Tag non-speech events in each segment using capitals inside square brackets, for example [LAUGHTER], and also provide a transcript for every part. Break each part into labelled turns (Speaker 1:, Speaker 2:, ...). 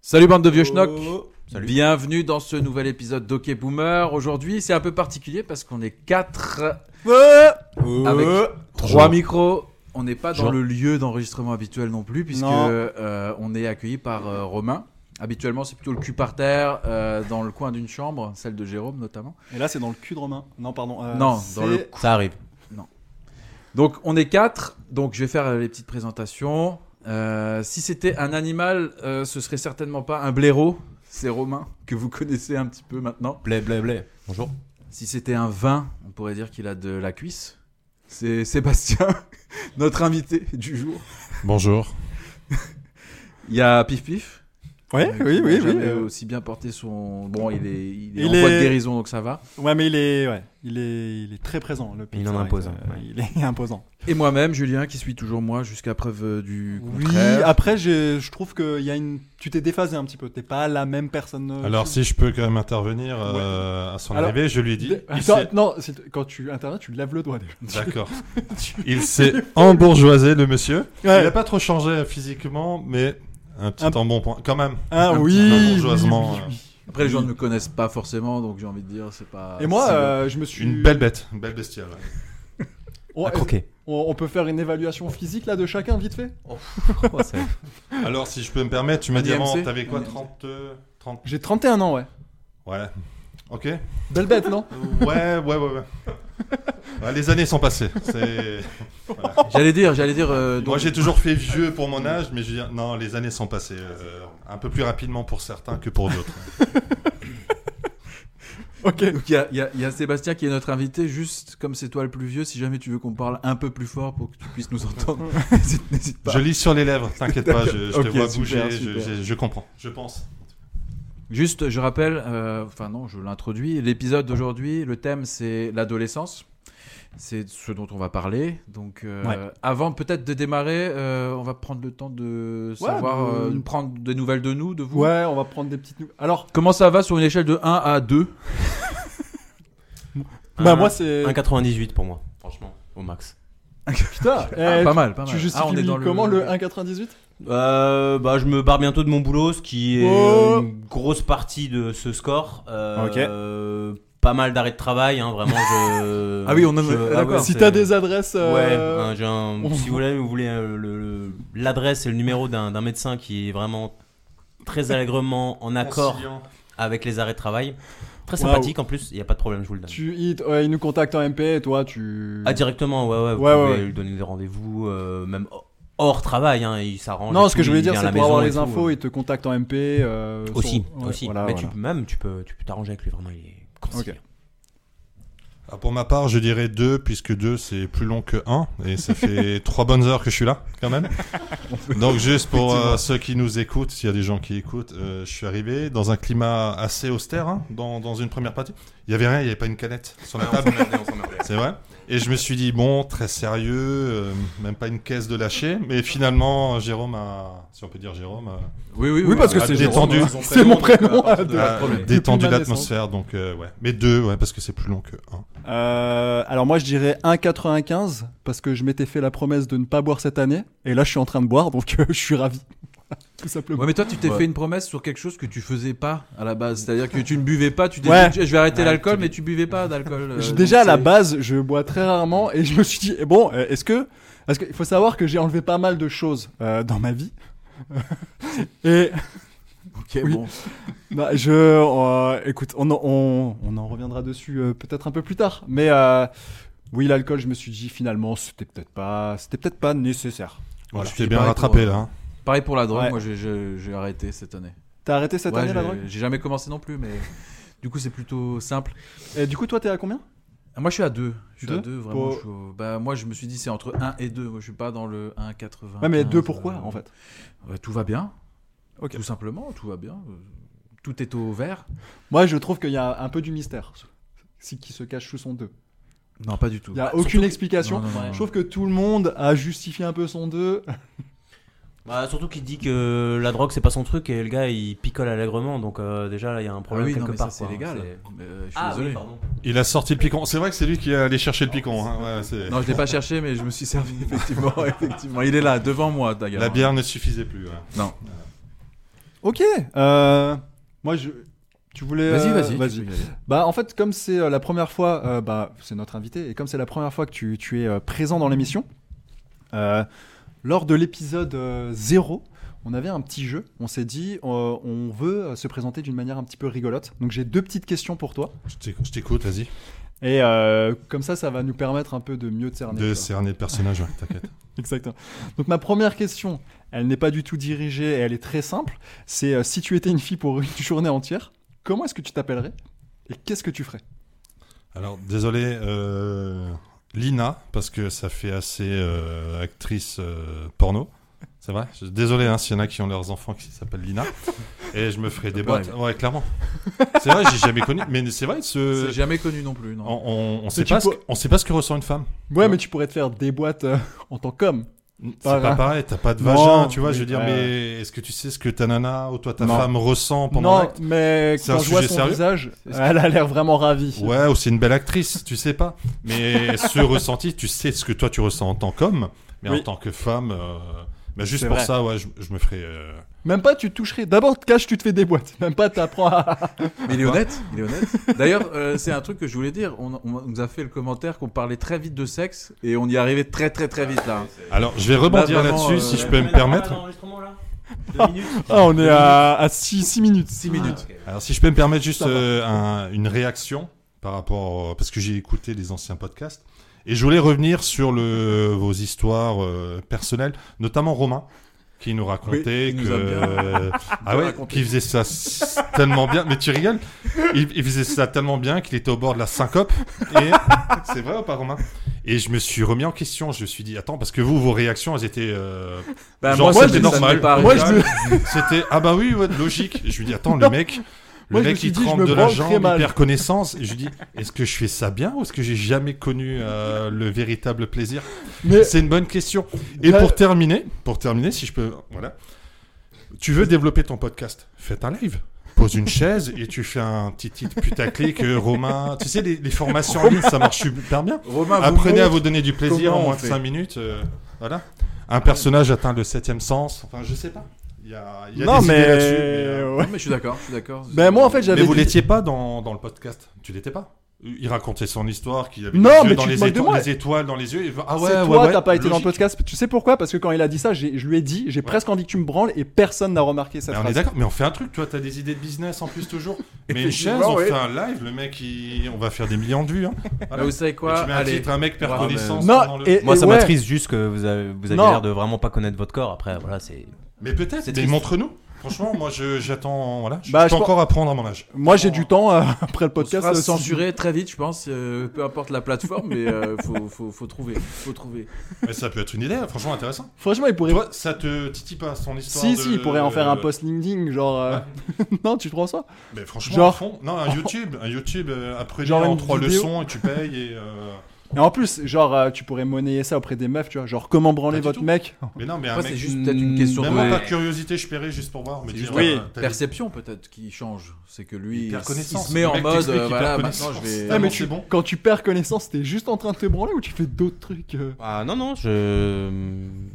Speaker 1: Salut bande de vieux schnocks
Speaker 2: Oh. Euh, Salut.
Speaker 1: Bienvenue dans ce nouvel épisode d'Ok Boomer. Aujourd'hui, c'est un peu particulier parce qu'on est quatre, Avec- trois micros. On n'est pas dans
Speaker 3: Bonjour.
Speaker 1: le lieu d'enregistrement habituel non plus, puisque
Speaker 2: Non.
Speaker 1: euh, on est accueilli par euh, Romain. Habituellement, c'est plutôt le cul par terre, euh, dans le coin d'une chambre, celle de Jérôme notamment.
Speaker 2: Et là, c'est dans le cul de Romain. Non, pardon. euh,
Speaker 1: Non,
Speaker 2: c'est-
Speaker 1: dans le-
Speaker 3: Ça arrive.
Speaker 1: Donc, on est quatre. Donc, je vais faire euh, les petites présentations. Euh, si c'était un animal, euh, ce serait certainement pas un blaireau. C'est Romain que vous connaissez un petit peu maintenant.
Speaker 3: Blé, blé, blé. Bonjour.
Speaker 1: Si c'était un vin, on pourrait dire qu'il a de la cuisse. C'est Sébastien, [LAUGHS] notre invité du jour.
Speaker 3: Bonjour.
Speaker 1: Il y a Pif Pif.
Speaker 2: Ouais,
Speaker 1: euh, qui
Speaker 2: oui,
Speaker 1: n'a
Speaker 2: oui, oui.
Speaker 1: jamais
Speaker 2: euh,
Speaker 1: aussi bien porté son. Bon, il est, il est
Speaker 2: Il
Speaker 1: en voie de
Speaker 2: est-
Speaker 1: guérison, donc ça va.
Speaker 2: Ouais, mais il est, ouais, il est, il est très présent. Le euh,
Speaker 3: Il en impose, hein, ouais.
Speaker 2: Il est [LAUGHS] imposant.
Speaker 1: Et moi-même, Julien, qui suis toujours moi jusqu'à preuve euh, du
Speaker 2: Oui.
Speaker 1: contraire.
Speaker 2: Après, j'ai- je trouve que il y a une. Tu t'es déphasé un petit peu. T'es pas la même personne. euh,
Speaker 4: Alors
Speaker 2: tu-
Speaker 4: si je peux quand même intervenir euh, à son
Speaker 2: Alors,
Speaker 4: arrivée, je lui dis, il
Speaker 2: Attends,
Speaker 4: s'est-
Speaker 2: non, c'est- quand tu interviens, tu lèves le doigt déjà. [LAUGHS]
Speaker 4: d'accord, il s'est embourgeoisé le monsieur. Il
Speaker 2: Ouais.
Speaker 4: n'a pas trop changé physiquement, mais un petit
Speaker 2: Un-
Speaker 4: embonpoint quand même.
Speaker 2: Ah
Speaker 1: Un
Speaker 2: oui.
Speaker 4: petit
Speaker 2: oui,
Speaker 4: bourgeoisement,
Speaker 2: oui, oui,
Speaker 1: Après, les gens ne me connaissent pas forcément, donc j'ai envie de dire, c'est pas.
Speaker 2: oui. Et moi,
Speaker 1: si-
Speaker 2: euh, je me suis.
Speaker 4: Une belle bête, une belle bestiole. ouais.
Speaker 2: Oh,
Speaker 3: À croquer.
Speaker 2: on, on peut faire une évaluation physique là de chacun vite fait.
Speaker 4: [LAUGHS] Alors si je peux me permettre, tu
Speaker 1: Un
Speaker 4: m'as dit avant,
Speaker 1: IMC?
Speaker 4: t'avais quoi,
Speaker 1: Un
Speaker 4: 30, euh, 30
Speaker 2: J'ai 31 ans, ouais.
Speaker 4: Ouais. Ok.
Speaker 2: Belle bête, non
Speaker 4: Ouais, ouais,
Speaker 2: [LAUGHS]
Speaker 4: ouais, ouais. Ouais, les années sont passées. C'est-
Speaker 1: J'allais dire, j'allais dire. euh, donc-
Speaker 4: Moi j'ai toujours fait vieux pour mon âge, mais je veux dire, non, les années sont passées. euh, un peu plus rapidement pour certains que pour d'autres.
Speaker 2: Ok.
Speaker 1: donc, il y a, il y a- il y a Sébastien qui est notre invité, juste comme c'est toi le plus vieux, si jamais tu veux qu'on parle un peu plus fort pour que tu puisses nous entendre, [LAUGHS] n'hésite- n'hésite pas.
Speaker 4: Je lis sur les lèvres, t'inquiète pas, je, je
Speaker 1: Bah. Ok,
Speaker 4: te vois
Speaker 1: super,
Speaker 4: bouger, je-
Speaker 1: super.
Speaker 4: Je, je comprends, je pense.
Speaker 1: Juste, je rappelle, euh, enfin non, je l'introduis. L'épisode d'aujourd'hui, le thème c'est l'adolescence. C'est ce dont on va parler. Donc, euh,
Speaker 2: Ouais.
Speaker 1: avant peut-être de démarrer, euh, on va prendre le temps de
Speaker 2: Ouais,
Speaker 1: savoir,
Speaker 2: de-
Speaker 1: euh, de prendre des nouvelles de nous, de vous.
Speaker 2: Ouais, on va prendre des petites nouvelles. Alors,
Speaker 1: Comment ça va sur une échelle de 1 à 2
Speaker 2: bah moi c'est
Speaker 3: 1,98 pour moi, franchement, au max.
Speaker 2: [LAUGHS] putain,
Speaker 1: Ah,
Speaker 2: eh,
Speaker 1: Pas mal, pas mal.
Speaker 2: tu justifies
Speaker 1: Ah, on est dans
Speaker 2: comment le, 1,98
Speaker 3: Euh, bah, je me barre bientôt de mon boulot, ce qui est
Speaker 2: Oh.
Speaker 3: euh, une grosse partie de ce score. Euh,
Speaker 2: Ok.
Speaker 3: euh, pas mal d'arrêts de travail, hein, vraiment.
Speaker 2: [LAUGHS]
Speaker 3: Je,
Speaker 1: Ah oui, on en-
Speaker 3: je-
Speaker 1: d'accord.
Speaker 3: ouais,
Speaker 2: Si
Speaker 3: c'est-
Speaker 2: t'as des adresses,
Speaker 3: Ouais,
Speaker 2: euh,
Speaker 3: hein, j'ai un- si vous voulez, vous voulez euh, le- le- l'adresse et le numéro d'un d'un médecin qui est vraiment très allègrement en accord avec les arrêts de travail. Très
Speaker 2: Waouh.
Speaker 3: sympathique en plus, il n'y a pas de problème, je vous le donne.
Speaker 2: tu il, ouais, il nous contacte en MP et toi tu.
Speaker 3: Ah, directement, ouais, ouais. Vous
Speaker 2: Mm. Ouais,
Speaker 3: pouvez
Speaker 2: ouais.
Speaker 3: lui donner des rendez-vous, euh, même ho- hors travail, hein, il s'arrange.
Speaker 2: non,
Speaker 3: et
Speaker 2: ce
Speaker 3: tout,
Speaker 2: que je voulais
Speaker 3: il
Speaker 2: dire,
Speaker 3: vient à
Speaker 2: c'est
Speaker 3: la
Speaker 2: pour avoir
Speaker 3: maison et
Speaker 2: les
Speaker 3: tout,
Speaker 2: infos,
Speaker 3: euh.
Speaker 2: il te contacte en MP. euh, sur-
Speaker 3: Aussi,
Speaker 2: ouais,
Speaker 3: aussi.
Speaker 2: voilà,
Speaker 3: Mais
Speaker 2: voilà.
Speaker 3: tu peux même, tu peux, tu peux t'arranger avec lui, vraiment, il est conseillant.
Speaker 4: Ah, pour ma part, je dirais 2, puisque 2 c'est plus long que 1,
Speaker 1: [LAUGHS]
Speaker 4: et ça fait 3 bonnes heures que je suis là, quand même. Donc, juste pour euh, ceux qui nous écoutent, s'il y a des gens qui écoutent, euh, je suis arrivé dans un climat assez austère, hein, dans, dans une première partie. Il n'y avait rien, il n'y avait pas une canette sur
Speaker 1: Ah,
Speaker 4: la table. C'est vrai. Et je me suis dit, bon, très sérieux, euh, même pas une caisse de lâcher. Mais finalement, Jérôme a, si on peut dire Jérôme, a-
Speaker 1: Oui, oui,
Speaker 2: Oui, parce que
Speaker 4: Ah,
Speaker 2: c'est
Speaker 4: détendu.
Speaker 2: Jérôme,
Speaker 4: Ils
Speaker 2: hein. C'est mon
Speaker 1: Ah,
Speaker 2: prénom. à deux.
Speaker 4: a
Speaker 1: problème.
Speaker 4: détendu
Speaker 2: Depuis ma naissance.
Speaker 4: l'atmosphère. Donc, euh, ouais. Mais deux, ouais, parce que c'est plus long que un.
Speaker 2: Euh, alors moi je dirais 1,95 parce que je m'étais fait la promesse de ne pas boire cette année et là je suis en train de boire donc [LAUGHS] euh, je suis ravi. Tout simplement.
Speaker 1: Ouais, mais toi, tu t'es
Speaker 3: Ouais.
Speaker 1: fait une promesse sur quelque chose que tu faisais pas à la base. C'est-à-dire que tu ne buvais pas, tu t'es
Speaker 2: Ouais.
Speaker 1: dit, je vais arrêter
Speaker 3: Ouais,
Speaker 1: l'alcool,
Speaker 3: tu-
Speaker 1: mais tu buvais pas d'alcool. euh,
Speaker 2: [LAUGHS] Je-
Speaker 1: donc
Speaker 2: Déjà à la
Speaker 1: c'est-
Speaker 2: base, je bois très rarement et je me suis dit eh bon, euh, est-ce que parce qu'il faut savoir que j'ai enlevé pas mal de choses euh, dans
Speaker 1: [LAUGHS]
Speaker 2: ma vie et
Speaker 1: Ok,
Speaker 2: oui.
Speaker 1: bon.
Speaker 2: non, je euh, écoute, on, en- on, on en reviendra dessus euh, peut-être un peu plus tard, mais euh, oui l'alcool, je me suis dit finalement c'était peut-être pas c'était peut-être pas nécessaire.
Speaker 4: Voilà.
Speaker 1: Je
Speaker 4: Tu
Speaker 1: suis
Speaker 4: t'es bien
Speaker 1: pareil
Speaker 4: rattrapé
Speaker 1: pour, euh,
Speaker 4: là. hein.
Speaker 1: Pareil pour la drogue,
Speaker 2: Ouais.
Speaker 1: moi j'ai- j'ai j'ai arrêté cette année.
Speaker 2: T'as arrêté cette
Speaker 1: Ouais,
Speaker 2: année la
Speaker 1: j'ai-
Speaker 2: drogue
Speaker 1: J'ai jamais commencé non plus, mais [LAUGHS] du coup c'est plutôt simple.
Speaker 2: Et du coup toi t'es à combien
Speaker 1: Ah, Moi je suis à 2. Je suis à
Speaker 2: Deux
Speaker 1: 2, vraiment.
Speaker 2: Pour-
Speaker 1: je suis au- bah, moi je me suis dit c'est entre 1 et 2. Moi je suis pas dans le 1,80.
Speaker 2: Ouais mais deux pourquoi
Speaker 1: euh,
Speaker 2: en fait
Speaker 1: bah, Tout va bien.
Speaker 2: Ok.
Speaker 1: Tout simplement, tout va bien. Euh, Tout est au vert.
Speaker 2: Moi, je trouve qu'il y a un peu du mystère si- qui se cache sous son 2.
Speaker 1: Non, pas du tout.
Speaker 2: Il n'y a
Speaker 3: Bah, surtout
Speaker 2: aucune
Speaker 3: que-
Speaker 2: explication.
Speaker 1: Non, non, non,
Speaker 2: Je
Speaker 1: non.
Speaker 2: trouve que tout le monde a justifié un peu son 2.
Speaker 3: Bah, surtout qu'il dit que la drogue, c'est pas son truc et le gars, il picole allègrement, donc euh, déjà, là, il y a un
Speaker 1: Ah
Speaker 3: problème
Speaker 1: oui, non,
Speaker 3: quelque
Speaker 1: mais ça
Speaker 3: part.
Speaker 1: c'est
Speaker 3: quoi,
Speaker 1: légal.
Speaker 3: c'est-
Speaker 1: Mais, euh, je suis
Speaker 3: Ah, oui,
Speaker 1: désolé.
Speaker 3: pardon.
Speaker 4: Il a sorti le picon. C'est vrai que c'est lui qui est allé chercher le picon. hein. Ouais,
Speaker 1: [LAUGHS]
Speaker 4: c'est-
Speaker 1: non, je l'ai pas cherché, mais je me suis servi
Speaker 3: [LAUGHS]
Speaker 1: [LAUGHS] effectivement. effectivement. Il est là, devant moi, d'ailleurs.
Speaker 4: la bière ne suffisait plus. ouais.
Speaker 1: Non.
Speaker 2: Ok. euh, moi, je. Tu voulais.
Speaker 1: Vas-y,
Speaker 2: euh,
Speaker 1: vas-y.
Speaker 2: Vas-y. Bah, en fait, comme c'est euh, la première fois, euh, bah, c'est notre invité, et comme c'est la première fois que tu, tu es euh, présent dans l'émission, euh, lors de l'épisode 0, on avait un petit jeu. On s'est dit, euh, on veut euh, se présenter d'une manière un petit peu rigolote. Donc, j'ai deux petites questions pour toi.
Speaker 4: Je t'éc- je t'écoute, vas-y.
Speaker 2: Et euh, comme ça, ça va nous permettre un peu de mieux te cerner. tu
Speaker 4: De
Speaker 2: vois.
Speaker 4: cerner le personnage, ouais, t'inquiète.
Speaker 2: Exactement. Donc ma première question, elle n'est pas du tout dirigée et elle est très simple. C'est euh, si tu étais une fille pour une [LAUGHS] journée entière, comment est-ce que tu t'appellerais et qu'est-ce que tu ferais
Speaker 4: [LAUGHS] Alors, désolé, euh, Lina, parce que ça fait assez euh, actrice euh, porno. C'est vrai Je- Désolé hein, s'il y en a qui ont leurs enfants qui s'appellent
Speaker 1: [LAUGHS]
Speaker 4: Lina. Et je me ferai des boîtes. Ouais, clairement. C'est vrai, j'ai jamais connu. Mais c'est vrai, ce...
Speaker 1: C'est jamais connu non plus, non.
Speaker 4: on, on, on sait
Speaker 2: tu
Speaker 4: pas ce
Speaker 2: pourrais-
Speaker 4: que- on sait pas ce que ressent une femme.
Speaker 2: Ouais, mais tu pourrais te faire des boîtes euh, en tant qu'homme.
Speaker 4: C'est
Speaker 2: Pas
Speaker 4: pas
Speaker 2: grave.
Speaker 4: pareil, t'as pas de
Speaker 2: Non,
Speaker 4: vagin, tu vois.
Speaker 2: oui,
Speaker 4: je veux dire,
Speaker 2: ouais.
Speaker 4: mais est-ce que tu sais ce que ta nana ou toi ta
Speaker 2: Non.
Speaker 4: femme ressent pendant
Speaker 2: Non,
Speaker 4: l'acte
Speaker 2: mais
Speaker 4: C'est
Speaker 2: quand
Speaker 4: un
Speaker 2: je vois
Speaker 4: sujet
Speaker 2: son
Speaker 4: sérieux
Speaker 2: visage, elle a l'air vraiment ravie.
Speaker 4: Ouais, ou c'est une belle actrice, tu sais pas.
Speaker 2: [LAUGHS]
Speaker 4: Mais ce ressenti, tu sais ce que toi tu ressens en tant qu'homme, mais en
Speaker 2: Oui.
Speaker 4: tant que femme, euh, bah juste
Speaker 2: C'est
Speaker 4: pour
Speaker 2: vrai.
Speaker 4: ça, ouais, je, je me ferais. euh,
Speaker 2: Même pas tu te toucherais. D'abord, te cache, tu te fais des boîtes. Même pas t'apprends à...
Speaker 1: Mais il est honnête, il est honnête. D'ailleurs, euh, c'est un truc que je voulais dire. On, on nous a fait le commentaire qu'on parlait très vite de sexe et on y arrivait très très très vite là.
Speaker 4: Alors, je vais
Speaker 2: Bah,
Speaker 1: Là,
Speaker 4: rebondir
Speaker 1: vraiment,
Speaker 4: là-dessus
Speaker 1: euh,
Speaker 4: si je
Speaker 1: ouais,
Speaker 4: peux me permettre.
Speaker 2: Ah, on est à, 6, minutes. 6
Speaker 1: minutes.
Speaker 4: Alors, si je peux me permettre juste
Speaker 2: Ça va.
Speaker 4: euh, un- une réaction par rapport, parce que j'ai écouté les anciens podcasts et je voulais revenir sur le, vos histoires euh, personnelles, notamment Romain qui nous racontait
Speaker 1: Oui, il
Speaker 4: que
Speaker 1: nous a bien-
Speaker 4: euh, [LAUGHS] ah
Speaker 1: bien
Speaker 4: ouais,
Speaker 1: raconté.
Speaker 4: qu'il faisait ça s- tellement bien. Mais tu rigoles il, il faisait ça tellement bien qu'il était au bord de la syncope. Et c'est vrai ou pas, Romain Et je me suis remis en question. Je me suis dit attends parce que vous vos réactions elles étaient euh,
Speaker 1: Bah,
Speaker 4: Genre,
Speaker 1: moi,
Speaker 4: c'était
Speaker 1: ça m'est- ça
Speaker 4: normal.
Speaker 1: m'est pas
Speaker 2: Moi,
Speaker 1: arrivé.
Speaker 2: je me-
Speaker 4: [LAUGHS] c'était ah bah oui ouais, logique. Je lui dis attends le mec, le
Speaker 2: Moi, je me
Speaker 4: mec
Speaker 2: suis
Speaker 4: il
Speaker 2: dit, je
Speaker 4: tremble
Speaker 2: me
Speaker 4: de la
Speaker 2: branle très
Speaker 4: jambe, il
Speaker 2: mal.
Speaker 4: perd connaissance. Et je lui dis est-ce que je fais ça bien ou est-ce que j'ai jamais connu euh, le véritable plaisir
Speaker 2: mais-
Speaker 4: C'est une bonne question. Et
Speaker 2: Là-
Speaker 4: pour terminer, pour terminer, si je peux, voilà, tu veux développer ton podcast, fais un live. Pose une chaise et tu fais un petit titre putaclic, euh, Romain. Tu sais, les, les formations en ligne, ça marche super bien.
Speaker 1: Romain, Ah, vous
Speaker 4: Apprenez à
Speaker 1: montre-
Speaker 4: vous donner du plaisir
Speaker 1: comment
Speaker 4: en
Speaker 1: on
Speaker 4: moins de
Speaker 1: fait. Ah,
Speaker 4: 5 minutes. euh, voilà. Un personnage atteint le septième sens. Enfin, je sais pas. Il y a, il y a
Speaker 2: Non,
Speaker 4: des idées
Speaker 2: mais...
Speaker 4: là-dessus. mais, euh,
Speaker 1: Non, mais je suis d'accord, je suis d'accord.
Speaker 2: Ben, moi, en fait,
Speaker 4: Mais
Speaker 2: j'avais...
Speaker 4: vous
Speaker 2: dit-
Speaker 4: l'étiez pas dans, dans le podcast. Tu l'étais pas. Il racontait son histoire, qu'il avait
Speaker 2: Non,
Speaker 4: les, yeux
Speaker 2: mais
Speaker 4: dans
Speaker 2: tu te
Speaker 4: les,
Speaker 2: moques de
Speaker 4: étoiles-
Speaker 2: moi.
Speaker 4: les étoiles dans les yeux. et- Ah ouais,
Speaker 2: c'est
Speaker 4: ouais,
Speaker 2: toi,
Speaker 4: ouais,
Speaker 2: t'as pas été dans le
Speaker 4: logique.
Speaker 2: podcast. Tu sais pourquoi Parce que quand il a dit ça, j'ai- je lui ai dit, j'ai presque envie que tu me branles et personne n'a remarqué cette
Speaker 4: Mais on est
Speaker 2: phrase.
Speaker 4: d'accord, mais on fait un truc, toi, t'as des idées de business en plus
Speaker 2: [LAUGHS]
Speaker 4: toujours. Mais une chaise,
Speaker 1: Effectivement,
Speaker 4: on
Speaker 1: ouais.
Speaker 4: fait un live, le mec, il- on va faire des millions de vues. Hein.
Speaker 1: Mais vous savez
Speaker 4: Et
Speaker 1: quoi
Speaker 4: tu mets un
Speaker 1: Allez.
Speaker 4: titre, un mec perd
Speaker 1: Ouais,
Speaker 4: connaissance.
Speaker 2: mais-
Speaker 4: pendant le-
Speaker 2: et-
Speaker 3: Moi, ça
Speaker 2: ouais.
Speaker 3: m'attriste juste que vous avez, vous avez
Speaker 2: Non.
Speaker 3: l'air de vraiment pas connaître votre corps. Après, voilà, c'est.
Speaker 4: Mais peut-être,
Speaker 3: C'est
Speaker 4: mais
Speaker 3: triste.
Speaker 4: montre-nous. Franchement, moi, je- j'attends. Voilà, je
Speaker 2: Bah,
Speaker 4: je peux
Speaker 2: je pense-
Speaker 4: encore apprendre à mon âge.
Speaker 2: Moi, j'ai
Speaker 4: Oh.
Speaker 2: du temps euh, [LAUGHS] après le
Speaker 1: on
Speaker 2: podcast.
Speaker 1: se
Speaker 2: euh,
Speaker 1: fera
Speaker 2: si-
Speaker 1: censurer très vite, je pense, euh, peu importe la plateforme, mais euh, faut, faut, faut trouver, faut trouver.
Speaker 4: Mais ça peut être une idée, hein, franchement intéressant.
Speaker 2: Franchement, il pourrait.
Speaker 4: Toi, ça te titille pas son histoire
Speaker 2: si,
Speaker 4: de-
Speaker 2: si, il pourrait en faire un post LinkedIn, genre. euh, [LAUGHS] non, tu prends ça
Speaker 4: Mais franchement,
Speaker 2: Genre-
Speaker 4: à fond. non, un YouTube, un YouTube, euh, après
Speaker 2: Genre
Speaker 4: en
Speaker 2: une
Speaker 4: trois
Speaker 2: vidéo.
Speaker 4: leçons et tu payes. Et, euh,
Speaker 2: Et en plus, genre, euh, tu pourrais monnayer ça auprès des meufs, tu vois. Genre, comment branler
Speaker 4: Pas du
Speaker 2: votre
Speaker 4: tout.
Speaker 2: mec
Speaker 4: Mais non, mais un
Speaker 1: Après, c'est
Speaker 4: mec,
Speaker 1: juste peut-être une question
Speaker 4: même pas
Speaker 1: de
Speaker 4: curiosité, je paierais juste pour voir. Mais
Speaker 1: C'est
Speaker 4: dire,
Speaker 1: juste
Speaker 2: Oui.
Speaker 4: euh, t'as des-
Speaker 1: perception peut-être qui change. C'est que lui,
Speaker 4: Il
Speaker 1: il,
Speaker 4: perd
Speaker 1: il
Speaker 4: connaissance.
Speaker 1: se met
Speaker 4: Le
Speaker 1: en
Speaker 4: mec
Speaker 1: mode,
Speaker 4: t'explique
Speaker 1: euh,
Speaker 4: qu'il
Speaker 1: voilà,
Speaker 4: perd
Speaker 1: maintenant je
Speaker 4: connaissance.
Speaker 1: vais.
Speaker 4: Ah, mais
Speaker 1: Ouais,
Speaker 4: tu-
Speaker 1: c'est bon.
Speaker 2: Quand tu perds connaissance, t'es juste en train de te branler ou tu fais d'autres trucs euh
Speaker 3: Ah non, non, je.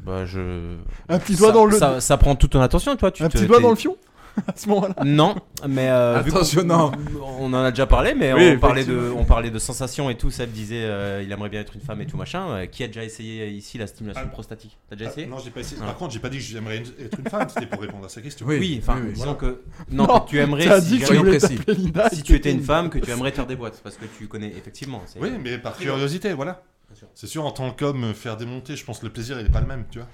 Speaker 3: Bah, je.
Speaker 2: Un petit doigt
Speaker 3: ça,
Speaker 2: dans le.
Speaker 3: Ça, ça prend toute ton attention, toi. Tu
Speaker 2: un
Speaker 3: te-
Speaker 2: petit doigt
Speaker 3: t'es-
Speaker 2: dans le fion [LAUGHS] À ce moment-là.
Speaker 3: Non, mais. euh, vu
Speaker 1: Attention,
Speaker 3: qu'on-
Speaker 1: non.
Speaker 3: On en a déjà parlé, mais
Speaker 1: Oui,
Speaker 3: on, parlait de, on parlait de sensations et tout. Seb disait euh, il aimerait bien être une femme et tout machin. Euh, qui a déjà essayé euh, ici la stimulation
Speaker 4: Ah.
Speaker 3: prostatique T'as déjà
Speaker 4: Ah,
Speaker 3: essayé
Speaker 4: Non, j'ai pas essayé.
Speaker 3: Ah.
Speaker 4: Par contre, j'ai pas dit que j'aimerais une- être une femme. C'était pour répondre à sa question.
Speaker 1: Oui.
Speaker 3: Oui, enfin,
Speaker 1: oui.
Speaker 3: disons que. Non,
Speaker 2: Non,
Speaker 3: que tu aimerais.
Speaker 2: T'as
Speaker 3: si
Speaker 2: dit que tu
Speaker 1: j'avais
Speaker 2: voulais
Speaker 1: précis.
Speaker 2: t'appeler Linda.
Speaker 3: si tu étais une femme, que tu aimerais faire des boîtes, parce que tu connais effectivement. c'est-
Speaker 4: Oui, mais par curiosité, voilà.
Speaker 3: Bien sûr.
Speaker 4: C'est sûr, en tant qu'homme, euh, faire des montées, je pense que le plaisir, il est pas le même, tu vois.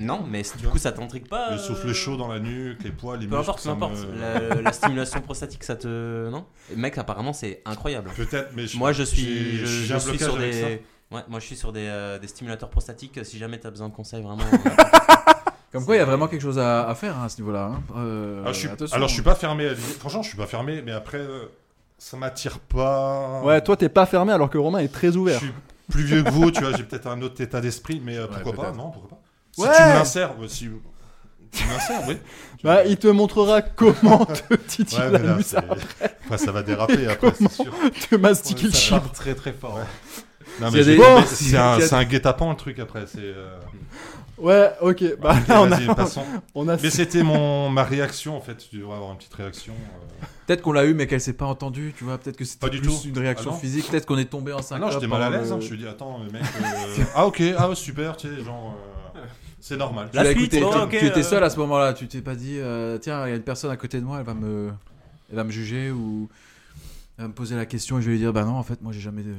Speaker 3: Non, mais du coup, ça t'intrigue pas.
Speaker 4: Le
Speaker 3: euh,
Speaker 4: souffle chaud dans la nuque, les poils, les
Speaker 3: Peu
Speaker 4: muscles.
Speaker 3: importe, peu
Speaker 4: ça me-
Speaker 3: importe. La, la stimulation prostatique, ça te. Non Mec, apparemment, c'est incroyable.
Speaker 4: Peut-être, mais je...
Speaker 3: Moi, je
Speaker 4: j'ai-
Speaker 3: suis, je,
Speaker 4: j'ai
Speaker 3: je
Speaker 4: un
Speaker 3: suis
Speaker 4: blocage
Speaker 3: sur
Speaker 4: avec ça.
Speaker 3: des. Ouais, moi, je suis sur des, euh, des stimulateurs prostatiques. euh, Si jamais t'as besoin de conseils, [LAUGHS] vraiment.
Speaker 1: Comme quoi, il y a vraiment quelque chose à, à faire hein, à ce niveau-là. hein. Euh,
Speaker 4: Ah, je suis-
Speaker 1: attention.
Speaker 4: Alors, je suis pas fermé. à l'idée. Franchement, je suis pas fermé, mais après, euh, ça m'attire pas.
Speaker 2: Ouais, toi, t'es pas fermé alors que Romain est très
Speaker 4: Je
Speaker 2: ouvert.
Speaker 4: suis plus vieux que vous, tu vois, j'ai peut-être un autre état d'esprit, mais euh,
Speaker 1: Ouais,
Speaker 4: pourquoi pas
Speaker 1: peut-être.
Speaker 4: Non, pourquoi pas Si
Speaker 2: Ouais.
Speaker 4: tu me l'insères, euh, si... Tu me l'insères, oui.
Speaker 2: Bah, il te montrera comment te titiller
Speaker 4: Ouais,
Speaker 2: la
Speaker 4: mais là,
Speaker 2: nuit,
Speaker 4: c'est- Après, ça va déraper, après, c'est sûr.
Speaker 2: te mastiquer le
Speaker 4: Ça
Speaker 2: chiffre.
Speaker 4: part très très fort.
Speaker 1: S'il y a
Speaker 4: j'ai-
Speaker 1: des-
Speaker 4: mais
Speaker 1: Bon.
Speaker 4: c'est un,
Speaker 1: S'il y a-
Speaker 4: c'est un guet-apens le truc après. C'est euh,
Speaker 2: Ouais, ok. Bah,
Speaker 4: Ok,
Speaker 2: là, on
Speaker 4: vas-y,
Speaker 2: a,
Speaker 4: passons.
Speaker 2: on a
Speaker 4: Mais c'était mon ma réaction en fait. Tu devrais avoir une petite réaction. euh.
Speaker 1: Peut-être qu'on l'a eu, mais qu'elle s'est pas entendue, tu vois. Peut-être que c'était
Speaker 4: Pas du
Speaker 1: plus
Speaker 4: tout.
Speaker 1: une réaction
Speaker 4: Ah non.
Speaker 1: physique. Peut-être qu'on est tombé en 5
Speaker 4: Ah non, j'étais mal à l'aise. hein, Je me suis dit attends, mais [LAUGHS] mec. euh, ah ok, ah super, tu sais, genre euh, c'est normal.
Speaker 3: La suite,
Speaker 1: tu,
Speaker 3: bon, ok,
Speaker 1: tu étais
Speaker 3: euh.
Speaker 1: seul à ce moment-là. Tu t'es pas dit, euh, tiens, il y a une personne à côté de moi, elle va me, elle va me juger ou elle va me poser la question et je vais lui dire, bah non, en fait, moi, j'ai jamais, euh,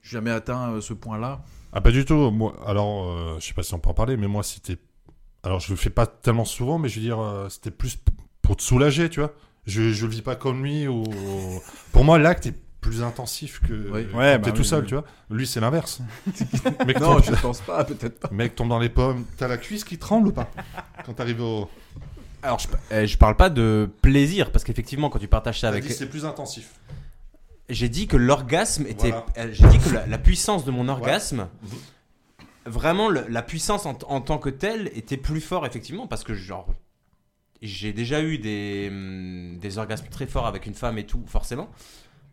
Speaker 1: j'ai jamais atteint euh, ce
Speaker 4: [LAUGHS]
Speaker 1: point-là.
Speaker 4: Ah pas du tout. Moi, alors euh, je sais pas si on peut en parler, mais moi c'était. Alors je le fais pas tellement souvent, mais je veux dire euh, c'était plus p- pour te soulager, tu vois. Je je le vis pas comme lui ou. pour moi l'acte est plus intensif que.
Speaker 1: Oui.
Speaker 4: que
Speaker 2: Ouais,
Speaker 4: t'es
Speaker 2: bah
Speaker 4: tout
Speaker 2: oui,
Speaker 4: seul,
Speaker 2: oui.
Speaker 4: tu vois. Lui c'est l'inverse. mec,
Speaker 1: Non,
Speaker 4: tombe,
Speaker 1: je pense pas, peut-être pas.
Speaker 4: mec tombe dans les pommes. T'as la cuisse qui tremble ou pas Quand t'arrives au.
Speaker 3: Alors, je, euh, je parle pas de plaisir, parce qu'effectivement, quand tu partages ça
Speaker 4: T'as
Speaker 3: avec.
Speaker 4: dit, c'est plus intensif.
Speaker 3: J'ai dit que l'orgasme était.
Speaker 4: Voilà.
Speaker 3: euh, J'ai dit que la, la puissance de mon orgasme. Vraiment, le- la puissance en, t- en tant que telle était plus forte, effectivement, parce que, genre. J'ai déjà eu des, hum, des orgasmes très forts avec une femme et tout, forcément.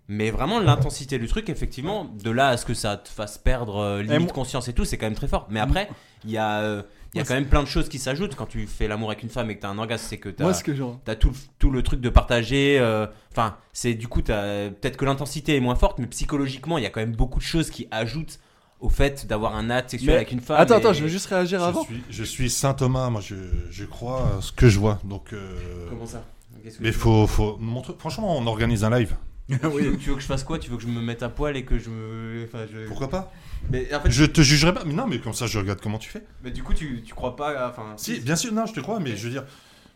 Speaker 3: Mais vraiment, l'intensité du truc, effectivement, de là à ce que ça te fasse perdre euh, limite
Speaker 2: moi-
Speaker 3: conscience et tout, c'est quand même très fort. Mais après, il y a. euh, il y a
Speaker 2: Moi,
Speaker 3: quand même plein de choses qui s'ajoutent quand tu fais l'amour avec une femme et que t'as un orgasme, c'est que t'as
Speaker 2: Moi, ce que genre.
Speaker 3: T'as tout, le- tout le truc de partager. euh, Enfin, c'est du coup, t'as- peut-être que l'intensité est moins forte, mais psychologiquement, il y a quand même beaucoup de choses qui ajoutent au fait d'avoir un acte sexuel
Speaker 2: Mais-
Speaker 3: avec une femme.
Speaker 2: Attends,
Speaker 3: et-
Speaker 2: attends, je veux juste réagir
Speaker 4: Je
Speaker 2: avant.
Speaker 4: suis, je suis Saint Thomas, moi je, je crois à ce que je vois. Donc, euh,
Speaker 3: Comment ça Qu'est-ce que
Speaker 4: mais
Speaker 3: tu-
Speaker 4: faut, faut montre- Franchement, on organise un live.
Speaker 2: [LAUGHS]
Speaker 3: tu, veux, tu veux que je fasse quoi Tu veux que je me mette à poil et que je me. Enfin, je.
Speaker 4: Pourquoi pas
Speaker 3: Mais en fait,
Speaker 4: Je te jugerai pas. Mais non, mais comme ça, je regarde comment tu fais.
Speaker 3: mais du coup, tu, tu crois pas. à- Enfin,
Speaker 4: Si, bien sûr, non, je te crois, mais je veux dire,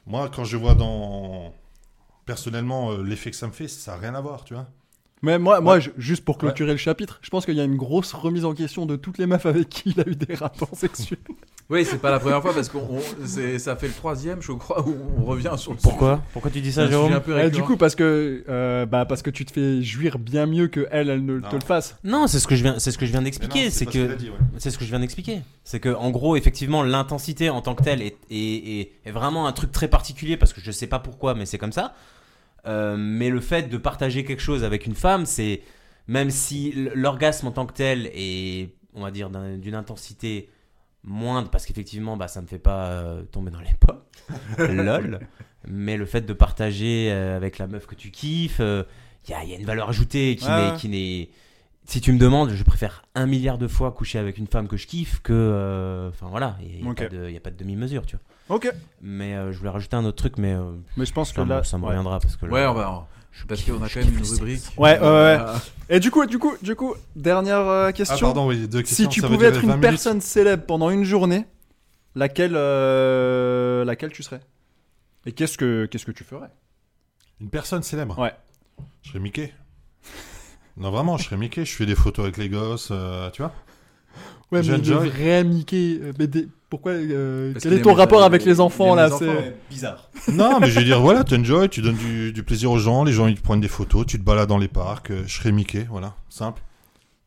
Speaker 4: moi, quand je vois dans. Personnellement, euh, l'effet que ça me fait, ça n'a rien à voir, tu vois.
Speaker 2: Mais moi, moi
Speaker 4: Ouais.
Speaker 2: je- juste pour clôturer le chapitre, je pense qu'il y a une grosse remise en question de toutes les meufs avec qui il a eu des
Speaker 4: [LAUGHS]
Speaker 2: rapports sexuels.
Speaker 1: Oui, c'est pas la première fois parce qu'on, on- c'est- ça fait le troisième, je crois, où on revient sur le
Speaker 3: Pourquoi tu dis
Speaker 1: sujet.
Speaker 3: Eh,
Speaker 1: C'est un sujet un peu
Speaker 2: Ouais,
Speaker 1: récurrent.
Speaker 2: Euh, du coup, parce que, euh, bah, parce que tu te fais jouir bien mieux que elle, elle ne
Speaker 4: Non.
Speaker 2: te le fasse.
Speaker 3: Non, c'est ce que je viens, c'est ce que je viens
Speaker 4: Mais non,
Speaker 3: d'expliquer, c'est
Speaker 4: pas ce qu'il a
Speaker 3: que.
Speaker 4: dit, ouais. Ah,
Speaker 3: C'est ce que je viens d'expliquer. C'est que, en gros, effectivement, l'intensité en tant que telle est, est- est- est vraiment un truc très particulier parce que je sais pas pourquoi, mais c'est comme ça. Euh, mais le fait de partager quelque chose avec une femme, c'est. Même si l- l'orgasme en tant que tel est, on va dire, d'un- d'une intensité moindre, parce qu'effectivement, bah, ça me fait pas euh, tomber dans les pommes. [LAUGHS] Lol. Mais le fait de partager euh, avec la meuf que tu kiffes, il y, a- y a une valeur ajoutée qui
Speaker 2: Ouais.
Speaker 3: n'est- qui n'est. Si tu me demandes, je préfère un milliard de fois coucher avec une femme que je kiffe que. euh, Enfin voilà, il n'y a,
Speaker 2: Ok.
Speaker 3: pas de- y a pas de demi-mesure, tu vois.
Speaker 2: Ok.
Speaker 3: Mais euh, je voulais rajouter un autre truc, mais euh,
Speaker 2: Mais je pense que
Speaker 3: enfin, bon,
Speaker 2: là.
Speaker 3: ça me
Speaker 2: ouais.
Speaker 3: reviendra parce que. là,
Speaker 1: Ouais, on va.
Speaker 3: je
Speaker 1: Parce
Speaker 3: kiffe-
Speaker 1: qu'on a
Speaker 3: je
Speaker 1: quand même
Speaker 3: kiffe
Speaker 1: une
Speaker 3: le sexe.
Speaker 1: rubrique.
Speaker 2: Ouais, ouais, ouais.
Speaker 1: Euh,
Speaker 2: Et du coup, du coup, du coup, dernière euh, question.
Speaker 4: Ah, pardon, oui, deux
Speaker 2: si
Speaker 4: questions.
Speaker 2: tu
Speaker 4: ça veut
Speaker 2: pouvais
Speaker 4: dire
Speaker 2: être
Speaker 4: 20
Speaker 2: une
Speaker 4: minutes.
Speaker 2: personne célèbre pendant une journée, laquelle, euh, laquelle tu serais Et qu'est-ce que, qu'est-ce que tu ferais
Speaker 4: Une personne célèbre
Speaker 2: Ouais.
Speaker 4: Je serais Mickey. non, vraiment, je serais Mickey. Je fais des photos avec les gosses, euh, tu vois.
Speaker 2: Ouais, mais
Speaker 4: Jeune
Speaker 2: le
Speaker 4: Joy.
Speaker 2: vrai Mickey, euh, mais des- pourquoi euh,
Speaker 1: Parce
Speaker 2: Quel
Speaker 1: qu'il
Speaker 2: est ton
Speaker 1: aime
Speaker 2: rapport
Speaker 1: les-
Speaker 2: avec les
Speaker 1: il
Speaker 2: enfants
Speaker 1: aime les
Speaker 2: là c'est-
Speaker 1: enfants.
Speaker 3: Bizarre.
Speaker 4: Non, mais je veux dire, voilà, t'enjoy, tu donnes du, du plaisir aux gens, les gens ils te prennent des photos, tu te balades dans les parcs, euh, je serais Mickey, voilà, simple.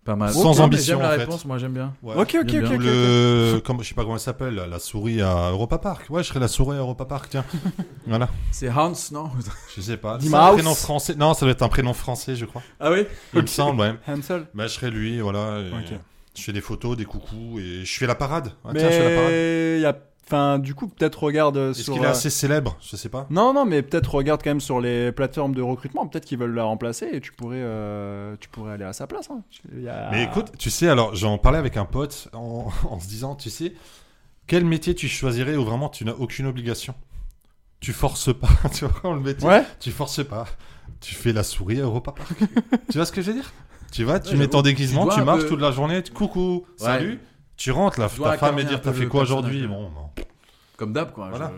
Speaker 1: Pas mal.
Speaker 4: Sans
Speaker 1: Ok, mais
Speaker 4: ambition,
Speaker 1: J'aime la
Speaker 4: en fait.
Speaker 1: réponse, moi j'aime bien.
Speaker 4: Ouais.
Speaker 2: Ok, ok,
Speaker 1: J'aime
Speaker 2: ok.
Speaker 1: bien.
Speaker 4: Ou
Speaker 2: ok, ok.
Speaker 4: le, comme, je sais pas comment elle s'appelle, la souris à Europa Park. Ouais, je serais la souris à Europa Park,
Speaker 2: [LAUGHS]
Speaker 4: tiens. voilà,
Speaker 1: C'est Hans, non [LAUGHS]
Speaker 4: je sais pas.
Speaker 2: Dis
Speaker 4: C'est un
Speaker 2: Mouse.
Speaker 4: prénom français. Non, ça doit être un prénom français, je crois.
Speaker 1: Ah oui
Speaker 4: Il me semble, ouais.
Speaker 2: Hansel.
Speaker 4: Bah, je serais lui, voilà. et
Speaker 2: Ok.
Speaker 4: Je fais des photos, des coucous, et je fais la parade. Ah, tiens, je fais la parade.
Speaker 2: Mais il y a, enfin, du coup, peut-être regarde euh,
Speaker 4: Est-ce
Speaker 2: sur.
Speaker 4: qu'il est
Speaker 2: euh,
Speaker 4: assez célèbre Je sais pas.
Speaker 2: Non, non, mais peut-être regarde quand même sur les plateformes de recrutement. Peut-être qu'ils veulent la remplacer et tu pourrais, euh, tu pourrais aller à sa place. hein. Il y a-
Speaker 4: Mais écoute, tu sais, alors j'en parlais avec un pote en, [LAUGHS] en se disant, tu sais, quel métier tu choisirais où vraiment tu n'as aucune obligation Tu forces pas, [LAUGHS] tu vois, le métier,
Speaker 2: Ouais.
Speaker 4: tu forces pas. Tu fais la souris à Europa Park. [LAUGHS] tu vois ce que je veux dire Tu vas, tu
Speaker 1: Ouais,
Speaker 4: mets
Speaker 1: j'avoue.
Speaker 4: ton déguisement,
Speaker 1: Tu
Speaker 4: tu,
Speaker 1: dois un
Speaker 4: marches
Speaker 1: peu-
Speaker 4: toute la journée, tu- coucou,
Speaker 1: Ouais.
Speaker 4: salut. Tu rentres, la,
Speaker 1: dois
Speaker 4: ta femme
Speaker 1: incarner
Speaker 4: et
Speaker 1: un
Speaker 4: dire
Speaker 1: peu
Speaker 4: t'as fait
Speaker 1: le
Speaker 4: quoi aujourd'hui
Speaker 1: personnage,
Speaker 4: Bon, non.
Speaker 1: Comme d'hab, quoi.
Speaker 4: Voilà.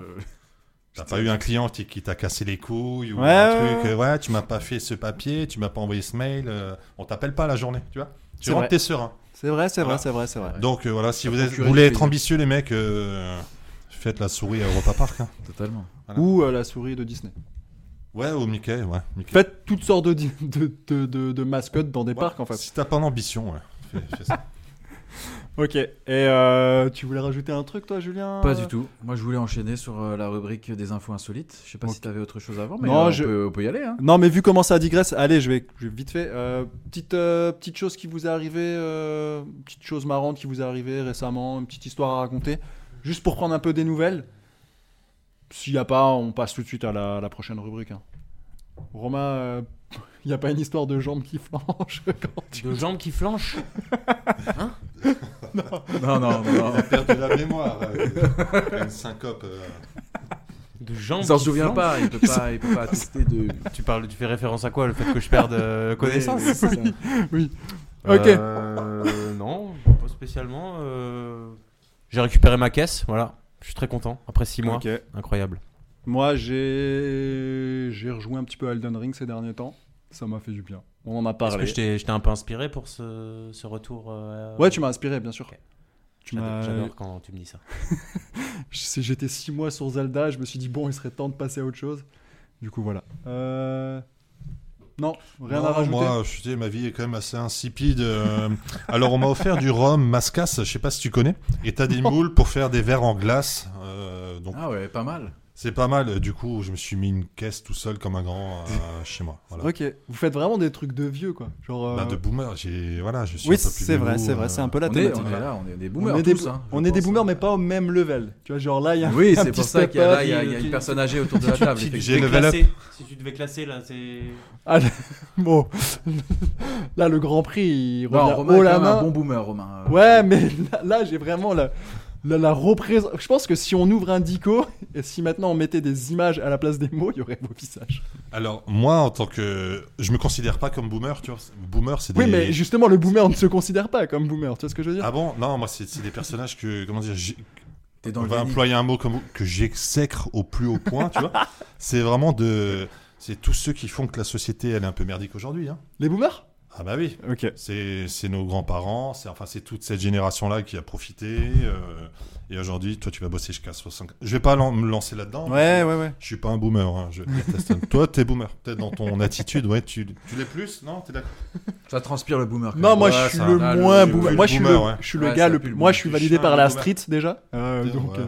Speaker 1: je-
Speaker 4: T'as pas eu un client qui, qui t'a cassé les couilles ou
Speaker 2: Ouais,
Speaker 4: un
Speaker 2: ouais,
Speaker 4: truc.
Speaker 2: ouais.
Speaker 4: euh, Ouais, tu m'as pas fait ce papier, tu m'as pas envoyé ce mail. euh, on t'appelle pas la journée, tu vois Tu
Speaker 2: C'est
Speaker 4: rentres,
Speaker 2: vrai.
Speaker 4: t'es serein.
Speaker 2: C'est vrai, c'est
Speaker 4: Voilà.
Speaker 2: vrai, c'est vrai, c'est vrai.
Speaker 4: Donc euh, voilà, si
Speaker 1: Ça
Speaker 4: vous, êtes-
Speaker 1: procure
Speaker 4: vous voulez
Speaker 1: du
Speaker 4: être
Speaker 1: plaisir.
Speaker 4: ambitieux, les mecs, euh, faites la souris à Europa Park. hein.
Speaker 1: Totalement.
Speaker 4: Voilà.
Speaker 2: Ou euh, la souris de Disney.
Speaker 4: Ouais, ou Mickey, ouais. Mickey.
Speaker 2: Faites toutes sortes de, di- [LAUGHS] de, de, de- de mascottes dans des
Speaker 4: Ouais,
Speaker 2: parcs en fait.
Speaker 4: Si t'as pas d'ambition, ouais. fais- fais ça.
Speaker 2: Ok. Et euh, tu voulais rajouter un truc toi, Julien
Speaker 1: Pas du tout. Moi, je voulais enchaîner sur euh, la rubrique des infos insolites. Je sais pas si t'avais autre chose avant, mais
Speaker 2: Non,
Speaker 1: euh, on,
Speaker 2: je-
Speaker 1: peut, on peut y
Speaker 2: [LAUGHS]
Speaker 1: aller. Hein.
Speaker 2: Non, mais vu comment ça digresse, allez, je vais, je vais vite fait. Euh, petite, euh, petite chose qui vous est arrivée, euh, petite chose marrante qui vous est arrivée récemment, une petite histoire à raconter. juste pour prendre un peu des nouvelles. S'il n'y a pas, on passe tout de suite à la, la prochaine rubrique. hein. Romain, euh, [LAUGHS] il n'y a pas une histoire de jambes qui [LAUGHS] flanchent quand tu...
Speaker 3: De jambes qui flanchent
Speaker 1: Non, non, non. non.
Speaker 4: Il a [LAUGHS] perdu la mémoire. euh, une syncope. euh.
Speaker 3: De jambes
Speaker 1: Il s'en
Speaker 3: qui
Speaker 1: souvient
Speaker 3: flanchent
Speaker 1: pas, il peut pas, il peut pas attester
Speaker 2: [LAUGHS]
Speaker 1: de
Speaker 3: Tu, parles, tu fais référence à quoi Le fait que je perde euh, connaissance
Speaker 1: Oui, oui, oui.
Speaker 2: Ok.
Speaker 3: Euh, non, pas spécialement. euh, J'ai récupéré ma caisse, voilà. Je suis très content. Après 6 mois,
Speaker 2: Ok.
Speaker 3: incroyable.
Speaker 2: Moi, j'ai j'ai rejoué un petit peu à Elden Ring ces derniers temps. Ça m'a fait du bien. On en a
Speaker 3: Est-ce que
Speaker 2: parlé.
Speaker 3: je t'ai je t'ai un peu inspiré pour ce, ce retour euh,
Speaker 2: Ouais, tu m'as inspiré, bien sûr.
Speaker 3: Ok.
Speaker 2: Tu
Speaker 3: J'adore
Speaker 2: m'as-
Speaker 3: Ah, j'adore quand tu me dis ça.
Speaker 2: Je sais, J'étais six mois sur Zelda, je me suis dit, bon, il serait temps de passer à autre chose. Du coup, voilà. Euh, Non, rien
Speaker 4: Non,
Speaker 2: à rajouter.
Speaker 4: Moi, je dis, ma vie est quand même assez insipide. euh. Alors, on m'a offert du rhum mascasse, je sais pas si tu connais. Et t'as des moules pour faire des verres en glace. euh, donc,
Speaker 1: Ah ouais, pas mal.
Speaker 4: c'est pas mal. Du coup, je me suis mis une caisse tout seul comme un grand euh, chez moi. Voilà.
Speaker 2: Ok, vous faites vraiment des trucs de vieux, quoi. Genre, euh,
Speaker 4: Bah, de boomer, j'ai voilà, je suis.
Speaker 2: Oui,
Speaker 4: un peu plus
Speaker 2: c'est vrai,
Speaker 4: mélo,
Speaker 2: c'est vrai,
Speaker 4: euh,
Speaker 2: c'est un peu la
Speaker 1: On est,
Speaker 2: thématique.
Speaker 1: on est là, on est des boomers
Speaker 2: on est des,
Speaker 1: tous. hein, je
Speaker 2: on est des
Speaker 1: pense.
Speaker 2: boomers, mais pas au même level. Tu vois, genre là, il y a
Speaker 1: Oui,
Speaker 2: un
Speaker 1: c'est
Speaker 2: petit
Speaker 1: pour ça
Speaker 2: step
Speaker 1: qu'il y a,
Speaker 2: up.
Speaker 1: là, il y a- il y a une personne âgée autour de la table.
Speaker 3: Si Ah, tu
Speaker 1: effectivement.
Speaker 4: j'ai
Speaker 3: devais
Speaker 4: level up.
Speaker 3: classer- Si tu devais classer là, c'est.
Speaker 2: Allez, [LAUGHS] bon, là, le Grand Prix, il
Speaker 1: Non,
Speaker 2: revient
Speaker 1: Romain
Speaker 2: haut
Speaker 1: est
Speaker 2: la
Speaker 1: quand même
Speaker 2: main.
Speaker 1: un bon boomer, Romain.
Speaker 2: Ouais, mais là, là, j'ai vraiment la, la, la représentation. Je pense que si on ouvre un dico et si maintenant on mettait des images à la place des mots, il y aurait vos visages.
Speaker 4: Alors, moi, en tant que. Je me considère pas comme boomer, tu vois. Boomer, c'est des.
Speaker 2: Oui, mais justement, le boomer ne se considère pas comme boomer, tu vois ce que je veux dire
Speaker 4: Ah bon Non, moi, c'est c'est des personnages que. Comment dire j'ai-
Speaker 1: T'es dans
Speaker 4: On va
Speaker 1: le déni.
Speaker 4: employer un mot comme que j'exècre au plus haut point,
Speaker 1: [LAUGHS]
Speaker 4: tu vois. C'est vraiment de. C'est tous ceux qui font que la société, elle est un peu merdique aujourd'hui. Hein.
Speaker 2: Les boomers
Speaker 4: Ah bah oui.
Speaker 2: Ok.
Speaker 4: C'est c'est nos grands-parents, c'est enfin, c'est toute cette génération-là qui a profité. euh, et aujourd'hui, toi, tu vas bosser jusqu'à 65. Je vais pas lan- me lancer là-dedans.
Speaker 2: Ouais, ouais, ouais.
Speaker 4: Je suis pas un boomer, hein, je
Speaker 2: [LAUGHS]
Speaker 4: déteste. Toi, t'es boomer. Peut-être dans ton attitude, ouais, tu, tu l'es plus, non T'es d'accord
Speaker 1: Ça transpire le boomer. quand
Speaker 2: Non,
Speaker 1: même.
Speaker 2: moi
Speaker 4: Ouais,
Speaker 2: je suis
Speaker 4: ça-
Speaker 2: le
Speaker 1: là, le-
Speaker 2: moins
Speaker 1: le-
Speaker 2: boomer.
Speaker 4: le
Speaker 2: moi je suis le,
Speaker 4: boomer, ouais.
Speaker 2: je suis le
Speaker 1: Ouais,
Speaker 2: gars
Speaker 1: ça
Speaker 2: le
Speaker 1: pue le
Speaker 2: Moi je
Speaker 1: boomer.
Speaker 2: suis
Speaker 4: Je
Speaker 2: validé
Speaker 4: suis un
Speaker 2: par la
Speaker 4: boomer.
Speaker 2: street déjà. Euh,
Speaker 4: Terre,
Speaker 2: donc
Speaker 4: ouais.
Speaker 2: euh,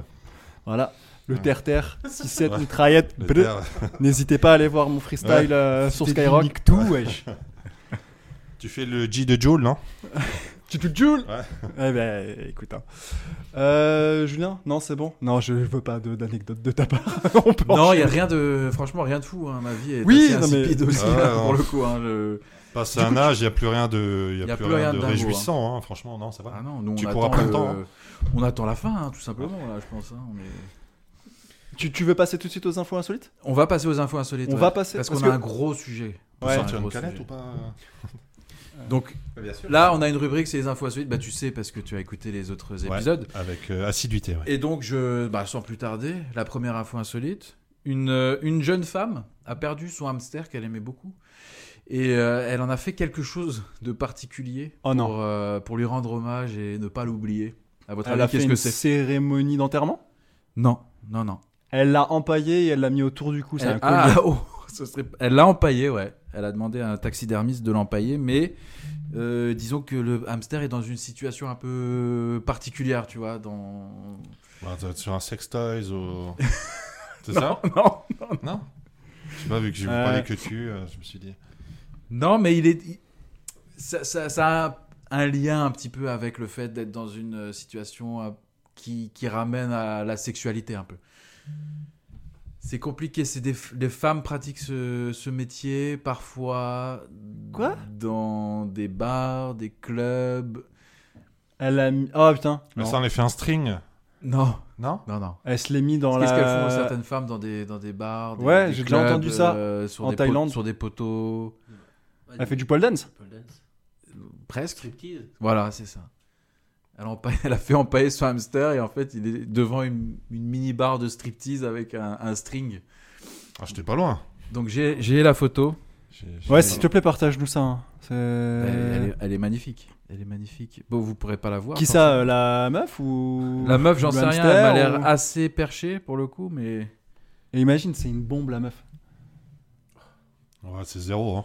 Speaker 2: voilà. Le
Speaker 4: Ouais.
Speaker 2: terre-terre, 6-7
Speaker 4: Ouais.
Speaker 2: mitraillette.
Speaker 4: Le
Speaker 2: bleu.
Speaker 4: terre,
Speaker 2: N'hésitez pas à aller voir mon freestyle
Speaker 4: Ouais.
Speaker 2: euh, sur Skyrock.
Speaker 4: tout, Tu fais le G de Joule, non
Speaker 2: Tu te Jules
Speaker 4: Ouais.
Speaker 2: Eh ben, écoute. hein. Euh, Julien Non, c'est bon Non, je veux pas de- d'anecdote de, ta part. [LAUGHS] On peut
Speaker 1: Non, il
Speaker 2: enchaîner.
Speaker 1: y a rien de, franchement, rien de fou. hein, Ma vie est
Speaker 2: Oui,
Speaker 1: assez
Speaker 2: non, mais-
Speaker 1: insipide aussi
Speaker 4: Ah ouais,
Speaker 1: hein,
Speaker 4: non.
Speaker 1: [LAUGHS] pour le coup. hein, le-
Speaker 4: Passe
Speaker 1: Du coup,
Speaker 4: un âge, il n'y a plus rien de, y a plus rien de
Speaker 1: d'amour,
Speaker 4: réjouissant, hein, franchement, non, ça va.
Speaker 1: Ah non, nous, on
Speaker 4: Tu
Speaker 1: attend
Speaker 4: cours après le
Speaker 1: le-
Speaker 4: temps, hein.
Speaker 1: On attend la fin, hein, tout simplement. Là, je pense. hein, on, est-
Speaker 2: tu, tu veux passer tout de suite aux infos insolites
Speaker 1: on va passer aux infos insolites.
Speaker 2: On
Speaker 1: ouais,
Speaker 2: va passer-
Speaker 1: parce qu'on
Speaker 2: parce
Speaker 1: a
Speaker 2: que-
Speaker 1: un gros sujet.
Speaker 4: On peut
Speaker 2: Ouais.
Speaker 4: sortir
Speaker 1: Un
Speaker 4: une
Speaker 1: gros
Speaker 4: canette
Speaker 1: sujet.
Speaker 4: ou pas
Speaker 1: Donc
Speaker 4: Bien sûr.
Speaker 1: là, on a une rubrique, c'est les infos insolites. Bah, tu sais parce que tu as écouté les autres
Speaker 4: Ouais.
Speaker 1: épisodes.
Speaker 4: Avec euh, assiduité, ouais.
Speaker 1: Et donc, je, bah, sans plus tarder, la première info insolite. Une, euh, une jeune femme a perdu son hamster qu'elle aimait beaucoup. Et euh, elle en a fait quelque chose de particulier
Speaker 2: Oh non.
Speaker 1: pour, euh, pour lui rendre hommage et ne pas l'oublier. À votre
Speaker 2: Elle a
Speaker 1: avis,
Speaker 2: fait
Speaker 1: qu'est-ce
Speaker 2: une
Speaker 1: que c'est
Speaker 2: cérémonie d'enterrement
Speaker 1: Non, non, non.
Speaker 2: Elle l'a empaillé et elle l'a mis autour du cou. C'est
Speaker 1: Elle,
Speaker 2: un collier.
Speaker 1: ah, [LAUGHS] oh, ce serait- elle l'a empaillé, ouais. Elle a demandé à un taxidermiste de l'empailler, mais euh, disons que le hamster est dans une situation un peu particulière, tu vois.
Speaker 2: [LAUGHS]
Speaker 1: Dans...
Speaker 4: Bah, t'as- sur un sextoys ou. C'est ça
Speaker 1: Non,
Speaker 4: Non Je sais pas, vu que je vous
Speaker 2: Euh.
Speaker 4: parlais que tu, euh, je me suis dit.
Speaker 1: Non, mais il est. il- Ça, ça- ça a un lien un petit peu avec le fait d'être dans une euh, situation euh, qui, qui ramène à la sexualité un peu. C'est compliqué. C'est des, f- les femmes pratiquent ce, ce métier parfois.
Speaker 2: Quoi
Speaker 1: Dans des bars, des clubs.
Speaker 2: Elle a mis... Oh putain.
Speaker 4: Mais
Speaker 2: Non.
Speaker 4: ça, on les fait un string,
Speaker 1: Non,
Speaker 4: non
Speaker 1: non, non.
Speaker 2: Elle se l'est mis dans
Speaker 1: Qu'est-ce
Speaker 2: la...
Speaker 1: qu'elles font certaines femmes dans des, dans des bars des-
Speaker 2: Ouais,
Speaker 1: des
Speaker 2: j'ai déjà
Speaker 1: clubs,
Speaker 2: entendu ça,
Speaker 1: euh, sur
Speaker 2: en
Speaker 1: des pot-
Speaker 2: Thaïlande.
Speaker 1: sur des poteaux.
Speaker 2: Elle fait du pole dance
Speaker 3: Pole dance.
Speaker 1: Presque.
Speaker 3: Striptease.
Speaker 1: Voilà, c'est ça. Elle, empaille- elle a fait empailler son hamster et en fait, il est devant une, une mini barre de striptease avec un, un string.
Speaker 4: Ah, j'étais pas loin.
Speaker 1: Donc j'ai j'ai la photo.
Speaker 4: J'ai- j'ai-
Speaker 2: Ouais, s'il te plaît, partage-nous ça. hein. C'est-
Speaker 1: Elle, Bah, elle est, Euh, elle est magnifique. Elle est magnifique. Bon, vous pourrez pas la voir.
Speaker 2: Qui ça euh, La meuf ou...
Speaker 1: forcément. La meuf, j'en
Speaker 2: le
Speaker 1: sais rien. Elle
Speaker 2: hamster
Speaker 1: m'a l'air
Speaker 2: ou-
Speaker 1: assez perchée pour le coup, mais
Speaker 2: Et imagine, c'est une bombe, la meuf.
Speaker 4: Ouais, c'est zéro, hein.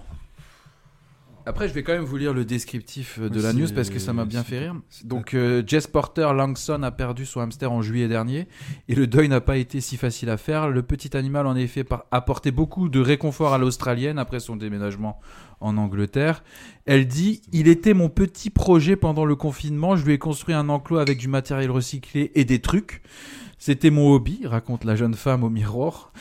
Speaker 1: Après, je vais quand même vous lire le descriptif euh, de
Speaker 2: Oui,
Speaker 1: la
Speaker 2: c'est-
Speaker 1: news parce que ça m'a bien
Speaker 2: c'est-
Speaker 1: fait rire. Donc, euh, Jess Porter Langson a perdu son hamster en juillet dernier et le deuil n'a pas été si facile à faire. Le petit animal, en effet, par- apportait beaucoup de réconfort à l'Australienne après son déménagement en Angleterre. Elle dit Il était mon petit projet pendant le confinement. Je lui ai construit un enclos avec du matériel recyclé et des trucs. C'était mon hobby, raconte la jeune femme au miroir.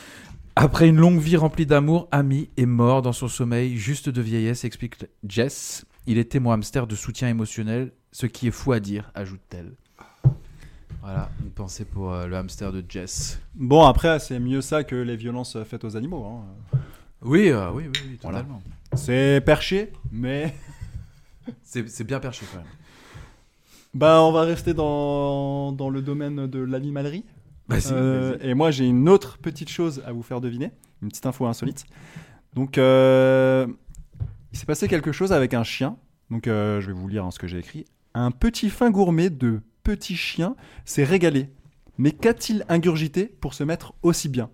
Speaker 1: Après une longue vie remplie d'amour, Ami est mort dans son sommeil juste de vieillesse, explique Jess. Il était mon hamster de soutien émotionnel, ce qui est fou à dire, ajoute-t-elle. Voilà, une pensée pour euh, le hamster de Jess.
Speaker 2: Bon, après, c'est mieux ça que les violences euh, faites aux animaux. hein.
Speaker 1: Oui, euh, oui, oui, oui,
Speaker 2: Voilà.
Speaker 1: totalement.
Speaker 2: C'est perché, mais. [LAUGHS]
Speaker 1: C'est c'est bien perché quand même.
Speaker 2: Bah, on va rester dans, dans le domaine de l'animalerie.
Speaker 1: Vas-y.
Speaker 2: Euh, et moi, j'ai une autre petite chose à vous faire deviner, une petite info insolite. Donc, euh, il s'est passé quelque chose avec un chien. Donc, euh, je vais vous lire hein, ce que j'ai écrit. Un petit fin gourmet de petit chien s'est régalé. Mais qu'a-t-il ingurgité pour se mettre aussi bien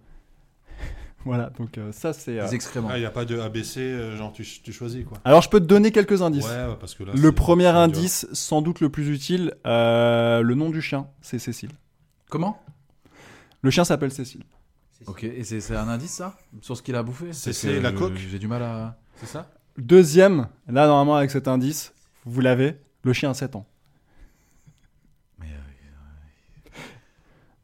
Speaker 2: [LAUGHS] Voilà, donc euh, ça, c'est. euh,
Speaker 1: Les excréments.
Speaker 4: Ah, il n'y a pas de ABC, euh, genre tu, ch- tu choisis quoi.
Speaker 2: Alors, je peux te donner quelques indices.
Speaker 4: Ouais, ouais, parce que là,
Speaker 2: le
Speaker 4: c'est-
Speaker 2: premier
Speaker 4: c'est dur.
Speaker 2: indice, sans doute le plus utile, euh, le nom du chien, c'est Cécile.
Speaker 1: Comment
Speaker 2: Le chien s'appelle Cécile.
Speaker 1: Ok, et c'est c'est un indice ça Sur ce qu'il a bouffé
Speaker 4: C'est-
Speaker 1: Parce
Speaker 4: c'est
Speaker 1: que
Speaker 4: la
Speaker 1: je-
Speaker 4: coque
Speaker 1: J'ai du mal à.
Speaker 3: C'est ça
Speaker 2: Deuxième, là normalement avec cet indice, vous l'avez, le chien a 7 ans.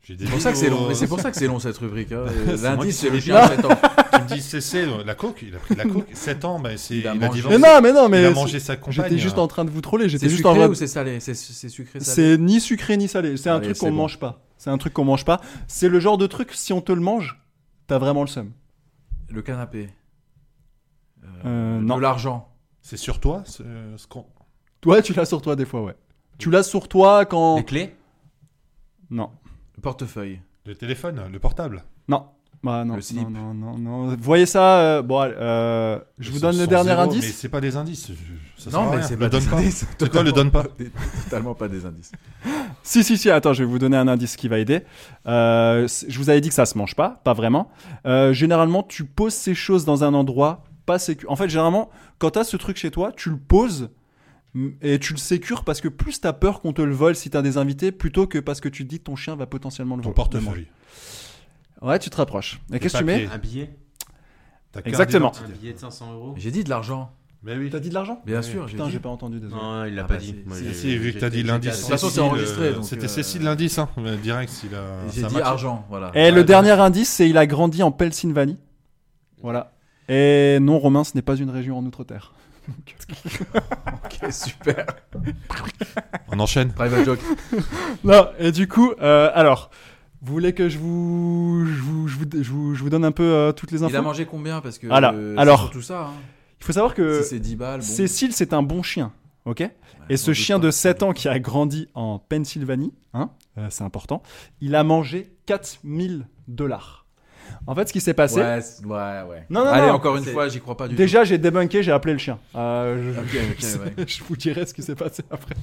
Speaker 4: J'ai des
Speaker 1: euh, C'est pour ça que c'est long,
Speaker 4: vidéos,
Speaker 1: mais c'est pour ça que c'est long cette rubrique. hein.
Speaker 4: C'est moi qui
Speaker 1: L'indice, c'est
Speaker 4: suis
Speaker 1: le chien à 7 ans.
Speaker 4: euh, Tu me dis CC, la coke, il a pris de la coke, 7 ans, bah, c'est,
Speaker 1: Il
Speaker 4: il
Speaker 1: a
Speaker 4: a,
Speaker 1: mangé.
Speaker 4: divorcé.
Speaker 2: Mais non, mais non, mais
Speaker 4: il a
Speaker 2: c'est-
Speaker 4: mangé sa compagne. hein.
Speaker 2: j'étais juste en train de vous troller, j'étais
Speaker 1: C'est
Speaker 2: juste en
Speaker 1: sucré ou
Speaker 2: mode.
Speaker 1: c'est salé C'est c'est sucré salé
Speaker 2: C'est ni sucré ni salé, c'est un
Speaker 1: Allez,
Speaker 2: truc
Speaker 1: c'est
Speaker 2: qu'on
Speaker 1: bon.
Speaker 2: mange pas. C'est un truc qu'on mange pas. C'est le genre de truc, si on te le mange, t'as vraiment le seum.
Speaker 1: Le canapé.
Speaker 2: Euh,
Speaker 1: de
Speaker 2: non.
Speaker 1: l'argent.
Speaker 4: C'est sur toi, ce, ce con.
Speaker 2: Toi, tu l'as sur toi des fois, ouais. Tu l'as sur toi quand.
Speaker 3: Les clés
Speaker 2: Non.
Speaker 1: Le portefeuille.
Speaker 4: Le téléphone, le portable.
Speaker 2: Non. Bah non,
Speaker 1: Le slip.
Speaker 2: non, non, non, non. Voyez ça. euh, bon, allez, euh, je vous
Speaker 4: Sans-
Speaker 2: donne le
Speaker 4: sans
Speaker 2: dernier
Speaker 4: zéro,
Speaker 2: indice.
Speaker 4: Mais c'est pas des indices. je- Ça
Speaker 1: non, mais c'est pas,
Speaker 4: le donne
Speaker 1: des
Speaker 4: pas.
Speaker 1: indices.
Speaker 4: Pourquoi le donne pas
Speaker 1: [LAUGHS] Totalement pas des indices.
Speaker 2: Si, si, si, attends, je vais vous donner un indice qui va aider. Euh, c- je vous avais dit que ça se mange pas, pas vraiment. Euh, généralement, tu poses ces choses dans un endroit pas sécu. En fait, généralement, quand t'as ce truc chez toi, tu le poses mm, et tu le sécures parce que plus t'as peur qu'on te le vole si t'as des invités, plutôt que parce que tu te dis que ton chien va potentiellement le
Speaker 4: Ton
Speaker 2: voler.
Speaker 4: portefeuille.
Speaker 2: Ouais, tu te rapproches. Et qu'est-ce que tu mets
Speaker 4: papiers.
Speaker 3: Un billet
Speaker 4: ta carte
Speaker 2: Exactement.
Speaker 3: Un
Speaker 4: d'identité.
Speaker 3: billet de 500 euros
Speaker 1: J'ai dit de l'argent.
Speaker 4: Mais oui.
Speaker 2: T'as dit de l'argent
Speaker 1: Bien
Speaker 3: Ouais.
Speaker 1: sûr.
Speaker 2: Putain,
Speaker 1: dit.
Speaker 2: j'ai pas entendu, désolé.
Speaker 3: Non, il l'a
Speaker 1: Ah
Speaker 3: pas
Speaker 1: bah,
Speaker 3: dit.
Speaker 1: c'est-
Speaker 3: Moi,
Speaker 1: c'est-
Speaker 3: j'ai-
Speaker 4: Si, vu que
Speaker 3: j'ai-
Speaker 4: t'as dit
Speaker 3: j'ai-
Speaker 4: l'indice.
Speaker 3: j'ai-
Speaker 1: De toute façon,
Speaker 4: Cécile,
Speaker 1: c'est enregistré,
Speaker 4: euh,
Speaker 1: donc,
Speaker 4: C'était
Speaker 1: euh,
Speaker 4: Cécile l'indice, hein. mais Direct, s'il
Speaker 2: Ah,
Speaker 4: a.
Speaker 1: J'ai
Speaker 4: ça
Speaker 1: dit
Speaker 4: matche.
Speaker 1: argent. Voilà.
Speaker 2: Et le
Speaker 1: Ouais,
Speaker 2: dernier indice, c'est il a grandi en Pennsylvanie. Voilà. Et non, Romain, ce n'est pas une région en Outre-Terre.
Speaker 1: Ok, [LAUGHS] super. [LAUGHS]
Speaker 4: On enchaîne.
Speaker 1: Private joke.
Speaker 2: Non, et du coup, euh, alors, vous voulez que je vous, je vous, je vous, je vous- je vous donne un peu euh, toutes les infos
Speaker 1: Il a mangé combien Parce que.
Speaker 2: Voilà,
Speaker 1: euh,
Speaker 2: alors.
Speaker 1: c'est Surtout ça. hein.
Speaker 2: Il faut savoir que
Speaker 1: Si c'est 10 balles. bon,
Speaker 2: Cécile, c'est un bon chien, ok
Speaker 1: ouais,
Speaker 2: Et
Speaker 1: on
Speaker 2: ce
Speaker 1: doute
Speaker 2: chien
Speaker 1: pas.
Speaker 2: de 7 ans qui a grandi en Pennsylvanie, hein, euh, c'est important, il a mangé 4000 dollars. En fait, ce qui s'est passé,
Speaker 1: Ouais, c'est- ouais, ouais.
Speaker 2: Non, non,
Speaker 1: Allez,
Speaker 2: non,
Speaker 1: encore une
Speaker 2: c'est-
Speaker 1: fois, j'y crois pas du
Speaker 2: déjà, j'ai débunké, j'ai appelé le chien. Euh,
Speaker 1: tout.
Speaker 2: je...
Speaker 1: Ok, ok, ouais.
Speaker 2: [LAUGHS] je vous dirai ce qui s'est passé après.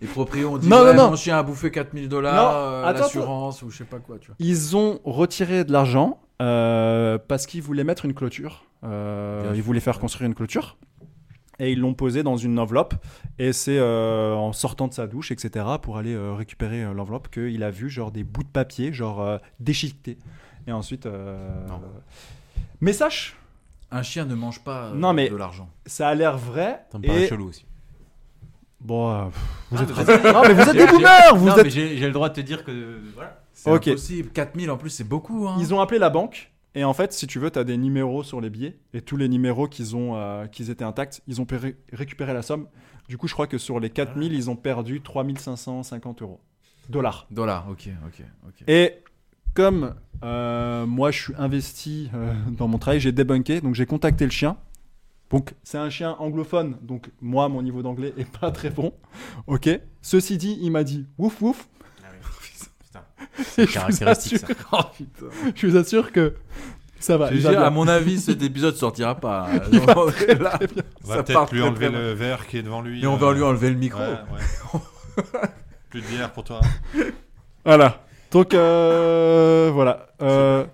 Speaker 1: Les proprios ont dit
Speaker 2: Non, non,
Speaker 1: ouais,
Speaker 2: non.
Speaker 1: mon chien a bouffé 4000
Speaker 2: Non,
Speaker 1: dollars, euh,
Speaker 2: attends,
Speaker 1: l'assurance ou je sais pas quoi, tu vois.
Speaker 2: Ils ont retiré de l'argent euh, parce qu'ils voulaient mettre une clôture. Euh,
Speaker 1: Bien
Speaker 2: ils
Speaker 1: sûr.
Speaker 2: voulaient faire construire une clôture. Et ils l'ont posée dans une enveloppe. Et c'est euh, en sortant de sa douche, etc., pour aller euh, récupérer euh, l'enveloppe, qu'il a vu genre des bouts de papier, genre euh, déchiquetés. Et ensuite. euh,
Speaker 1: Non.
Speaker 2: Mais sache,
Speaker 1: Un chien ne mange pas euh,
Speaker 2: Non, mais-
Speaker 1: de l'argent.
Speaker 2: ça a l'air vrai.
Speaker 3: Ça me paraît
Speaker 2: Et...
Speaker 3: chelou aussi.
Speaker 2: Bon, euh, pff,
Speaker 4: Vous
Speaker 3: Ah,
Speaker 4: êtes
Speaker 3: mais
Speaker 2: non, mais vous êtes des
Speaker 3: J'ai-
Speaker 2: boomers vous
Speaker 3: non,
Speaker 2: êtes-
Speaker 3: mais j'ai j'ai le droit de te dire que. Voilà.
Speaker 1: C'est
Speaker 2: Ok.
Speaker 1: impossible. 4000 en plus, c'est beaucoup. Hein.
Speaker 2: Ils ont appelé la banque. Et en fait, si tu veux, tu as des numéros sur les billets. Et tous les numéros qu'ils ont, euh, qu'ils étaient intacts, ils ont péré- récupéré la somme. Du coup, je crois que sur les 4000, ils ont perdu 3550 euros. Dollars.
Speaker 1: Dollars, ok, ok, ok.
Speaker 2: Et comme euh, moi, je suis investi euh, dans mon travail, j'ai débunké. Donc, j'ai contacté le chien. Donc, c'est un chien anglophone. Donc, moi, mon niveau d'anglais est pas très bon. OK. Ceci dit, il m'a dit ouf ouf.
Speaker 3: Ah [LAUGHS] Putain,
Speaker 2: Et [LAUGHS] je
Speaker 3: c'est
Speaker 2: vous
Speaker 3: caractéristique ça.
Speaker 1: Oh putain.
Speaker 2: Je vous assure que ça va.
Speaker 1: Je
Speaker 2: Bah, il
Speaker 1: veux
Speaker 2: va
Speaker 1: dire,
Speaker 2: bien.
Speaker 1: à mon avis,
Speaker 2: [LAUGHS]
Speaker 1: cet épisode sortira pas. [LAUGHS]
Speaker 2: Il va
Speaker 1: Genre, là,
Speaker 4: On
Speaker 1: ça
Speaker 4: va
Speaker 1: part
Speaker 4: peut-être lui
Speaker 1: très,
Speaker 4: enlever
Speaker 1: très
Speaker 4: le verre qui est devant lui.
Speaker 1: Et on va
Speaker 4: euh,
Speaker 1: lui enlever le micro.
Speaker 4: Ouais,
Speaker 1: [LAUGHS]
Speaker 4: ouais. Plus de bière pour toi.
Speaker 2: Voilà. Donc euh, voilà. Euh,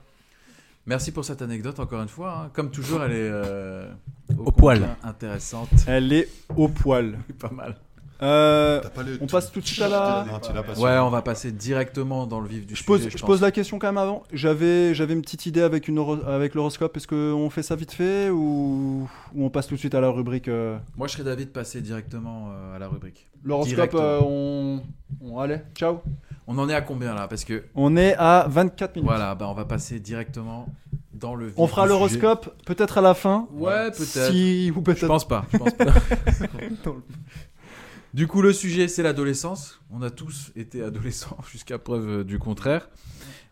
Speaker 1: Merci pour cette anecdote, encore une fois. hein. Comme toujours, elle est euh, au,
Speaker 2: point.
Speaker 3: poil.
Speaker 1: Intéressante. [LAUGHS]
Speaker 2: Elle est au poil.
Speaker 1: Pas mal.
Speaker 2: Euh,
Speaker 4: T'as pas le
Speaker 2: on
Speaker 4: tout-
Speaker 2: passe tout de suite à la.
Speaker 4: Non, tu l'as pas su.
Speaker 1: Ouais, on va passer directement dans le vif du
Speaker 2: Je
Speaker 1: sujet.
Speaker 2: pose, je
Speaker 1: pense.
Speaker 2: pose la question quand même avant. J'avais, j'avais une petite idée avec, une horo- avec l'horoscope. Est-ce qu'on fait ça vite fait ou, ou on passe tout de suite à la rubrique euh,
Speaker 1: Moi, je serais d'avis de passer directement euh, à la rubrique.
Speaker 2: L'horoscope,
Speaker 1: Direct.
Speaker 2: euh, on, on. Allez, ciao.
Speaker 1: On en est à combien là Parce que
Speaker 2: On est à 24 minutes.
Speaker 1: voilà, bah, on va passer directement dans le. vif
Speaker 2: On fera
Speaker 1: du
Speaker 2: l'horoscope peut-être à la fin.
Speaker 1: sujet. Ouais, peut-être.
Speaker 2: Si, ou peut-être.
Speaker 1: Je pense pas. je pense pas. du coup, le sujet, c'est l'adolescence. On a tous été adolescents [LAUGHS] jusqu'à preuve euh, du contraire.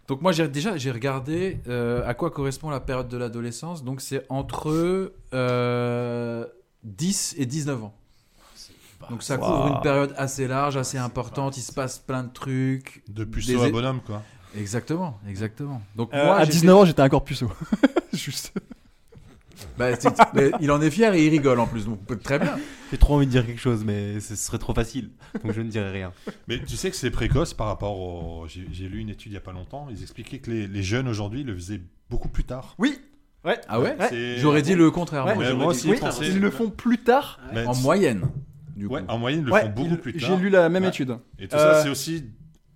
Speaker 1: Donc moi, j'ai déjà j'ai regardé euh, à quoi correspond la période de l'adolescence. Donc c'est entre euh, 10 et 19 ans. Donc ça couvre
Speaker 2: Waouh.
Speaker 1: une période assez large, assez importante. Il se passe plein de trucs.
Speaker 4: De
Speaker 1: Des-
Speaker 4: puceau à bonhomme, quoi.
Speaker 1: Exactement, exactement. Donc
Speaker 2: Euh,
Speaker 1: moi,
Speaker 2: à
Speaker 1: j'ai
Speaker 2: 19 ans, j'étais encore puceau. [LAUGHS] Juste.
Speaker 1: fait- Bah, c'est- mais il en est fier et il rigole en plus. Donc très bien.
Speaker 3: J'ai trop envie de dire quelque chose, mais ce serait trop facile. Donc je ne dirai rien.
Speaker 4: Mais tu sais que c'est précoce par rapport au. J'ai j'ai lu une étude il y a pas longtemps. Ils expliquaient que les, les jeunes aujourd'hui le faisaient beaucoup plus tard.
Speaker 2: Oui.
Speaker 1: Ah ouais
Speaker 4: C'est-
Speaker 1: J'aurais dit le contraire.
Speaker 2: Ouais,
Speaker 1: moi.
Speaker 4: Mais
Speaker 2: j'aurais
Speaker 4: moi
Speaker 2: dit
Speaker 4: aussi,
Speaker 2: oui,
Speaker 4: je pensais-
Speaker 2: ils le font plus tard.
Speaker 4: Mais
Speaker 1: En
Speaker 4: tu-
Speaker 1: moyenne. Du coup.
Speaker 4: Ouais, en moyenne, ils le
Speaker 2: Ouais,
Speaker 4: font beaucoup
Speaker 2: ils-
Speaker 4: plus
Speaker 2: J'ai
Speaker 4: tard.
Speaker 2: lu la même
Speaker 4: Ouais.
Speaker 2: étude.
Speaker 4: Et tout ça,
Speaker 2: Euh,
Speaker 4: c'est aussi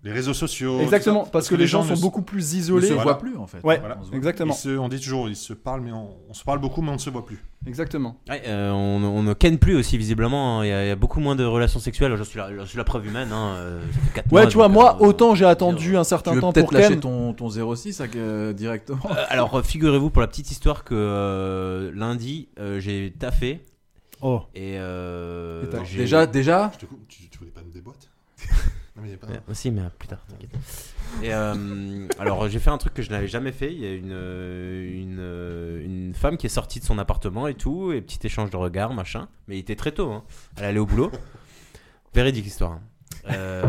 Speaker 4: les réseaux sociaux.
Speaker 2: Exactement,
Speaker 4: tout ça.
Speaker 2: parce, que, les gens
Speaker 4: ne
Speaker 2: sont
Speaker 4: se-
Speaker 2: beaucoup plus
Speaker 1: On se
Speaker 2: isolés.
Speaker 4: Voilà.
Speaker 1: voit plus en fait.
Speaker 2: Ouais,
Speaker 1: On se voit
Speaker 4: ils
Speaker 2: Exactement,
Speaker 4: se- on dit toujours, ils se parlent, mais on, on se parle beaucoup, mais on ne se voit plus.
Speaker 2: exactement.
Speaker 3: Ouais, euh, on, on ne ken plus aussi visiblement, hein. il y, a- il y a beaucoup moins de relations sexuelles, je suis la, je suis la preuve humaine. hein, euh, ça fait quatre
Speaker 2: Ouais,
Speaker 3: mois,
Speaker 2: tu vois,
Speaker 3: donc,
Speaker 2: moi,
Speaker 3: euh,
Speaker 2: autant j'ai
Speaker 3: euh,
Speaker 2: attendu un
Speaker 1: Tu
Speaker 2: certain
Speaker 1: veux
Speaker 2: temps
Speaker 1: peut-être
Speaker 2: pour
Speaker 1: lâcher
Speaker 2: Ken.
Speaker 1: ton, ton 06 à- euh, directement.
Speaker 3: Euh, alors euh, figurez-vous pour la petite histoire que euh, lundi euh, j'ai taffé
Speaker 2: Oh,
Speaker 3: et, euh,
Speaker 2: Et t'as-
Speaker 3: j'ai-
Speaker 1: Déjà, déjà,
Speaker 4: Je te coupe, tu, tu voulais pas me [LAUGHS] déboîter Non, mais il y a pas.
Speaker 3: Ouais, aussi, mais plus tard, t'inquiète. Et euh, alors, j'ai fait un truc que je n'avais jamais fait. Il y a une, euh, une, euh, une femme qui est sortie de son appartement et tout, et petit échange de regards, machin. Mais il était très tôt, hein. elle allait au boulot. Véridique histoire. hein. Euh,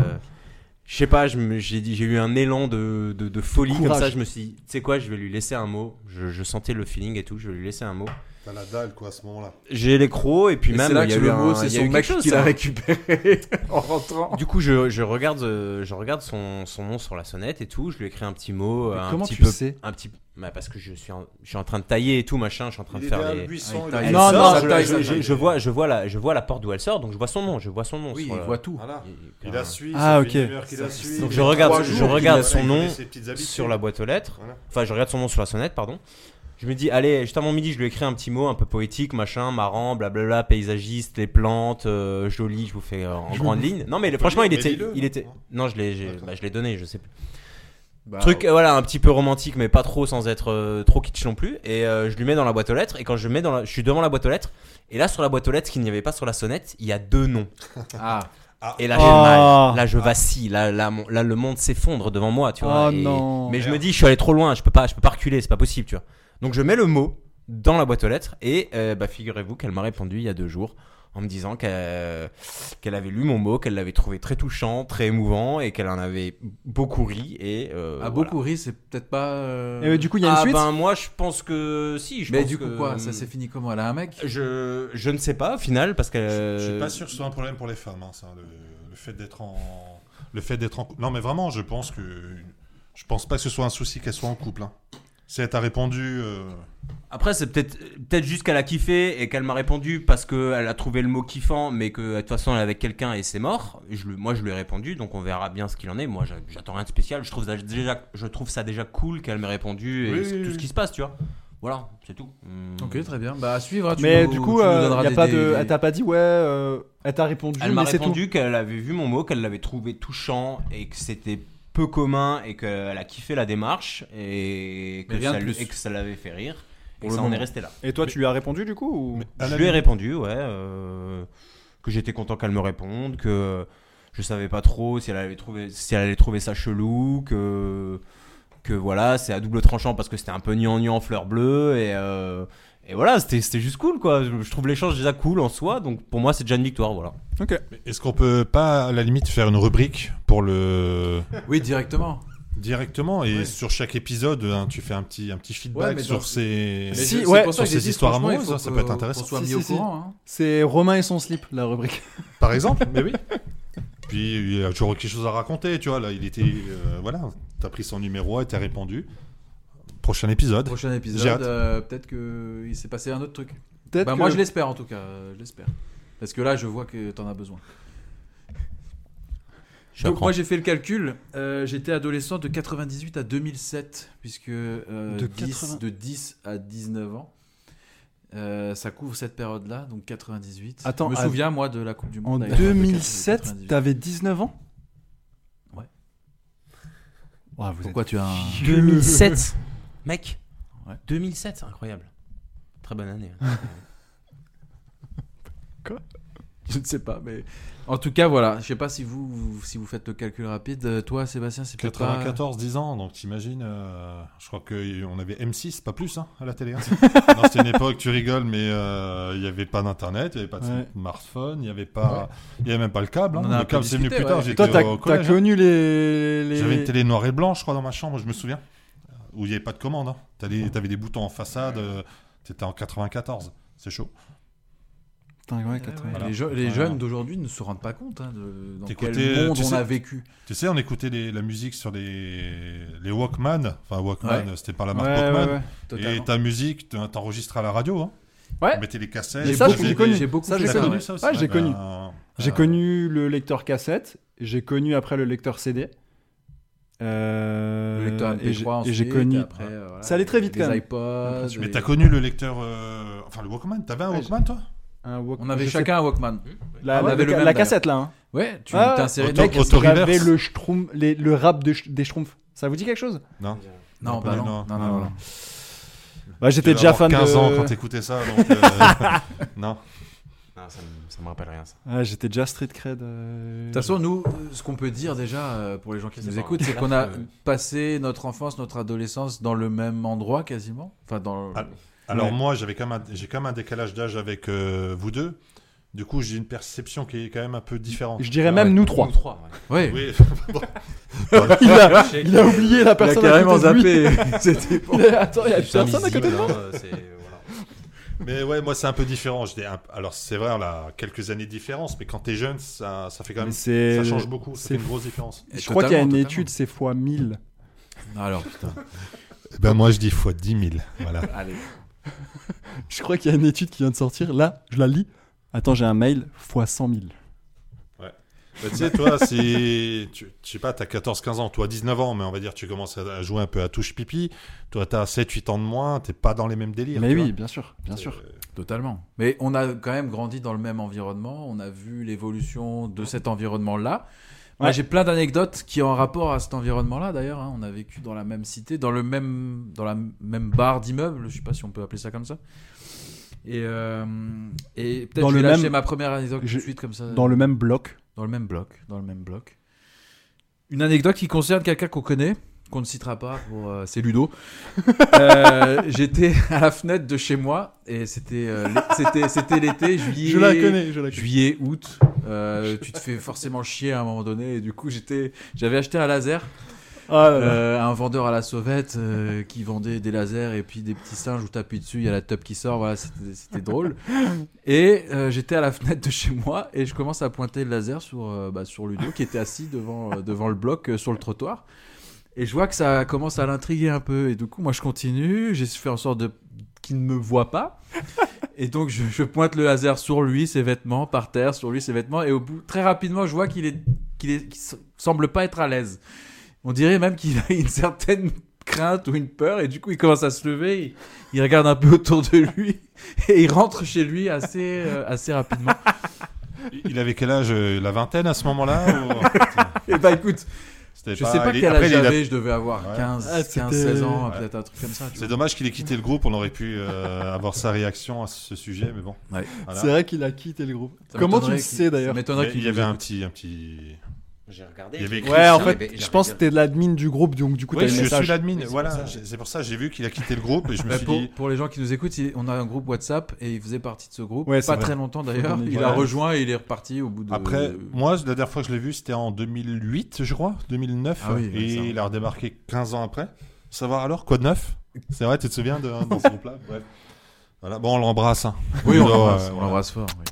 Speaker 3: je sais pas, je me- j'ai dit- j'ai eu un élan de, de- de folie comme
Speaker 2: Courage.
Speaker 3: ça. Je me suis dit, tu sais quoi, je vais lui laisser un mot. Je, je sentais le feeling et tout, je vais lui laisser un mot.
Speaker 4: T'as la dalle, quoi, à ce moment-là.
Speaker 3: J'ai les crocs, et puis
Speaker 1: et
Speaker 3: même.
Speaker 1: c'est là
Speaker 3: il y
Speaker 1: que
Speaker 3: a eu
Speaker 1: le mot,
Speaker 3: un-
Speaker 1: c'est
Speaker 3: il y a
Speaker 1: son
Speaker 3: eu
Speaker 1: mec
Speaker 3: quelque chose,
Speaker 1: qui l'a
Speaker 3: hein. [LAUGHS]
Speaker 1: récupéré en rentrant.
Speaker 3: Du coup, je, je regarde, euh, je regarde son, son nom sur la sonnette et tout. Je lui écris un petit mot, un
Speaker 2: comment
Speaker 3: petit
Speaker 2: tu
Speaker 3: peu,
Speaker 2: sais
Speaker 3: un petit, bah, parce que je suis, en, je suis en train de tailler et tout machin. Je suis en train de
Speaker 4: est
Speaker 3: faire
Speaker 4: derrière
Speaker 3: les.
Speaker 4: le buisson,
Speaker 1: Ah,
Speaker 4: il
Speaker 1: il
Speaker 4: est-
Speaker 1: sort,
Speaker 3: Non, non,
Speaker 1: ça
Speaker 3: je,
Speaker 1: taille,
Speaker 3: je-
Speaker 1: ça
Speaker 3: je-
Speaker 1: taille.
Speaker 3: je vois, je vois la, je vois la porte d'où elle sort, donc je vois son nom, je vois son nom.
Speaker 1: Oui,
Speaker 3: sur
Speaker 1: il
Speaker 3: la-
Speaker 1: voit tout.
Speaker 4: Voilà.
Speaker 3: il- il-
Speaker 4: Il la suit.
Speaker 2: Ah,
Speaker 4: ça
Speaker 2: ok.
Speaker 4: fait une heure qu'il la suit,
Speaker 3: Donc
Speaker 4: il
Speaker 3: je
Speaker 4: a
Speaker 3: regarde-
Speaker 4: trois
Speaker 3: je
Speaker 4: jours qu'il
Speaker 3: regarde
Speaker 4: la-
Speaker 3: son
Speaker 4: il
Speaker 3: nom
Speaker 4: connaît ses petites habitudes.
Speaker 3: sur la boîte aux lettres.
Speaker 4: Voilà.
Speaker 3: Enfin, je regarde son nom sur la sonnette, pardon. Je me dis, allez, juste avant midi, je lui écris un petit mot un peu poétique, machin, marrant, blablabla, paysagiste, les plantes, euh, joli, je vous fais euh, en grande ligne. Non, mais le- franchement, il
Speaker 4: mais
Speaker 3: était,
Speaker 4: dis-le,
Speaker 3: il
Speaker 4: non
Speaker 3: était. Non, je l'ai, j'ai-
Speaker 4: D'accord.
Speaker 3: bah, je l'ai donné, je sais plus.
Speaker 1: Bah,
Speaker 3: Truc, euh, voilà, un petit peu romantique, mais pas trop, sans être euh, trop kitsch non plus. Et euh, je lui mets dans la boîte aux lettres, et quand je mets dans la, je suis devant la boîte aux lettres, et là, sur la boîte aux lettres, ce qu'il n'y avait pas sur la sonnette, il y a deux noms. Euh,
Speaker 1: Ah,
Speaker 3: Et là,
Speaker 2: Oh.
Speaker 3: j'ai mal. Là, je vacille. Là, là, mon- là, le monde s'effondre devant moi, tu vois.
Speaker 2: Oh
Speaker 3: Et-
Speaker 2: non.
Speaker 3: Mais je me dis, je suis allé trop loin. Je peux pas, je peux pas reculer. C'est pas possible, tu vois. Donc, je mets le mot dans la boîte aux lettres et euh, bah, figurez-vous qu'elle m'a répondu il y a deux jours en me disant qu'elle qu'elle avait lu mon mot, qu'elle l'avait trouvé très touchant, très émouvant et qu'elle en avait beaucoup ri et
Speaker 1: à
Speaker 3: euh, voilà.
Speaker 1: Ah, beaucoup ri, c'est peut-être pas. euh,
Speaker 2: Et du coup, il y a une
Speaker 3: ah,
Speaker 2: suite
Speaker 3: ben moi, je pense que si. Je
Speaker 1: mais
Speaker 3: pense
Speaker 1: du coup,
Speaker 3: que- euh,
Speaker 1: quoi Ça s'est fini comment Elle a un mec
Speaker 3: Je je ne sais pas au final parce que
Speaker 4: Je suis
Speaker 3: euh,
Speaker 4: pas sûr que ce soit un problème pour les femmes, hein, ça, le, le fait d'être en, le fait d'être en, cou- non mais vraiment, je pense que, je pense pas que ce soit un souci qu'elles soient en couple. Hein. Si elle t'a répondu, euh,
Speaker 3: Après, c'est peut-être peut-être juste qu'elle a kiffé et qu'elle m'a répondu parce qu'elle a trouvé le mot kiffant, mais que de toute façon elle est avec quelqu'un et c'est mort. Je, lui- moi, je lui ai répondu, donc on verra bien ce qu'il en est. Moi, j'a- j'attends rien de spécial. Je trouve ça déjà, je trouve ça déjà cool qu'elle m'ait répondu et
Speaker 4: Oui,
Speaker 3: c'est
Speaker 4: oui,
Speaker 3: tout
Speaker 4: oui.
Speaker 3: ce qui se passe, tu vois. Voilà, c'est tout. Hmm.
Speaker 1: Ok, très bien. Bah, à suivre. hein, tu
Speaker 2: Mais
Speaker 1: nous-
Speaker 2: du
Speaker 1: tu
Speaker 2: coup,
Speaker 1: nous
Speaker 2: euh,
Speaker 1: donneras
Speaker 2: y a
Speaker 1: des-
Speaker 2: pas
Speaker 1: des-
Speaker 2: de...
Speaker 1: des-
Speaker 2: elle t'a pas dit, ouais, euh, elle t'a répondu,
Speaker 3: Elle m'a
Speaker 2: mais c'est tout.
Speaker 3: répondu qu'elle avait vu mon mot, qu'elle l'avait trouvé touchant et que c'était peu commun et qu'elle a kiffé la démarche et que,
Speaker 1: Mais rien
Speaker 3: ça,
Speaker 1: de
Speaker 3: lui-
Speaker 1: plus.
Speaker 3: et que ça l'avait fait rire. Et
Speaker 1: Pour
Speaker 3: que
Speaker 1: le
Speaker 3: ça en est
Speaker 1: moment.
Speaker 3: resté là.
Speaker 2: Et toi, tu lui as répondu du coup ou-
Speaker 4: à
Speaker 3: Je
Speaker 4: la
Speaker 3: lui ai
Speaker 4: limite-
Speaker 3: répondu, ouais, euh, que j'étais content qu'elle me réponde, que je savais pas trop si elle allait trouver, si elle allait trouver ça chelou, que, que voilà, c'est à double tranchant parce que c'était un peu gnangnan fleur bleue, et, euh, et voilà, c'était c'était juste cool, quoi. Je je trouve l'échange déjà cool en soi, donc pour moi, c'est déjà une victoire, voilà.
Speaker 4: mais est-ce qu'on peut pas à la limite faire une rubrique pour le
Speaker 1: Oui, directement.
Speaker 4: directement et
Speaker 1: Ouais.
Speaker 4: sur chaque épisode, hein, tu fais un petit un petit
Speaker 1: Ouais,
Speaker 4: feedback
Speaker 1: mais dans-
Speaker 4: sur ces.
Speaker 1: Mais
Speaker 2: Si,
Speaker 1: je- c'est
Speaker 2: ouais.
Speaker 1: pour ça
Speaker 4: Sur
Speaker 1: que j'ai
Speaker 4: ces
Speaker 1: dit,
Speaker 4: histoires
Speaker 1: franchement, il
Speaker 4: amoureuses,
Speaker 1: faut
Speaker 4: ça
Speaker 1: que-
Speaker 4: peut être intéressant.
Speaker 1: Qu'on soit
Speaker 2: Si,
Speaker 1: mis
Speaker 2: si,
Speaker 1: au
Speaker 2: si.
Speaker 1: courant. hein.
Speaker 2: C'est Romain et son slip, la rubrique. [LAUGHS]
Speaker 4: Par exemple, [LAUGHS] mais oui. Puis il y a toujours quelque chose à raconter, tu vois. Là, il était. euh, voilà, t'as pris son numéro et t'as répondu. Prochain épisode.
Speaker 1: Prochain
Speaker 4: J'ai
Speaker 1: épisode,
Speaker 4: hâte.
Speaker 1: euh, peut-être qu'il s'est passé un autre truc.
Speaker 2: Peut-être
Speaker 1: Bah,
Speaker 2: que-
Speaker 1: Moi, je l'espère en tout cas. euh, Je l'espère. Parce que là, je vois que t'en as besoin.
Speaker 3: Je
Speaker 1: Donc,
Speaker 3: l'apprends.
Speaker 1: moi, j'ai fait le calcul. Euh, J'étais adolescent de 98 à 2007, puisque euh,
Speaker 2: De
Speaker 1: 10
Speaker 2: 80
Speaker 1: de 10 à 19 ans. Euh, ça couvre cette période-là, donc 98.
Speaker 2: Attends,
Speaker 1: je me
Speaker 2: à-
Speaker 1: souviens, moi, de la Coupe du
Speaker 2: En
Speaker 1: Monde. d'ailleurs, de
Speaker 2: 2007,
Speaker 1: 98.
Speaker 2: t'avais 19 ans
Speaker 1: Ouais.
Speaker 2: Ouah, vous êtes-
Speaker 1: Pourquoi tu as un...
Speaker 3: 2007 [LAUGHS] Mec
Speaker 1: Ouais.
Speaker 3: 2007, c'est incroyable. Très bonne année. hein.
Speaker 1: Je ne sais pas, mais en tout cas, voilà. Je sais pas si vous, vous- si vous faites le calcul rapide. Euh, Toi, Sébastien, c'est peut-être pas-
Speaker 4: 94, 10 ans, donc t'imagines, euh, je crois qu'on avait M6, pas plus, hein, à la télé. hein.
Speaker 1: [LAUGHS]
Speaker 4: Non, C'était une époque, tu rigoles, mais euh, il n'y avait pas d'internet, il n'y avait pas de
Speaker 2: Ouais.
Speaker 4: smartphone, il n'y avait pas, il y avait même pas le câble. hein.
Speaker 1: On en a un
Speaker 4: Le
Speaker 1: peu
Speaker 4: câble, c'est venu
Speaker 1: discuté,
Speaker 4: plus tard,
Speaker 1: ouais.
Speaker 4: j'étais
Speaker 2: Toi, t'as
Speaker 4: au
Speaker 2: t'as
Speaker 4: collège. hein.
Speaker 2: connu les. les-
Speaker 4: J'avais une télé noire et blanche, je crois, dans ma chambre, je me souviens, où il n'y avait pas de commande. Hein. T'allais- T'avais des boutons en façade, euh, t'étais en 94, c'est chaud.
Speaker 2: Putain, ouais,
Speaker 1: Ouais,
Speaker 2: 80.
Speaker 1: ouais,
Speaker 4: Voilà.
Speaker 1: Les, je- les
Speaker 4: Voilà.
Speaker 1: jeunes d'aujourd'hui ne se rendent pas compte hein, de, dans quel
Speaker 4: T'écoutais, euh,
Speaker 1: monde
Speaker 4: tu
Speaker 1: on
Speaker 4: sais-
Speaker 1: a vécu.
Speaker 4: Tu sais, on écoutait les- la musique sur les, les Walkman, enfin Walkman,
Speaker 1: Ouais.
Speaker 4: c'était pas la
Speaker 2: Ouais,
Speaker 4: marque
Speaker 2: ouais,
Speaker 4: Walkman.
Speaker 2: ouais.
Speaker 4: Et ta musique, t'en- t'enregistres à la radio. Hein.
Speaker 2: Ouais.
Speaker 4: On mettait les cassettes.
Speaker 2: Mais
Speaker 1: J'ai
Speaker 2: ça,
Speaker 1: beaucoup-
Speaker 2: je l'ai
Speaker 4: j'avais
Speaker 2: connu.
Speaker 4: des-
Speaker 1: J'ai beaucoup
Speaker 2: Ça,
Speaker 1: fait
Speaker 2: j'ai
Speaker 4: T'as
Speaker 1: ça,
Speaker 2: connu.
Speaker 1: ouais.
Speaker 4: ça aussi
Speaker 2: Ouais, j'ai
Speaker 4: Ben,
Speaker 2: connu.
Speaker 4: euh,
Speaker 2: J'ai connu le lecteur cassette, j'ai connu après le lecteur CD. euh,
Speaker 1: Le lecteur
Speaker 2: et j'ai-
Speaker 1: MP3
Speaker 2: et j'ai
Speaker 1: ensuite,
Speaker 2: connu.
Speaker 1: et après, euh, voilà,
Speaker 2: Ça allait très vite,
Speaker 1: les
Speaker 2: quand même.
Speaker 1: iPods,
Speaker 2: Mais
Speaker 4: Mais
Speaker 1: les-
Speaker 4: t'as connu le lecteur. euh, Enfin, le Walkman. T'avais un
Speaker 2: Ouais,
Speaker 4: Walkman, toi
Speaker 2: Un Walkman,
Speaker 1: On avait
Speaker 2: je sais
Speaker 1: chacun un Walkman.
Speaker 2: pas. La,
Speaker 1: on
Speaker 2: la-
Speaker 1: avait le
Speaker 2: la-
Speaker 1: même,
Speaker 2: la
Speaker 1: d'ailleurs.
Speaker 2: cassette là. hein.
Speaker 1: Ouais, tu
Speaker 2: Ah,
Speaker 1: t'insérais
Speaker 4: auto-
Speaker 1: des
Speaker 2: Mec,
Speaker 1: cassettes.
Speaker 4: auto-reverse.
Speaker 2: j'avais le schtroumpf- les- le rap de sch- des schtroumpfs. Ça vous dit quelque chose
Speaker 4: Non.
Speaker 1: Non,
Speaker 4: Non,
Speaker 1: bah non.
Speaker 4: non,
Speaker 1: non,
Speaker 4: non,
Speaker 1: non,
Speaker 4: non.
Speaker 1: non.
Speaker 2: Bah, j'étais
Speaker 4: Tu
Speaker 2: déjà
Speaker 4: devais
Speaker 2: fan
Speaker 4: avoir 15
Speaker 2: de.
Speaker 4: ans quand t'écoutais ça.
Speaker 2: [LAUGHS]
Speaker 4: Donc, euh, non.
Speaker 3: Non, ça, me, ça me rappelle rien ça.
Speaker 2: Ah, j'étais déjà street cred. euh,
Speaker 1: De toute façon, nous, euh, ce qu'on peut dire déjà euh, pour les gens qui
Speaker 3: C'est
Speaker 1: nous
Speaker 3: pas
Speaker 1: écoutent,
Speaker 3: un
Speaker 1: c'est qu'on a
Speaker 3: taf, euh.
Speaker 1: passé notre enfance, notre adolescence dans le même endroit quasiment. Enfin, dans.
Speaker 4: Ah, Alors
Speaker 2: Ouais.
Speaker 4: moi, j'avais quand même, un- j'ai quand même un décalage d'âge avec euh, vous deux. Du coup, j'ai une perception qui est quand même un peu différente.
Speaker 2: Je dirais même nous trois.
Speaker 3: [LAUGHS] Nous trois, ouais.
Speaker 1: Ouais.
Speaker 4: Oui. [LAUGHS]
Speaker 2: Il a, il a oublié la personne. à côté de lui. [LAUGHS]
Speaker 1: C'était
Speaker 2: Il a- Attends, il y a
Speaker 3: C'est
Speaker 2: personne à côté de
Speaker 3: invisible,
Speaker 2: moi.
Speaker 3: hein, euh, c'est- voilà.
Speaker 4: Mais ouais, moi, c'est un peu différent. J'étais un- Alors, c'est vrai, on a quelques années de différence, mais quand t'es jeune, ça, ça fait quand même. Ça change beaucoup. Ça
Speaker 2: c'est
Speaker 4: fait une grosse différence.
Speaker 2: Je crois qu'il y a une
Speaker 1: Totalement,
Speaker 2: étude, c'est fois 1000.
Speaker 1: totalement. Alors, putain.
Speaker 4: Ben moi, je dis fois 10 000. Voilà.
Speaker 1: Allez.
Speaker 2: Je crois qu'il y a une étude qui vient de sortir. Là, je la lis. Attends, j'ai un mail fois 100 000.
Speaker 4: [LAUGHS] Bah, tu sais, toi, c'est. Tu je sais pas, t'as 14-15 ans, toi 19 ans, mais on va dire, tu commences à à jouer un peu à touche pipi. Toi, t'as 7-8 ans de moins, t'es pas dans les mêmes délires.
Speaker 2: Mais
Speaker 4: tu
Speaker 2: oui,
Speaker 4: vois.
Speaker 2: bien sûr, bien sûr.
Speaker 4: Euh,
Speaker 1: Totalement. Mais on a quand même grandi dans le même environnement, on a vu l'évolution de cet environnement-là. Moi,
Speaker 2: Ouais.
Speaker 1: j'ai plein d'anecdotes qui ont rapport à cet environnement-là, d'ailleurs. hein. On a vécu dans la même cité, dans, le même, dans la m- même barre d'immeuble, je sais pas si on peut appeler ça comme ça. Et, euh, et peut-être
Speaker 2: Dans
Speaker 1: que je vais
Speaker 2: le
Speaker 1: lâcher
Speaker 2: même-
Speaker 1: ma première anecdote tout
Speaker 2: je-
Speaker 1: de suite comme ça.
Speaker 4: Euh,
Speaker 2: Dans le même bloc.
Speaker 1: Dans le même bloc, dans le même bloc. Une anecdote qui concerne quelqu'un qu'on connaît, qu'on ne citera pas, pour, euh, c'est
Speaker 2: [LAUGHS]
Speaker 1: Ludo. Euh, J'étais à la fenêtre de chez moi et c'était euh, l'é- c'était- c'était l'été, juillet,
Speaker 2: je la
Speaker 1: juillet, août. Euh, tu te fais forcément chier à un moment donné et du coup j'étais, j'avais acheté un laser
Speaker 2: Ah là là.
Speaker 1: euh, à un vendeur à la sauvette euh, qui vendait des lasers et puis des petits singes où t'appuies dessus, il y a la top qui sort, voilà, c'était c'était drôle. Et euh, j'étais à la fenêtre de chez moi et je commence à pointer le laser sur, euh, bah, sur Ludo qui était assis devant, euh, devant le bloc euh, sur le trottoir. Et je vois que ça commence à l'intriguer un peu. Et du coup, moi, je continue, j'ai fait en sorte de qu'il ne me voit pas. Et donc, je, je pointe le laser sur lui, ses vêtements, par terre, sur lui, ses vêtements. Et au bout, très rapidement, je vois qu'il est, qu'il est, qu'il semble pas être à l'aise. On dirait même qu'il a une certaine crainte ou une peur, et du coup, il commence à se lever, il, il regarde un peu autour de lui, et il rentre chez lui assez, euh, assez [LAUGHS] rapidement.
Speaker 4: Il avait quel âge euh, La vingtaine à ce moment-là
Speaker 1: [LAUGHS]
Speaker 4: ou-
Speaker 1: Et bah écoute,
Speaker 4: C'était
Speaker 1: je sais pas
Speaker 4: il-
Speaker 1: quel
Speaker 4: après,
Speaker 1: âge
Speaker 4: il a-
Speaker 1: j'avais, je devais avoir
Speaker 4: Ouais.
Speaker 1: 15,
Speaker 2: Ah,
Speaker 1: 15,
Speaker 2: c'était-
Speaker 1: 16 ans,
Speaker 4: Ouais.
Speaker 1: peut-être un truc comme ça. tu
Speaker 4: C'est
Speaker 1: vois.
Speaker 4: dommage qu'il ait quitté le groupe, on aurait pu euh, avoir sa réaction à ce sujet, mais bon.
Speaker 1: Ouais.
Speaker 4: Voilà.
Speaker 2: C'est vrai qu'il a quitté le groupe.
Speaker 1: Ça
Speaker 2: Comment tu
Speaker 1: m'étonnerait
Speaker 2: le
Speaker 1: qu'il-
Speaker 2: sais
Speaker 1: Ça
Speaker 2: d'ailleurs
Speaker 1: m'étonnerait
Speaker 4: Mais
Speaker 1: qu'il
Speaker 4: Il y avait un petit, un petit.
Speaker 3: J'ai regardé.
Speaker 4: Il y avait écrit
Speaker 2: Ouais, en
Speaker 4: ça.
Speaker 2: fait, je pense que t'es l'admin du groupe, donc du coup t'as
Speaker 4: Oui,
Speaker 2: le
Speaker 4: je suis
Speaker 2: message.
Speaker 4: l'admin.
Speaker 3: Oui, c'est pour
Speaker 4: Voilà,
Speaker 3: ça.
Speaker 4: j'ai- c'est pour ça j'ai vu qu'il a quitté le groupe et je me
Speaker 1: Bah,
Speaker 4: suis
Speaker 1: pour,
Speaker 4: dit.
Speaker 1: pour les gens qui nous écoutent, il- on a un groupe WhatsApp et il faisait partie de ce groupe.
Speaker 2: Ouais, c'est
Speaker 1: pas
Speaker 2: vrai.
Speaker 1: très longtemps d'ailleurs.
Speaker 2: qu'on ait-
Speaker 1: Il a
Speaker 4: Voilà.
Speaker 1: rejoint et il est reparti au bout de.
Speaker 4: Après, moi, la dernière fois que je l'ai vu, c'était en 2008, je crois, 2009,
Speaker 1: Ah oui, ouais,
Speaker 4: et
Speaker 1: ça.
Speaker 4: il a redémarqué 15 ans après. Savoir alors, quoi de neuf C'est vrai, tu te souviens de, dans ce groupe-là Bref. Voilà, bon, on l'embrasse. hein.
Speaker 1: [LAUGHS] Oui, on
Speaker 4: Ludo,
Speaker 1: l'embrasse,
Speaker 4: euh,
Speaker 1: on
Speaker 4: voilà.
Speaker 1: l'embrasse fort. oui.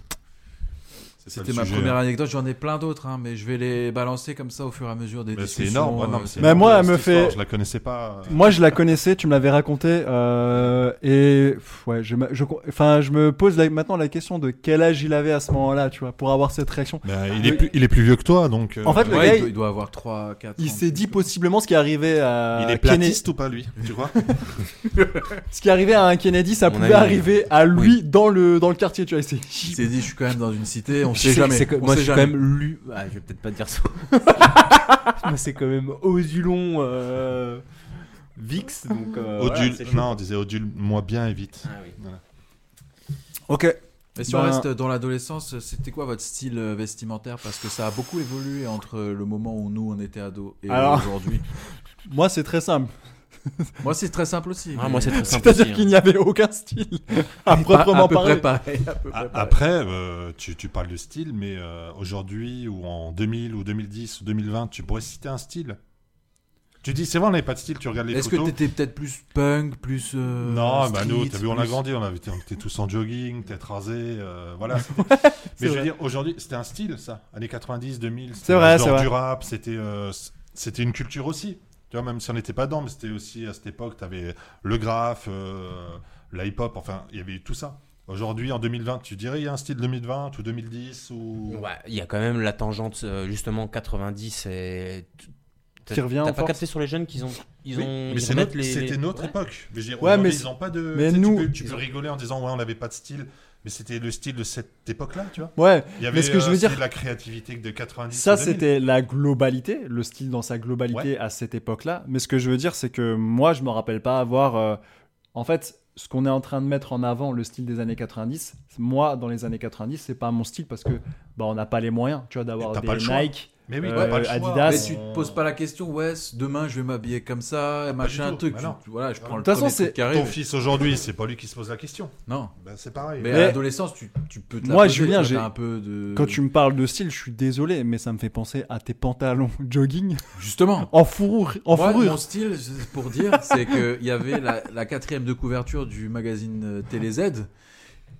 Speaker 4: c'est pas
Speaker 1: C'était
Speaker 4: le
Speaker 1: ma
Speaker 4: sujet,
Speaker 1: première
Speaker 4: hein.
Speaker 1: anecdure. J'en ai plein d'autres, hein, mais je vais les balancer comme ça au fur et à mesure des
Speaker 4: Mais
Speaker 1: discussions.
Speaker 4: c'est énorme. ouais, non,
Speaker 1: euh,
Speaker 4: mais c'est
Speaker 2: Mais moi,
Speaker 4: énorme,
Speaker 2: elle me
Speaker 4: cette
Speaker 2: fait-
Speaker 4: histoire, Je la connaissais pas. euh.
Speaker 2: Moi, je la connaissais, tu me l'avais raconté, euh, et pff, ouais, je, me- je, con- enfin, je me pose la- maintenant la question de quel âge il avait à ce moment-là, tu vois, pour avoir cette réaction.
Speaker 4: Bah, il, est plus, il est plus vieux que toi, donc. euh,
Speaker 2: En fait, le
Speaker 1: ouais,
Speaker 2: gars,
Speaker 1: il, doit,
Speaker 2: il-
Speaker 1: il doit avoir 3, 4
Speaker 2: Il s'est dit possiblement ce qui arrivait à
Speaker 4: il est
Speaker 2: Kenne-
Speaker 4: platiste ou pas, lui Tu vois
Speaker 2: ce qui arrivait à un Kennedy, ça
Speaker 3: On
Speaker 2: pouvait
Speaker 3: avait-
Speaker 2: arriver à lui dans le dans le quartier, tu vois. c'est-
Speaker 1: Il s'est dit, je suis quand même dans une cité, on
Speaker 3: Je
Speaker 1: sait
Speaker 3: sais-
Speaker 1: jamais.
Speaker 3: c'est que-
Speaker 1: on
Speaker 3: moi,
Speaker 1: sait
Speaker 3: je suis quand
Speaker 1: jamais.
Speaker 3: même lu. Ah, je vais peut-être pas dire ça. Moi, c'est quand même Osulon euh, Vix. Donc, euh,
Speaker 4: Odule.
Speaker 3: voilà, c'est chaud.
Speaker 4: non, on disait Odule, moi bien et vite.
Speaker 3: Ah oui.
Speaker 2: Ok.
Speaker 1: Mais si
Speaker 2: Ben-
Speaker 1: on reste dans l'adolescence, c'était quoi votre style euh, vestimentaire Parce que ça a beaucoup évolué entre le moment où nous on était ados et
Speaker 2: Alors-
Speaker 1: aujourd'hui.
Speaker 2: Moi, c'est très simple.
Speaker 1: Moi c'est très simple aussi.
Speaker 3: Ah, moi,
Speaker 2: [LAUGHS]
Speaker 3: c'est très simple.
Speaker 2: C'est-à-dire
Speaker 3: aussi, hein.
Speaker 2: qu'il n'y avait
Speaker 1: [LAUGHS]
Speaker 2: aucun style à
Speaker 1: Pas- bah, à
Speaker 2: proprement
Speaker 1: peu
Speaker 2: parler.
Speaker 1: près pareil. à peu près
Speaker 4: A-
Speaker 1: pareil.
Speaker 4: Après, euh, tu, tu parles de style, mais euh, aujourd'hui, ou en 2000, ou 2010, ou 2020, tu pourrais citer un style Tu dis, c'est vrai, on n'avait pas de style, tu regardes les
Speaker 1: Est-ce que
Speaker 4: photos.
Speaker 1: t'étais peut-être plus punk, plus. euh,
Speaker 4: non, bah
Speaker 1: street,
Speaker 4: nous, t'as vu, on a
Speaker 1: plus-
Speaker 4: grandi, on, avait, on était tous en jogging, tête rasée, euh,
Speaker 2: [LAUGHS]
Speaker 4: voilà. c'était- mais je
Speaker 2: vrai.
Speaker 4: veux dire, aujourd'hui, c'était un style, ça. Années 90, 2000,
Speaker 2: C'est
Speaker 4: c'était
Speaker 2: vrai,
Speaker 4: l'âge
Speaker 2: c'est
Speaker 4: d'or
Speaker 2: vrai.
Speaker 4: du rap, c'était euh, c- c'était une culture aussi. Tu vois, même si on n'était pas dedans, mais c'était aussi à cette époque, t'avais le graphe, euh, la hip-hop, enfin, il y avait eu tout ça. Aujourd'hui, en 2020, tu dirais, il y a un style 2020 ou 2010 ou...
Speaker 3: hein. Ouais, il y a quand même la tangente, euh, justement, 90 et. T'as-
Speaker 2: Qui revient en
Speaker 3: T'as pas
Speaker 2: force.
Speaker 3: capté sur les jeunes qu'ils ont. Ils
Speaker 4: Oui,
Speaker 3: ont.
Speaker 4: mais
Speaker 3: ils
Speaker 4: c'est
Speaker 3: remettent
Speaker 4: notre-
Speaker 3: les-
Speaker 4: c'était
Speaker 3: les-
Speaker 4: notre
Speaker 3: Ouais.
Speaker 4: époque. Mais, je veux dire,
Speaker 2: Ouais,
Speaker 4: aujourd'hui,
Speaker 2: mais
Speaker 4: ils ont pas de.
Speaker 2: mais
Speaker 4: tu sais,
Speaker 2: nous-
Speaker 4: tu peux, tu
Speaker 3: ils
Speaker 4: peux
Speaker 3: ont-
Speaker 4: rigoler en disant ouais, on n'avait pas de style, mais c'était le style de cette époque-là, tu vois.
Speaker 2: Ouais.
Speaker 4: Il y avait
Speaker 2: Mais ce que je
Speaker 4: euh,
Speaker 2: veux
Speaker 4: c'est
Speaker 2: dire-
Speaker 4: de la créativité de 90.
Speaker 2: Ça,
Speaker 4: ou 2000.
Speaker 2: c'était la globalité, le style dans sa globalité à cette époque-là. Mais ce que je veux dire, c'est que moi, je me rappelle pas avoir. euh, en fait, ce qu'on est en train de mettre en avant, le style des années 90, moi, dans les années 90, c'est pas mon style parce que bah, on n'a pas les moyens, tu vois,
Speaker 4: Et
Speaker 2: d'avoir
Speaker 4: t'as
Speaker 2: des
Speaker 4: pas le choix.
Speaker 2: Nike.
Speaker 4: Mais oui,
Speaker 2: euh,
Speaker 4: t'as pas le choix.
Speaker 2: Adidas.
Speaker 1: Mais tu te poses pas la question, ouais, c- demain je vais m'habiller comme ça, machin,
Speaker 4: du tout,
Speaker 1: truc.
Speaker 4: bah non.
Speaker 1: Tu- Voilà, je prends
Speaker 4: De
Speaker 1: le
Speaker 2: toute façon,
Speaker 1: premier truc
Speaker 2: c'est-
Speaker 1: qui
Speaker 4: Ton
Speaker 1: arrive.
Speaker 4: fils aujourd'hui, c'est pas lui qui se pose la question.
Speaker 1: Non,
Speaker 4: Ben, c'est pareil.
Speaker 1: mais,
Speaker 2: Mais-
Speaker 1: à l'adolescence, tu, tu peux te la
Speaker 2: Moi,
Speaker 1: poser,
Speaker 2: Julien,
Speaker 1: toi,
Speaker 2: j'ai-
Speaker 1: t'as un peu de.
Speaker 2: Quand tu me parles de style, je suis désolé, mais ça me fait penser à tes pantalons [LAUGHS] jogging
Speaker 1: Justement.
Speaker 2: en fourrure. En
Speaker 1: Moi,
Speaker 2: fourrure.
Speaker 1: mon style, c'est pour dire, c'est qu'il y avait la, la quatrième de couverture du magazine euh, TéléZ.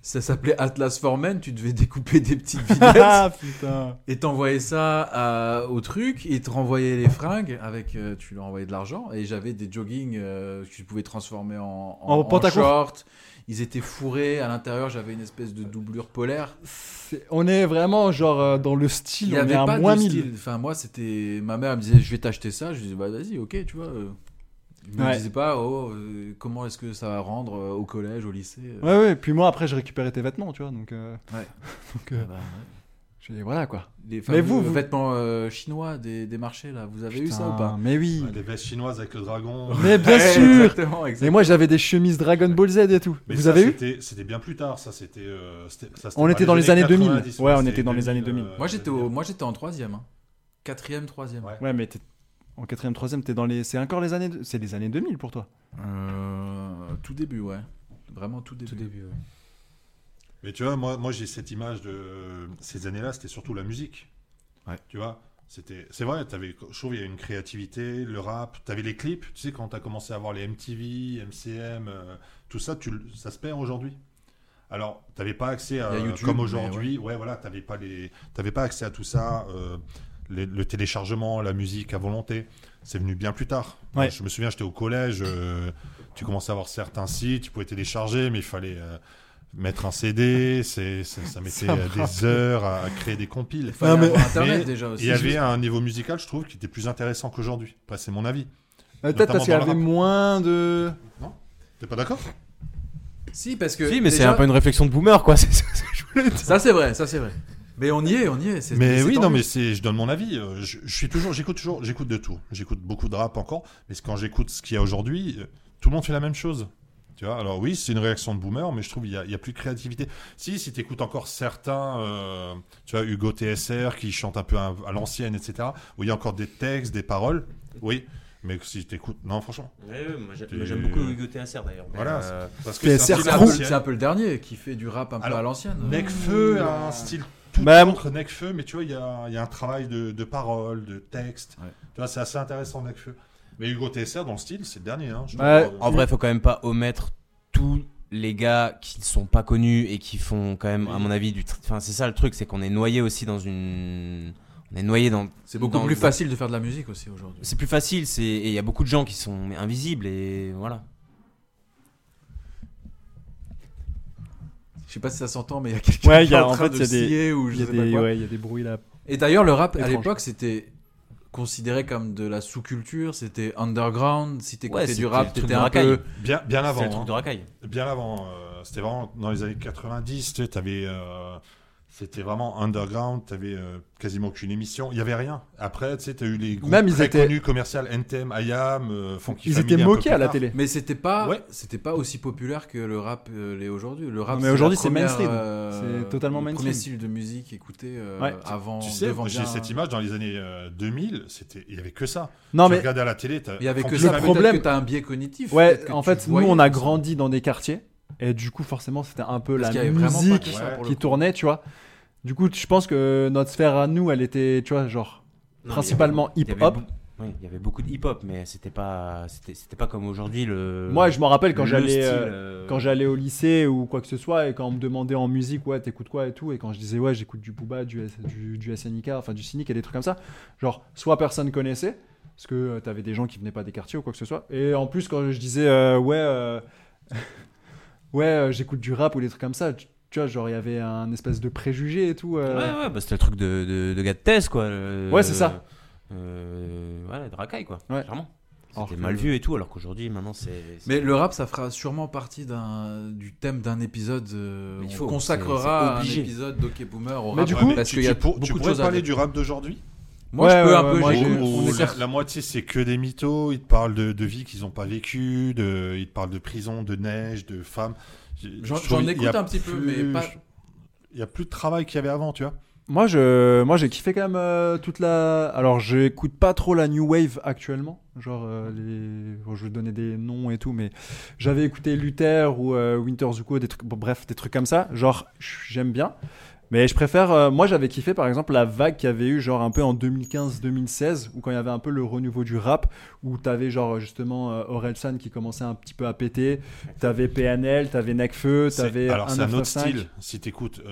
Speaker 1: Ça s'appelait Atlas for Men. Tu devais découper des
Speaker 2: [LAUGHS]
Speaker 1: petites vignettes
Speaker 2: ah putain.
Speaker 1: et t'envoyais ça à- au truc. Ils te renvoyaient les fringues avec. euh, tu leur envoyais de l'argent et j'avais des joggings euh, que tu pouvais transformer en, en,
Speaker 2: En pantacourt.
Speaker 1: short. Ils étaient fourrés à l'intérieur. J'avais une espèce de doublure polaire.
Speaker 2: C'est- On est vraiment genre euh, dans le
Speaker 1: Il
Speaker 2: style,
Speaker 1: n'y
Speaker 2: on
Speaker 1: avait
Speaker 2: est à
Speaker 1: pas
Speaker 2: moins
Speaker 1: de
Speaker 2: 1000.
Speaker 1: style. Enfin, moi, c'était ma mère elle me disait je vais t'acheter ça. Je disais bah vas-y, ok, tu vois. euh. Je me
Speaker 2: Ouais.
Speaker 1: disais pas oh euh, comment est-ce que ça va rendre euh, au collège, au lycée. euh.
Speaker 2: Ouais, ouais, puis moi après je récupérais tes vêtements, tu vois, donc. euh,
Speaker 1: Ouais.
Speaker 2: donc euh,
Speaker 1: Ah bah, ouais.
Speaker 2: j'ai- voilà quoi.
Speaker 1: Les fameux
Speaker 2: vous, vous-
Speaker 1: vêtements euh, chinois des, des marchés là, vous avez eu ça
Speaker 2: Putain,
Speaker 1: ou pas
Speaker 2: Mais oui.
Speaker 4: Ouais, Des hein. vestes chinoises avec le dragon.
Speaker 2: Mais bien
Speaker 1: Ouais, [LAUGHS]
Speaker 2: sûr.
Speaker 1: Exactement,
Speaker 2: Et
Speaker 1: exactement.
Speaker 2: moi j'avais des chemises Dragon Ball Z et tout.
Speaker 4: Mais
Speaker 2: Vous
Speaker 4: ça,
Speaker 2: avez eu
Speaker 4: c'était- C'était bien plus tard, ça c'était. euh, c'était- ça, c'était
Speaker 2: On
Speaker 4: pas
Speaker 2: était dans les années 2000.
Speaker 4: 90,
Speaker 2: Ouais, on
Speaker 4: c'est
Speaker 2: était dans les années 2000.
Speaker 4: euh,
Speaker 1: Moi j'étais au- moi j'étais en troisième, hein. quatrième, troisième.
Speaker 4: Ouais.
Speaker 2: Ouais, mais t'es- en quatrième, troisième, t'es dans les. C'est encore les années. de- C'est les années 2000 pour toi.
Speaker 1: Euh, tout début, ouais. Vraiment tout début.
Speaker 4: Mais tu vois, moi, moi j'ai cette image de ces années-là, c'était surtout la musique.
Speaker 1: Ouais.
Speaker 4: Tu vois, c'était, c'est vrai, avais, je trouve il y a une créativité, le rap, tu avais les clips, tu sais, quand tu as commencé à voir les MTV, MCM, euh, tout ça, tu, le- ça se perd aujourd'hui. Alors, tu n'avais pas accès à,
Speaker 1: Il y a YouTube,
Speaker 4: comme
Speaker 1: mais
Speaker 4: aujourd'hui, ouais. voilà, tu n'avais pas, les- t'avais pas accès à tout ça, euh, les- le téléchargement, la musique à volonté. C'est venu bien plus tard. Moi,
Speaker 2: Ouais.
Speaker 4: je me souviens, j'étais au collège, euh, tu commençais à avoir certains sites, tu pouvais télécharger, mais il fallait euh, mettre un CD, c'est, ça, ça mettait
Speaker 2: me
Speaker 4: euh, des heures à, à créer des compiles.
Speaker 1: Il fallait
Speaker 2: mais-
Speaker 1: avoir internet
Speaker 4: Mais
Speaker 1: déjà aussi.
Speaker 4: Il y avait un niveau musical, je trouve, qui était plus intéressant qu'aujourd'hui. Après, c'est mon avis.
Speaker 2: Euh, Peut-être
Speaker 4: Notamment
Speaker 2: parce qu'il y
Speaker 4: dans le
Speaker 2: avait moins de.
Speaker 4: T'es pas d'accord
Speaker 1: Si parce que
Speaker 3: Si, mais c'est
Speaker 1: déjà-
Speaker 3: un peu une réflexion de boomer, quoi. [LAUGHS] c'est- c'est- c'est- je voulais dire.
Speaker 1: Ça c'est vrai, ça c'est vrai. Mais on y est, on y est. c'est-
Speaker 4: Mais
Speaker 1: c'est
Speaker 4: oui,
Speaker 1: tant
Speaker 4: non,
Speaker 1: mieux.
Speaker 4: mais c'est, je donne mon avis. Euh, Je, je suis toujours, j'écoute toujours, j'écoute de tout. J'écoute beaucoup de rap encore, mais quand j'écoute ce qu'il y a aujourd'hui, euh, tout le monde fait la même chose. Tu vois, alors oui, c'est une réaction de boomer, mais je trouve il y a, il y a plus de créativité. Si, si t'écoutes encore certains, euh, tu vois, Hugo TSR qui chante un peu à, à l'ancienne, etc. Où il y a encore des textes, des paroles. Oui, mais si t'écoutes, non, franchement,
Speaker 3: moi, j'aime-
Speaker 4: T'es-
Speaker 3: j'aime beaucoup Hugo TSR d'ailleurs. mais,
Speaker 4: voilà,
Speaker 3: euh,
Speaker 4: c'est- parce
Speaker 2: TSR,
Speaker 4: c'est un
Speaker 1: C'est
Speaker 4: style
Speaker 1: un, peu,
Speaker 4: ancien.
Speaker 1: c'est un peu le dernier qui fait du rap un peu
Speaker 4: Alors,
Speaker 1: à l'ancienne.
Speaker 4: Necfeu a un style tout
Speaker 2: Bah,
Speaker 4: contre Necfeu, mais tu vois, il y a, il y a un travail de, de parole, de texte.
Speaker 1: Ouais.
Speaker 4: Tu vois, c'est assez intéressant, Necfeu. Mais Hugo TSR, dans le style, c'est le dernier. Hein, je
Speaker 2: Ouais.
Speaker 4: trouve.
Speaker 3: En vrai, faut quand même pas omettre tout les gars qui ne sont pas connus et qui font quand même, à mon avis, du. tr- Enfin, c'est ça le truc, c'est qu'on est noyé aussi dans une. On est noyé dans.
Speaker 1: C'est beaucoup
Speaker 3: dans-
Speaker 1: plus facile de faire de la musique aussi aujourd'hui.
Speaker 3: C'est plus facile, c'est. et Il y a beaucoup de gens qui sont invisibles et voilà.
Speaker 1: Je sais pas si ça s'entend, mais il y a quelqu'un
Speaker 5: Ouais, il
Speaker 1: qui
Speaker 5: y
Speaker 1: est
Speaker 5: a-
Speaker 1: en
Speaker 5: en
Speaker 1: train
Speaker 5: fait,
Speaker 1: de
Speaker 5: il y a des-
Speaker 1: scier ou je
Speaker 2: Il y, a
Speaker 1: sais pas
Speaker 2: des,
Speaker 1: quoi.
Speaker 2: ouais, il y a des bruits là.
Speaker 1: Et d'ailleurs, le rap à
Speaker 2: Étrange.
Speaker 1: l'époque, c'était considéré comme de la sous-culture, c'était underground. Si t'écoutais
Speaker 3: Ouais,
Speaker 1: du
Speaker 3: c'était
Speaker 1: rap,
Speaker 3: le truc
Speaker 1: t'étais
Speaker 3: de
Speaker 1: un
Speaker 3: racaille.
Speaker 1: peu.
Speaker 4: Bien, bien
Speaker 3: C'est le
Speaker 4: avant.
Speaker 3: truc de racaille.
Speaker 4: hein. Bien avant. euh, c'était vraiment dans les années 90. Tu sais, t'avais, euh, c'était vraiment underground. T'avais euh, quasiment aucune émission. Il y avait rien. Après, tu sais, t'as eu les groupes
Speaker 2: Même ils
Speaker 4: très
Speaker 2: étaient-
Speaker 4: connus, commercial, NTM, IAM, euh, Funky
Speaker 2: Ils
Speaker 4: Family,
Speaker 2: étaient
Speaker 4: un peu
Speaker 2: moqués
Speaker 4: plus
Speaker 2: à la
Speaker 4: tard.
Speaker 2: télé.
Speaker 1: Mais c'était pas,
Speaker 4: Ouais.
Speaker 1: c'était pas aussi populaire que le rap euh, l'est aujourd'hui. Le rap,
Speaker 2: Non, mais
Speaker 1: la
Speaker 2: aujourd'hui, c'est
Speaker 1: première,
Speaker 2: mainstream.
Speaker 1: euh,
Speaker 2: C'est totalement
Speaker 1: le Premier
Speaker 2: mainstream.
Speaker 1: style de musique écouté euh,
Speaker 2: Ouais.
Speaker 1: avant.
Speaker 4: Tu sais,
Speaker 1: devant
Speaker 4: moi, j'ai
Speaker 1: bien- hein.
Speaker 4: cette image dans les années euh, 2000. C'était, il y avait que ça.
Speaker 2: Non
Speaker 4: tu
Speaker 2: mais
Speaker 4: regardais à la télé. t'as
Speaker 1: Il y avait que
Speaker 4: Funky
Speaker 1: ça.
Speaker 2: Le
Speaker 4: Family.
Speaker 1: Peut-être
Speaker 2: problème-
Speaker 1: que t'as un biais cognitif.
Speaker 2: ouais,
Speaker 1: peut-être que
Speaker 2: en
Speaker 1: tu
Speaker 2: fait, nous
Speaker 1: voyais
Speaker 2: on a
Speaker 1: que ça-
Speaker 2: grandi dans des quartiers et du coup forcément c'était un peu
Speaker 1: Parce qu'il y
Speaker 2: la
Speaker 1: avait vraiment pas
Speaker 2: musique
Speaker 1: que ça, pour le
Speaker 2: qui
Speaker 1: coup.
Speaker 2: tournait, tu vois. Du coup, je pense que notre sphère à nous, elle était, tu vois, genre
Speaker 3: Non,
Speaker 2: principalement
Speaker 3: mais il y avait-
Speaker 2: hip-hop.
Speaker 3: il y avait bou- oui, il y avait beaucoup de hip-hop, mais c'était pas, c'était, c'était pas comme aujourd'hui le.
Speaker 2: Moi, je m'en rappelle quand
Speaker 3: Euh, le
Speaker 2: j'allais
Speaker 3: style,
Speaker 2: euh,
Speaker 3: euh,
Speaker 2: quand j'allais au lycée ou quoi que ce soit et quand on me demandait en musique ouais t'écoutes quoi et tout et quand je disais ouais j'écoute du Booba du, S- du, du SNK enfin du Cynic et des trucs comme ça genre soit personne connaissait parce que euh, t'avais des gens qui venaient pas des quartiers ou quoi que ce soit et en plus quand je disais euh, ouais euh, [LAUGHS] ouais euh, j'écoute du rap ou des trucs comme ça tu, tu vois genre il y avait un espèce de préjugé et tout
Speaker 3: Ouais,
Speaker 2: euh.
Speaker 3: ouais, bah, c'était le truc de, de, de gars de thèse, quoi. le-
Speaker 2: Ouais, c'est ça.
Speaker 3: Euh, ouais, de racaille, quoi.
Speaker 2: Ouais.
Speaker 3: Clairement. C'était
Speaker 2: Alors que-
Speaker 3: mal vu et tout, alors qu'aujourd'hui, maintenant, c'est. c'est-
Speaker 1: Mais le rap, ça fera sûrement partie d'un- du thème d'un épisode. euh,
Speaker 3: Mais il
Speaker 1: on
Speaker 3: faut, c'est- c'est
Speaker 1: consacrera un
Speaker 3: obligé.
Speaker 1: épisode d'Ok Boomer au
Speaker 2: Mais
Speaker 1: rap.
Speaker 2: du
Speaker 4: Ouais,
Speaker 2: coup-
Speaker 4: mais
Speaker 1: parce
Speaker 4: tu-
Speaker 1: qu'il y
Speaker 4: tu
Speaker 1: a
Speaker 4: pour- tu
Speaker 1: beaucoup de
Speaker 4: pourrais
Speaker 1: choses à
Speaker 4: parler
Speaker 1: dire.
Speaker 4: du rap d'aujourd'hui
Speaker 1: Moi,
Speaker 2: Ouais,
Speaker 1: je peux
Speaker 2: ouais,
Speaker 1: un peu.
Speaker 2: moi,
Speaker 1: j'ai-
Speaker 2: j'ai-
Speaker 1: on
Speaker 4: Ou- ou
Speaker 1: est
Speaker 4: la, la moitié c'est que des mythos, ils te parlent de, de vie qu'ils n'ont pas vécue, de, ils te parlent de prison, de neige, de femmes. Je-
Speaker 1: J'en-
Speaker 4: je trouve
Speaker 1: j'en
Speaker 4: il y a
Speaker 1: écoute un petit peu,
Speaker 4: plus-
Speaker 1: mais pas-
Speaker 4: Il y a plus de travail qu'il y avait avant, tu vois.
Speaker 2: Moi, je, moi, j'ai kiffé quand même euh, toute la. Alors, j'écoute pas trop la new wave actuellement. Genre, euh,
Speaker 4: Mhm.
Speaker 2: les... bon, je vais donner des noms et tout, mais j'avais écouté Luther ou euh, Winter Zuko, des trucs, bon, bref, des trucs comme ça. Genre, j'aime bien. Mais je préfère. euh, moi, j'avais kiffé par exemple la vague qu'il y avait eu, genre un peu en 2015-2016, où quand il y avait un peu le renouveau du rap, où t'avais genre justement euh, Orelsan qui commençait un petit peu à péter, t'avais PNL, t'avais Necfeu,
Speaker 4: C'est-
Speaker 2: t'avais.
Speaker 4: Alors c'est un autre
Speaker 2: 1995.
Speaker 4: style. Si tu écoutes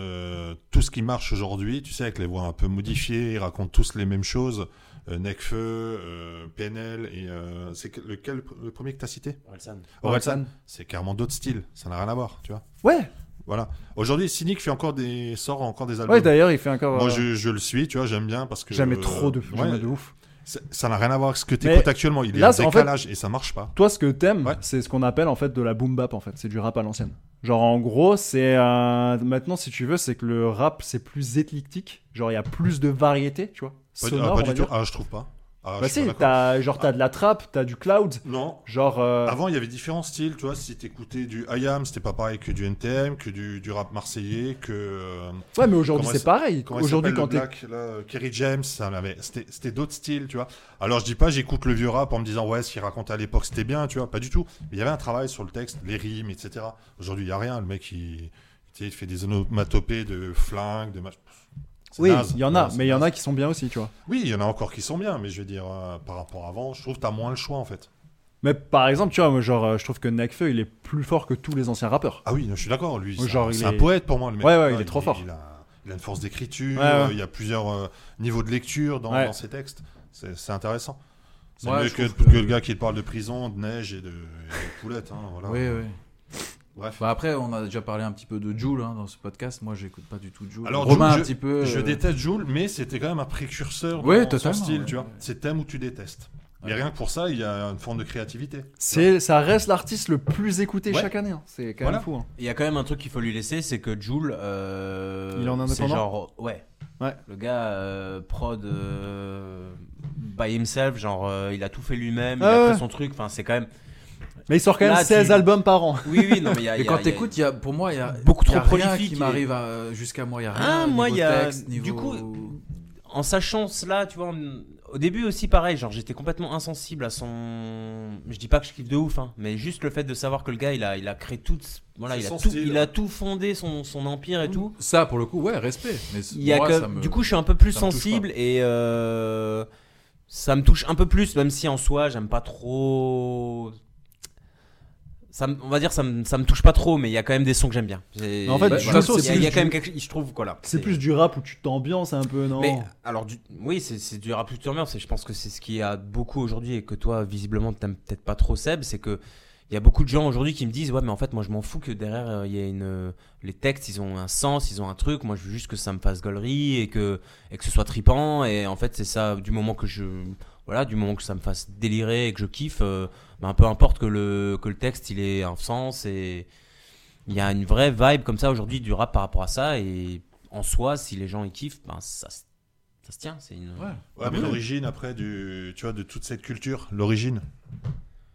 Speaker 4: tout ce qui marche aujourd'hui, tu sais, avec les voix un peu modifiées, ils racontent tous les mêmes choses. Euh, Necfeu, euh, PNL, et euh, c'est que- lequel le premier que tu as cité
Speaker 3: Orelsan.
Speaker 4: Orelsan. C'est carrément d'autres styles, ça n'a rien à voir, tu vois.
Speaker 2: Ouais,
Speaker 4: Voilà. Aujourd'hui, Cynic fait encore des sort encore des albums.
Speaker 2: ouais, d'ailleurs, il fait encore.
Speaker 4: Moi,
Speaker 2: euh,
Speaker 4: je, je le suis, tu vois, j'aime bien parce que.
Speaker 2: Jamais
Speaker 4: euh,
Speaker 2: trop de,
Speaker 4: ouais,
Speaker 2: jamais de ouf.
Speaker 4: ça- Ça n'a rien à voir avec ce que tu
Speaker 2: Mais
Speaker 4: actuellement. Il est
Speaker 2: là,
Speaker 4: en
Speaker 2: c'est- en fait-
Speaker 4: décalage et ça marche pas.
Speaker 2: Toi, ce que t'aimes,
Speaker 4: Ouais.
Speaker 2: c'est ce qu'on appelle en fait de la boom bap en fait. C'est du rap à l'ancienne. Genre en gros, c'est un- maintenant si tu veux, c'est que le rap c'est plus éclectique. Genre il y a plus de variété, tu vois.
Speaker 4: Pas,
Speaker 2: Sonore,
Speaker 4: ah, pas
Speaker 2: on va
Speaker 4: du
Speaker 2: dire.
Speaker 4: tout. Ah, je trouve pas. Ah,
Speaker 2: bah
Speaker 4: je suis
Speaker 2: si,
Speaker 4: pas d'accord.
Speaker 2: t'as genre t'as de la trap, t'as du cloud,
Speaker 4: Non.
Speaker 2: genre. euh,
Speaker 4: Avant, il y avait différents styles, tu vois. Si t'écoutais du IAM, c'était pas pareil que du NTM, que du, du rap marseillais, que. euh,
Speaker 2: Ouais, mais aujourd'hui
Speaker 4: Comment
Speaker 2: c'est
Speaker 4: il-
Speaker 2: pareil.
Speaker 4: comment il
Speaker 2: Aujourd'hui
Speaker 4: s'appelle
Speaker 2: quand
Speaker 4: le
Speaker 2: t'es
Speaker 4: Black, là, euh, Kerry James, ça l'avait- c'était c'était d'autres styles, tu vois. Alors je dis pas, j'écoute le vieux rap en me disant ouais, ce qu'il racontait à l'époque c'était bien, tu vois, pas du tout. Mais il y avait un travail sur le texte, les rimes, etc. Aujourd'hui il y a rien, le mec il, tu sais, il fait des onomatopées de flingues, de mach- C'est
Speaker 2: oui,
Speaker 4: naze.
Speaker 2: il y en a,
Speaker 4: Ouais, c'est
Speaker 2: mais il y en
Speaker 4: naze.
Speaker 2: a qui sont bien aussi, tu vois.
Speaker 4: Oui, il y en a encore qui sont bien, mais je veux dire euh, par rapport à avant, je trouve que t'as moins le choix en fait.
Speaker 2: Mais par exemple, tu vois, moi, genre, euh, je trouve que Nekfeu, il est plus fort que tous les anciens rappeurs.
Speaker 4: Ah oui, non, je suis d'accord, lui, c'est
Speaker 2: Genre,
Speaker 4: un,
Speaker 2: il
Speaker 4: c'est
Speaker 2: est-
Speaker 4: un poète pour moi le mec.
Speaker 2: Ouais, ouais, il
Speaker 4: Ah,
Speaker 2: est trop fort.
Speaker 4: Il a, il a une force d'écriture,
Speaker 2: Ouais, ouais.
Speaker 4: euh, il y a plusieurs euh, niveaux de lecture dans,
Speaker 2: Ouais.
Speaker 4: dans ses textes. C'est c'est intéressant. C'est
Speaker 1: Ouais,
Speaker 4: mieux
Speaker 1: je
Speaker 4: que,
Speaker 1: trouve
Speaker 4: que
Speaker 1: que-
Speaker 4: le gars qui te parle de prison, de neige et de, et de poulettes. hein, voilà.
Speaker 1: Oui, oui.
Speaker 4: Bref.
Speaker 1: Bah après, on a déjà parlé un petit peu de Joule hein, dans ce podcast. Moi, j'écoute pas du tout Joule.
Speaker 4: Alors,
Speaker 1: Romain,
Speaker 4: Jul,
Speaker 1: un petit peu.
Speaker 4: Je
Speaker 1: euh,
Speaker 4: déteste Jules, mais c'était quand même un précurseur
Speaker 1: Ouais,
Speaker 4: dans son
Speaker 1: totalement,
Speaker 4: style,
Speaker 1: ouais,
Speaker 4: tu vois.
Speaker 1: ouais.
Speaker 4: C'est thème où tu détestes. Et
Speaker 1: Ouais.
Speaker 4: rien que pour ça, il y a une forme de créativité.
Speaker 2: C'est, ça reste l'artiste le plus écouté
Speaker 4: Ouais.
Speaker 2: chaque année. hein. C'est quand
Speaker 4: Voilà.
Speaker 2: même fou. hein.
Speaker 3: Il y a quand même un truc qu'il faut lui laisser, c'est que Joule. euh,
Speaker 2: Il est en
Speaker 3: c'est
Speaker 2: indépendant
Speaker 3: genre, ouais.
Speaker 2: Ouais.
Speaker 3: Le gars euh, prod euh, by himself, genre euh, il a tout fait lui-même, il
Speaker 2: Ah
Speaker 3: a
Speaker 2: ouais.
Speaker 3: fait son truc, enfin c'est quand même.
Speaker 2: Mais il sort quand même
Speaker 3: Là, tu-
Speaker 2: 16 albums par an.
Speaker 3: Oui, oui, non mais
Speaker 1: [LAUGHS]
Speaker 3: il y a. il
Speaker 1: Et
Speaker 3: y a-
Speaker 1: quand
Speaker 3: il y a-
Speaker 1: t'écoutes, il y a- pour moi, il y a
Speaker 3: Beaucoup
Speaker 1: il y a
Speaker 3: trop
Speaker 1: rien
Speaker 3: prolifique
Speaker 1: qui
Speaker 3: et-
Speaker 1: m'arrive à- euh, jusqu'à moi. Il y a rien.
Speaker 3: Ah, moi,
Speaker 1: niveau
Speaker 3: il y a-
Speaker 1: texte,
Speaker 3: du
Speaker 1: niveau-
Speaker 3: coup, en sachant cela, tu vois, on- au début aussi pareil, genre j'étais complètement insensible à son. Je dis pas que je kiffe de ouf, hein, mais juste le fait de savoir que le gars il a, il a créé tout, voilà,
Speaker 4: C'est
Speaker 3: il a
Speaker 4: son
Speaker 3: tout,
Speaker 4: style.
Speaker 3: il a tout fondé son, son empire et tout.
Speaker 1: ça, pour le coup, ouais, respect. Mais c-
Speaker 3: Il y a
Speaker 1: Mmh. moi,
Speaker 3: que-
Speaker 1: ça me-
Speaker 3: du coup, je suis un peu plus
Speaker 1: ça me touche
Speaker 3: sensible et euh, ça me touche un peu plus, même si en soi j'aime pas trop ça me- on va dire ça me, ça me touche pas trop, mais il y a quand même des sons que j'aime bien. C'est-
Speaker 2: Mais en fait,
Speaker 1: Bah,
Speaker 2: Jules,
Speaker 1: de toute façon,
Speaker 3: il y a- il y, a
Speaker 2: plus
Speaker 3: quand même
Speaker 2: du-
Speaker 3: quelque je trouve voilà.
Speaker 2: c'est plus du rap où tu t'ambiances un peu, non
Speaker 3: Mais alors du- oui, c'est c'est du rap culture merde, c'est je pense que c'est ce qu'il y a beaucoup aujourd'hui et que toi visiblement t'aimes peut-être pas trop Seb, c'est que il y a beaucoup de gens aujourd'hui qui me disent ouais mais en fait moi je m'en fous que derrière euh, il y a une euh, les textes ils ont un sens ils ont un truc moi je veux juste que ça me fasse gaulerie et que et que ce soit tripant et en fait c'est ça du moment que je voilà du moment que ça me fasse délirer et que je kiffe euh, ben, peu importe que le que le texte il ait un sens et il y a une vraie vibe comme ça aujourd'hui du rap par rapport à ça et en soi si les gens ils kiffent ben ça se- ça se tient c'est une
Speaker 2: Ouais.
Speaker 4: Ouais, Ah, mais l'origine après du, tu vois, de toute cette culture, l'origine.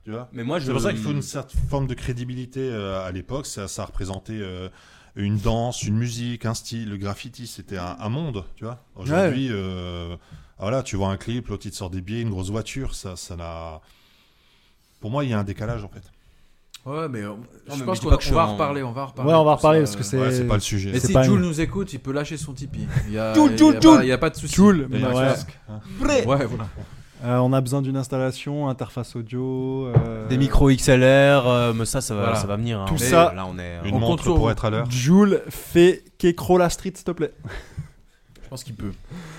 Speaker 4: Tu vois
Speaker 3: mais moi je
Speaker 4: C'est pour ça qu'il faut une certaine forme de crédibilité euh, à l'époque. Ça, ça représentait euh, une danse, une musique, un style. Le graffiti, c'était un, un monde, tu vois. Aujourd'hui, euh, voilà, tu vois un clip, l'autre il te sort des billets, une grosse voiture. Ça, ça n'a. Pour moi, il y a un décalage en fait.
Speaker 1: Ouais, mais euh,
Speaker 3: mais
Speaker 1: je
Speaker 3: me
Speaker 1: pense
Speaker 3: dis
Speaker 1: qu'on
Speaker 3: pas que je
Speaker 1: on va
Speaker 3: suis en-
Speaker 1: reparler, on va reparler.
Speaker 2: Ouais, on va reparler
Speaker 1: ça,
Speaker 2: parce que
Speaker 1: euh,
Speaker 2: c'est.
Speaker 4: Ouais, c'est pas le sujet.
Speaker 1: Mais
Speaker 2: c'est
Speaker 1: si
Speaker 2: pas
Speaker 1: Jules
Speaker 2: une-
Speaker 1: nous écoute, il peut lâcher son Tipeee. Il y a,
Speaker 2: Jules,
Speaker 1: il y a
Speaker 2: Jules,
Speaker 1: pas-
Speaker 2: Jules.
Speaker 1: Il n'y a pas de souci.
Speaker 2: Jules,
Speaker 4: Mais
Speaker 2: mais
Speaker 4: ouais.
Speaker 2: ouais.
Speaker 1: Ouais, voilà.
Speaker 2: Euh, on a besoin d'une installation, interface audio. euh,
Speaker 3: des micros XLR euh, mais ça ça va
Speaker 1: Voilà.
Speaker 3: ça va venir hein.
Speaker 2: Tout
Speaker 3: Mais
Speaker 2: ça-
Speaker 3: là on est euh,
Speaker 4: Une
Speaker 1: on compte
Speaker 4: montre
Speaker 1: sur vous.
Speaker 4: pour être à l'heure.
Speaker 2: Jules, fais Kekro la street, s'il te plaît.
Speaker 1: Je pense qu'il peut.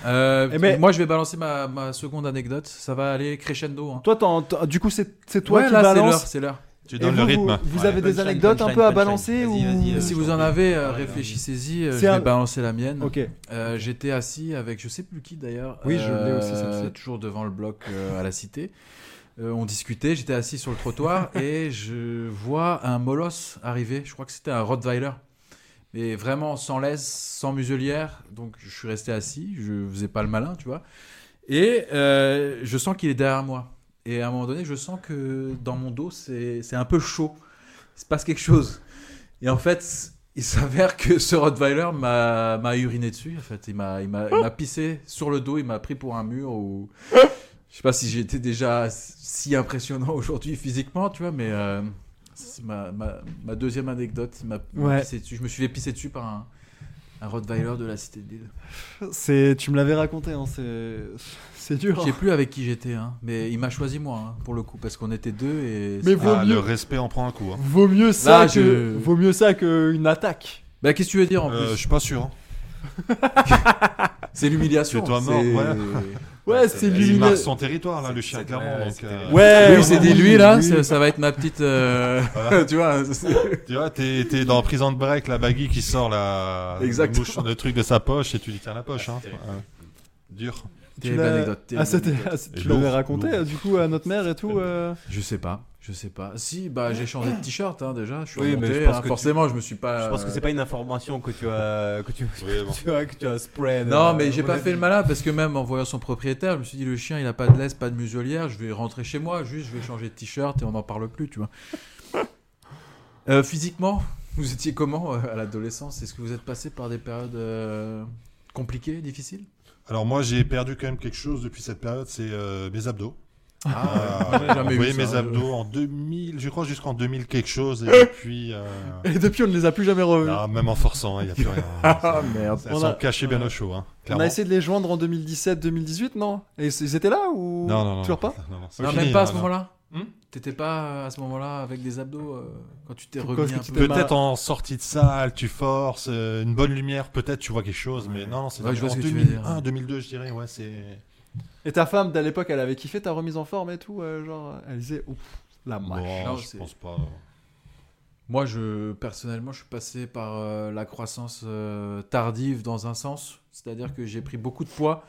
Speaker 1: Euh,
Speaker 2: Eh ben-
Speaker 1: Moi, je vais balancer ma, ma seconde anecdote. Ça va aller crescendo. hein.
Speaker 2: Toi, t'en- t'en- du coup, c'est c'est toi
Speaker 1: Ouais,
Speaker 2: qui
Speaker 1: là, c'est
Speaker 2: balances.
Speaker 1: l'heure, c'est l'heure.
Speaker 4: Tu
Speaker 2: Et
Speaker 4: donnes le
Speaker 2: vous,
Speaker 4: rythme.
Speaker 2: Vous, vous
Speaker 4: Ouais.
Speaker 2: avez des
Speaker 3: Punchline,
Speaker 2: anecdotes un
Speaker 3: punchline,
Speaker 2: peu à
Speaker 3: punchline.
Speaker 2: balancer
Speaker 3: Vas-y, vas-y,
Speaker 2: ou
Speaker 3: euh,
Speaker 1: si
Speaker 3: je
Speaker 1: vous
Speaker 3: t'en
Speaker 1: en
Speaker 3: prie.
Speaker 1: avez,
Speaker 3: Ouais,
Speaker 1: euh,
Speaker 3: ouais,
Speaker 1: réfléchissez-y. euh,
Speaker 2: C'est
Speaker 1: Je
Speaker 2: un-
Speaker 1: vais balancer la mienne.
Speaker 2: Ok.
Speaker 1: Euh, J'étais assis avec je sais plus qui d'ailleurs.
Speaker 2: Oui, je l'ai
Speaker 1: euh,
Speaker 2: aussi, celle-ci.
Speaker 1: Toujours devant le bloc euh, à la cité. Euh, on discutait, j'étais assis sur le
Speaker 2: [LAUGHS]
Speaker 1: trottoir et je vois un molosse arriver. Je crois que c'était un Rottweiler. Mais vraiment sans laisse, sans muselière. Donc je suis resté assis, je faisais pas le malin, tu vois. Et euh, je sens qu'il est derrière moi. Et à un moment donné, je sens que dans mon dos, c'est c'est un peu chaud. Il se passe quelque chose. Et en fait, il s'avère que ce Rottweiler m'a m'a uriné dessus. En fait, il m'a il m'a- il m'a pissé sur le dos. Il m'a pris pour un mur ou je sais pas si j'étais déjà si impressionnant aujourd'hui physiquement, tu vois. Mais euh, c'est ma, ma, ma deuxième anecdote. Il m'a il m'a
Speaker 2: Ouais.
Speaker 1: pissé dessus. Je me suis fait pisser dessus par un, un Rottweiler de la cité de Lille.
Speaker 2: C'est, tu me l'avais raconté, hein, c'est, c'est dur.
Speaker 1: Je sais plus avec qui j'étais, hein, mais il m'a choisi moi hein, pour le coup parce qu'on était deux et.
Speaker 2: Mais
Speaker 1: c'est-
Speaker 2: vaut
Speaker 4: Ah,
Speaker 2: mieux-
Speaker 4: le respect en prend un coup. hein.
Speaker 2: Vaut mieux ça
Speaker 1: Là,
Speaker 2: que,
Speaker 1: je-
Speaker 2: vaut mieux ça qu'une attaque.
Speaker 1: Bah, qu'est-ce que tu veux dire en
Speaker 4: Euh, je
Speaker 1: plus
Speaker 4: suis pas sûr. hein.
Speaker 1: C'est l'humiliation.
Speaker 4: C'est toi mort,
Speaker 1: c'est- [LAUGHS]
Speaker 4: ouais.
Speaker 2: Ouais,
Speaker 4: Ouais,
Speaker 2: c'est
Speaker 4: Euh, Il
Speaker 2: l'humiliation.
Speaker 4: marque son territoire là, le
Speaker 3: C'est-
Speaker 4: chien
Speaker 3: c'est-
Speaker 4: clairement.
Speaker 3: ouais,
Speaker 4: donc,
Speaker 3: c'est
Speaker 4: euh,
Speaker 2: Ouais.
Speaker 1: Oui, c'est dit lui là,
Speaker 2: Oui.
Speaker 1: ça, ça va être ma petite. euh, [LAUGHS]
Speaker 4: Voilà.
Speaker 1: tu vois. c'est-
Speaker 4: Tu vois, t'es, t'es dans Prison Break, la baggy qui sort la...
Speaker 1: Exactement.
Speaker 4: le mouche- le truc de sa poche et tu lui tiens la poche. Hein. Ouais. Dur.
Speaker 1: Terrible
Speaker 2: l'as-
Speaker 1: anecdote, terrible
Speaker 2: Ah, c'était-
Speaker 1: anecdote.
Speaker 2: ah, c'est-
Speaker 4: Et
Speaker 2: tu l'avais
Speaker 4: lourd,
Speaker 2: raconté
Speaker 4: lourd.
Speaker 2: euh, du coup à notre mère et tout. euh,
Speaker 1: Je sais pas, je sais pas. Si, bah j'ai changé de t-shirt hein, déjà. Je suis
Speaker 3: Oui, mais
Speaker 1: remonté,
Speaker 3: je pense
Speaker 1: hein,
Speaker 3: que tu-
Speaker 1: forcément, je me suis pas.
Speaker 3: je pense que c'est pas une information que tu as que tu, [LAUGHS]
Speaker 4: Oui, bon.
Speaker 3: tu as que tu as spread
Speaker 1: Non,
Speaker 3: euh,
Speaker 1: mais j'ai
Speaker 3: à
Speaker 1: pas
Speaker 3: mon
Speaker 1: fait le malin parce que même en voyant son propriétaire, je me suis dit le chien il a pas de laisse, pas de muselière, je vais rentrer chez moi, juste je vais changer de t-shirt et on n'en parle plus,
Speaker 3: [LAUGHS]
Speaker 1: tu vois. Euh, physiquement, vous étiez comment euh, à l'adolescence Est-ce que vous êtes passé par des périodes euh, compliquées, difficiles
Speaker 4: Alors moi, j'ai perdu quand même quelque chose depuis cette période, c'est euh, mes abdos.
Speaker 1: Ah,
Speaker 4: Euh,
Speaker 1: [LAUGHS] j'ai jamais
Speaker 4: vous
Speaker 1: vu
Speaker 4: voyez
Speaker 1: ça,
Speaker 4: mes
Speaker 1: je-
Speaker 4: abdos en 2000, je crois jusqu'en 2000 quelque chose, et depuis, euh,
Speaker 2: [LAUGHS] Et depuis, on ne les a plus jamais revenus.
Speaker 4: non, même en forçant, hein, il n'y a plus
Speaker 1: [LAUGHS]
Speaker 3: Ah,
Speaker 4: rien.
Speaker 1: merde.
Speaker 4: Elles
Speaker 2: On
Speaker 4: sont
Speaker 2: a-
Speaker 4: cachées bien au chaud, hein,
Speaker 2: on
Speaker 4: clairement.
Speaker 2: a essayé de les joindre en 2017-2018, non Et c- ils étaient là ou
Speaker 4: Non, non, non.
Speaker 2: toujours pas
Speaker 4: Non, non, c'est
Speaker 1: Non,
Speaker 4: fini,
Speaker 1: même pas à
Speaker 4: non,
Speaker 1: ce
Speaker 4: non.
Speaker 1: moment-là
Speaker 4: Hmm
Speaker 1: T'étais pas euh, à ce moment-là avec des abdos euh, quand tu t'es
Speaker 2: Pourquoi
Speaker 1: remis
Speaker 2: est-ce
Speaker 1: un
Speaker 2: que tu
Speaker 1: peu
Speaker 2: t'es
Speaker 4: Peut-être en sortie de salle, tu forces, euh, une bonne lumière, peut-être tu vois quelque chose, mais non, c'est
Speaker 1: Ouais, je vois
Speaker 4: en
Speaker 1: ce que tu veux dire.
Speaker 4: 2001, 2002, je dirais, ouais, c'est...
Speaker 2: Et ta femme, d'à l'époque, elle avait kiffé ta remise en forme et tout. euh, genre, elle disait, ouf, la moche.
Speaker 4: Bon,
Speaker 1: Non,
Speaker 4: je
Speaker 1: c'est-
Speaker 4: pense pas.
Speaker 1: Moi, je personnellement, je suis passé par euh, la croissance euh, tardive dans un sens, c'est-à-dire que j'ai pris beaucoup de poids.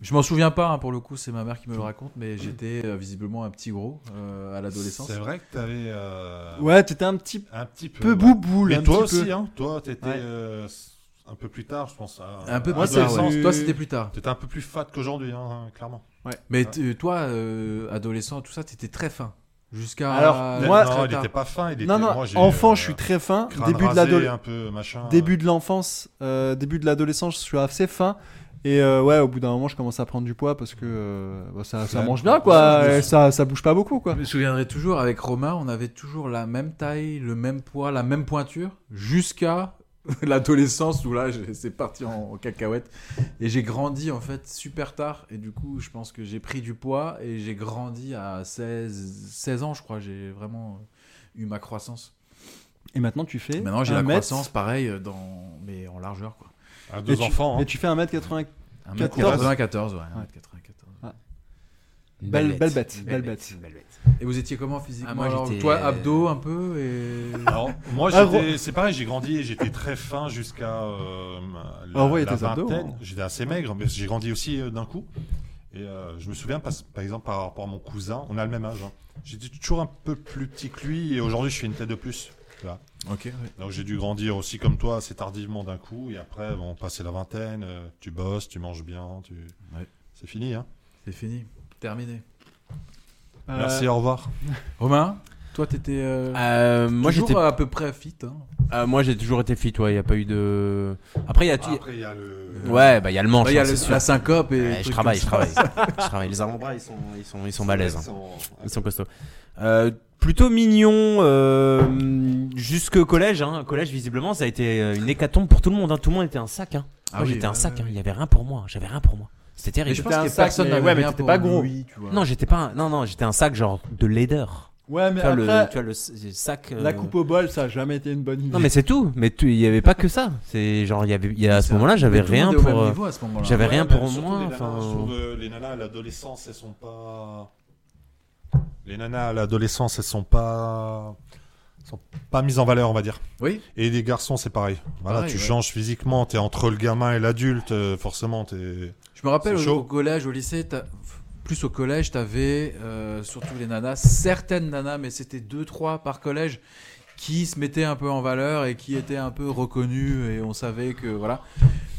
Speaker 1: Je m'en souviens pas, hein, pour le coup, c'est ma mère qui me le raconte, mais j'étais euh, visiblement un petit gros euh, à l'adolescence.
Speaker 4: C'est vrai que t'avais euh,
Speaker 2: Ouais, t'étais un petit
Speaker 4: un petit peu.
Speaker 2: peu
Speaker 4: ouais.
Speaker 2: bouboule. un
Speaker 4: Et toi
Speaker 2: petit peu.
Speaker 4: aussi, hein. Toi, t'étais
Speaker 2: Ouais.
Speaker 4: euh, s- un peu plus tard, je pense. à-
Speaker 1: Un peu
Speaker 4: à
Speaker 2: Moi,
Speaker 1: plus
Speaker 2: c'est-
Speaker 1: tard,
Speaker 4: l'adolescence.
Speaker 1: ouais. Toi, c'était plus tard.
Speaker 4: T'étais un peu plus fat qu'aujourd'hui, hein, clairement.
Speaker 1: Mais
Speaker 2: Ah.
Speaker 1: t- toi, euh, adolescent, tout ça, t'étais très fin. Jusqu'à.
Speaker 2: Alors,
Speaker 1: très
Speaker 2: moi-
Speaker 4: non, il
Speaker 1: tard.
Speaker 4: était pas fin. Il était,
Speaker 2: Non, non,
Speaker 4: moi, j'ai,
Speaker 2: enfant,
Speaker 4: euh,
Speaker 2: je suis très fin.
Speaker 4: crâne
Speaker 2: Début de
Speaker 4: rasé, hein.
Speaker 2: l'adolescence.
Speaker 4: un peu machin.
Speaker 2: début de l'enfance, euh, début de l'adolescence, je suis assez fin. Et euh, ouais, au bout d'un moment, je commence à prendre du poids parce que euh, bah, ça, ça
Speaker 4: Ouais.
Speaker 2: mange bien, quoi.
Speaker 4: Ouais.
Speaker 2: Et ça, ça bouge pas beaucoup, quoi.
Speaker 1: Je me souviendrai toujours, avec Romain, on avait toujours la même taille, le même poids, la même pointure, jusqu'à [LAUGHS] l'adolescence où là, j'ai- c'est parti en, en cacahuète. Et j'ai grandi, en fait, super tard. Et du coup, je pense que j'ai pris du poids et j'ai grandi à 16, 16 ans, je crois. J'ai vraiment euh, eu ma croissance.
Speaker 2: Et maintenant, tu fais.
Speaker 1: Maintenant, j'ai
Speaker 2: un
Speaker 1: la
Speaker 2: mètre-
Speaker 1: croissance, pareil, euh, dans... mais en largeur. Quoi.
Speaker 4: À
Speaker 2: et
Speaker 4: deux
Speaker 2: tu-
Speaker 4: enfants. hein.
Speaker 2: Et tu fais 1m80.
Speaker 1: 1m94, ouais. 1m94.
Speaker 3: Une
Speaker 2: Belle, belle bête. Belle bête.
Speaker 3: Une belle bête.
Speaker 1: Et vous étiez comment physiquement
Speaker 3: Ah, moi,
Speaker 1: alors
Speaker 3: j'étais-
Speaker 1: Toi, abdos un peu et...
Speaker 4: Alors, moi,
Speaker 2: Ah,
Speaker 4: j'étais- c'est pareil, j'ai grandi et j'étais très fin jusqu'à euh, ma- la,
Speaker 2: Ah ouais,
Speaker 4: la
Speaker 2: tes abdos,
Speaker 4: vingtaine.
Speaker 2: hein.
Speaker 4: J'étais assez maigre, mais j'ai grandi aussi euh, d'un coup. Et euh, je me souviens, pas- par exemple, par rapport à mon cousin, on a le même âge. hein. J'étais toujours un peu plus petit que lui et aujourd'hui, je fais une tête de plus.
Speaker 1: Ok, ouais.
Speaker 4: Donc, j'ai dû grandir aussi comme toi assez tardivement d'un coup. Et après, bon, passer la vingtaine, euh, tu bosses, tu manges bien, tu...
Speaker 1: Ouais.
Speaker 4: c'est fini. Hein.
Speaker 1: c'est fini, terminé.
Speaker 2: Euh,
Speaker 4: Merci, au revoir.
Speaker 1: Romain, toi, t'étais euh,
Speaker 3: Euh, moi,
Speaker 1: toujours
Speaker 3: j'étais,
Speaker 1: à peu près fit. hein.
Speaker 3: euh, moi, j'ai toujours été fit, ouais. Il y a pas eu de. Après, il y a.
Speaker 4: Après, il y a le...
Speaker 3: Ouais, bah il y a le manche.
Speaker 1: Bah, Il y a
Speaker 3: hein,
Speaker 1: le-
Speaker 3: c'est sûr.
Speaker 1: la syncope et.
Speaker 3: Ouais,
Speaker 1: trucs
Speaker 3: je travaille, je
Speaker 1: comme
Speaker 3: travaille,
Speaker 1: [LAUGHS]
Speaker 3: je travaille. Les avant-bras, ils sont, ils sont, ils sont malaises. hein.
Speaker 4: Sans-
Speaker 3: Ils sont costauds. Euh, plutôt mignon euh, jusqu'au collège. Hein. Collège, visiblement, ça a été euh, une hécatombe pour tout le monde. hein. Tout le monde était un sac. Hein.
Speaker 1: Ah
Speaker 3: moi,
Speaker 1: oui,
Speaker 3: j'étais un
Speaker 1: ouais,
Speaker 3: sac.
Speaker 1: ouais,
Speaker 3: hein.
Speaker 1: ouais.
Speaker 3: Il y avait rien pour moi. J'avais rien pour moi. C'était
Speaker 1: Mais
Speaker 3: terrible.
Speaker 1: je
Speaker 2: J'étais
Speaker 1: pense
Speaker 2: un
Speaker 1: que
Speaker 2: sac,
Speaker 1: personne
Speaker 2: mais-
Speaker 1: n'avait
Speaker 2: ouais, mais
Speaker 1: rien
Speaker 2: t'étais
Speaker 1: pour
Speaker 2: pas gros.
Speaker 1: lui, tu vois.
Speaker 3: Non, j'étais pas. un- Non, non, j'étais un sac genre de laideur.
Speaker 2: Ouais, mais
Speaker 3: Tu vois, le,
Speaker 2: après,
Speaker 3: tu vois, le s- sac. euh,
Speaker 2: la coupe au bol, ça a jamais été une bonne idée.
Speaker 3: Non, mais c'est tout. Mais tu- il y avait pas que ça. C'est genre, il y avait. il y a- à ce moment-là, j'avais
Speaker 1: Mais tout le
Speaker 3: rien
Speaker 1: monde est au
Speaker 3: pour.
Speaker 1: même
Speaker 3: euh,
Speaker 1: niveau à ce moment-là.
Speaker 3: j'avais
Speaker 4: Ouais,
Speaker 3: rien
Speaker 4: mais
Speaker 3: pour
Speaker 4: surtout
Speaker 3: moi,
Speaker 4: Les nanas,
Speaker 3: enfin,
Speaker 4: je trouve, euh, les nanas à l'adolescence, elles sont pas. Les nanas à l'adolescence, elles sont pas. sont pas mises en valeur, on va dire.
Speaker 1: Oui,
Speaker 4: Et les garçons, c'est pareil. Voilà,
Speaker 1: Pareil,
Speaker 4: tu
Speaker 1: ouais.
Speaker 4: changes physiquement, t'es entre le gamin et l'adulte, euh, forcément, t'es.
Speaker 1: je me rappelle
Speaker 4: C'est
Speaker 1: au,
Speaker 4: chaud.
Speaker 1: au collège, au lycée, t'as- plus au collège, t'avais euh, surtout les nanas, certaines nanas, mais c'était deux, trois par collège, qui se mettaient un peu en valeur et qui étaient un peu reconnues et on savait que voilà.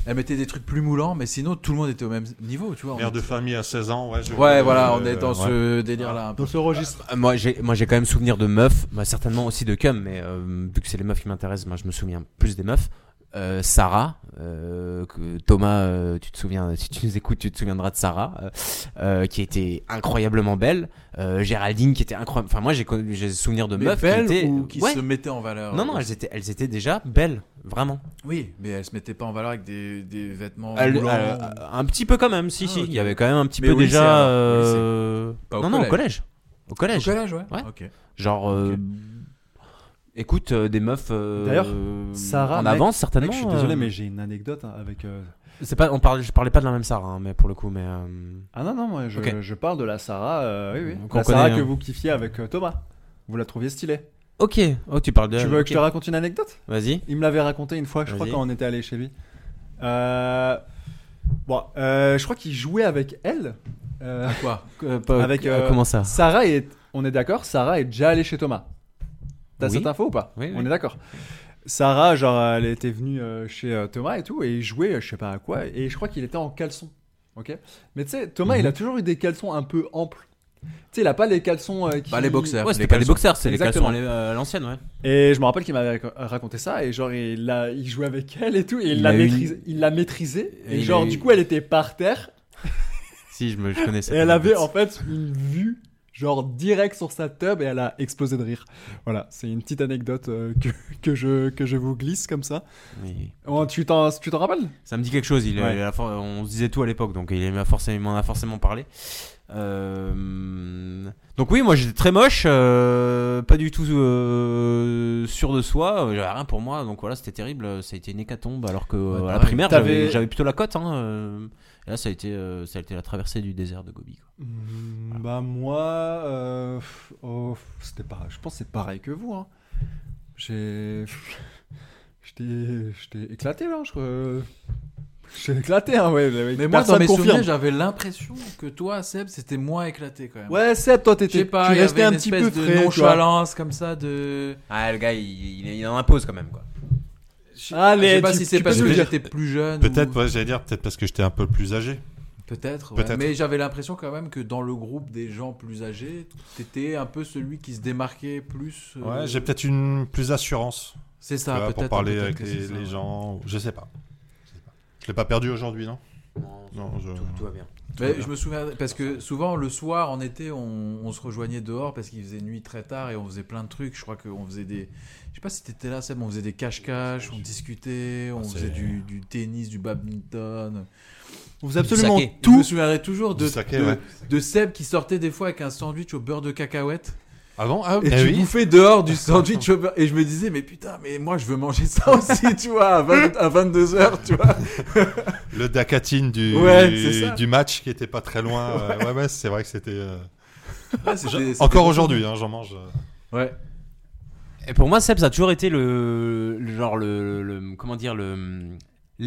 Speaker 1: Elles mettaient des trucs plus moulants, mais sinon tout le monde était au même niveau, tu vois.
Speaker 4: Mère de famille à 16 ans, ouais. je-
Speaker 1: Ouais,
Speaker 4: euh,
Speaker 1: voilà, on est dans
Speaker 4: ouais.
Speaker 1: ce délire-là un peu.
Speaker 2: Dans ce registre.
Speaker 3: Euh, Moi j'ai, moi j'ai quand même souvenir de meufs, bah, certainement aussi de cum, mais euh, vu que c'est les meufs qui m'intéressent, moi je me souviens plus des meufs. Euh, Sarah, euh, que- Thomas, euh, tu te souviens, si tu nous écoutes, tu te souviendras de Sarah, euh, euh, qui était incroyablement belle. Euh, Géraldine, qui était incroyable. Enfin, moi j'ai, connu- j'ai souvenir de
Speaker 1: Mais
Speaker 3: meufs
Speaker 1: belles
Speaker 3: qui étaient.
Speaker 1: ou qui
Speaker 3: Ouais.
Speaker 1: se mettaient en valeur euh,
Speaker 3: Non, non, elles étaient, elles étaient déjà belles, vraiment.
Speaker 1: Oui, mais elles se mettaient pas en valeur avec des, des vêtements
Speaker 3: Elles-
Speaker 1: moulants.
Speaker 3: euh, un petit peu quand même, si,
Speaker 1: Ah,
Speaker 3: si.
Speaker 1: ok.
Speaker 3: Il y avait quand même un petit
Speaker 1: Mais
Speaker 3: peu
Speaker 1: au lycée,
Speaker 3: déjà.
Speaker 1: alors, au
Speaker 3: euh,
Speaker 1: Pas au
Speaker 3: non, non, au collège. Au
Speaker 1: Au
Speaker 3: collège.
Speaker 1: collège, ouais.
Speaker 3: Ouais.
Speaker 1: Ok.
Speaker 3: Genre, euh, écoute, euh, des meufs. euh,
Speaker 2: D'ailleurs,
Speaker 3: euh,
Speaker 2: Sarah,
Speaker 3: en
Speaker 2: mec-
Speaker 3: avance certainement.
Speaker 2: Mec, je suis désolé,
Speaker 3: euh,
Speaker 2: mais j'ai une anecdote hein, avec. euh,
Speaker 3: c'est pas, on parlait, je parlais pas de la même Sarah, hein, mais pour le coup, mais euh,
Speaker 2: Ah non, non, moi je,
Speaker 3: Ok.
Speaker 2: je parle de la Sarah, euh, oui, oui.
Speaker 3: Qu'on
Speaker 2: la Sarah
Speaker 3: connaît,
Speaker 2: que
Speaker 3: hein.
Speaker 2: vous kiffiez avec euh, Thomas. Vous la trouviez stylée.
Speaker 3: ok. Oh, tu parles de.
Speaker 2: tu veux
Speaker 3: ok.
Speaker 2: que je te raconte une anecdote
Speaker 3: Vas-y.
Speaker 2: Il me l'avait raconté une fois, je crois,
Speaker 3: Vas-y.
Speaker 2: quand on était allé chez lui. Euh, Bon, euh, je crois qu'il jouait avec elle. Euh,
Speaker 1: Quoi
Speaker 2: Avec, euh,
Speaker 3: comment ça
Speaker 2: Sarah est. On est d'accord, Sarah est déjà allée chez Thomas. T'as
Speaker 3: Oui.
Speaker 2: cette info ou pas
Speaker 3: Oui,
Speaker 2: On
Speaker 3: oui.
Speaker 2: est d'accord. Sarah, genre, elle était venue euh, chez euh, Thomas et tout, et il jouait, euh, je sais pas à quoi, et je crois qu'il était en caleçon. Ok Mais tu sais, Thomas,
Speaker 3: Mhm.
Speaker 2: il a toujours eu des caleçons un peu amples. Tu sais, il a pas les caleçons euh, qui.
Speaker 1: Bah, les boxers.
Speaker 3: Ouais, c'était pas des
Speaker 1: caleçons.
Speaker 3: boxers, c'est les caleçons hein.
Speaker 2: Exactement.
Speaker 3: à l'é- à euh, l'ancienne, ouais.
Speaker 2: Et je me rappelle qu'il m'avait rac- raconté ça, et genre, il, a, il jouait avec elle et tout, et il,
Speaker 3: Il
Speaker 2: l'a
Speaker 3: a eu une-
Speaker 2: maîtrisé, il l'a maîtrisé,
Speaker 3: Et
Speaker 2: et,
Speaker 3: il a
Speaker 2: genre,
Speaker 3: eu-
Speaker 2: du coup, elle était par terre,
Speaker 3: Si, je me je connaissais.
Speaker 2: et elle avait en fait une vue, genre, direct sur sa tub, et elle a explosé de rire. Voilà, c'est une petite anecdote euh, que, que, je, que je vous glisse comme ça.
Speaker 3: Oui.
Speaker 2: Oh, tu t'en tu t'en rappelles
Speaker 3: Ça me dit quelque chose. Il,
Speaker 2: Ouais.
Speaker 3: il a for- on se disait tout à l'époque, donc il m'a forcément, il m'en a forcément parlé. Euh, Donc oui, moi j'étais très moche, euh, pas du tout euh, sûr de soi, euh, j'avais rien pour moi, donc voilà, c'était terrible. Ça a été une hécatombe, alors que euh, à la
Speaker 1: pareil.
Speaker 3: primaire
Speaker 2: T'avais-
Speaker 3: j'avais j'avais plutôt la cote. Hein, euh, et là, ça a été, euh, ça a été la traversée du désert de Gobi. quoi.
Speaker 2: Hmm, Bah moi, euh, pff, oh, pff, c'était pas. Je pense que c'est pareil que vous. hein. J'ai, [LAUGHS] pff, j'étais, j'étais éclaté là. Je, euh, j'ai éclaté hein, ouais. ouais,
Speaker 1: Mais moi,
Speaker 2: personne
Speaker 1: dans mes
Speaker 2: confirme.
Speaker 1: souvenirs, j'avais l'impression que toi, Seb, c'était moins éclaté quand même.
Speaker 2: Ouais, Seb, toi
Speaker 1: je sais
Speaker 2: t'étais,
Speaker 1: pas,
Speaker 2: tu
Speaker 1: il y
Speaker 2: restais
Speaker 1: avait
Speaker 2: un
Speaker 1: une
Speaker 2: petit
Speaker 1: espèce
Speaker 2: peu
Speaker 1: de
Speaker 2: frais, tu
Speaker 1: nonchalance comme ça de.
Speaker 3: Ah, le gars, il, en impose quand même. Quoi.
Speaker 2: vois. Allez,
Speaker 1: je sais pas
Speaker 2: Ah, tu-
Speaker 1: si c'est
Speaker 2: tu
Speaker 1: parce
Speaker 2: peux
Speaker 1: que
Speaker 2: nous dire.
Speaker 1: j'étais plus jeune.
Speaker 4: Peut-être,
Speaker 1: ou-
Speaker 4: ouais, j'allais dire, peut-être parce que j'étais un peu plus âgé.
Speaker 1: Peut-être. ouais.
Speaker 4: Peut-être.
Speaker 1: Mais j'avais l'impression quand même que dans le groupe des gens plus âgés, t'étais un peu celui qui se démarquait plus. euh,
Speaker 4: Ouais, j'ai peut-être une plus assurance
Speaker 1: C'est
Speaker 4: tu vois,
Speaker 1: ça,
Speaker 4: pour
Speaker 1: peut-être.
Speaker 4: parler
Speaker 1: peut-être
Speaker 4: avec
Speaker 1: que
Speaker 4: les,
Speaker 1: c'est ça,
Speaker 4: les
Speaker 1: ouais.
Speaker 4: gens. ou- Je sais pas. Je sais pas. Je l'ai pas perdu aujourd'hui, non Non, je-
Speaker 3: tout, tout va bien.
Speaker 1: Mais je me souviens, parce que souvent le soir en été, on, on se rejoignait dehors parce qu'il faisait nuit très tard et on faisait plein de trucs. Je crois qu'on faisait des. Je sais pas si t'étais là, Seb, on faisait des cache-cache, on discutait, on
Speaker 4: Ah, c'est-
Speaker 1: faisait du, du tennis, du badminton.
Speaker 2: On faisait absolument
Speaker 3: saké.
Speaker 1: Je me
Speaker 2: tout.
Speaker 1: souviendrai toujours de,
Speaker 4: Du saké,
Speaker 1: de,
Speaker 4: ouais.
Speaker 1: de Seb qui sortait des fois avec un sandwich au beurre de cacahuète.
Speaker 4: Avant Ah
Speaker 1: Et
Speaker 4: eh
Speaker 1: tu
Speaker 4: oui.
Speaker 1: bouffais dehors du sandwich au beurre. Et je me disais, mais putain, mais moi je veux manger
Speaker 4: [LAUGHS]
Speaker 1: ça aussi, tu vois, à, 22h, tu vois.
Speaker 4: Le Dakatine du,
Speaker 1: Ouais,
Speaker 4: du-
Speaker 1: c'est ça.
Speaker 4: du match qui était pas très loin. euh, ouais, ouais, c'est vrai que c'était. euh,
Speaker 1: Ouais, c'était- c'était-
Speaker 4: Encore aujourd'hui, hein, j'en mange. euh,
Speaker 1: Ouais.
Speaker 3: Et pour moi, Seb, ça a toujours été le, le genre le, le- le- comment dire le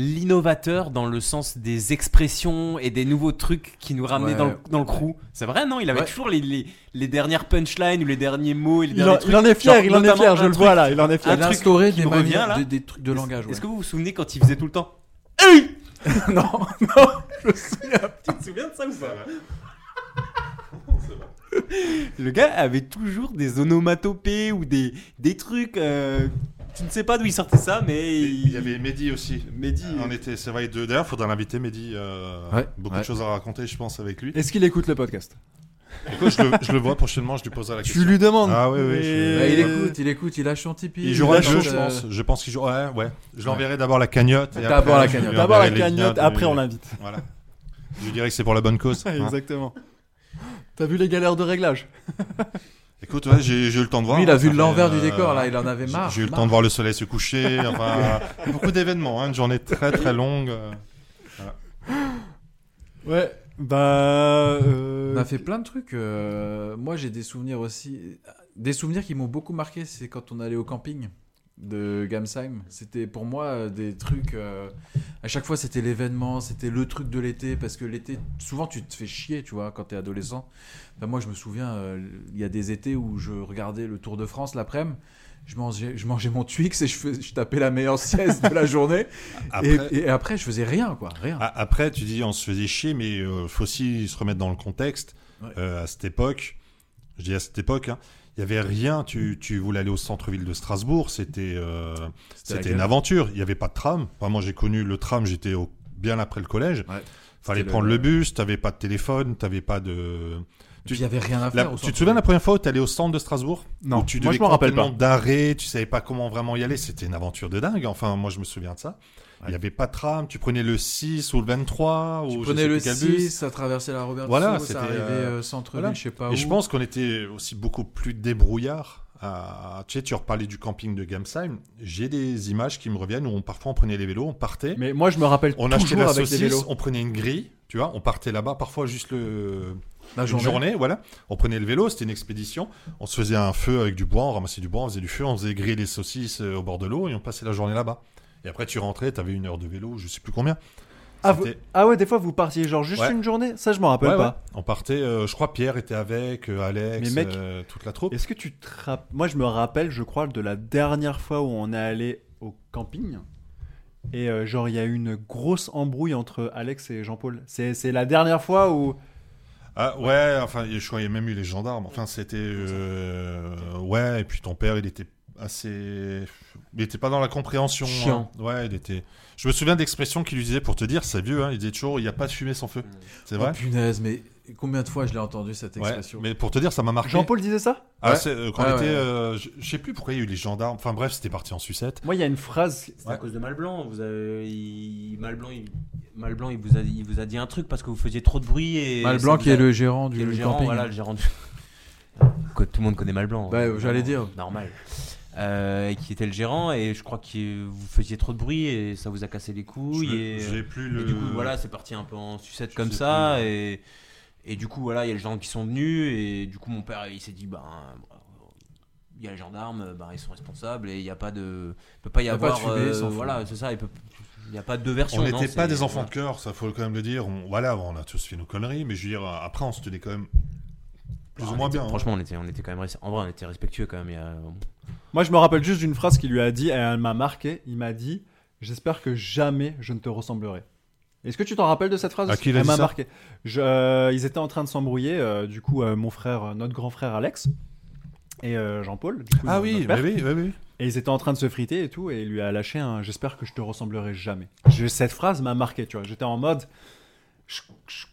Speaker 3: l'innovateur dans le sens des expressions et des nouveaux trucs qui nous ramenaient
Speaker 1: Ouais.
Speaker 3: dans, le, dans le crew. C'est vrai, non Il avait
Speaker 1: Ouais.
Speaker 3: toujours les, les, les dernières punchlines ou les derniers mots et les
Speaker 2: Il
Speaker 3: derniers
Speaker 2: en,
Speaker 3: trucs.
Speaker 2: il en est fier,
Speaker 3: Genre,
Speaker 2: il en est
Speaker 3: notamment
Speaker 2: fier, je
Speaker 3: un
Speaker 2: le
Speaker 3: truc-
Speaker 2: vois là, il en est
Speaker 3: un
Speaker 2: fier.
Speaker 1: Elle a
Speaker 3: truc
Speaker 1: instauré
Speaker 3: qui
Speaker 1: des,
Speaker 3: me revient,
Speaker 1: manières-
Speaker 3: là.
Speaker 1: des, des trucs de langage.
Speaker 3: Est-ce
Speaker 1: Ouais.
Speaker 3: que vous vous souvenez quand il faisait tout le temps
Speaker 1: non,
Speaker 4: [LAUGHS]
Speaker 1: non, je me souviens.
Speaker 3: Tu te souviens de ça ou pas [LAUGHS] Le gars avait toujours des onomatopées ou des, des trucs. euh, tu ne sais pas d'où il euh, sortait ça, mais.
Speaker 4: Il y avait Mehdi aussi.
Speaker 3: Mehdi.
Speaker 4: On était, c'est vrai, deux. D'ailleurs, faudra l'inviter, Mehdi. euh,
Speaker 1: Ouais,
Speaker 4: beaucoup
Speaker 1: ouais.
Speaker 4: de choses à raconter, je pense, avec lui.
Speaker 2: Est-ce qu'il écoute le podcast
Speaker 4: Du coup, je le, je le vois prochainement, je lui poserai la question.
Speaker 2: Tu lui demandes.
Speaker 4: Ah oui, oui.
Speaker 2: Et-
Speaker 4: je-
Speaker 1: Bah, il
Speaker 2: Euh,
Speaker 1: écoute, il écoute, il lâche son Tipeee.
Speaker 4: Il jouera
Speaker 1: il
Speaker 4: deux,
Speaker 1: lâche,
Speaker 4: je
Speaker 1: euh,
Speaker 4: pense. Je pense qu'il joue. Ouais, ouais. Je l'enverrai d'abord la cagnotte. et
Speaker 1: D'abord
Speaker 4: après,
Speaker 1: la
Speaker 4: je lui
Speaker 1: cagnotte.
Speaker 2: D'abord la
Speaker 4: enverrai les liens
Speaker 2: cagnotte,
Speaker 4: de-
Speaker 2: après on l'invite.
Speaker 4: Voilà. Je lui dirai que c'est pour la bonne cause. hein.
Speaker 2: [LAUGHS] Exactement. T'as vu les galères de réglage
Speaker 4: Écoute, ouais, j'ai j'ai eu le temps de voir.
Speaker 1: Lui, il a vu
Speaker 4: Ça fait,
Speaker 1: l'envers du
Speaker 4: euh,
Speaker 1: décor, là, il en avait
Speaker 4: j'ai-
Speaker 1: marre.
Speaker 4: J'ai eu le
Speaker 1: marre.
Speaker 4: temps de voir le soleil se coucher. Enfin, [LAUGHS] beaucoup d'événements. hein, Une journée très très longue. euh.
Speaker 2: Ouais. Bah.
Speaker 1: On a fait plein de trucs. euh, moi, j'ai des souvenirs aussi. Des souvenirs qui m'ont beaucoup marqué, c'est quand on allait au camping de Gamsheim. C'était pour moi euh, des trucs. euh, à chaque fois, c'était l'événement, c'était le truc de l'été. Parce que l'été, souvent, tu te fais chier, tu vois, quand t'es adolescent. Enfin, moi, je me souviens, euh, il y a des étés où je regardais le Tour de France l'après-midi. Je mangeais, je mangeais mon Twix et je, fais- je tapais la meilleure sieste de la journée.
Speaker 4: Après, Ah,
Speaker 1: et, et après, je faisais rien, quoi. Rien.
Speaker 4: a- après, tu dis, on se faisait chier, mais euh, faut aussi se remettre dans le contexte.
Speaker 1: Ouais.
Speaker 4: Euh, à cette époque, je dis à cette époque, hein, il n'y avait rien. Tu, tu voulais aller au centre-ville de Strasbourg. C'était euh,
Speaker 1: la
Speaker 4: C'était
Speaker 1: guerre.
Speaker 4: une aventure. Il n'y avait pas de tram. Enfin, moi, j'ai connu le tram, j'étais au- bien après le collège.
Speaker 1: Ouais. C'était
Speaker 4: Fallait
Speaker 1: le-
Speaker 4: prendre le, bus, t'avais pas de téléphone, t'avais pas de.
Speaker 1: Puis, il y avait rien à
Speaker 4: La-
Speaker 1: faire. au
Speaker 4: tu te
Speaker 1: centre-ville.
Speaker 4: souviens la première fois où t'allais au centre de Strasbourg
Speaker 2: Non.
Speaker 4: Où tu
Speaker 2: Moi,
Speaker 4: devais
Speaker 2: je m'en rappelle
Speaker 4: prendre
Speaker 2: pas.
Speaker 4: tellement d'arrêts, tu savais pas comment vraiment y aller. C'était une aventure de dingue. Enfin, moi, je me souviens de ça. Il n'y avait pas de tram. Tu prenais le 6 ou le 23
Speaker 1: Tu
Speaker 4: ou je
Speaker 1: prenais
Speaker 4: sais
Speaker 1: le
Speaker 4: plus quel bus.
Speaker 1: 6, ça traversait la Robert
Speaker 4: Voilà,
Speaker 1: ça
Speaker 4: c'était,
Speaker 1: arrivait
Speaker 4: euh,
Speaker 1: euh, centre-ville,
Speaker 4: voilà.
Speaker 1: je sais pas où.
Speaker 4: Et je pense qu'on était aussi beaucoup plus débrouillard. à- Tu sais, tu reparlais du camping de Gamsheim. J'ai des images qui me reviennent où on, parfois on prenait les vélos, on partait.
Speaker 2: Mais moi je me rappelle
Speaker 4: On achetait
Speaker 2: toujours
Speaker 4: la
Speaker 2: avec les
Speaker 4: saucisse,
Speaker 2: vélos.
Speaker 4: on prenait une grille, tu vois, on partait là-bas, parfois juste le...
Speaker 1: la
Speaker 4: une journée. voilà. On prenait le vélo, c'était une expédition, on se faisait un feu avec du bois, on ramassait du bois, on faisait du feu, on faisait griller les saucisses euh, au bord de l'eau et on passait la journée là-bas. Et après, tu rentrais, t'avais une heure de vélo, je sais plus combien.
Speaker 2: Ah,
Speaker 4: C'était-
Speaker 2: vous- ah ouais, des fois vous partiez genre juste
Speaker 4: Ouais.
Speaker 2: une journée Ça je m'en rappelle
Speaker 4: Ouais, ouais.
Speaker 2: pas.
Speaker 4: On partait, euh, je crois Pierre était avec, euh, Alex,
Speaker 2: Mais mec-
Speaker 4: euh, toute la troupe.
Speaker 2: Est-ce que tu te rappelles Moi, je me rappelle, je crois, de la dernière fois où on est allé au camping. Et euh, genre, il y a eu une grosse embrouille entre Alex et Jean-Paul. C'est c'est la dernière fois où.
Speaker 4: Ah ouais, enfin, je crois qu'il y a même eu les gendarmes. Enfin, c'était... euh, ouais, et puis ton père, il était assez... Il était pas dans la compréhension.
Speaker 1: Chiant.
Speaker 4: hein. Ouais, il était... Je me souviens d'expressions qu'il utilisait pour te dire, c'est vieux, hein, il disait toujours, il n'y a pas de fumée sans
Speaker 2: Mmh.
Speaker 4: feu. C'est
Speaker 1: Oh
Speaker 4: vrai
Speaker 1: punaise, mais combien de fois je l'ai entendu cette
Speaker 4: Ouais,
Speaker 1: expression
Speaker 4: mais pour te dire, ça m'a marqué.
Speaker 2: Jean-Paul disait ça
Speaker 4: Ah,
Speaker 1: Ouais.
Speaker 4: c'est, euh, quand
Speaker 1: Ouais,
Speaker 4: on était,
Speaker 1: ouais, ouais.
Speaker 4: euh, je je sais plus pourquoi il y a eu les gendarmes. Enfin bref, c'était parti en sucette.
Speaker 2: Moi, il y a une phrase.
Speaker 3: C'est à cause de Malblanc. Vous avez, il, Malblanc, il, Malblanc, il vous a, il vous a dit un truc parce que vous faisiez trop de bruit et.
Speaker 1: Malblanc
Speaker 3: ça vous
Speaker 1: qui
Speaker 3: a-
Speaker 1: est le gérant du
Speaker 3: qui est le gérant,
Speaker 1: camping.
Speaker 3: voilà, le gérant du. [LAUGHS] Que tout le monde connaît Malblanc.
Speaker 1: Bah,
Speaker 3: hein,
Speaker 1: j'allais
Speaker 3: vraiment,
Speaker 1: dire.
Speaker 3: Normal. Euh, et qui était le gérant et je crois que vous faisiez trop de bruit et ça vous a cassé les couilles
Speaker 4: Je-
Speaker 3: et.
Speaker 4: J'ai plus
Speaker 3: Et
Speaker 4: le.
Speaker 3: du coup, voilà, c'est parti un peu en sucette
Speaker 4: Je
Speaker 3: comme
Speaker 4: sais
Speaker 3: ça.
Speaker 4: plus.
Speaker 3: Et, et du coup, voilà, il y a les gens qui sont venus. Et du coup, mon père, il s'est dit, ben, il y a les gendarmes, ben, ils sont responsables. Et il n'y a pas de. Il peut pas y
Speaker 1: Il y a pas de
Speaker 3: avoir.
Speaker 1: fumée
Speaker 3: euh,
Speaker 1: sans feu.
Speaker 3: voilà, c'est ça. il peut- Il n'y a pas de deux versions.
Speaker 4: On
Speaker 3: non,
Speaker 4: n'était
Speaker 3: c'est-
Speaker 4: pas des enfants
Speaker 3: voilà.
Speaker 4: de cœur, ça faut quand même le dire. On- voilà, on a tous fait nos conneries, mais je veux dire, euh, après on se tenait quand même plus
Speaker 1: Ah,
Speaker 3: Bah,
Speaker 4: ou
Speaker 3: on
Speaker 4: moins
Speaker 3: était-
Speaker 4: bien. hein.
Speaker 3: Franchement, on était, on était quand même. res- En vrai, on était respectueux quand même. il y a-
Speaker 2: Moi, je me rappelle juste d'une phrase qu'il lui a dit et elle m'a marqué. Il m'a dit J'espère que jamais je ne te ressemblerai. Est-ce que tu t'en rappelles de cette phrase
Speaker 4: À qui il a
Speaker 2: Elle
Speaker 4: dit
Speaker 2: m'a
Speaker 4: ça
Speaker 2: marqué. Je- euh, ils étaient en train de s'embrouiller. euh, du coup, euh, mon frère, euh, notre grand frère Alex et euh, Jean-Paul. du coup,
Speaker 4: Ah
Speaker 2: notre
Speaker 4: oui,
Speaker 2: père.
Speaker 4: mais oui, oui, oui.
Speaker 2: Et ils étaient en train de se friter et tout, et il lui a lâché un J'espère que je te ressemblerai jamais. Je- cette phrase m'a marqué, tu vois. J'étais en mode. Je, je-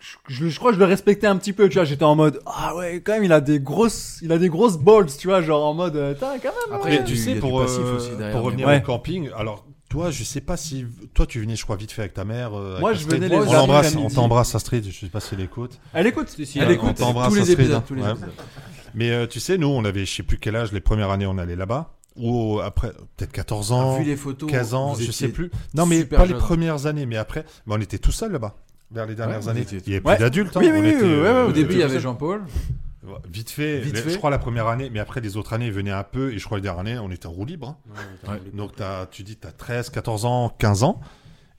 Speaker 2: je- je- je crois que je le respectais un petit peu, tu vois. J'étais en mode Ah ouais, quand même, il a des grosses, il a des grosses balls, tu vois. Genre en mode euh, Tain, quand même.
Speaker 1: Après, il y a
Speaker 4: Ah, Mais
Speaker 1: du- il
Speaker 4: tu
Speaker 1: y a
Speaker 4: sais,
Speaker 1: du
Speaker 4: pour,
Speaker 1: passif
Speaker 4: euh,
Speaker 1: aussi derrière,
Speaker 4: pour
Speaker 1: mais
Speaker 4: revenir
Speaker 2: ouais.
Speaker 4: au camping, alors toi, je sais pas si. Toi, tu venais, je crois, vite fait avec ta mère. euh, avec
Speaker 2: Moi, je
Speaker 4: Astrid.
Speaker 2: venais les
Speaker 4: On l'embrasse,
Speaker 2: après-midi.
Speaker 4: on t'embrasse, Astrid, je sais pas si elle écoute.
Speaker 2: Elle écoute.
Speaker 1: Elle
Speaker 4: Ouais,
Speaker 1: écoute
Speaker 4: hein, on t'embrasse,
Speaker 1: tous les
Speaker 4: Astrid,
Speaker 1: épisodes.
Speaker 4: hein.
Speaker 1: tous les
Speaker 4: Ouais.
Speaker 1: épisodes.
Speaker 4: Mais euh, tu sais, nous, on avait, je sais plus quel âge, les premières années, on allait là-bas. Ou euh, après, peut-être 14 ans,
Speaker 1: Ah, Vu les photos,
Speaker 4: 15 ans,
Speaker 1: vous
Speaker 4: je sais
Speaker 1: étiez-
Speaker 4: plus. Non, mais
Speaker 1: super
Speaker 4: pas les
Speaker 1: jeune.
Speaker 4: premières années, mais après, bah, on était tout seul là-bas. Vers les dernières
Speaker 1: vous
Speaker 4: années.
Speaker 1: étiez-
Speaker 4: Il n'y avait
Speaker 2: Ouais.
Speaker 4: plus d'adultes. hein.
Speaker 2: Oui, oui,
Speaker 4: On
Speaker 2: oui,
Speaker 4: était,
Speaker 2: oui, ouais,
Speaker 4: euh,
Speaker 2: ouais,
Speaker 1: Au
Speaker 2: ouais.
Speaker 1: début, il y
Speaker 4: tout
Speaker 1: avait
Speaker 4: seul.
Speaker 1: Jean-Paul.
Speaker 4: Ouais, Vite fait.
Speaker 1: Vite
Speaker 4: les-
Speaker 1: fait.
Speaker 4: Je crois la première année, mais après, les autres années, ils venaient un peu. Et je crois les dernières années, on était en roue libre. hein. Donc t'as- tu dis tu as 13, 14 ans, 15 ans,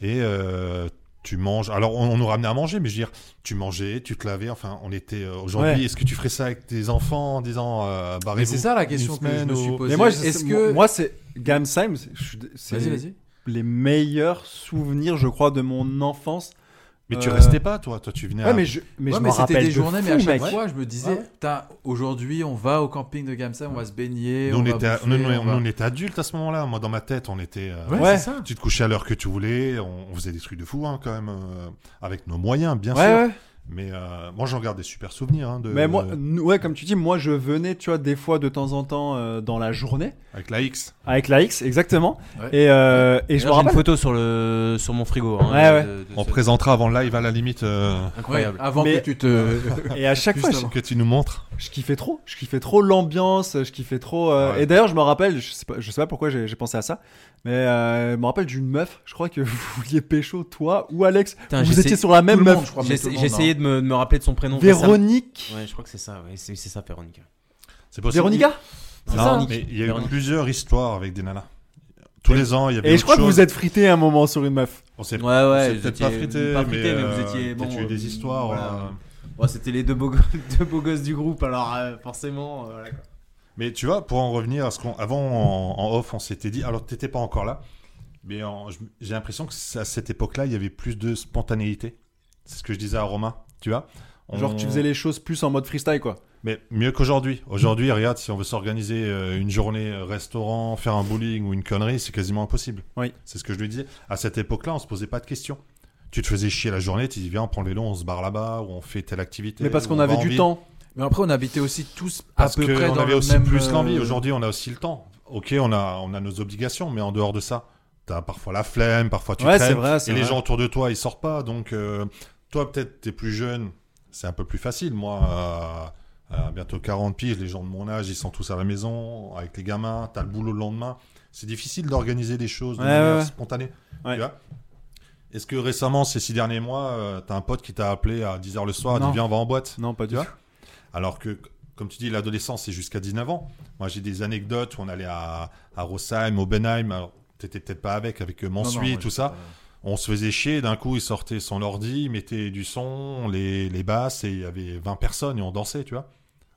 Speaker 4: et euh, tu manges. Alors on, on nous ramenait à manger, mais je veux dire, tu mangeais, tu te lavais, enfin on était euh, aujourd'hui,
Speaker 2: Ouais.
Speaker 4: est-ce que tu ferais ça avec tes enfants en disant euh,
Speaker 1: Mais
Speaker 4: barrez-vous
Speaker 1: c'est ça la question que je
Speaker 4: semaine
Speaker 1: me suis
Speaker 4: au-
Speaker 1: posée.
Speaker 2: Mais moi, je-
Speaker 1: est-ce
Speaker 2: c'est-
Speaker 1: que.
Speaker 2: moi, c'est Gamsheim, c'est- je suis-
Speaker 1: Vas-y,
Speaker 2: c'est
Speaker 1: vas-y.
Speaker 2: les meilleurs souvenirs, je crois, de mon enfance.
Speaker 4: Mais tu
Speaker 2: Euh,
Speaker 4: restais pas, toi, toi tu venais.
Speaker 2: Ouais,
Speaker 4: à-
Speaker 2: mais je, mais
Speaker 1: Ouais,
Speaker 2: je m'en rappelle
Speaker 1: c'était des
Speaker 2: de
Speaker 1: journées,
Speaker 2: fou,
Speaker 1: mais à chaque
Speaker 2: mec.
Speaker 1: fois, je me disais,
Speaker 2: Ouais, ouais.
Speaker 1: putain, aujourd'hui, on va au camping de Gamsa, on va se baigner.
Speaker 4: Nous, on,
Speaker 1: va
Speaker 4: était,
Speaker 1: bouffer,
Speaker 4: nous, nous,
Speaker 1: on va-
Speaker 4: on était adultes à ce moment-là. Moi, dans ma tête, on était. euh,
Speaker 1: Ouais,
Speaker 2: Ouais.
Speaker 1: c'est ça.
Speaker 4: Tu te couchais à l'heure que tu voulais. On, on faisait des trucs de fou, hein, quand même, euh, avec nos moyens, bien
Speaker 2: Ouais,
Speaker 4: sûr.
Speaker 2: ouais.
Speaker 4: Mais euh, moi, j'en garde des super souvenirs. hein, de,
Speaker 2: Mais moi, nous- ouais, comme tu dis, moi je venais, tu vois, des fois de temps en temps euh, dans la journée
Speaker 4: avec la X.
Speaker 1: euh,
Speaker 2: avec la X, exactement.
Speaker 1: Ouais.
Speaker 2: Et, euh, et je
Speaker 3: J'ai
Speaker 2: me
Speaker 3: une
Speaker 2: rappelle.
Speaker 3: photo sur, le, sur mon frigo. hein,
Speaker 2: Ouais,
Speaker 3: de- de- de-
Speaker 4: On présentera avant le live, à la limite, euh,
Speaker 3: Incroyable.
Speaker 1: Ouais, avant
Speaker 2: Mais-
Speaker 1: que tu te.
Speaker 2: [LAUGHS] Et à chaque
Speaker 1: Juste
Speaker 2: fois,
Speaker 1: avant.
Speaker 4: que tu nous montres.
Speaker 2: je kiffais trop. Je kiffais trop l'ambiance. Je kiffais trop. euh,
Speaker 4: Ouais.
Speaker 2: Et d'ailleurs, je me rappelle. Je sais pas, je sais pas pourquoi j'ai j'ai pensé à ça, mais euh, je me rappelle d'une meuf. Je crois que [LAUGHS] vous vouliez pécho, toi ou Alex.
Speaker 3: Putain,
Speaker 2: vous
Speaker 3: j'essaie-
Speaker 2: étiez sur la même
Speaker 1: Ah, Tout le monde,
Speaker 2: meuf.
Speaker 1: je crois, mais
Speaker 3: J'ai
Speaker 1: tout le
Speaker 3: j'ai
Speaker 1: monde,
Speaker 3: essayé de me, de me rappeler de son prénom.
Speaker 2: Véronique.
Speaker 3: Ouais, je crois que c'est ça. ouais, c'est c'est ça, Véronique.
Speaker 4: C'est possible.
Speaker 2: Véronica.
Speaker 3: C'est
Speaker 4: Non,
Speaker 3: ça, hein.
Speaker 1: hein.
Speaker 4: mais il y a eu
Speaker 3: Véronique.
Speaker 4: plusieurs histoires avec des nanas. Tous les ans, il y avait.
Speaker 2: Et je
Speaker 4: autre
Speaker 2: crois que
Speaker 4: chose.
Speaker 2: vous êtes frité à un moment sur une meuf.
Speaker 4: On s'est
Speaker 3: Ouais, ouais,
Speaker 4: on s'est
Speaker 3: vous
Speaker 4: peut-être
Speaker 3: étiez-
Speaker 4: pas frité,
Speaker 3: pas frité, mais, vous
Speaker 4: euh,
Speaker 3: étiez. Bon,
Speaker 4: peut-être eu
Speaker 3: euh,
Speaker 4: des histoires.
Speaker 3: voilà.
Speaker 4: euh.
Speaker 3: Ouais, C'était les deux beaux, go- deux beaux gosses [LAUGHS] du groupe, alors euh, forcément. euh, voilà, quoi.
Speaker 4: Mais tu vois, pour en revenir à ce qu'on. Avant, en, en off, on s'était dit. Alors, t'étais pas encore là. Mais en- je- j'ai l'impression que c'est- à cette époque-là, il y avait plus de spontanéité. C'est ce que je disais à Romain. Tu vois On-
Speaker 2: Genre, tu faisais les choses plus en mode freestyle, quoi.
Speaker 4: Mais mieux qu'aujourd'hui. Aujourd'hui, regarde, si on veut s'organiser euh, une journée euh, restaurant, faire un bowling ou une connerie, c'est quasiment impossible.
Speaker 2: Oui.
Speaker 4: C'est ce que je lui disais. À cette époque-là, on se posait pas de questions. Tu te faisais chier la journée, tu dis viens, on prend le vélo, on se barre là-bas, ou on fait telle activité.
Speaker 2: Mais parce
Speaker 4: ou
Speaker 2: qu'on
Speaker 4: on
Speaker 2: avait
Speaker 4: va en
Speaker 2: du
Speaker 4: ville.
Speaker 2: temps.
Speaker 1: Mais après, on habitait aussi tous à
Speaker 4: Parce
Speaker 1: peu près
Speaker 4: qu'on
Speaker 1: dans
Speaker 4: avait
Speaker 1: le
Speaker 4: aussi
Speaker 1: même,
Speaker 4: plus
Speaker 1: euh,
Speaker 4: l'envie. Aujourd'hui, on a aussi le temps. Ok, on a, on a nos obligations, mais en dehors de ça, t'as parfois la flemme, parfois tu
Speaker 2: ouais,
Speaker 4: traînes,
Speaker 2: c'est vrai.
Speaker 4: et les gens autour de toi, ils sortent pas. Donc, euh, toi, peut-être, t'es plus jeune, c'est un peu plus facile. Moi, à à bientôt 40 piges, les gens de mon âge, ils sont tous à la maison, avec les gamins, t'as le boulot le lendemain. C'est difficile d'organiser des choses de
Speaker 2: Ouais,
Speaker 4: manière
Speaker 2: ouais, ouais.
Speaker 4: spontanée.
Speaker 2: Ouais.
Speaker 4: Tu vois Est-ce que récemment, ces six derniers mois, euh, t'as un pote qui t'a appelé à 10h le soir,
Speaker 2: Non.
Speaker 4: dit viens, on va en boîte
Speaker 2: Non, pas du
Speaker 4: Tu
Speaker 2: tout.
Speaker 4: vois alors que, comme tu dis, l'adolescence, c'est jusqu'à 19 ans. Moi, j'ai des anecdotes où on allait à, à Rosheim, Oppenheim. Alors, t'étais peut-être pas avec, avec euh,
Speaker 1: non, non,
Speaker 4: Mansuy et
Speaker 1: moi,
Speaker 4: tout
Speaker 1: je-
Speaker 4: ça. On se faisait chier. D'un coup, il sortait son ordi, il mettait du son, les, les basses, et il y avait 20 personnes et on dansait, tu vois.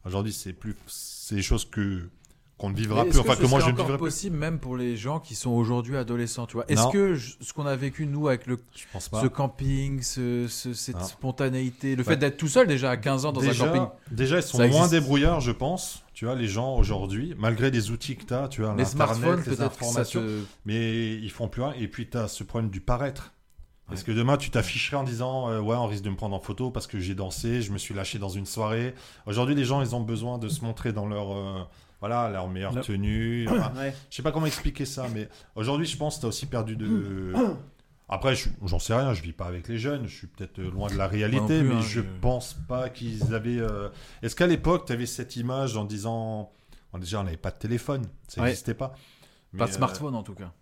Speaker 4: Aujourd'hui, c'est plus, c'est des choses que, qu'on ne vivra
Speaker 1: Mais
Speaker 4: plus.
Speaker 1: est-ce
Speaker 4: Enfin,
Speaker 1: que
Speaker 4: que
Speaker 1: ce
Speaker 4: moi, je
Speaker 1: serait
Speaker 4: ne
Speaker 1: encore
Speaker 4: vivrai plus.
Speaker 1: possible même pour les gens qui sont aujourd'hui adolescents, tu vois. Est-ce
Speaker 4: Non. Bah.
Speaker 1: que je- ce qu'on a vécu nous avec le
Speaker 4: Je pense pas.
Speaker 1: ce camping, ce, ce- cette
Speaker 4: Non.
Speaker 1: spontanéité, le
Speaker 4: Ouais.
Speaker 1: fait d'être tout seul déjà à 15 ans dans un camping.
Speaker 4: Ah. Bah. Déjà, déjà, ils sont
Speaker 1: Ça
Speaker 4: moins
Speaker 1: existe.
Speaker 4: débrouillards, je pense. Tu vois, les gens aujourd'hui, malgré les outils que tu as, tu vois,
Speaker 1: Les
Speaker 4: l'Internet,
Speaker 1: smartphones,
Speaker 4: les
Speaker 1: peut-être que ça
Speaker 4: informations.
Speaker 1: te...
Speaker 4: mais ils font plus rien. Et puis, tu as ce problème du paraître. Est-ce que demain, tu t'afficherais en disant euh, Ouais, on risque de me prendre en photo parce que j'ai dansé, je me suis lâché dans une soirée Aujourd'hui, les gens, ils ont besoin de se montrer dans leur. euh, voilà, leur meilleure
Speaker 2: Là.
Speaker 4: tenue. Enfin,
Speaker 2: Ouais.
Speaker 4: je sais pas comment expliquer ça, mais aujourd'hui, je pense que tu as aussi
Speaker 1: [CLEARS THROAT]
Speaker 4: perdu de. Après, je- j'en sais rien, je vis pas avec les jeunes, je suis peut-être euh, loin de la réalité,
Speaker 1: plus,
Speaker 4: mais
Speaker 1: hein,
Speaker 4: je
Speaker 1: je-
Speaker 4: pense pas qu'ils avaient. euh, Est-ce qu'à l'époque, tu avais cette image en disant. Bon, déjà, on n'avait pas de téléphone, ça
Speaker 2: Ouais.
Speaker 4: n'existait pas.
Speaker 1: Pas
Speaker 4: Mais,
Speaker 1: de
Speaker 4: euh,
Speaker 1: smartphone en tout cas.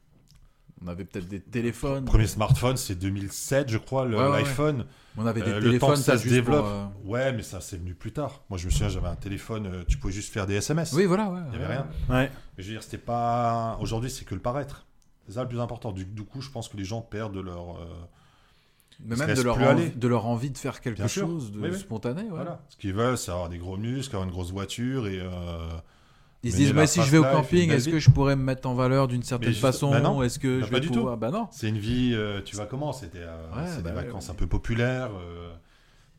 Speaker 1: On avait peut-être des téléphones.
Speaker 4: Premier smartphone, c'est 2007, je crois, le-
Speaker 1: Ouais, ouais, ouais.
Speaker 4: l'iPhone.
Speaker 1: On avait des
Speaker 4: Euh, le
Speaker 1: téléphones.
Speaker 4: temps que ça
Speaker 1: t'as
Speaker 4: se
Speaker 1: juste pour,
Speaker 4: développe.
Speaker 1: euh,
Speaker 4: Ouais, mais ça, c'est venu plus tard. Moi, je me souviens, j'avais un téléphone, euh, tu pouvais juste faire des SMS.
Speaker 1: Oui, voilà. Ouais,
Speaker 4: Il n'y avait rien.
Speaker 2: Ouais.
Speaker 4: Mais je veux dire, c'était pas. Aujourd'hui, c'est que le paraître. C'est ça le plus important. Du, du coup, je pense que les gens perdent leur. euh,
Speaker 1: Mais
Speaker 4: Ils se
Speaker 1: même de
Speaker 4: laissent
Speaker 1: leur,
Speaker 4: plus
Speaker 1: envie,
Speaker 4: aller.
Speaker 1: de leur envie de faire quelque
Speaker 4: Bien sûr.
Speaker 1: chose de
Speaker 4: Oui, oui.
Speaker 1: spontané. ouais.
Speaker 4: voilà. Ce qu'ils veulent, c'est avoir des gros muscles, avoir une grosse voiture et. euh,
Speaker 1: Ils se
Speaker 4: Mener
Speaker 1: disent,
Speaker 4: la
Speaker 1: mais si je vais au
Speaker 4: fast life, une
Speaker 1: camping,
Speaker 4: belle
Speaker 1: est-ce
Speaker 4: vie.
Speaker 1: que je pourrais me mettre en valeur d'une certaine
Speaker 4: juste-
Speaker 1: façon
Speaker 4: Bah non.
Speaker 1: Est-ce que
Speaker 4: Bah,
Speaker 1: je
Speaker 4: pas
Speaker 1: vais
Speaker 4: du
Speaker 1: pouvoir Bah non.
Speaker 4: C'est une vie, euh, tu vois comment C'était euh,
Speaker 1: Ouais,
Speaker 4: c'est
Speaker 1: bah
Speaker 4: des
Speaker 1: ouais,
Speaker 4: vacances
Speaker 1: ouais.
Speaker 4: un peu populaires.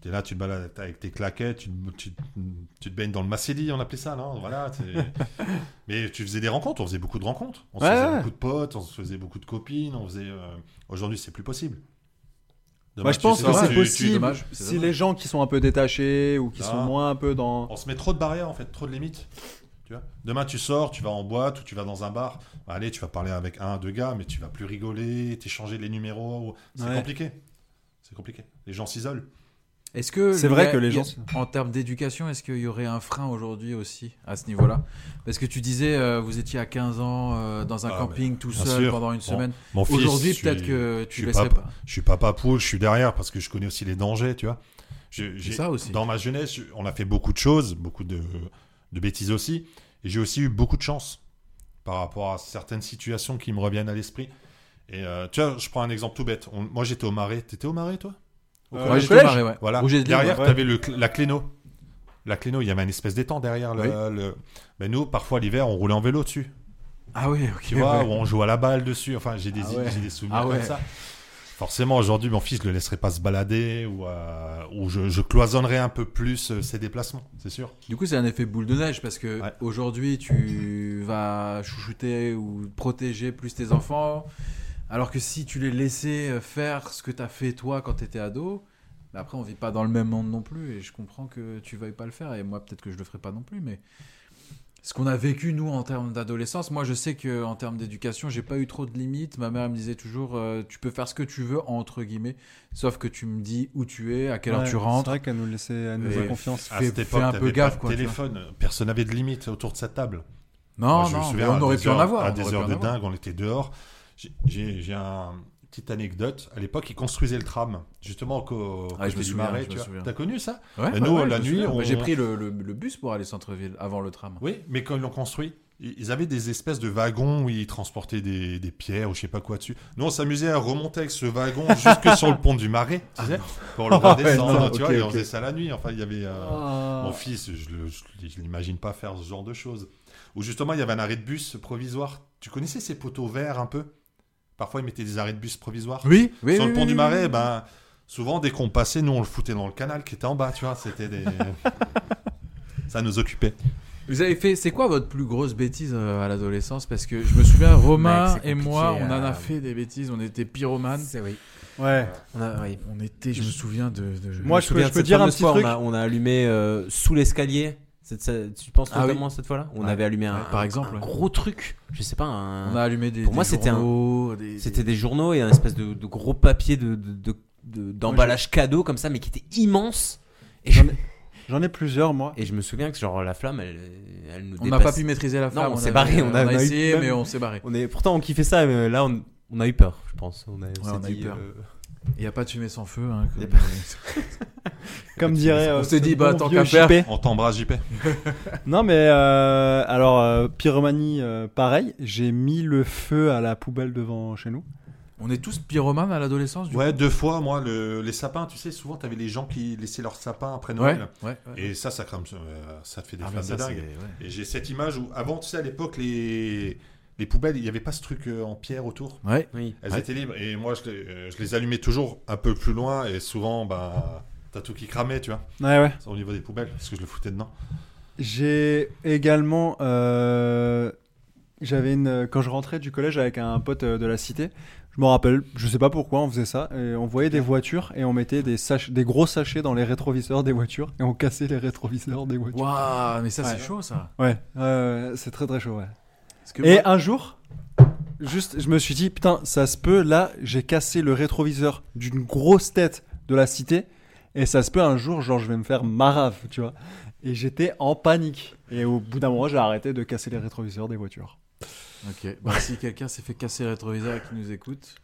Speaker 4: tu es là, tu te balades avec tes claquettes, tu, te- tu te- tu te baignes dans le Macélie, on appelait ça, non Voilà.
Speaker 2: [LAUGHS]
Speaker 4: c'est- Mais tu faisais des rencontres, on faisait beaucoup de rencontres. On se
Speaker 2: Ouais,
Speaker 4: faisait
Speaker 2: ouais.
Speaker 4: beaucoup de potes, on se faisait beaucoup de copines, on faisait. euh, Aujourd'hui, c'est plus possible.
Speaker 2: Bah, je pense
Speaker 1: c'est
Speaker 2: que
Speaker 1: dommage.
Speaker 2: c'est
Speaker 1: Tu-
Speaker 2: possible
Speaker 1: tu- dommage, c'est
Speaker 2: si
Speaker 1: dommage.
Speaker 2: les gens qui sont un peu détachés ou qui
Speaker 4: Ah.
Speaker 2: sont moins un peu dans.
Speaker 4: On se met trop de barrières en fait, trop de limites. Tu vois Demain tu sors, tu vas en boîte ou tu vas dans un bar. Bah, allez, tu vas parler avec un, deux gars, mais tu vas plus rigoler, t'échanger les numéros. C'est
Speaker 2: Ouais.
Speaker 4: compliqué. C'est compliqué. Les gens s'isolent.
Speaker 1: Est-ce que
Speaker 2: C'est
Speaker 1: le-
Speaker 2: vrai que les gens-
Speaker 1: en termes d'éducation, est-ce qu'il y aurait un frein aujourd'hui aussi à ce niveau-là Parce que tu disais, euh, vous étiez à 15 ans euh, dans un
Speaker 4: Ah,
Speaker 1: camping tout
Speaker 4: bien
Speaker 1: seul
Speaker 4: sûr.
Speaker 1: pendant une
Speaker 4: Bon,
Speaker 1: semaine.
Speaker 4: Mon fils,
Speaker 1: Aujourd'hui,
Speaker 4: je suis-
Speaker 1: peut-être que
Speaker 4: je
Speaker 1: tu
Speaker 4: suis
Speaker 1: laisserais
Speaker 4: pas-
Speaker 1: pas.
Speaker 4: Je suis papa poule, je suis derrière parce que je connais aussi les dangers, tu vois. Je- j'ai-
Speaker 1: ça aussi.
Speaker 4: Dans ma jeunesse, je- on a fait beaucoup de choses, beaucoup de, de bêtises aussi. Et j'ai aussi eu beaucoup de chance par rapport à certaines situations qui me reviennent à l'esprit. Et euh, tu vois, je prends un exemple tout bête. On- moi, j'étais au marais. T'étais au marais, toi Au
Speaker 2: Euh,
Speaker 1: Ouais,
Speaker 4: collège
Speaker 1: j'étais
Speaker 2: collège
Speaker 1: marré, ouais.
Speaker 4: Voilà.
Speaker 1: Rouge et de
Speaker 4: derrière,
Speaker 1: Lille, ouais.
Speaker 4: tu avais la Cléno. La Cléno, il y avait un espèce d'étang derrière. Le, le- Ben, nous, parfois, l'hiver, on roulait en vélo dessus
Speaker 1: Ah oui, ok.
Speaker 4: tu
Speaker 1: [LAUGHS]
Speaker 4: vois,
Speaker 1: ouais.
Speaker 4: où on joue à la balle dessus. Enfin, j'ai des,
Speaker 1: Ah ouais.
Speaker 4: j'ai des souvenirs
Speaker 1: Ah ouais.
Speaker 4: comme ça. Forcément, aujourd'hui, mon fils, je le laisserai pas se balader ou, euh, ou je, je cloisonnerai un peu plus euh, ses déplacements, c'est sûr.
Speaker 1: Du coup, c'est un effet boule de neige parce que
Speaker 4: Ouais.
Speaker 1: aujourd'hui, tu vas chouchouter ou protéger plus tes enfants. Alors que si tu les laissais faire ce que t'as fait toi quand t'étais ado, bah après, on vit pas dans le même monde non plus. Et je comprends que tu veuilles pas le faire. Et moi, peut-être que je le ferai pas non plus. Mais ce qu'on a vécu, nous, en termes d'adolescence, moi, je sais que en termes d'éducation, j'ai pas eu trop de limites. Ma mère elle me disait toujours euh, Tu peux faire ce que tu veux, entre guillemets. Sauf que tu me dis où tu es, à quelle heure
Speaker 2: Ouais,
Speaker 1: tu rentres.
Speaker 2: C'est vrai qu'elle nous laissait, elle nous
Speaker 1: Et
Speaker 2: faisait confiance.
Speaker 1: Fais- fais un peu
Speaker 4: t'avais pas
Speaker 1: gaffe,
Speaker 4: de
Speaker 1: quoi, tu vois.
Speaker 4: téléphone, personne n'avait de limite autour de cette table.
Speaker 1: Non,
Speaker 4: Moi, je me
Speaker 1: non, mais
Speaker 4: souviens, à
Speaker 1: on aurait
Speaker 4: des
Speaker 1: pu en
Speaker 4: heures-
Speaker 1: avoir.
Speaker 4: À
Speaker 1: on
Speaker 4: des
Speaker 1: aurait pu
Speaker 4: heures
Speaker 1: en
Speaker 4: de
Speaker 1: avoir.
Speaker 4: dingue, on était dehors. J'ai- J'ai j'ai un- une petite anecdote. À l'époque, ils construisaient le tram, justement, au co-
Speaker 1: Ah, je
Speaker 4: côté
Speaker 1: me
Speaker 4: du
Speaker 1: souviens,
Speaker 4: marais.
Speaker 1: je
Speaker 4: tu
Speaker 1: me
Speaker 4: vois.
Speaker 1: souviens.
Speaker 4: T'as connu ça
Speaker 1: Ouais,
Speaker 4: Et
Speaker 1: ouais,
Speaker 4: nous,
Speaker 1: ouais,
Speaker 4: la
Speaker 1: je me
Speaker 4: nuit,
Speaker 1: souviens.
Speaker 4: on-
Speaker 1: Bah, j'ai pris le, le- le bus pour aller centre-ville avant le tram.
Speaker 4: Oui, mais quand ils l'ont construit, i- ils avaient des espèces de wagons où ils transportaient des, des pierres ou je sais pas quoi dessus. Nous, on s'amusait à remonter avec ce wagon jusque sur le pont du Marais, tu sais,
Speaker 1: [LAUGHS]
Speaker 4: pour le
Speaker 2: Ah ouais,
Speaker 4: redescendre,
Speaker 2: non,
Speaker 4: tu vois,
Speaker 2: ok,
Speaker 4: et on
Speaker 2: ok.
Speaker 4: faisait ça la nuit. Enfin, il y avait... euh,
Speaker 2: Ah.
Speaker 4: Mon fils, je le- je je l'imagine pas faire ce genre de choses. Ou justement, il y avait un arrêt de bus provisoire. Tu connaissais ces poteaux verts un peu Parfois, ils mettaient des arrêts de bus provisoires.
Speaker 1: Oui, oui.
Speaker 4: sur le
Speaker 1: oui,
Speaker 4: pont
Speaker 1: oui,
Speaker 4: du Marais,
Speaker 1: oui.
Speaker 4: ben, souvent, dès qu'on passait, nous, on le foutait dans le canal qui était en bas, tu vois.
Speaker 1: [LAUGHS]
Speaker 4: C'était des... ça nous occupait.
Speaker 1: Vous avez fait. C'est quoi votre plus grosse bêtise euh, à l'adolescence Parce que je me souviens, Romain
Speaker 5: Mec, c'est
Speaker 1: et moi, on
Speaker 5: compliqué,
Speaker 1: en a
Speaker 5: euh,
Speaker 1: fait des bêtises. On était pyromanes.
Speaker 5: C'est oui.
Speaker 2: Ouais.
Speaker 3: On a- oui.
Speaker 1: On était. Je me souviens de. de-
Speaker 2: Moi,
Speaker 3: me
Speaker 2: je peux-
Speaker 3: souviens
Speaker 2: je
Speaker 3: de
Speaker 2: peux
Speaker 3: cette
Speaker 2: dire un
Speaker 3: fameuse
Speaker 2: petit
Speaker 3: fois,
Speaker 2: truc.
Speaker 3: On a, on a allumé euh, sous l'escalier. Cette- cette- Tu penses
Speaker 1: Ah oui.
Speaker 3: notamment à cette fois-là On
Speaker 1: Ouais.
Speaker 3: avait allumé un,
Speaker 1: Ouais, par
Speaker 3: un-
Speaker 1: exemple,
Speaker 3: un
Speaker 1: ouais.
Speaker 3: gros truc. Je sais pas. un-
Speaker 1: on a allumé des.
Speaker 3: Pour
Speaker 1: des
Speaker 3: moi, c'était un-
Speaker 1: journaux, des-
Speaker 3: C'était des journaux et un espèce de, de gros papier de, de- de- de- d'emballage cadeau comme ça, mais qui était immense. Et je,
Speaker 2: J'en ai, j'en ai plusieurs, moi.
Speaker 3: et je me souviens que genre la flamme, elle, elle nous
Speaker 1: On n'a pas
Speaker 3: dépasse.
Speaker 1: pu maîtriser la flamme.
Speaker 3: on s'est
Speaker 1: avait-
Speaker 3: barré, on
Speaker 1: On
Speaker 3: a- on
Speaker 1: a
Speaker 3: a eu
Speaker 1: essayé,
Speaker 3: même-
Speaker 1: mais on s'est barré.
Speaker 3: On est pourtant on kiffait ça, mais là on, on a eu peur, je pense. On a, on s'est
Speaker 1: on a eu
Speaker 3: dit,
Speaker 1: peur.
Speaker 3: euh,
Speaker 1: Il n'y a pas de fumée sans feu. hein,
Speaker 3: Y a
Speaker 1: comme-
Speaker 2: Comme dirait.
Speaker 1: On
Speaker 2: euh,
Speaker 1: s'est
Speaker 2: ce
Speaker 1: dit, bah,
Speaker 2: bon
Speaker 1: tant
Speaker 2: vieux
Speaker 1: qu'à faire.
Speaker 2: JP.
Speaker 4: On t'embrasse, JP.
Speaker 2: Non, mais euh, alors, euh, pyromanie, euh, pareil. J'ai mis le feu à la poubelle devant chez nous.
Speaker 1: On est tous pyromanes à l'adolescence. du
Speaker 4: Ouais, deux fois, moi, le- les sapins, tu sais, souvent, t'avais les gens qui laissaient leurs sapins après
Speaker 1: coup.
Speaker 4: Noël.
Speaker 1: ouais. ouais.
Speaker 4: Et ça, ça crame, euh, ça te fait des
Speaker 1: Ah, mais
Speaker 4: flammes
Speaker 1: ça,
Speaker 4: de
Speaker 1: c'est-
Speaker 4: dingue.
Speaker 1: ouais.
Speaker 4: Et j'ai cette image où, avant, tu sais, à l'époque, les, les poubelles, il n'y avait pas ce truc euh, en pierre autour.
Speaker 1: Ouais.
Speaker 3: oui.
Speaker 4: Elles
Speaker 1: Ouais.
Speaker 4: étaient libres. Et moi, je les, euh, je les allumais toujours un peu plus loin. Et souvent, bah, t'as tout qui cramait, tu vois,
Speaker 2: Ouais, ouais.
Speaker 4: au niveau des poubelles, parce que je le foutais dedans.
Speaker 1: [LAUGHS]
Speaker 2: J'ai également. euh, J'avais une. Quand je rentrais du collège avec un pote euh, de la cité, je me rappelle, je sais pas pourquoi on faisait ça, et on voyait des voitures et on mettait des, sach- des gros sachets dans les rétroviseurs des voitures et on cassait les rétroviseurs des voitures.
Speaker 1: Waouh, mais ça,
Speaker 2: Ouais.
Speaker 1: c'est chaud, ça.
Speaker 2: Ouais, ouais, ouais, c'est très très chaud, ouais.
Speaker 1: Parce que
Speaker 2: Et un jour, juste, je me suis dit, putain, ça se peut, là, j'ai cassé le rétroviseur d'une grosse tête de la cité, et ça se peut un jour, genre, je vais me faire marave, tu vois. Et j'étais en panique. Et au bout d'un moment, j'ai arrêté de casser les rétroviseurs des voitures.
Speaker 1: Ok, bah, si quelqu'un s'est fait casser le rétroviseur et qui nous écoute,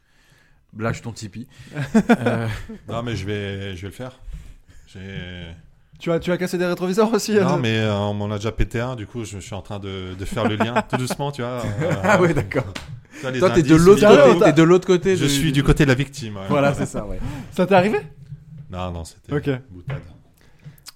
Speaker 1: lâche ton Tipeee. Euh,
Speaker 4: Non, mais je vais, je vais le faire.
Speaker 1: [LAUGHS]
Speaker 4: J'ai-
Speaker 2: Tu as, tu as cassé des rétroviseurs aussi
Speaker 4: Non,
Speaker 2: euh,
Speaker 4: mais euh, on m'en a déjà pété un, du coup, je, je suis en train de, de faire le
Speaker 1: [LAUGHS]
Speaker 4: lien tout doucement, tu vois. euh,
Speaker 1: [LAUGHS] ah ouais, d'accord.
Speaker 4: tu vois, les
Speaker 1: Toi, t'es
Speaker 4: indices,
Speaker 1: de l'autre
Speaker 4: les-
Speaker 2: Ah,
Speaker 1: côté.
Speaker 2: non, t'as-
Speaker 1: t'es de l'autre côté.
Speaker 4: Je suis du côté de la victime. ouais.
Speaker 1: [LAUGHS] Voilà, c'est ça, ouais.
Speaker 2: Ça t'est arrivé
Speaker 4: Non, non, c'était
Speaker 2: Ok.
Speaker 4: une boutade.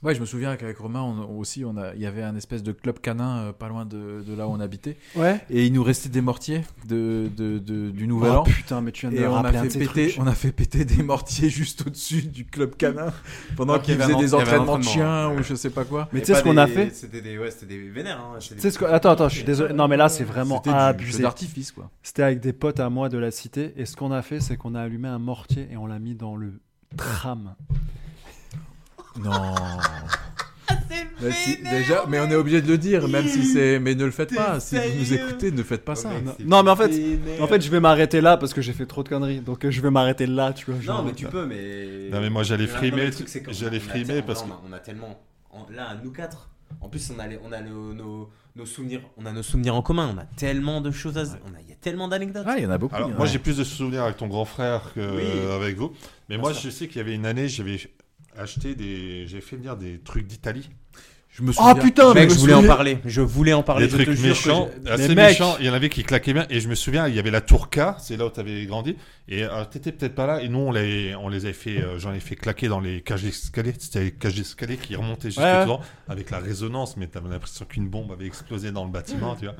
Speaker 1: Ouais, je me souviens qu'avec Romain, on- aussi, on a- il y avait un espèce de club canin euh, pas loin de, de là où on habitait.
Speaker 2: Ouais.
Speaker 1: Et il nous restait des mortiers de, de- de- du Nouvel
Speaker 2: Oh,
Speaker 1: An.
Speaker 2: putain, mais tu viens de
Speaker 1: Et
Speaker 2: me
Speaker 1: on a,
Speaker 2: rappeler un
Speaker 1: fait
Speaker 2: de ces
Speaker 1: péter,
Speaker 2: trucs.
Speaker 1: on a fait péter des mortiers juste au-dessus du club canin pendant
Speaker 3: Donc, Ah, il
Speaker 1: qu'il
Speaker 3: y avait
Speaker 1: faisait
Speaker 3: un-
Speaker 1: des
Speaker 3: il y avait un
Speaker 1: entraînements de
Speaker 3: entraînement,
Speaker 1: chiens
Speaker 3: ouais.
Speaker 1: ou je sais pas quoi.
Speaker 2: Mais tu sais ce qu'on a fait
Speaker 3: C'était des, ouais, c'était des vénères. Hein,
Speaker 2: Tu sais ce qu'on- Attends, attends, je suis désolé. Non, mais là, c'est vraiment
Speaker 1: C'était du feu
Speaker 2: abusé.
Speaker 1: d'artifice, quoi.
Speaker 2: C'était avec des potes à moi de la cité. Et ce qu'on a fait, c'est qu'on a allumé un mortier
Speaker 3: [LAUGHS]
Speaker 2: et on l'a mis dans le tram.
Speaker 1: Non.
Speaker 3: t'es
Speaker 1: Bah, si,
Speaker 3: Ah, vénère,
Speaker 1: déjà, mais on est obligé de le dire, même si c'est. Mais ne le faites
Speaker 3: T'es
Speaker 1: pas. Si vous nous
Speaker 3: sérieux
Speaker 1: écoutez, ne faites pas ça.
Speaker 3: mec, c'est
Speaker 2: Non, mais en fait,
Speaker 3: vénère.
Speaker 2: en fait, je vais m'arrêter là parce que j'ai fait trop de conneries. Donc euh, je vais m'arrêter là, tu vois.
Speaker 3: Non,
Speaker 2: genre. euh.
Speaker 3: mais tu peux, mais.
Speaker 4: Non, mais moi, j'allais
Speaker 3: Non,
Speaker 4: frimer,
Speaker 3: mais le truc, c'est qu'on-
Speaker 4: j'allais
Speaker 3: on a-
Speaker 4: frimer
Speaker 3: on-
Speaker 4: parce
Speaker 3: non,
Speaker 4: que-
Speaker 3: On a tellement. en- Là, nous quatre. En plus, on a, les- on a nos, nos- nos souvenirs, on a nos souvenirs en commun. On a tellement de choses à. se- On a, il y a tellement d'anecdotes.
Speaker 2: Ah, il y en a beaucoup.
Speaker 4: Alors,
Speaker 2: hein.
Speaker 4: moi, j'ai plus de souvenirs avec ton grand frère qu'avec
Speaker 3: Oui.
Speaker 4: avec vous. Mais
Speaker 3: Bien
Speaker 4: moi,
Speaker 3: sûr.
Speaker 4: je sais qu'il y avait une année, j'avais acheté des. J'avais fait venir des trucs d'Italie.
Speaker 1: Je me
Speaker 2: Ah
Speaker 1: souviens.
Speaker 2: putain,
Speaker 3: Mec,
Speaker 2: mais
Speaker 3: je voulais en parler. Je voulais en parler.
Speaker 4: des
Speaker 3: je
Speaker 4: trucs
Speaker 3: te jure que
Speaker 4: méchants,
Speaker 3: j'ai-
Speaker 4: assez
Speaker 2: Mais mec-
Speaker 4: méchants. Il y en avait qui claquaient bien. Et je me souviens, il y avait la Tourca, c'est là où tu avais grandi. Et euh, t'étais peut-être pas là. Et nous, on, les- on les avait fait, euh, j'en ai fait claquer dans les cages d'escalier. C'était les cages d'escalier qui remontaient jusque
Speaker 2: Ouais, ouais.
Speaker 4: devant avec la résonance. Mais t'avais l'impression qu'une bombe avait explosé dans le
Speaker 1: [LAUGHS]
Speaker 4: bâtiment, tu vois.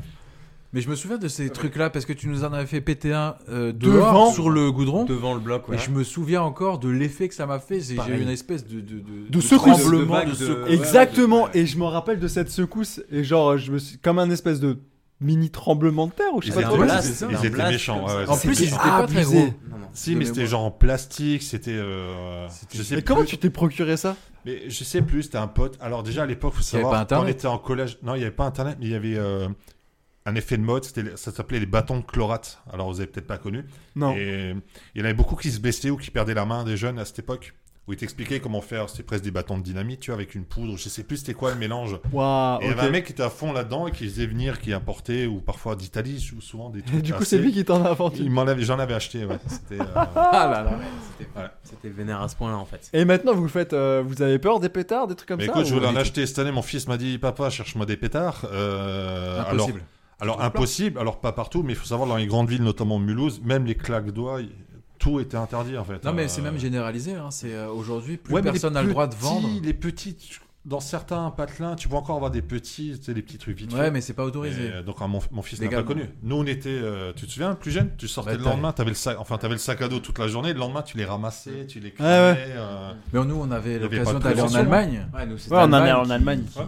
Speaker 1: Mais je me souviens de ces trucs-là parce que tu nous en avais fait péter un euh,
Speaker 2: Devant.
Speaker 1: dehors sur le goudron.
Speaker 3: Devant le bloc, ouais.
Speaker 1: Et je me souviens encore de l'effet que ça m'a fait. J'ai j'ai
Speaker 2: Pareil.
Speaker 1: eu une espèce de, de, de,
Speaker 2: secousse.
Speaker 1: tremblement,
Speaker 3: De-
Speaker 1: de
Speaker 3: de vague de-
Speaker 1: secousse.
Speaker 2: Exactement. Et je me rappelle de cette secousse et genre je me suis comme un espèce de mini tremblement de terre ou je sais
Speaker 4: Ils
Speaker 2: pas
Speaker 4: étaient,
Speaker 2: trop.
Speaker 1: blast,
Speaker 4: ils étaient-
Speaker 3: un
Speaker 4: ils étaient
Speaker 3: blast
Speaker 4: méchants.
Speaker 3: comme ça.
Speaker 4: ouais, ouais,
Speaker 1: En
Speaker 4: c'était
Speaker 1: plus, ils étaient
Speaker 4: méchant.
Speaker 1: pas très
Speaker 2: Abusé.
Speaker 1: gros.
Speaker 3: Non, non.
Speaker 4: Si,
Speaker 1: de
Speaker 4: mais c'était
Speaker 1: mémoire.
Speaker 4: genre en plastique. C'était. euh,
Speaker 1: C'était-
Speaker 4: je sais
Speaker 2: Mais comment
Speaker 4: plus.
Speaker 2: tu t'es procuré ça
Speaker 4: Mais je sais plus, c'était un pote. Alors déjà à l'époque, faut
Speaker 1: Il y avait
Speaker 4: savoir,
Speaker 1: pas
Speaker 4: quand on
Speaker 1: Internet.
Speaker 4: était en collège, non, il n'y avait pas internet, mais il y avait euh, un effet de mode. c'était- Ça s'appelait les bâtons de chlorate. Alors vous avez peut-être pas connu.
Speaker 2: Non.
Speaker 4: Et euh, il y en avait beaucoup qui se blessaient ou qui perdaient la main des jeunes à cette époque. Où ils t'expliquaient comment faire, c'était presque des bâtons de dynamite, tu vois, avec une poudre. Je sais plus c'était quoi le mélange.
Speaker 2: Waouh.
Speaker 4: et il y
Speaker 2: Ah, ok.
Speaker 4: avait un mec qui était à fond là-dedans et qui faisait venir, qui importait ou parfois d'Italie, sou- souvent des trucs.
Speaker 2: Et [LAUGHS] du coup,
Speaker 4: assez-
Speaker 2: c'est lui qui t'en a inventé.
Speaker 4: Il m'en avait- j'en avais acheté. Ouais.
Speaker 2: [LAUGHS]
Speaker 4: C'était, euh,
Speaker 1: Ah là là.
Speaker 3: C'était
Speaker 4: Ouais.
Speaker 3: c'était vénère à ce point-là, en fait.
Speaker 2: Et maintenant, vous faites, euh, vous avez peur des pétards, des trucs comme
Speaker 4: Mais
Speaker 2: ça
Speaker 4: écoute, je
Speaker 2: ou-
Speaker 4: voulais en acheter cette année. Mon fils m'a dit, papa, cherche-moi des pétards. Euh, alors,
Speaker 1: Impossible.
Speaker 4: Alors
Speaker 1: trouves pas
Speaker 4: impossible, alors pas partout, mais il faut savoir dans les grandes villes, notamment Mulhouse, même les claques doigts, y- tout était interdit en fait.
Speaker 1: Non, mais
Speaker 4: Euh,
Speaker 1: c'est même généralisé. hein, C'est euh, aujourd'hui, plus
Speaker 4: ouais, mais les
Speaker 1: personne n'a le droit de
Speaker 4: petits-
Speaker 1: vendre.
Speaker 4: Les petits, tu- dans certains patelins, tu peux encore avoir des petits, tu sais, des petits trucs vite
Speaker 1: Ouais,
Speaker 4: faits.
Speaker 1: mais c'est pas autorisé.
Speaker 4: Et, euh, donc ah, mon, mon fils n'a pas
Speaker 1: Légalement.
Speaker 4: connu. Nous on était, euh, tu te souviens, plus jeune, tu sortais
Speaker 1: Bah,
Speaker 4: le
Speaker 1: t'as-
Speaker 4: lendemain, t'avais le sac, enfin t'avais le sac à dos toute la journée, le lendemain tu les ramassais, tu les
Speaker 2: Ouais,
Speaker 4: cramais.
Speaker 2: ouais.
Speaker 4: euh,
Speaker 1: Mais nous, on avait
Speaker 4: avait pas
Speaker 1: l'occasion
Speaker 4: de
Speaker 1: d'aller en
Speaker 4: prévention.
Speaker 1: Allemagne.
Speaker 3: Ouais, nous, c'était
Speaker 2: Ouais, on en
Speaker 1: Allemagne
Speaker 2: est en
Speaker 1: qui-
Speaker 2: Allemagne.
Speaker 1: qui-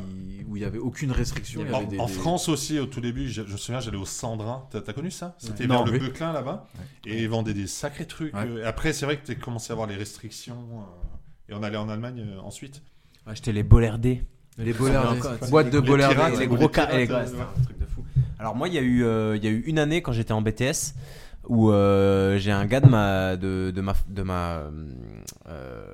Speaker 1: Où il y avait aucune restriction. il y
Speaker 4: En,
Speaker 1: avait des-
Speaker 4: en
Speaker 1: des-
Speaker 4: France aussi, au tout début, je, je me souviens, j'allais au Sandrin. T'as t'as connu ça C'était
Speaker 1: Ouais.
Speaker 4: vers
Speaker 1: Non,
Speaker 4: le
Speaker 1: oui.
Speaker 4: Beuclin là-bas. Et ils vendaient des sacrés trucs.
Speaker 1: Ouais.
Speaker 4: Euh, Après, c'est vrai que t'as commencé à avoir les restrictions. euh, et on allait en Allemagne euh, ensuite.
Speaker 3: Acheter les bollardés.
Speaker 1: Les bollardés.
Speaker 3: Encore,
Speaker 1: Boîte de
Speaker 4: les
Speaker 1: bollardés.
Speaker 4: pirates,
Speaker 1: ouais.
Speaker 3: les
Speaker 4: ou
Speaker 3: gros
Speaker 4: des
Speaker 3: cas. les
Speaker 4: pirates,
Speaker 3: gars,
Speaker 4: euh,
Speaker 3: c'était un truc de fou. Alors moi, il y a eu, euh, il y a eu une année quand j'étais en BTS où euh, j'ai un gars de ma, de, de ma, de ma, euh, euh,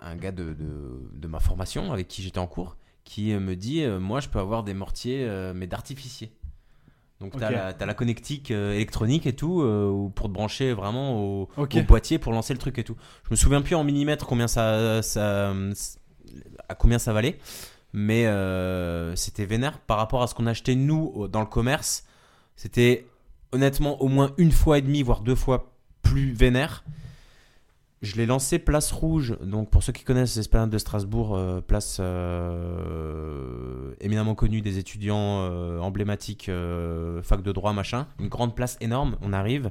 Speaker 3: un gars de, de, de ma formation avec qui j'étais en cours, qui euh, me dit, euh, moi, je peux avoir des mortiers euh, mais d'artificier. Donc t'as
Speaker 2: Ok.
Speaker 3: la, t'as la connectique euh, électronique et tout euh, ou pour te brancher vraiment au,
Speaker 2: Ok.
Speaker 3: au boîtier pour lancer le truc et tout. Je me souviens plus en millimètres combien ça, ça- à combien ça valait, mais euh, c'était vénère par rapport à ce qu'on achetait nous au- dans le commerce. C'était honnêtement au moins une fois et demie, voire deux fois plus vénère. Je l'ai lancé place rouge, donc pour ceux qui connaissent l'esplanade de Strasbourg, euh, place euh, éminemment connue des étudiants euh, emblématiques, euh, fac de droit, machin. Une grande place énorme, on arrive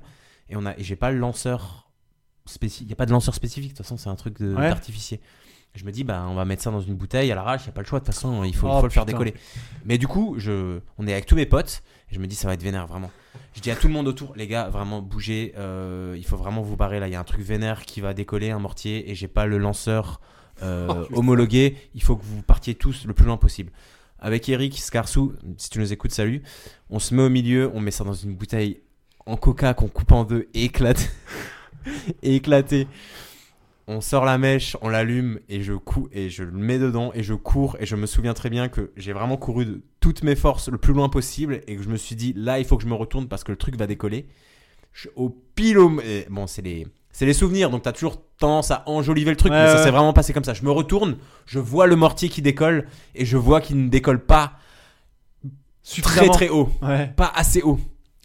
Speaker 3: et on a et j'ai pas le lanceur spécifique. Il n'y a pas de lanceur spécifique, de toute façon, c'est un truc de-
Speaker 2: Ouais.
Speaker 3: d'artificier. Je me dis, bah, on va mettre ça dans une bouteille à l'arrache, il n'y a pas le choix, de toute façon, il faut,
Speaker 2: Oh,
Speaker 3: il faut le faire
Speaker 2: putain.
Speaker 3: décoller. Mais du coup, je, on est avec tous mes potes, et je me dis, ça va être vénère, vraiment. Je dis à tout le monde autour, les gars, vraiment, bougez, euh, il faut vraiment vous barrer là, il y a un truc vénère qui va décoller, un mortier, et j'ai pas le lanceur euh, homologué, il faut que vous partiez tous le plus loin possible. Avec Eric Scarsou, si tu nous écoutes, salut. On se met au milieu, on met ça dans une bouteille en coca qu'on coupe en deux et éclate. et éclaté. On sort la mèche, on l'allume et je cou et je le mets dedans et je cours et je me souviens très bien que j'ai vraiment couru de toutes mes forces le plus loin possible et que je me suis dit là il faut que je me retourne parce que le truc va décoller. Je- au pile au- et bon c'est les c'est les souvenirs donc t'as toujours tendance à enjoliver le truc
Speaker 2: Ouais,
Speaker 3: mais ça
Speaker 2: ouais.
Speaker 3: s'est vraiment passé comme ça. Je me retourne, je vois le mortier qui décolle et je vois qu'il ne décolle pas très
Speaker 2: Suffisamment.
Speaker 3: très haut
Speaker 2: Ouais.
Speaker 3: pas assez haut.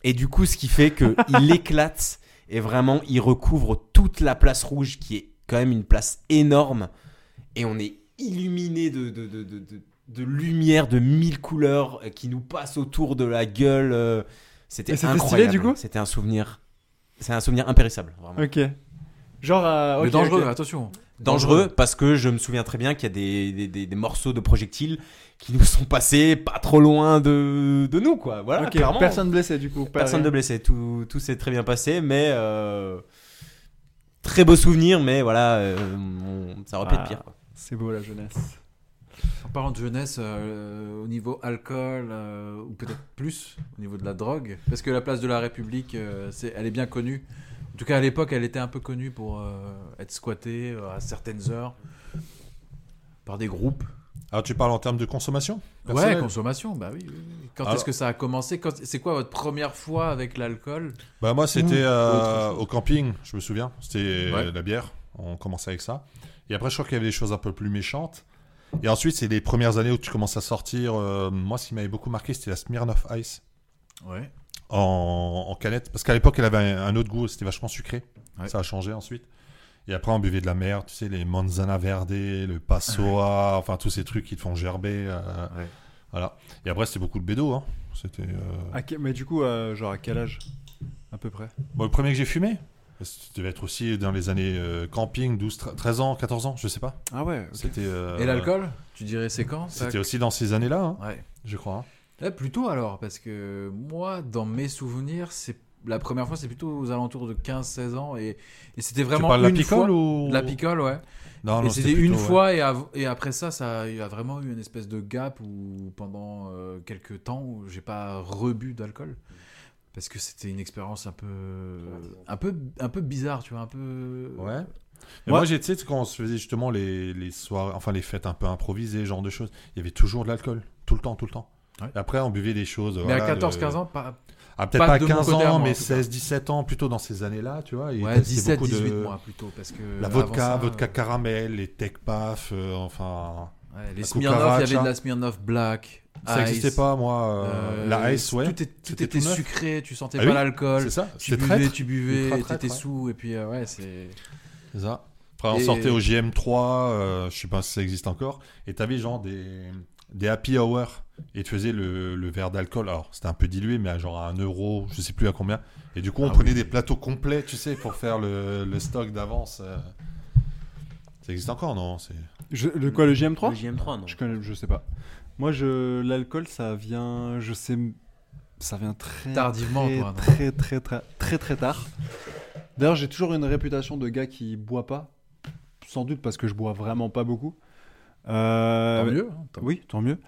Speaker 3: Et du coup, ce qui
Speaker 2: [LAUGHS]
Speaker 3: fait que il éclate et vraiment, il recouvre toute la place rouge qui est quand même une place énorme. Et on est illuminé de, de, de, de, de- de lumière de mille couleurs euh, qui nous passe autour de la gueule. euh, C'était
Speaker 2: Et c'était
Speaker 3: incroyable.
Speaker 2: stylé, du coup
Speaker 3: C'était un souvenir. C'est un souvenir impérissable, vraiment.
Speaker 2: Ok. Genre. euh,
Speaker 1: Mais
Speaker 2: ok,
Speaker 1: dangereux, hein.
Speaker 2: ok.
Speaker 1: attention.
Speaker 3: Dangereux parce que je me souviens très bien qu'il y a des, des, des- des morceaux de projectiles qui nous sont passés pas trop loin de, de nous, quoi. Voilà,
Speaker 2: Ok,
Speaker 3: clairement.
Speaker 2: Personne blessé du coup. pas
Speaker 3: Personne
Speaker 2: rien.
Speaker 3: de blessé, tout, tout s'est très bien passé, mais euh, très beau souvenir, mais voilà, euh, on- ça aurait pu être
Speaker 2: Ah.
Speaker 3: pire. quoi.
Speaker 2: C'est beau la jeunesse.
Speaker 1: En parlant de jeunesse, euh, au niveau alcool, euh, ou peut-être plus, au niveau de la drogue, parce que la place de la République, euh, c'est, elle est bien connue. En tout cas, à l'époque, elle était un peu connue pour euh, être squattée euh, à certaines heures par des groupes.
Speaker 4: Ah, tu parles en termes de consommation
Speaker 1: Ouais,
Speaker 4: Personnel.
Speaker 1: consommation, bah oui. oui, oui. Quand
Speaker 4: Alors-
Speaker 1: est-ce que ça a commencé Quand- C'est quoi votre première fois avec l'alcool
Speaker 4: Bah moi
Speaker 2: Ou
Speaker 4: c'était euh,
Speaker 1: Mmh. autre chose.
Speaker 4: au camping, je me souviens, c'était euh,
Speaker 1: Ouais.
Speaker 4: la bière, on commençait avec ça. Et après je crois qu'il y avait des choses un peu plus méchantes. Et ensuite c'est les premières années où tu commences à sortir, euh, moi ce qui m'avait beaucoup marqué c'était la Smirnoff Ice
Speaker 1: Ouais.
Speaker 4: en, en canette, parce qu'à l'époque elle avait un, un autre goût, c'était vachement sucré,
Speaker 1: Ouais.
Speaker 4: ça a changé ensuite. Et après on buvait de la mer, tu sais, les manzana verde, le passoa, enfin tous ces trucs qui te font gerber. euh,
Speaker 1: Ouais.
Speaker 4: Voilà. Et après c'était beaucoup de bédo, hein. C'était... euh,
Speaker 2: À que- Mais du coup, euh, genre à quel âge À peu près.
Speaker 4: Bon, le premier que j'ai fumé, ça devait être aussi dans les années euh, camping, 12, tre- 13 ans, 14 ans, je sais pas.
Speaker 2: Ah ouais.
Speaker 4: C'était. euh,
Speaker 1: Et l'alcool Tu dirais c'est quand ça
Speaker 4: C'était aussi dans ces années-là, hein,
Speaker 1: Ouais.
Speaker 4: je crois. hein.
Speaker 1: Là, plutôt alors, parce que moi, dans mes souvenirs, c'est la première fois, c'est plutôt aux alentours de 15-16 ans, et, et c'était vraiment
Speaker 4: tu parles de
Speaker 1: une
Speaker 4: la picole
Speaker 1: fois.
Speaker 4: ou Ah
Speaker 1: De La picole, ouais.
Speaker 4: Non,
Speaker 1: et
Speaker 4: non,
Speaker 1: c'était
Speaker 4: plutôt,
Speaker 1: une
Speaker 4: ouais.
Speaker 1: fois, et, av- et après ça, ça il y a vraiment eu une espèce de gap où pendant euh, quelques temps, où j'ai pas rebu d'alcool. Parce que c'était une expérience un peu, un peu, un peu bizarre, tu vois, un peu.
Speaker 4: Ouais. Mais
Speaker 2: Moi-
Speaker 4: moi, j'ai tu sais, quand on se faisait justement les, les soirées, enfin les fêtes un peu improvisées, ce genre de choses, il y avait toujours de l'alcool, tout le temps, tout le temps.
Speaker 1: Ouais.
Speaker 4: Et Après, on buvait des choses.
Speaker 1: Mais
Speaker 4: voilà,
Speaker 1: à 14-15
Speaker 4: le-
Speaker 1: ans, pas,
Speaker 4: Ah, peut-être
Speaker 1: pas
Speaker 4: pas, à
Speaker 1: de mon
Speaker 4: 15
Speaker 1: côté, à
Speaker 4: ans,
Speaker 1: moi, en
Speaker 4: mais
Speaker 1: tout cas.
Speaker 4: 16, 17 ans, plutôt dans ces années-là, tu vois. et
Speaker 1: ouais,
Speaker 4: testait
Speaker 1: 17,
Speaker 4: beaucoup
Speaker 1: 18
Speaker 4: de...
Speaker 1: mois plutôt, parce que
Speaker 4: La
Speaker 1: avant
Speaker 4: vodka,
Speaker 1: ça,
Speaker 4: vodka
Speaker 1: euh,
Speaker 4: caramel, les tech paf, euh, enfin.
Speaker 1: ouais, les
Speaker 4: la
Speaker 1: Smirnoff, il y
Speaker 4: cucaracha.
Speaker 1: avait de la Smirnoff Black.
Speaker 4: Ça n'existait
Speaker 1: Ice.
Speaker 4: pas, moi. euh,
Speaker 1: Euh,
Speaker 4: la ice, ouais.
Speaker 1: Tout, est- tout
Speaker 4: C'était
Speaker 1: était
Speaker 4: tout neuf.
Speaker 1: sucré, tu sentais
Speaker 4: Ah
Speaker 1: pas
Speaker 4: oui,
Speaker 1: l'alcool.
Speaker 4: C'est ça,
Speaker 1: Tu
Speaker 4: c'était
Speaker 1: buvais,
Speaker 4: traître.
Speaker 1: tu buvais,
Speaker 4: Ultra
Speaker 1: et
Speaker 4: traître,
Speaker 1: t'étais
Speaker 4: ouais.
Speaker 1: sous, et puis euh, ouais, c'est.
Speaker 4: C'est ça. Après, on
Speaker 1: Et-
Speaker 4: sortait au GM3, euh, je sais pas si ça existe encore, et t'avais genre des, des happy hour, et tu faisais le, le verre d'alcool. Alors, c'était un peu dilué, mais à genre à 1 euro, je sais plus à combien. Et du coup, on
Speaker 1: Ah
Speaker 4: prenait
Speaker 1: oui.
Speaker 4: des plateaux complets, tu sais, pour faire le, le stock d'avance. euh. Ça existe encore, non c'est-
Speaker 2: Je- le quoi, le
Speaker 3: Le
Speaker 2: GM3
Speaker 3: JM3, non.
Speaker 2: Je connais, je sais pas. Moi, je l'alcool, ça vient, je sais, ça vient très
Speaker 1: Tardivement,
Speaker 2: très,
Speaker 1: toi, non
Speaker 2: très, très, très, très, très tard. D'ailleurs, j'ai toujours une réputation de gars qui boit pas, sans doute parce que je bois vraiment pas beaucoup. Euh,
Speaker 1: Tant mieux. hein, tant-
Speaker 2: Oui, tant mieux.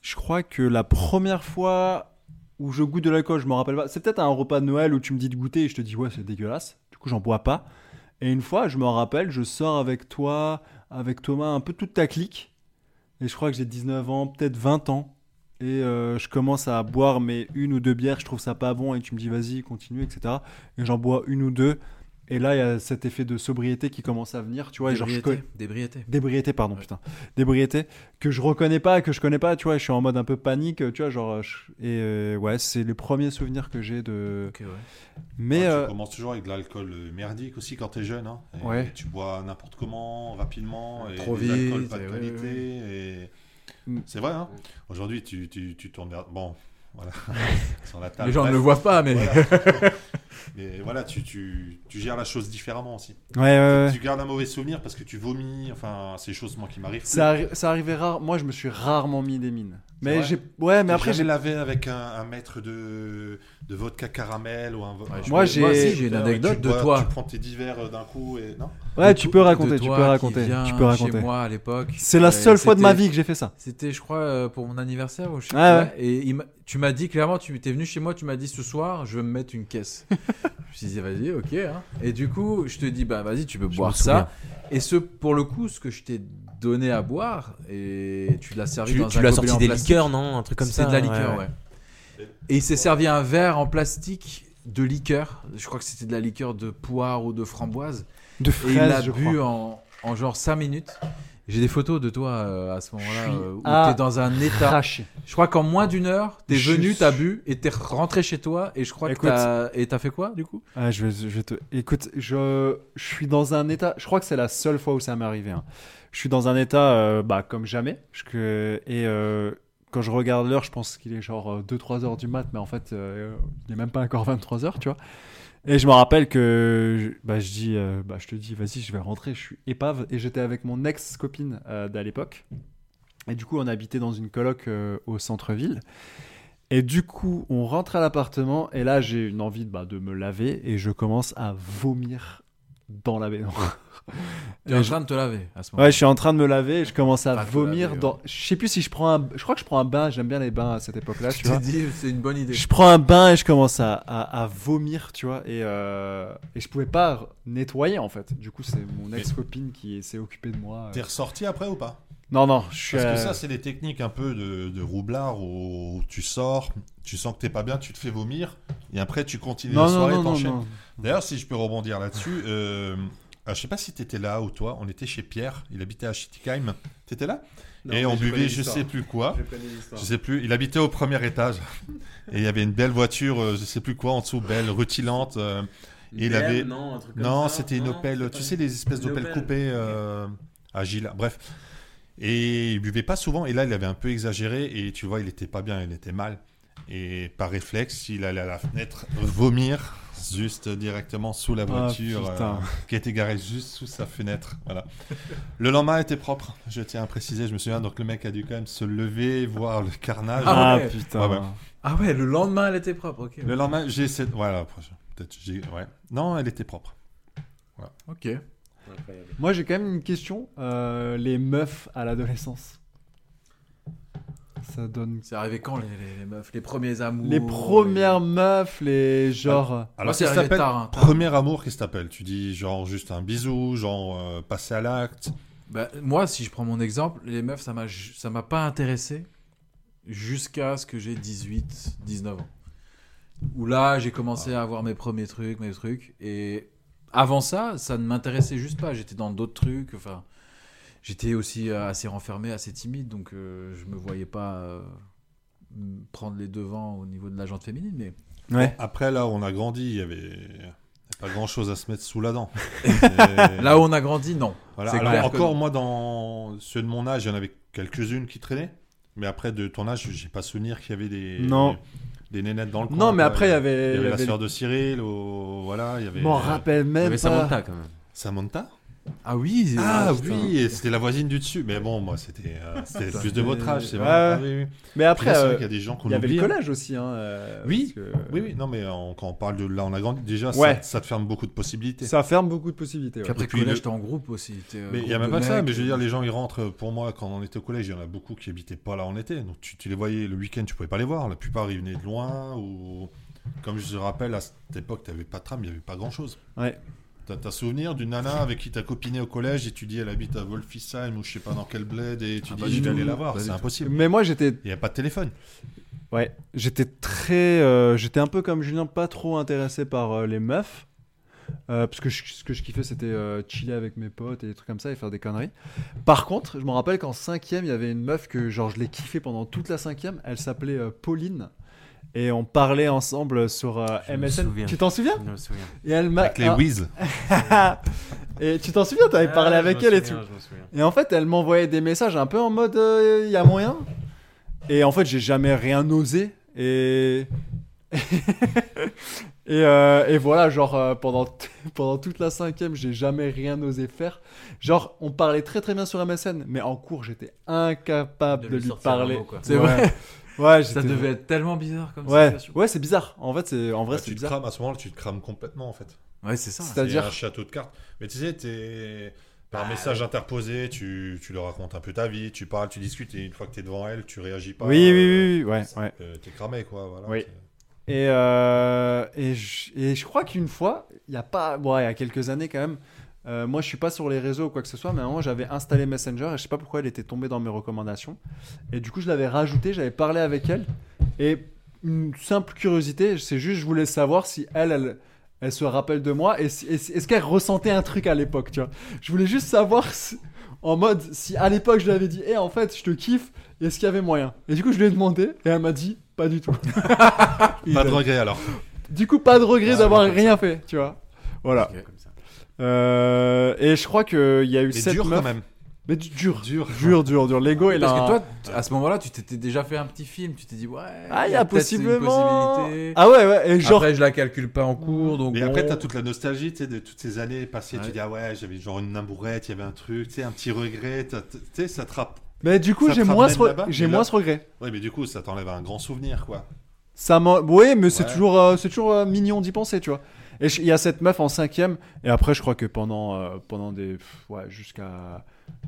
Speaker 2: Je crois que la première fois où je goûte de l'alcool, je m'en rappelle pas. C'est peut-être à un repas de Noël où tu me dis de goûter et je te dis ouais, c'est dégueulasse. Du coup, j'en bois pas. Et une fois, je m'en rappelle, je sors avec toi, avec Thomas, un peu toute ta clique. Et je crois que j'ai 19 ans, peut-être 20 ans. Et euh, je commence à boire mes une ou deux bières, je trouve ça pas bon. Et tu me dis vas-y, continue, etc. Et j'en bois une ou deux. Et là, il y a cet effet de sobriété qui commence à venir, tu vois. et Genre, je
Speaker 1: Débriété,
Speaker 2: co-
Speaker 1: débriété.
Speaker 2: Débriété, pardon,
Speaker 1: Ouais.
Speaker 2: putain. Débriété, que je reconnais pas, que je connais pas, tu vois, je suis en mode un peu panique, tu vois, genre. euh, je- Et euh, ouais, c'est les premiers souvenirs que j'ai de.
Speaker 1: Ok, ouais.
Speaker 2: Mais.
Speaker 4: Ouais,
Speaker 1: Ah,
Speaker 2: euh,
Speaker 4: Tu commences toujours avec de l'alcool euh, merdique aussi quand t'es jeune. hein. Et
Speaker 2: Ouais.
Speaker 4: Tu bois n'importe comment, rapidement, et
Speaker 1: Trop
Speaker 4: des alcools
Speaker 1: vite,
Speaker 4: pas de
Speaker 1: et ouais,
Speaker 4: qualité. et-
Speaker 2: Mm.
Speaker 4: C'est vrai, hein. aujourd'hui tu, tu, tu tournes vers. Bon, voilà. Sur la table.
Speaker 1: Les gens ne le
Speaker 4: Bref,
Speaker 1: voient pas, mais. [LAUGHS]
Speaker 4: voilà. Mais voilà, tu, tu, tu gères la chose différemment aussi.
Speaker 2: Ouais, ouais, ouais.
Speaker 4: Tu gardes un mauvais souvenir parce que tu vomis, enfin, ces choses moi qui m'arrivent.
Speaker 2: Ça, arri- ça arrivait rare. Moi, je me suis rarement mis des mines. Mais
Speaker 4: vrai
Speaker 2: j'ai. Ouais, mais après,
Speaker 4: j'ai
Speaker 2: j'ai.
Speaker 4: lavé avec un, un mètre de, de vodka caramel ou un. vo-
Speaker 1: Ouais,
Speaker 4: un-
Speaker 1: je-
Speaker 2: Moi, j'ai-
Speaker 1: Moi, si, j'ai une
Speaker 4: Tu
Speaker 1: anecdote de
Speaker 4: bois-
Speaker 1: toi.
Speaker 4: Tu prends tes divers euh, d'un coup et. Non
Speaker 2: Ouais,
Speaker 1: De
Speaker 2: tu
Speaker 1: to-
Speaker 2: peux
Speaker 1: de
Speaker 2: raconter, tu
Speaker 1: toi
Speaker 2: peux
Speaker 1: qui
Speaker 2: raconter,
Speaker 1: viens
Speaker 2: tu peux raconter.
Speaker 1: Chez moi à l'époque.
Speaker 2: C'est la
Speaker 1: Euh,
Speaker 2: seule fois de ma
Speaker 1: c'était-
Speaker 2: vie que j'ai fait ça.
Speaker 1: C'était, je crois, euh, pour mon anniversaire. Ou je sais
Speaker 2: Ouais,
Speaker 1: pas.
Speaker 3: Ah
Speaker 2: ouais.
Speaker 1: Et il m'a- tu m'as dit clairement, tu étais venu chez moi, tu m'as dit ce soir, je veux me mettre une
Speaker 3: [LAUGHS]
Speaker 1: caisse. je me suis dit, vas-y, ok. hein. Et du coup, je te dis, bah vas-y, tu peux boire ça. Et ce, pour le coup, ce que je t'ai donné à boire, et tu l'as servi
Speaker 3: Tu,
Speaker 1: dans
Speaker 3: tu
Speaker 1: un
Speaker 3: lui as
Speaker 1: gobelet
Speaker 3: sorti
Speaker 1: en
Speaker 3: des
Speaker 1: plastique.
Speaker 3: liqueurs, non Un truc comme ça.
Speaker 1: C'était de la liqueur, ouais. Et il s'est servi un verre en plastique de liqueur. Je crois que c'était de la liqueur de poire ou de framboise.
Speaker 2: De
Speaker 1: Et il l'a
Speaker 2: fraise, je
Speaker 1: bu
Speaker 2: crois.
Speaker 1: en, en genre 5 minutes. J'ai des photos de toi euh, à ce moment-là
Speaker 2: Je suis
Speaker 1: euh, où
Speaker 2: à-
Speaker 1: t'es dans un état.
Speaker 2: Craché.
Speaker 1: Je crois qu'en moins d'une heure, t'es
Speaker 2: Je
Speaker 1: venu,
Speaker 2: suis-
Speaker 1: t'as bu et t'es rentré chez toi. Et je crois
Speaker 2: Écoute.
Speaker 1: que t'as. Et t'as fait quoi du coup
Speaker 2: Ah, je, vais, je vais te. Écoute, je, je suis dans un état. Je crois que c'est la seule fois où ça m'est arrivé. hein. Je suis dans un état euh, bah, comme jamais. Je, que- et euh, quand je regarde l'heure, je pense qu'il est genre 2-3 heures du mat, mais en fait, euh, il n'est même pas encore 23 heures, tu vois. Et je me rappelle que je, bah, je, dis, euh, bah, je te dis, vas-y, je vais rentrer, je suis épave. Et j'étais avec mon ex-copine euh, d'à l'époque. Et du coup, on habitait dans une coloc euh, au centre-ville. Et du coup, on rentre à l'appartement et là, j'ai une envie de, bah, de me laver et je commence à vomir dans la baignoire.
Speaker 1: Tu es en train de te laver à ce moment.
Speaker 2: Ouais, je suis en train de me laver et je commence à
Speaker 1: Ah, te
Speaker 2: vomir
Speaker 1: laver,
Speaker 2: dans. Je sais plus si je prends un. Je crois que je prends un bain. J'aime bien les bains à cette époque-là.
Speaker 1: je
Speaker 4: [LAUGHS]
Speaker 2: Tu
Speaker 1: t'ai
Speaker 2: vois.
Speaker 1: dit, c'est une bonne idée.
Speaker 2: Je prends un bain et je commence à, à- à vomir, tu vois, et, euh, et je pouvais pas nettoyer en fait. Du coup, c'est mon ex-copine qui s'est occupée de moi.
Speaker 4: T'es ressorti après ou pas
Speaker 2: Non, non, je suis.
Speaker 4: Parce
Speaker 2: euh,
Speaker 4: que ça, c'est des techniques un peu de, de roublard où tu sors, tu sens que t'es pas bien, tu te fais vomir, et après tu continues
Speaker 2: non,
Speaker 4: la
Speaker 2: non,
Speaker 4: soirée,
Speaker 2: non, non,
Speaker 4: t'enchaînes.
Speaker 2: non.
Speaker 4: D'ailleurs, si je peux rebondir là-dessus, euh, ah, je sais pas si t'étais là ou toi, on était chez Pierre, il habitait à Chittikheim, t'étais là Et on buvait je sais plus quoi, je sais plus, il habitait au premier étage, [LAUGHS] et il y avait une belle voiture, euh, je sais plus quoi, en dessous, belle, rutilante, euh, et il avait...
Speaker 3: Non, un truc comme
Speaker 4: Non,
Speaker 3: ça,
Speaker 4: c'était une
Speaker 3: non,
Speaker 4: Opel,
Speaker 3: c'est
Speaker 4: tu
Speaker 3: pas
Speaker 4: sais,
Speaker 3: une-
Speaker 4: les espèces
Speaker 3: une
Speaker 4: d'Opel
Speaker 3: Opel.
Speaker 4: coupées euh, agiles, bref. Et il buvait pas souvent, et là, il avait un peu exagéré, et tu vois, il était pas bien, il était mal. Et par réflexe, il allait à la fenêtre vomir, juste directement sous la
Speaker 2: Ah,
Speaker 4: voiture
Speaker 2: putain.
Speaker 4: euh, qui était garée juste sous sa fenêtre. Voilà. Le lendemain était propre, je tiens à préciser, je me souviens, donc le mec a dû quand même se lever, voir le carnage.
Speaker 1: Ah,
Speaker 2: Ah,
Speaker 1: ouais.
Speaker 2: putain.
Speaker 4: Ouais, ouais.
Speaker 1: Ah ouais, le lendemain, elle était propre. Ok.
Speaker 4: Le lendemain, j'ai cette. Voilà, peut-être. j'ai- Ouais. Non, elle était propre.
Speaker 1: Ok.
Speaker 3: Incroyable.
Speaker 2: Moi, j'ai quand même une question. euh, les meufs à l'adolescence, ça donne.
Speaker 1: C'est arrivé quand les, les- les meufs, les premiers amours
Speaker 2: Les premières meufs, les genres.
Speaker 1: Alors,
Speaker 4: Alors,
Speaker 1: c'est
Speaker 4: qu'est-ce que
Speaker 1: arrivé
Speaker 4: t'appelles
Speaker 1: tard. hein, tard.
Speaker 4: Premier amour, qu'est-ce que t'appelles Tu dis genre juste un bisou, genre euh, passer à l'acte.
Speaker 1: Bah, moi, si je prends mon exemple, les meufs, ça m'a ju- ça m'a pas intéressé jusqu'à ce que j'ai 18, 19 ans. Où là, j'ai commencé à avoir mes premiers trucs, mes trucs. Et avant ça, ça ne m'intéressait juste pas. J'étais dans d'autres trucs. Enfin, j'étais aussi euh, assez renfermé, assez timide. Donc, euh, je me voyais pas euh, m- prendre les devants au niveau de la jante féminine. Mais
Speaker 2: Ouais.
Speaker 4: Après là, on a grandi, il y avait il y a pas grand-chose à se mettre sous la dent. Et-
Speaker 1: là où on a grandi, non.
Speaker 4: voilà.
Speaker 1: c'est
Speaker 4: Alors,
Speaker 1: clair que-
Speaker 4: encore moi dans ceux de mon âge, il y en avait quelques-unes qui traînaient, mais après de ton âge, j'ai pas souvenir qu'il y avait des
Speaker 2: Non.
Speaker 4: des nénettes dans le coin.
Speaker 2: Non, mais
Speaker 4: quoi.
Speaker 2: après, il y
Speaker 4: il
Speaker 2: avait.
Speaker 4: y avait la
Speaker 2: il y
Speaker 4: sœur de Cyril, au... voilà, il y
Speaker 2: Je
Speaker 4: avait
Speaker 2: m'en rappelle
Speaker 3: Il y
Speaker 2: même
Speaker 3: avait
Speaker 2: pas.
Speaker 3: Samantha quand même.
Speaker 4: Samantha.
Speaker 1: Ah oui
Speaker 4: bah. Ah
Speaker 2: putain.
Speaker 4: oui, et c'était la voisine du dessus. Mais bon, moi c'était euh, c'était
Speaker 1: Putain.
Speaker 4: plus de votre âge, c'est
Speaker 2: Ouais.
Speaker 4: vrai. Ah oui, oui.
Speaker 2: Mais
Speaker 4: Après,
Speaker 2: après,
Speaker 4: c'est vrai
Speaker 2: euh,
Speaker 4: qu'il y a des gens qu'on
Speaker 2: il y avait le
Speaker 4: oublie.
Speaker 2: collège aussi. Hein, euh,
Speaker 4: Oui.
Speaker 2: parce que-
Speaker 4: Oui, oui, non, mais euh, on- quand on parle de là, on a grandi. Déjà,
Speaker 2: Ouais.
Speaker 4: ça, ça te ferme beaucoup de possibilités.
Speaker 2: Ça ferme beaucoup de possibilités. ouais.
Speaker 1: Puis après,
Speaker 4: Et puis
Speaker 1: collège,
Speaker 4: le-
Speaker 1: t'es en groupe aussi. t'es, euh,
Speaker 4: mais il n'y
Speaker 1: groupe
Speaker 4: a même
Speaker 1: de
Speaker 4: pas que ça,
Speaker 1: mecs.
Speaker 4: mais je
Speaker 2: euh.
Speaker 4: veux dire, les gens, ils rentrent. euh, Pour moi, quand on était au collège, il y en a beaucoup qui habitaient pas là où on était. Donc, tu, tu les voyais le week-end, tu pouvais pas les voir. La plupart, ils venaient de loin. ou Comme je te rappelle, à cette époque, tu n'avais pas de tram, il n'y avait pas grand-chose.
Speaker 2: Ouais.
Speaker 4: T'as t'as souvenir d'une nana avec qui t'as copiné au collège et tu dis, elle habite à Wolfisheim ou je sais pas dans quel bled et tu
Speaker 1: Ah, pas
Speaker 2: bah,
Speaker 4: dis,
Speaker 1: du
Speaker 4: je vais
Speaker 1: tout,
Speaker 4: aller la voir.
Speaker 1: pas du
Speaker 4: C'est
Speaker 1: tout.
Speaker 4: impossible.
Speaker 2: Mais moi, j'étais
Speaker 4: Il n'y a pas de téléphone.
Speaker 2: Ouais, j'étais très, euh, j'étais un peu comme Julien, pas trop intéressé par euh, les meufs, Euh, parce que je- ce que je kiffais, c'était euh, chiller avec mes potes et des trucs comme ça et faire des conneries. Par contre, je me rappelle qu'en cinquième, il y avait une meuf que genre je l'ai kiffée pendant toute la cinquième. Elle s'appelait euh, Pauline et on parlait ensemble sur euh,
Speaker 3: Je me
Speaker 2: MSN.
Speaker 3: souviens.
Speaker 2: Tu t'en souviens
Speaker 3: Je me souviens.
Speaker 2: Et elle m'a.
Speaker 4: Avec les
Speaker 2: Ah,
Speaker 4: whiz.
Speaker 2: et tu t'en souviens T'avais parlé
Speaker 3: Ah,
Speaker 2: avec
Speaker 3: je me
Speaker 2: elle et tout.
Speaker 3: souviens, je me souviens.
Speaker 2: Et en fait, elle m'envoyait des messages un peu en mode il y a moyen. Et en fait, j'ai jamais rien osé. Et. [LAUGHS] et, euh, et voilà, genre, euh, pendant, [LAUGHS] t- pendant toute la cinquième, j'ai jamais rien osé faire. Genre, on parlait très très bien sur MSN, mais en cours, j'étais incapable de, lui,
Speaker 3: sortir un
Speaker 2: parler.
Speaker 3: mot, quoi.
Speaker 1: C'est
Speaker 2: Ouais.
Speaker 1: vrai.
Speaker 2: [LAUGHS] Ouais,
Speaker 1: Ça
Speaker 2: j'étais-
Speaker 1: devait être tellement bizarre comme
Speaker 2: Ouais,
Speaker 1: situation.
Speaker 2: ouais c'est bizarre. En fait, c'est en vrai,
Speaker 4: Bah,
Speaker 2: c'est
Speaker 4: tu te
Speaker 2: bizarre.
Speaker 4: crames à ce moment-là, tu te crames complètement en fait.
Speaker 1: Ouais, c'est ça.
Speaker 2: C'est-
Speaker 4: C'est
Speaker 2: C'est-à-dire-
Speaker 4: un château de cartes. Mais tu sais, t'es... par message interposé, tu, tu leur racontes un peu ta vie, tu parles, tu discutes, et une fois que t'es devant elle, tu réagis pas.
Speaker 2: Oui, oui,
Speaker 4: euh,
Speaker 2: oui, oui, ouais, ouais.
Speaker 4: euh, t'es cramé, quoi. Voilà,
Speaker 2: Oui.
Speaker 4: C'est-
Speaker 2: Et, euh, et, je, et je crois qu'une fois, il y a pas, bon, il y a quelques années quand même, euh, moi je suis pas sur les réseaux ou quoi que ce soit, mais à un moment j'avais installé Messenger et je sais pas pourquoi elle était tombée dans mes recommandations. Et du coup je l'avais rajouté, j'avais parlé avec elle. Et une simple curiosité, c'est juste je voulais savoir si elle, elle, elle se rappelle de moi et si- et si- est-ce qu'elle ressentait un truc à l'époque, tu vois. Je voulais juste savoir si- en mode si à l'époque je lui avais dit, eh en fait je te kiffe, est-ce qu'il y avait moyen Et du coup je lui ai demandé et elle m'a dit, pas du tout.
Speaker 4: Pas de regret alors.
Speaker 2: Du coup, pas de regret
Speaker 3: Ah,
Speaker 2: d'avoir
Speaker 3: ouais, comme
Speaker 2: rien fait, tu vois. Voilà.
Speaker 1: Ok.
Speaker 3: Comme ça.
Speaker 2: Euh, et je crois qu'il y a eu
Speaker 4: Mais
Speaker 2: sept
Speaker 4: dur
Speaker 2: meufs.
Speaker 4: quand même.
Speaker 2: Mais du- dur,
Speaker 4: Dur.
Speaker 2: dur, dur, dur. L'ego est là. hein.
Speaker 1: Parce que toi, t- à ce moment-là, tu t'étais déjà fait un petit film. Tu t'es dit, ouais,
Speaker 2: ah, il y a
Speaker 1: peut-être c'est
Speaker 2: possiblement.
Speaker 1: Une possibilité.
Speaker 2: Ah ouais, ouais. Et genre,
Speaker 1: Après, je la calcule pas en cours. Donc
Speaker 4: Mais
Speaker 1: bon.
Speaker 4: après, t'as toute la nostalgie tu sais, de toutes ces années passées.
Speaker 1: Ouais.
Speaker 4: Tu dis, ah ouais, j'avais genre une nabourette, il y avait un truc, tu sais, un petit regret. t'as- Tu sais, ça te rappe.
Speaker 2: mais du coup,
Speaker 4: ça te
Speaker 2: j'ai moins,
Speaker 4: ramène
Speaker 2: ce re-
Speaker 4: là-bas,
Speaker 2: j'ai
Speaker 4: et là-
Speaker 2: moins ce regret.
Speaker 4: Ouais, mais du coup, ça t'enlève un grand souvenir, quoi.
Speaker 2: Ça m'en- Oui, mais c'est
Speaker 4: Ouais.
Speaker 2: toujours, euh, c'est toujours euh, mignon d'y penser, tu vois. Et je- il y a cette meuf en cinquième. Et après, je crois que pendant, euh, pendant des. pff, Ouais, jusqu'à.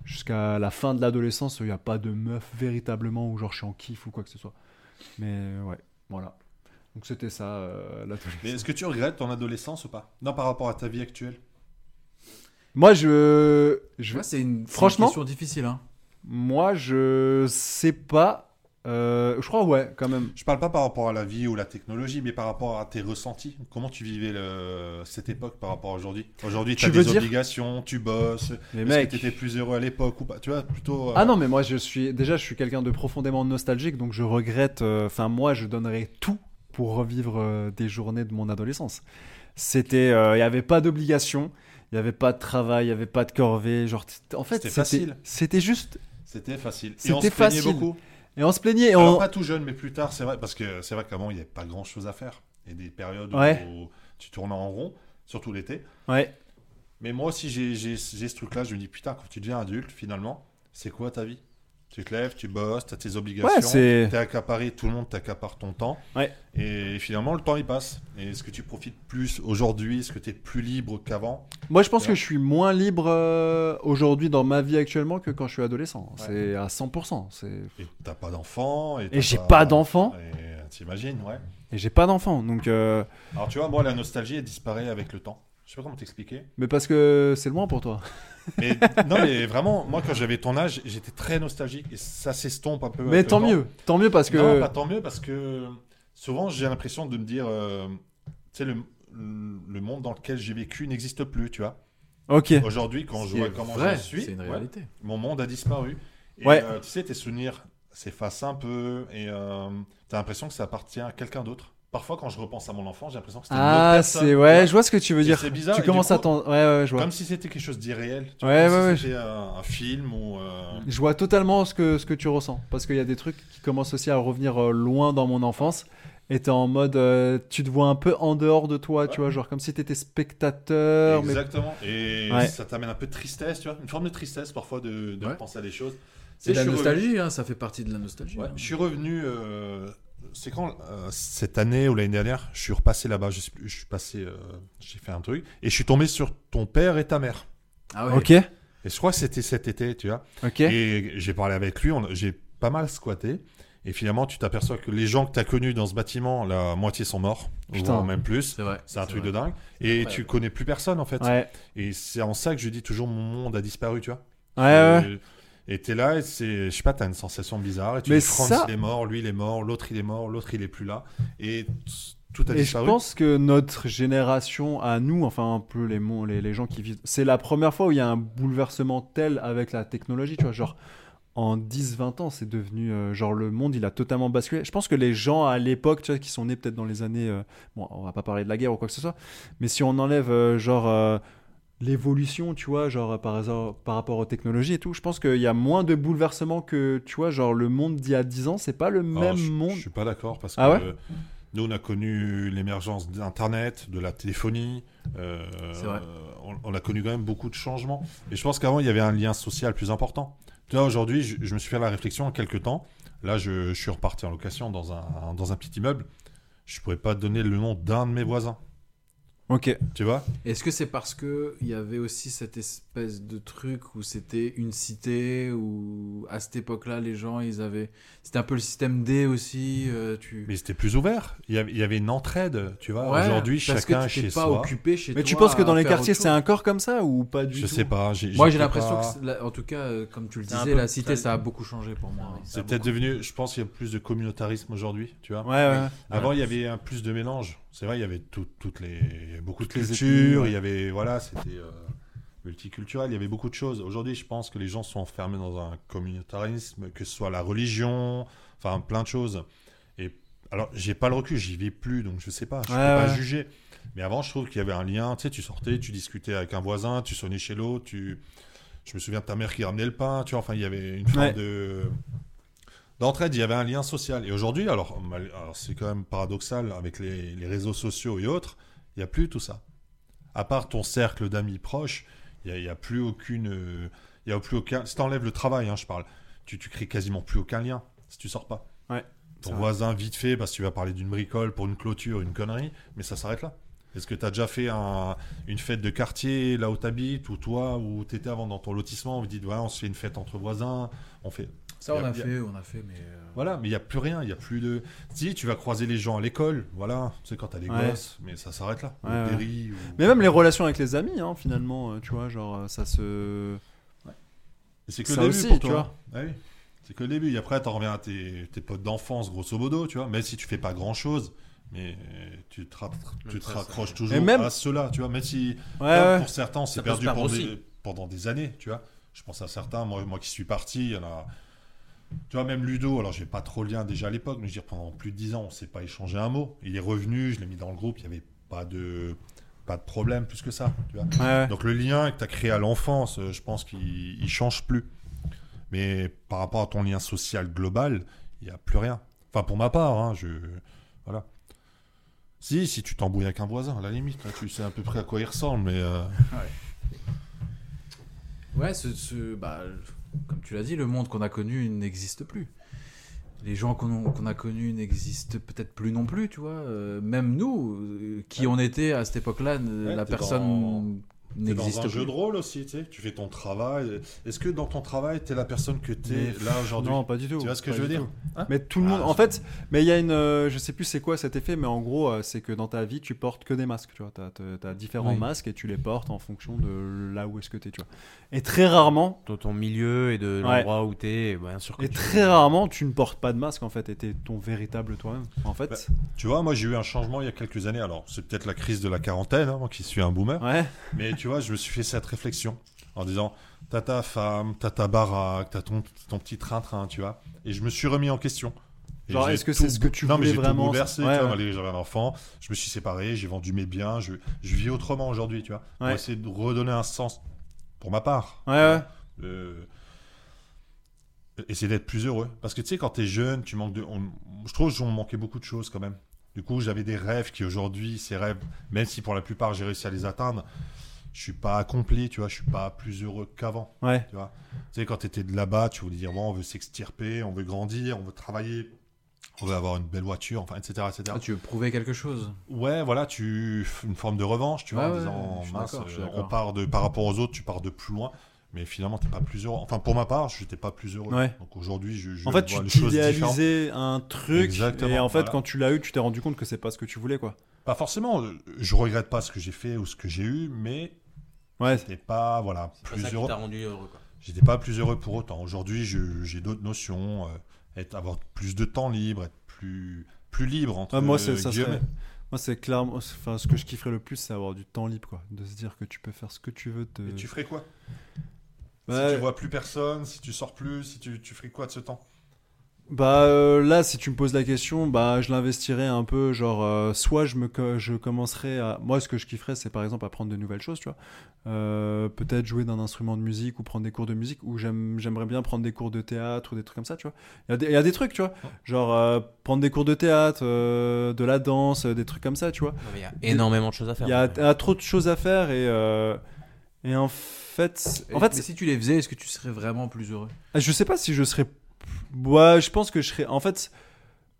Speaker 2: Jusqu'à la fin de l'adolescence, il n'y a pas de meuf véritablement où genre je suis en kiff ou quoi que ce soit. Mais euh, ouais, voilà. Donc c'était ça, euh, l'adolescence.
Speaker 4: Mais est-ce que tu regrettes ton adolescence ou pas Non, par rapport à ta vie actuelle.
Speaker 2: Moi, je. je
Speaker 1: c'est une, c'est
Speaker 2: Franchement
Speaker 1: une question difficile. Hein.
Speaker 2: Moi, je sais pas. Euh, je crois, ouais, quand même.
Speaker 4: Je parle pas par rapport à la vie ou la technologie, mais par rapport à tes ressentis. Comment tu vivais le- cette époque par rapport à aujourd'hui Aujourd'hui,
Speaker 2: Tu
Speaker 4: tu as
Speaker 2: veux
Speaker 4: des
Speaker 2: dire
Speaker 4: obligations, tu bosses.
Speaker 2: Mais
Speaker 4: Est-ce
Speaker 2: mec.
Speaker 4: que tu étais plus heureux à l'époque ou pas Tu vois, plutôt. euh,
Speaker 2: Ah non, mais moi, je suis. Déjà, je suis quelqu'un de profondément nostalgique, donc je regrette. euh, Enfin, moi, je donnerais tout pour revivre euh, des journées de mon adolescence. C'était. euh, Il n'y avait pas d'obligation, il n'y avait pas de travail, il n'y avait pas de corvée. Genre, t- en fait,
Speaker 4: C'était facile.
Speaker 2: C'était juste.
Speaker 4: C'était facile. Et
Speaker 2: C'était
Speaker 4: on se plaignait
Speaker 2: facile.
Speaker 4: beaucoup.
Speaker 2: Et on se plaignait. et
Speaker 4: Alors,
Speaker 2: on-
Speaker 4: pas tout jeune, mais plus tard, c'est vrai, parce que c'est vrai qu'avant, il n'y avait pas grand chose à faire. Et des périodes
Speaker 2: Ouais.
Speaker 4: où tu tournais en rond, surtout l'été.
Speaker 2: Ouais.
Speaker 4: Mais moi aussi, j'ai j'ai- j'ai ce truc-là, je me dis, putain, quand tu deviens adulte, finalement, c'est quoi ta vie Tu te lèves, tu bosses, tu as tes
Speaker 2: Ouais,
Speaker 4: obligations,
Speaker 2: c'est.
Speaker 4: t'es accaparé, tout le monde t'accapare ton temps.
Speaker 2: Ouais.
Speaker 4: Et finalement, le temps, il passe. Et est-ce que tu profites plus aujourd'hui Est-ce que tu es plus libre qu'avant
Speaker 2: Moi, je pense que je suis moins libre euh, aujourd'hui dans ma vie actuellement que quand je suis adolescent.
Speaker 4: Ouais.
Speaker 2: C'est à 100%. C'est.
Speaker 4: Et t'as pas d'enfant.
Speaker 2: Et
Speaker 4: t'as
Speaker 2: j'ai pas d'enfant.
Speaker 4: Et T'imagines, ouais.
Speaker 2: Et j'ai pas d'enfant, donc. euh,
Speaker 4: Alors tu vois, moi, la nostalgie, elle disparaît avec le temps. Je sais pas comment t'expliquer.
Speaker 2: Mais parce que c'est loin pour toi.
Speaker 4: Mais non, mais vraiment, moi, quand j'avais ton âge, j'étais très nostalgique et ça s'estompe un peu.
Speaker 2: mais tant mieux, tant mieux parce
Speaker 4: Parce
Speaker 2: que.
Speaker 4: que... Non, pas tant mieux parce que souvent, j'ai l'impression de me dire, euh, tu sais, le, le monde dans lequel j'ai vécu n'existe plus, tu vois.
Speaker 2: ok.
Speaker 4: Aujourd'hui, quand je
Speaker 1: C'est
Speaker 4: vois comment
Speaker 1: vrai,
Speaker 4: je suis,
Speaker 1: C'est une
Speaker 4: ouais,
Speaker 1: réalité.
Speaker 4: mon monde a disparu. Et
Speaker 2: Ouais.
Speaker 4: euh, tu sais, tes souvenirs s'effacent un peu et euh, t'as l'impression que ça appartient à quelqu'un d'autre. Parfois, quand je repense à mon enfant, j'ai l'impression que c'était une autre
Speaker 2: Ah,
Speaker 4: personne,
Speaker 2: c'est
Speaker 4: tu
Speaker 2: ouais,
Speaker 4: vois.
Speaker 2: je vois ce que tu veux
Speaker 4: Et
Speaker 2: dire.
Speaker 4: c'est bizarre,
Speaker 2: tu
Speaker 4: et du
Speaker 2: commences à
Speaker 4: coup-
Speaker 2: t'en. Ouais, ouais, je vois.
Speaker 4: Comme si c'était quelque chose d'irréel. tu
Speaker 2: Ouais, ouais,
Speaker 4: comme si
Speaker 2: ouais,
Speaker 4: C'était un, un film ou. euh,
Speaker 2: Je vois totalement ce que ce que tu ressens parce qu'il y a des trucs qui commencent aussi à revenir euh, loin dans mon enfance. Et t'es en mode, euh, tu te vois un peu en dehors de toi, tu vois, genre comme si t'étais spectateur. mais-
Speaker 4: Exactement. Et
Speaker 2: Ouais.
Speaker 4: ça t'amène un peu de tristesse, tu vois. Une forme de tristesse parfois de, de
Speaker 1: Ouais.
Speaker 4: repenser à des choses.
Speaker 1: C'est de
Speaker 4: Et
Speaker 1: la
Speaker 4: je suis
Speaker 1: nostalgie, hein, ça fait partie de la nostalgie.
Speaker 4: Ouais,
Speaker 1: hein.
Speaker 4: je suis revenu. euh, c'est quand euh, cette année ou l'année dernière, je suis repassé là-bas. Je, sais plus, je suis passé, euh, j'ai fait un truc et je suis tombé sur ton père et ta mère.
Speaker 1: Ah ouais.
Speaker 2: Ok,
Speaker 4: Et je crois que c'était cet été, tu vois.
Speaker 2: ok.
Speaker 4: Et j'ai parlé avec lui. on- J'ai pas mal squatté. Et finalement, tu t'aperçois que les gens que t'as connus dans ce bâtiment, la moitié sont morts,
Speaker 2: Putain.
Speaker 4: voire même plus.
Speaker 1: C'est vrai.
Speaker 4: C'est un
Speaker 1: c'est
Speaker 4: truc
Speaker 1: vrai.
Speaker 4: de dingue. Et tu
Speaker 1: Incroyable.
Speaker 4: connais plus personne en fait.
Speaker 2: Ouais,
Speaker 4: Et c'est en ça que je dis toujours mon monde a disparu, tu vois.
Speaker 2: ouais, Ah ouais.
Speaker 4: Euh, Et et t'es là, et c'est, je sais pas, t'as une sensation bizarre. Et tu
Speaker 2: Mais
Speaker 4: dis, Franz,
Speaker 2: ça-
Speaker 4: il est mort, lui, il est mort, l'autre, il est mort, l'autre, il est plus là. Et t- tout a
Speaker 2: Et je
Speaker 4: disparu.
Speaker 2: pense que notre génération, à nous, enfin un peu les, mon- les, les gens qui vivent, c'est la première fois où il y a un bouleversement tel avec la technologie, tu vois, genre en 10-20 ans, c'est devenu, euh, genre le monde, il a totalement basculé. Je pense que les gens à l'époque, tu vois, qui sont nés peut-être dans les années, euh, bon, on va pas parler de la guerre ou quoi que ce soit, mais si on enlève, euh, genre... euh, L'évolution, tu vois, genre par, hasard- par rapport aux technologies et tout, je pense qu'il y a moins de bouleversements que, tu vois, genre le monde d'il y a 10 ans, c'est pas le
Speaker 4: Alors,
Speaker 2: même
Speaker 4: Oh, je,
Speaker 2: monde.
Speaker 4: Je suis pas d'accord parce
Speaker 2: Ah ouais
Speaker 4: que nous, on a connu l'émergence d'Internet, de la téléphonie. euh,
Speaker 1: C'est vrai.
Speaker 4: On, on a connu quand même beaucoup de changements. Et je pense qu'avant, il y avait un lien social plus important. Tu vois, aujourd'hui, je, je me suis fait la réflexion en quelques temps. Là, je, je suis reparti en location dans un, dans un petit immeuble. Je pourrais pas te donner le nom d'un de mes voisins.
Speaker 2: Ok.
Speaker 4: Tu vois
Speaker 1: Est-ce que c'est parce que il y avait aussi cette espèce de truc où c'était une cité où à cette époque-là les gens ils avaient c'était un peu le système D aussi euh, tu
Speaker 4: Mais c'était plus ouvert. Il y avait, il y avait une entraide, tu vois.
Speaker 1: Ouais,
Speaker 4: Aujourd'hui,
Speaker 1: parce que
Speaker 4: chacun
Speaker 1: t'étais
Speaker 4: chez
Speaker 1: pas
Speaker 4: soi.
Speaker 1: occupé chez
Speaker 2: Mais tu
Speaker 1: toi
Speaker 2: penses que dans
Speaker 1: à
Speaker 2: les
Speaker 1: faire
Speaker 2: quartiers,
Speaker 1: autre
Speaker 2: c'est
Speaker 1: chose
Speaker 2: encore comme ça ou pas du
Speaker 4: Je
Speaker 2: tout
Speaker 4: sais pas.
Speaker 1: Moi j'ai l'impression
Speaker 4: pas-
Speaker 1: que c'est- la- en tout cas euh, comme tu le
Speaker 3: C'est un
Speaker 1: disais
Speaker 3: peu-
Speaker 1: la cité
Speaker 3: ça-
Speaker 1: ça a beaucoup changé pour moi.
Speaker 3: Ça a
Speaker 4: c'est peut-être
Speaker 3: beaucoup-
Speaker 4: devenu. Je pense qu'il y a plus de communautarisme aujourd'hui, tu vois.
Speaker 2: Ouais, ouais.
Speaker 4: Avant, il y avait un plus de mélange. C'est vrai, il y avait tout- toutes les il y avait beaucoup
Speaker 2: Toutes
Speaker 4: de
Speaker 2: les
Speaker 4: cultures.
Speaker 2: ethnies,
Speaker 4: Il y avait voilà, c'était euh, multiculturel. Il y avait beaucoup de choses. Aujourd'hui, je pense que les gens sont enfermés dans un communautarisme, que ce soit la religion, enfin plein de choses. Et alors, j'ai pas le recul, j'y vis plus, donc je sais pas. Je
Speaker 2: Ouais,
Speaker 4: peux pas
Speaker 2: ouais.
Speaker 4: juger. Mais avant, je trouve qu'il y avait un lien. Tu sais, tu sortais, tu discutais avec un voisin, tu sonnais chez l'autre, tu je me souviens de ta mère qui ramenait le pain, tu vois, enfin, il y avait une forme
Speaker 2: Ouais.
Speaker 4: de... D'entraide, il y avait un lien social. Et aujourd'hui, alors, mal- alors, c'est quand même paradoxal avec les, les réseaux sociaux et autres, il n'y a plus tout ça. À part ton cercle d'amis proches, il n'y a, il y a plus aucune... euh, Il y a plus aucun... Si t'enlèves le travail, hein, je parle, tu, tu crées quasiment plus aucun lien si tu sors pas.
Speaker 2: Ouais, c'est
Speaker 4: Ton
Speaker 2: vrai.
Speaker 4: voisin, vite fait, parce que tu vas parler d'une bricole pour une clôture, une connerie, mais ça s'arrête là. Est-ce que tu as déjà fait un- une fête de quartier là où tu habites ou toi où tu étais avant dans ton lotissement Vous dites, voilà, on se fait une fête entre voisins. On fait...
Speaker 1: Ça, on
Speaker 4: Y
Speaker 1: a
Speaker 4: a- y a-
Speaker 1: fait, on a fait, mais. euh,
Speaker 4: Voilà, mais il n'y a plus rien, il n'y a plus de. Si, tu vas croiser les gens à l'école, voilà, c'est quand tu as des
Speaker 2: Ouais.
Speaker 4: gosses, mais ça s'arrête là. Au
Speaker 2: Ouais, ouais.
Speaker 4: Berry, ou-
Speaker 2: Mais même les relations avec les amis, hein, finalement, euh, tu vois, genre, euh, ça se.
Speaker 4: Et C'est que
Speaker 2: Ça
Speaker 4: le début
Speaker 2: aussi,
Speaker 4: pour
Speaker 2: tu
Speaker 4: toi. Ah oui. C'est que le début. Et après, t'en reviens à tes, tes potes d'enfance, grosso modo, tu vois. Même si tu fais pas grand chose, mais tu te, ra- tu te
Speaker 3: ça,
Speaker 4: raccroches
Speaker 3: ça-
Speaker 4: toujours
Speaker 2: Et même-
Speaker 4: à cela, tu vois. Même si
Speaker 2: Ouais,
Speaker 4: comme
Speaker 2: ouais.
Speaker 4: pour certains, c'est
Speaker 3: peut se
Speaker 4: perdu
Speaker 3: perdre
Speaker 4: pendant
Speaker 3: aussi.
Speaker 4: des, pendant des années, tu vois. Je pense à certains, moi, moi qui suis parti, il y en a. Tu vois, même Ludo, alors j'ai pas trop le lien déjà à l'époque, mais je veux dire, pendant plus de 10 ans, on s'est pas échangé un mot. Il est revenu, je l'ai mis dans le groupe, il y avait pas de, pas de problème plus que ça, tu vois.
Speaker 2: ouais.
Speaker 4: Donc le lien que tu as créé à l'enfance, euh, je pense qu'il il change plus. Mais par rapport à ton lien social global, il n'y a plus rien. Enfin, pour ma part, hein, je. Voilà. Si, si tu t'embrouilles avec un voisin, à la limite, là, tu sais à peu près à quoi il ressemble, mais. euh,
Speaker 1: Ouais, ce, ce- bah, comme tu l'as dit, le monde qu'on a connu n'existe plus. Les gens qu'on qu'on a connus n'existent peut-être plus non plus, tu vois. Euh, même nous, euh, qui on était à cette époque-là, n-
Speaker 4: Ouais,
Speaker 1: la
Speaker 4: t'es
Speaker 1: personne
Speaker 4: T'es dans
Speaker 1: n'existe
Speaker 4: un
Speaker 1: plus.
Speaker 4: jeu de rôle aussi, tu sais. Tu fais ton travail. Est-ce que dans ton travail, t'es la personne que
Speaker 2: Mais
Speaker 4: t'es
Speaker 2: pff,
Speaker 4: là aujourd'hui
Speaker 2: Non, pas du tout.
Speaker 4: Tu vois ce que
Speaker 2: pas
Speaker 4: je veux
Speaker 2: du
Speaker 4: dire
Speaker 2: tout.
Speaker 4: Hein
Speaker 2: Mais tout le
Speaker 4: Ah,
Speaker 2: monde. En
Speaker 4: c'est-
Speaker 2: fait, mais il y a une. euh, je sais plus c'est quoi cet effet, mais en gros, euh, c'est que dans ta vie, tu portes que des masques. Tu vois, t'as, t'as- t'as différents
Speaker 1: Oui.
Speaker 2: masques et tu les portes en fonction de là où est-ce que t'es. Tu vois. Et très rarement,
Speaker 3: de ton milieu et de
Speaker 2: Ouais.
Speaker 3: l'endroit où t'es, et ben, bien sûr que
Speaker 2: et
Speaker 3: tu-
Speaker 2: très rarement, tu ne portes pas de masque en fait. Et t'es ton véritable toi-même. En fait.
Speaker 4: Tu vois, moi j'ai eu un changement il y a quelques années. Alors, c'est peut-être la crise de la quarantaine, hein, moi qui suis un boomer.
Speaker 2: Ouais.
Speaker 4: Mais tu vois, je me suis fait cette réflexion en disant t'as ta femme, t'as ta baraque, t'as ton, ton petit train-train, tu vois. Et je me suis remis en question. Et
Speaker 2: Genre,
Speaker 4: j'ai
Speaker 2: est-ce que
Speaker 4: tout
Speaker 2: c'est ce que
Speaker 4: bou-
Speaker 2: tu
Speaker 4: non, mais
Speaker 2: voulais
Speaker 4: j'ai tout
Speaker 2: vraiment,
Speaker 4: bouleversé,
Speaker 2: ça Ouais,
Speaker 4: tu vois.
Speaker 2: ouais.
Speaker 4: Allez, J'avais un enfant, je me suis séparé, j'ai vendu mes biens, je, je vis autrement aujourd'hui, tu vois. Pour
Speaker 2: Ouais.
Speaker 4: essayer de redonner un sens pour ma part.
Speaker 2: Ouais, ouais.
Speaker 4: Euh, essayer d'être plus heureux. Parce que tu sais, quand t'es jeune, tu manques de. on- je trouve qu'on manquait beaucoup de choses quand même. Du coup, j'avais des rêves qui aujourd'hui, ces rêves, même si pour la plupart j'ai réussi à les atteindre, je suis pas accompli, tu vois, je suis pas plus heureux qu'avant.
Speaker 2: Ouais.
Speaker 4: Tu sais, quand t'étais de là-bas, tu voulais dire, bon, on veut s'extirper, on veut grandir, on veut travailler, on veut avoir une belle voiture, enfin, etc. etc.
Speaker 1: Ah, tu veux prouver quelque chose
Speaker 4: Ouais, voilà, tu une forme de revanche, tu vois,
Speaker 1: Ouais,
Speaker 4: en
Speaker 1: ouais,
Speaker 4: disant
Speaker 1: je suis
Speaker 4: mince,
Speaker 1: d'accord, je suis
Speaker 4: euh, on
Speaker 1: d'accord.
Speaker 4: part de par rapport aux autres, tu pars de plus loin, mais finalement t'es pas plus heureux. Enfin, pour ma part, je n'étais pas plus heureux.
Speaker 2: Ouais.
Speaker 4: Donc aujourd'hui, je, je
Speaker 2: En fait,
Speaker 4: vois
Speaker 2: tu
Speaker 4: les choses différentes.
Speaker 2: t'idéalisais un truc.
Speaker 4: Exactement,
Speaker 2: et en fait,
Speaker 4: voilà.
Speaker 2: quand tu l'as eu, tu t'es rendu compte que c'est pas ce que tu voulais, quoi.
Speaker 4: Pas forcément, euh, je regrette pas ce que j'ai fait ou ce que j'ai eu, mais
Speaker 2: Ouais.
Speaker 4: t'es pas voilà
Speaker 3: C'est pas
Speaker 4: plus
Speaker 3: ça qui
Speaker 4: heureux.
Speaker 3: t'a rendu heureux. quoi.
Speaker 4: J'étais pas plus heureux pour autant. Aujourd'hui, je- j'ai d'autres notions, euh, être avoir plus de temps libre, être plus plus libre entre
Speaker 2: Ah, moi, c'est, ça
Speaker 4: guillemets.
Speaker 2: serait- moi, c'est clairement. Enfin, ce que je kifferais le plus, c'est avoir du temps libre, quoi. De se dire que tu peux faire ce que tu veux. De...
Speaker 1: euh,
Speaker 4: Et tu ferais quoi
Speaker 2: Bah,
Speaker 4: Si tu vois plus personne, si tu sors plus, si tu, tu ferais quoi de ce temps
Speaker 2: bah, euh, là, si tu me poses la question, bah, je l'investirais un peu. Genre, euh, soit je me, co- je commencerais à. Moi, ce que je kifferais, c'est par exemple apprendre de nouvelles choses, tu vois. Euh, peut-être jouer d'un instrument de musique ou prendre des cours de musique. Ou j'aime, j'aimerais bien prendre des cours de théâtre ou des trucs comme ça, tu vois. Il y a des, il y a des trucs, tu vois. Genre, euh, prendre des cours de théâtre, euh, de la danse, euh, des trucs comme ça, tu vois.
Speaker 3: Non, mais Il y a énormément de choses à faire.
Speaker 2: Il y a, il y a trop de choses à faire et, euh, et en fait, en
Speaker 1: Et-
Speaker 2: fait
Speaker 1: mais si tu les faisais, est-ce que tu serais vraiment plus heureux
Speaker 2: Ah, je sais pas si je serais. Ouais, je pense que je serais. En fait,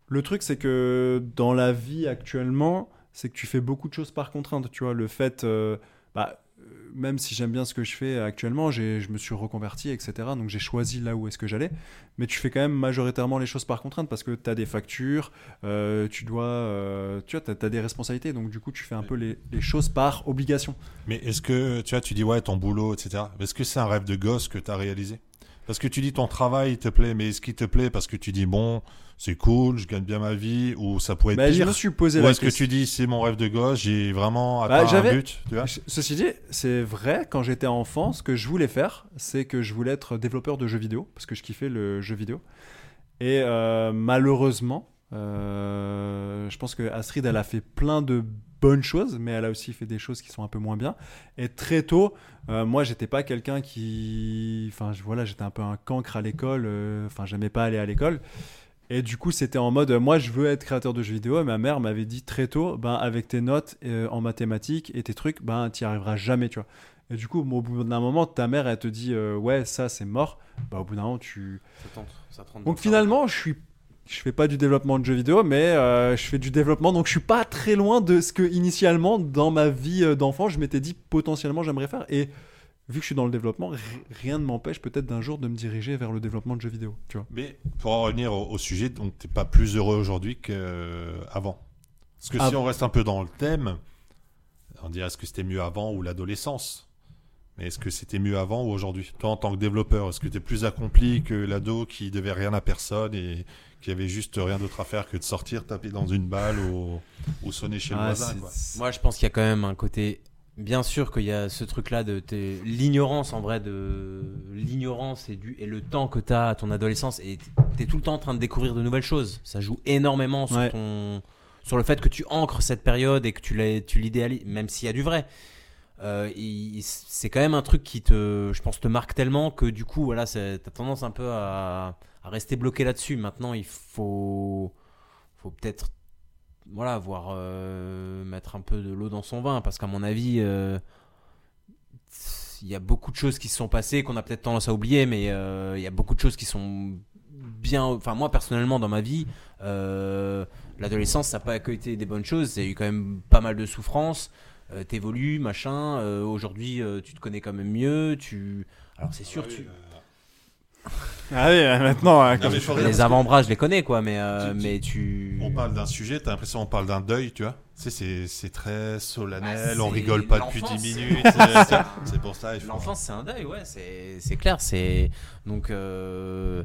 Speaker 2: le truc c'est que dans la vie actuellement, c'est que tu fais beaucoup de choses par contrainte. Tu vois, le fait, euh, bah, euh, même si j'aime bien ce que je fais actuellement, j'ai, je me suis reconverti, etc. Donc j'ai choisi là où est-ce que j'allais. Mais tu fais quand même majoritairement les choses par contrainte parce que tu as des factures, euh, tu dois, euh, tu vois, t'as, t'as des responsabilités. Donc du coup, tu fais un peu les, les choses par obligation.
Speaker 4: Mais est-ce que, tu vois, tu dis, ouais, ton boulot, etc. Mais Est-ce que c'est un rêve de gosse que tu as réalisé Parce que tu dis, ton travail, il te plaît, mais est-ce qu'il te plaît parce que tu dis, bon, c'est cool, je gagne bien ma vie, ou ça pourrait être
Speaker 2: Bah, je
Speaker 4: pire
Speaker 2: me suis posé
Speaker 4: Ou
Speaker 2: la
Speaker 4: est-ce que
Speaker 2: question.
Speaker 4: tu dis, c'est mon rêve de gosse, j'ai vraiment
Speaker 2: Bah,
Speaker 4: atteint un
Speaker 2: j'avais-
Speaker 4: but tu vois
Speaker 2: Je- Ceci dit, c'est vrai, quand j'étais enfant, ce que je voulais faire, c'est que je voulais être développeur de jeux vidéo, parce que je kiffais le jeu vidéo. Et euh, malheureusement, euh, je pense que Astrid, elle a fait plein de bonnes choses, mais elle a aussi fait des choses qui sont un peu moins bien. Et très tôt, euh, moi, j'étais pas quelqu'un qui. Enfin, je- voilà, j'étais un peu un cancre à l'école, euh, enfin, j'aimais pas aller à l'école. Et du coup, c'était en mode, euh, moi, je veux être créateur de jeux vidéo. Et ma mère m'avait dit très tôt, ben, avec tes notes euh, en mathématiques et tes trucs, ben, t'y arriveras jamais, tu vois. Et du coup, bon, au bout d'un moment, ta mère, elle te dit, euh, ouais, ça, c'est mort. Bah, au bout d'un moment, tu.
Speaker 3: Ça tente, ça tente.
Speaker 2: Donc finalement, je suis Je fais pas du développement de jeux vidéo, mais euh, je fais du développement, donc je suis pas très loin de ce que initialement dans ma vie euh, d'enfant je m'étais dit potentiellement j'aimerais faire. Et vu que je suis dans le développement, ri- rien ne m'empêche peut-être d'un jour de me diriger vers le développement de jeux vidéo. Tu vois.
Speaker 4: Mais pour en revenir au, au sujet, donc t'es pas plus heureux aujourd'hui qu'avant. Parce que si
Speaker 2: Ah.
Speaker 4: on reste un peu dans le thème, on dirait est-ce que c'était mieux avant ou l'adolescence Mais est-ce que c'était mieux avant ou aujourd'hui Toi, en tant que développeur, est-ce que t'es plus accompli que l'ado qui devait rien à personne et qui avait juste rien d'autre à faire que de sortir, taper dans une balle ou, ou sonner chez le
Speaker 2: Ah,
Speaker 4: voisin
Speaker 2: c'est-
Speaker 4: quoi.
Speaker 2: c'est-
Speaker 3: Moi, je pense qu'il y a quand même un côté. Bien sûr qu'il y a ce truc-là de t'es- l'ignorance en vrai de l'ignorance et du et le temps que t'as à ton adolescence et t'es tout le temps en train de découvrir de nouvelles choses. Ça joue énormément sur
Speaker 2: Ouais.
Speaker 3: ton sur le fait que tu ancres cette période et que tu l'as- tu l'idéalises, même s'il y a du vrai. Euh, il- il- c'est quand même un truc qui te, je pense, te marque tellement que du coup, voilà, c'est- t'as tendance un peu à, à rester bloqué là-dessus. Maintenant, il faut, faut peut-être, voilà, voir euh, mettre un peu de l'eau dans son vin, parce qu'à mon avis, euh, il y a beaucoup de choses qui se sont passées qu'on a peut-être tendance à oublier, mais euh, il y a beaucoup de choses qui sont bien. Enfin, moi personnellement, dans ma vie, euh, l'adolescence, ça n'a pas que été des bonnes choses. Il y a eu quand même pas mal de souffrances. Euh, T'évolues, machin. euh, Aujourd'hui, euh, tu te connais quand même mieux. Tu, alors c'est sûr, tu...
Speaker 2: Ah oui, euh, maintenant, euh,
Speaker 4: Non, mais faut rire,
Speaker 3: les
Speaker 4: parce que-
Speaker 3: avant-bras, je les connais, quoi. Mais, euh,
Speaker 4: Tu- tu-
Speaker 3: mais tu.
Speaker 4: On parle d'un sujet, t'as l'impression qu'on parle d'un deuil, tu vois. Tu sais, c'est- c'est très solennel,
Speaker 3: Bah,
Speaker 4: on
Speaker 3: c'est
Speaker 4: rigole pas depuis 10
Speaker 3: l'enfance.
Speaker 4: minutes. c'est- c'est- C'est pour ça. il faut-
Speaker 3: L'enfance, c'est un deuil, ouais, c'est c'est clair. C'est donc. euh,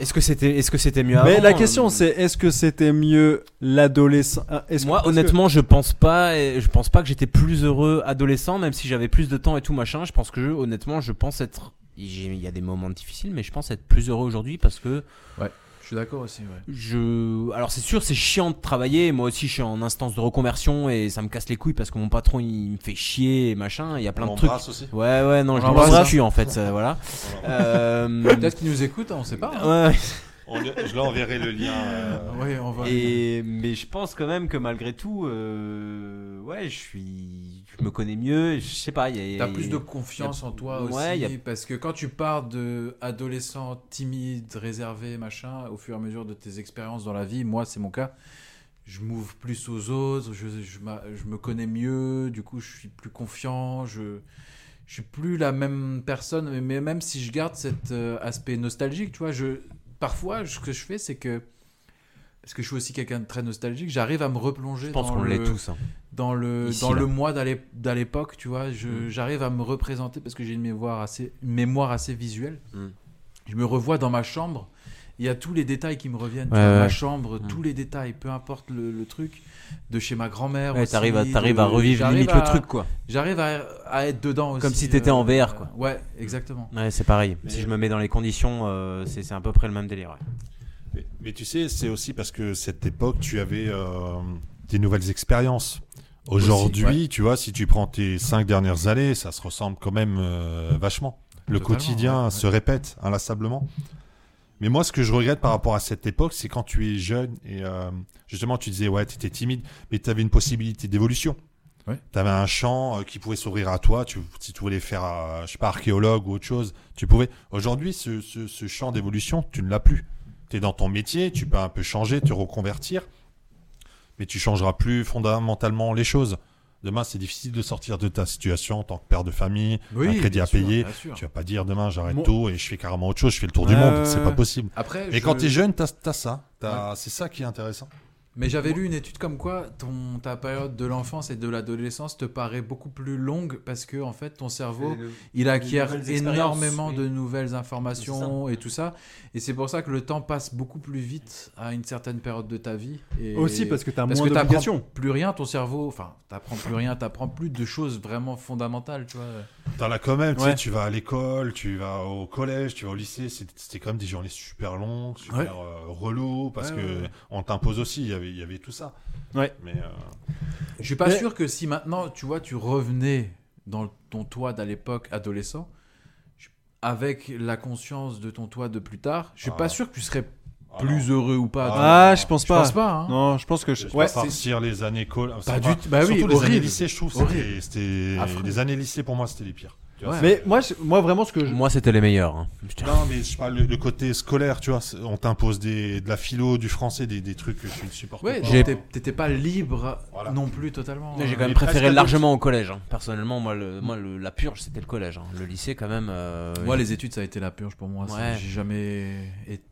Speaker 3: Est-ce que c'était, est-ce que c'était mieux
Speaker 2: Mais
Speaker 3: avant
Speaker 2: la question
Speaker 3: Euh,
Speaker 2: c'est est-ce que c'était mieux euh, l'adolescence
Speaker 3: Moi, honnêtement, je pense pas. et Je pense pas que j'étais plus heureux adolescent, même si j'avais plus de temps et tout machin. Je pense que, honnêtement, je pense être. j'ai- Il y a des moments difficiles, mais je pense être plus heureux aujourd'hui parce que
Speaker 1: Je suis d'accord aussi, ouais.
Speaker 3: je. Alors c'est sûr, c'est chiant de travailler. Moi aussi, je suis en instance de reconversion et ça me casse les couilles parce que mon patron, il me fait chier et machin. Il y a plein
Speaker 4: on
Speaker 3: de trucs.
Speaker 4: embrasse aussi.
Speaker 3: Ouais, ouais, non, je
Speaker 1: l'embrasse.
Speaker 3: l'embrasse cul en fait, ça, voilà. Euh,
Speaker 1: Peut-être qu'ils nous écoutent, hein, on sait pas. hein.
Speaker 3: ouais,
Speaker 4: On lui- je leur enverrai le lien. euh,
Speaker 1: Ah Ouais, on va.
Speaker 3: et, mais je pense quand même que malgré tout, euh, ouais, je suis, je me connais mieux. Je sais pas, il y a.
Speaker 1: T'as plus de confiance en toi aussi,
Speaker 3: Ouais, y a-
Speaker 1: parce que quand tu pars de adolescent timide, réservé, machin, au fur et à mesure de tes expériences dans la vie, moi c'est mon cas, je m'ouvre plus aux autres, je, je, m'a- je me connais mieux, du coup je suis plus confiant, je, je suis plus la même personne, mais- mais même si je garde cet euh, aspect nostalgique, tu vois, je, parfois ce que je fais c'est que, parce que je suis aussi quelqu'un de très nostalgique, j'arrive à me replonger
Speaker 3: Je pense
Speaker 1: dans
Speaker 3: qu'on
Speaker 1: le
Speaker 3: l'est tous. hein.
Speaker 1: dans le
Speaker 3: Ici,
Speaker 1: dans
Speaker 3: là.
Speaker 1: le mois d'à l'ép- d'à l'époque tu vois je-
Speaker 3: Mm.
Speaker 1: j'arrive à me représenter parce que j'ai une mémoire assez une mémoire assez visuelle
Speaker 3: Mm.
Speaker 1: je me revois dans ma chambre il y a tous les détails qui me reviennent tu
Speaker 3: Ouais,
Speaker 1: vois,
Speaker 3: ouais.
Speaker 1: ma chambre
Speaker 3: Mm.
Speaker 1: tous les détails peu importe le, le truc de chez ma grand-mère
Speaker 3: Ouais,
Speaker 1: aussi,
Speaker 3: t'arrives à,
Speaker 1: de-
Speaker 3: t'arrives à revivre
Speaker 1: euh, j'arrive
Speaker 3: limite
Speaker 1: à-
Speaker 3: le truc, quoi.
Speaker 1: j'arrive à, à être dedans aussi euh,
Speaker 3: Comme si t'étais en VR, quoi.
Speaker 1: ouais exactement
Speaker 3: Ouais, c'est pareil. Si
Speaker 4: Mais-
Speaker 3: je me mets dans les conditions, euh, c'est c'est à peu près le même délire. ouais.
Speaker 4: Mais, mais tu sais, c'est aussi parce que cette époque, tu avais euh, des nouvelles expériences. Aujourd'hui,
Speaker 1: Aussi,
Speaker 4: tu vois, si tu prends tes cinq dernières années, ça se ressemble quand même euh, vachement. Le
Speaker 1: Totalement,
Speaker 4: quotidien
Speaker 1: ouais,
Speaker 4: se répète inlassablement. Mais moi, ce que je regrette par rapport à cette époque, c'est quand tu es jeune et euh, justement, tu disais, ouais, tu étais timide, mais tu avais une possibilité d'évolution.
Speaker 1: Ouais.
Speaker 4: Tu avais un champ euh, qui pouvait s'ouvrir à toi. Tu, si tu voulais faire, euh, je sais pas, archéologue ou autre chose, tu pouvais. Aujourd'hui, ce, ce- ce champ d'évolution, tu ne l'as plus. Tu es dans ton métier, tu peux un peu changer, te reconvertir, mais tu changeras plus fondamentalement les choses. Demain, c'est difficile de sortir de ta situation en tant que père de famille. Un crédit
Speaker 1: bien
Speaker 4: à
Speaker 1: sûr,
Speaker 4: payer,
Speaker 1: bien sûr.
Speaker 4: Tu vas pas dire demain, j'arrête
Speaker 2: Mon-
Speaker 4: tout et je fais carrément autre chose, je fais le tour du
Speaker 2: Ouais,
Speaker 4: monde.
Speaker 2: ouais,
Speaker 4: C'est pas
Speaker 2: ouais.
Speaker 4: possible.
Speaker 1: après
Speaker 4: Et
Speaker 1: Euh, je-
Speaker 4: quand tu es jeune, tu as, ça. T'as- C'est ça qui est intéressant.
Speaker 1: Mais j'avais lu une étude comme quoi ton, ta période de l'enfance et de l'adolescence te paraît beaucoup plus longue parce que en fait ton cerveau il acquiert
Speaker 3: nouvelles expériences,
Speaker 1: énormément
Speaker 3: oui.
Speaker 1: de nouvelles informations et tout ça et c'est pour ça que le temps passe beaucoup plus vite à une certaine période de ta vie et
Speaker 2: aussi parce que t'as
Speaker 1: parce
Speaker 2: moins
Speaker 1: que t'apprends
Speaker 2: d'obligations.
Speaker 1: plus rien ton cerveau enfin t'apprends plus rien t'apprends plus de choses vraiment fondamentales tu vois
Speaker 4: T'en as quand même, tu sais,
Speaker 2: Ouais.
Speaker 4: tu vas à l'école, tu vas au collège, tu vas au lycée, c'est- c'était quand même des journées super longues, super
Speaker 1: Ouais.
Speaker 4: euh, relou, parce
Speaker 2: Ouais,
Speaker 4: que
Speaker 2: ouais, ouais.
Speaker 4: on t'impose aussi, il y avait- il y avait tout ça.
Speaker 2: Ouais.
Speaker 4: Mais euh,
Speaker 1: je suis pas
Speaker 2: Mais-
Speaker 1: sûr que si maintenant tu vois tu revenais dans ton toi d'à l'époque adolescent je- avec la conscience de ton toi de plus tard je suis
Speaker 4: Ah.
Speaker 1: pas sûr que tu serais
Speaker 4: ah
Speaker 1: plus heureux ou pas
Speaker 4: Ah,
Speaker 2: Ah, je pense
Speaker 1: je
Speaker 2: pas.
Speaker 1: pense pas hein.
Speaker 2: Non, je pense que je...
Speaker 4: Je
Speaker 2: ouais,
Speaker 4: ouais, partir les années col.
Speaker 1: du- bah oui,
Speaker 4: Surtout les années
Speaker 1: horrible.
Speaker 4: lycée, je trouve.
Speaker 1: Horrible.
Speaker 4: C'était, c'était
Speaker 1: Affreux.
Speaker 4: les années lycée pour moi, c'était les pires.
Speaker 3: tu vois.
Speaker 1: Ouais.
Speaker 2: Mais moi, je- moi vraiment, ce que je.
Speaker 3: Moi, c'était les meilleurs. hein. Putain.
Speaker 4: Non, mais je parle le, le côté scolaire, tu vois. c'est- On t'impose des, de la philo, du français, des, des trucs que tu ne supportes
Speaker 1: Ouais,
Speaker 4: pas.
Speaker 1: genre, t'es- t'étais pas libre
Speaker 4: Voilà.
Speaker 1: non plus totalement.
Speaker 3: J'ai
Speaker 1: euh,
Speaker 3: quand même
Speaker 4: Mais
Speaker 3: préféré
Speaker 4: presque
Speaker 3: largement au collège. hein. Personnellement, moi, le, moi le- la purge, c'était le collège. hein. Le lycée, quand même. euh,
Speaker 1: Moi, les études, ça a été la purge pour moi. ça.
Speaker 3: Ouais.
Speaker 1: J'ai jamais été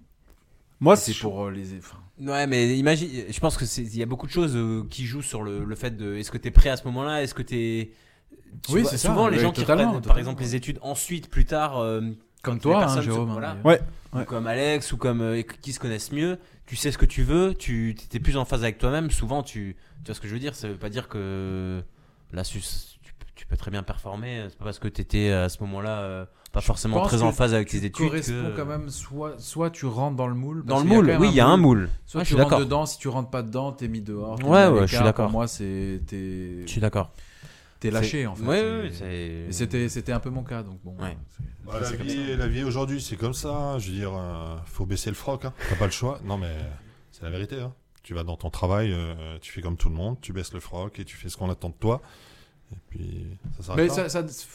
Speaker 2: Moi, c'est
Speaker 1: pour euh, les. enfin,
Speaker 3: Ouais, mais imagine, je pense que c'est- il y a beaucoup de choses euh, qui jouent sur le, le fait de est-ce que t'es prêt à ce moment-là, est-ce que t'es. tu
Speaker 1: Oui,
Speaker 3: vois,
Speaker 1: c'est ça,
Speaker 3: Souvent, les
Speaker 1: ouais,
Speaker 3: gens qui
Speaker 1: totalement,
Speaker 3: reprennent, par
Speaker 1: totalement.
Speaker 3: exemple, les études ensuite, plus tard, euh,
Speaker 1: Comme
Speaker 3: les
Speaker 1: toi, hein,
Speaker 3: personnes se-
Speaker 1: Jérôme. hein,
Speaker 3: voilà.
Speaker 1: d'ailleurs.
Speaker 2: Ouais. Ouais.
Speaker 3: comme Alex ou comme euh, qui se connaissent mieux, tu sais ce que tu veux, tu t'es plus en phase avec toi-même. Souvent, tu, tu vois ce que je veux dire. Ça veut pas dire que là, tu, tu peux- tu peux très bien performer. euh, C'est pas parce que t'étais à ce moment-là euh, pas forcément
Speaker 1: pense
Speaker 3: très
Speaker 1: que
Speaker 3: en phase avec
Speaker 1: Tu
Speaker 3: tes études.
Speaker 1: corresponds
Speaker 4: euh,
Speaker 3: que-
Speaker 1: quand même, soit, soit tu rentres dans le moule.
Speaker 3: Dans
Speaker 1: parce
Speaker 3: le
Speaker 1: qu'il
Speaker 3: moule,
Speaker 1: quand même
Speaker 3: oui, il y a un moule.
Speaker 1: Soit
Speaker 3: Ouais, Ah, je
Speaker 1: tu
Speaker 3: suis
Speaker 1: rentres
Speaker 3: d'accord.
Speaker 1: dedans, si tu rentres pas dedans, t'es mis dehors. t'es
Speaker 3: Ouais,
Speaker 1: mis à
Speaker 3: ouais, je
Speaker 1: l'écart.
Speaker 3: suis d'accord.
Speaker 1: Pour moi, c'est. T'es
Speaker 3: Je suis d'accord.
Speaker 1: t'es lâché, en fait.
Speaker 3: Ouais,
Speaker 1: Et-
Speaker 3: ouais, c'est- euh,
Speaker 1: Et c'était c'était un peu mon cas, donc bon.
Speaker 3: Ouais.
Speaker 1: c'est-
Speaker 4: Bah,
Speaker 1: c'est
Speaker 4: la,
Speaker 1: comme
Speaker 4: vie,
Speaker 2: euh,
Speaker 1: ça.
Speaker 4: la vie aujourd'hui, c'est comme ça. hein. Je veux dire, euh, faut baisser le froc. Hein. T'as pas le choix. Non, mais c'est la vérité. hein. Tu vas dans ton travail, euh, tu fais comme tout le monde, tu baisses le froc et tu fais ce qu'on attend de toi. Et puis, ça s'arrête.
Speaker 1: Mais ça,
Speaker 4: pas.
Speaker 1: ça-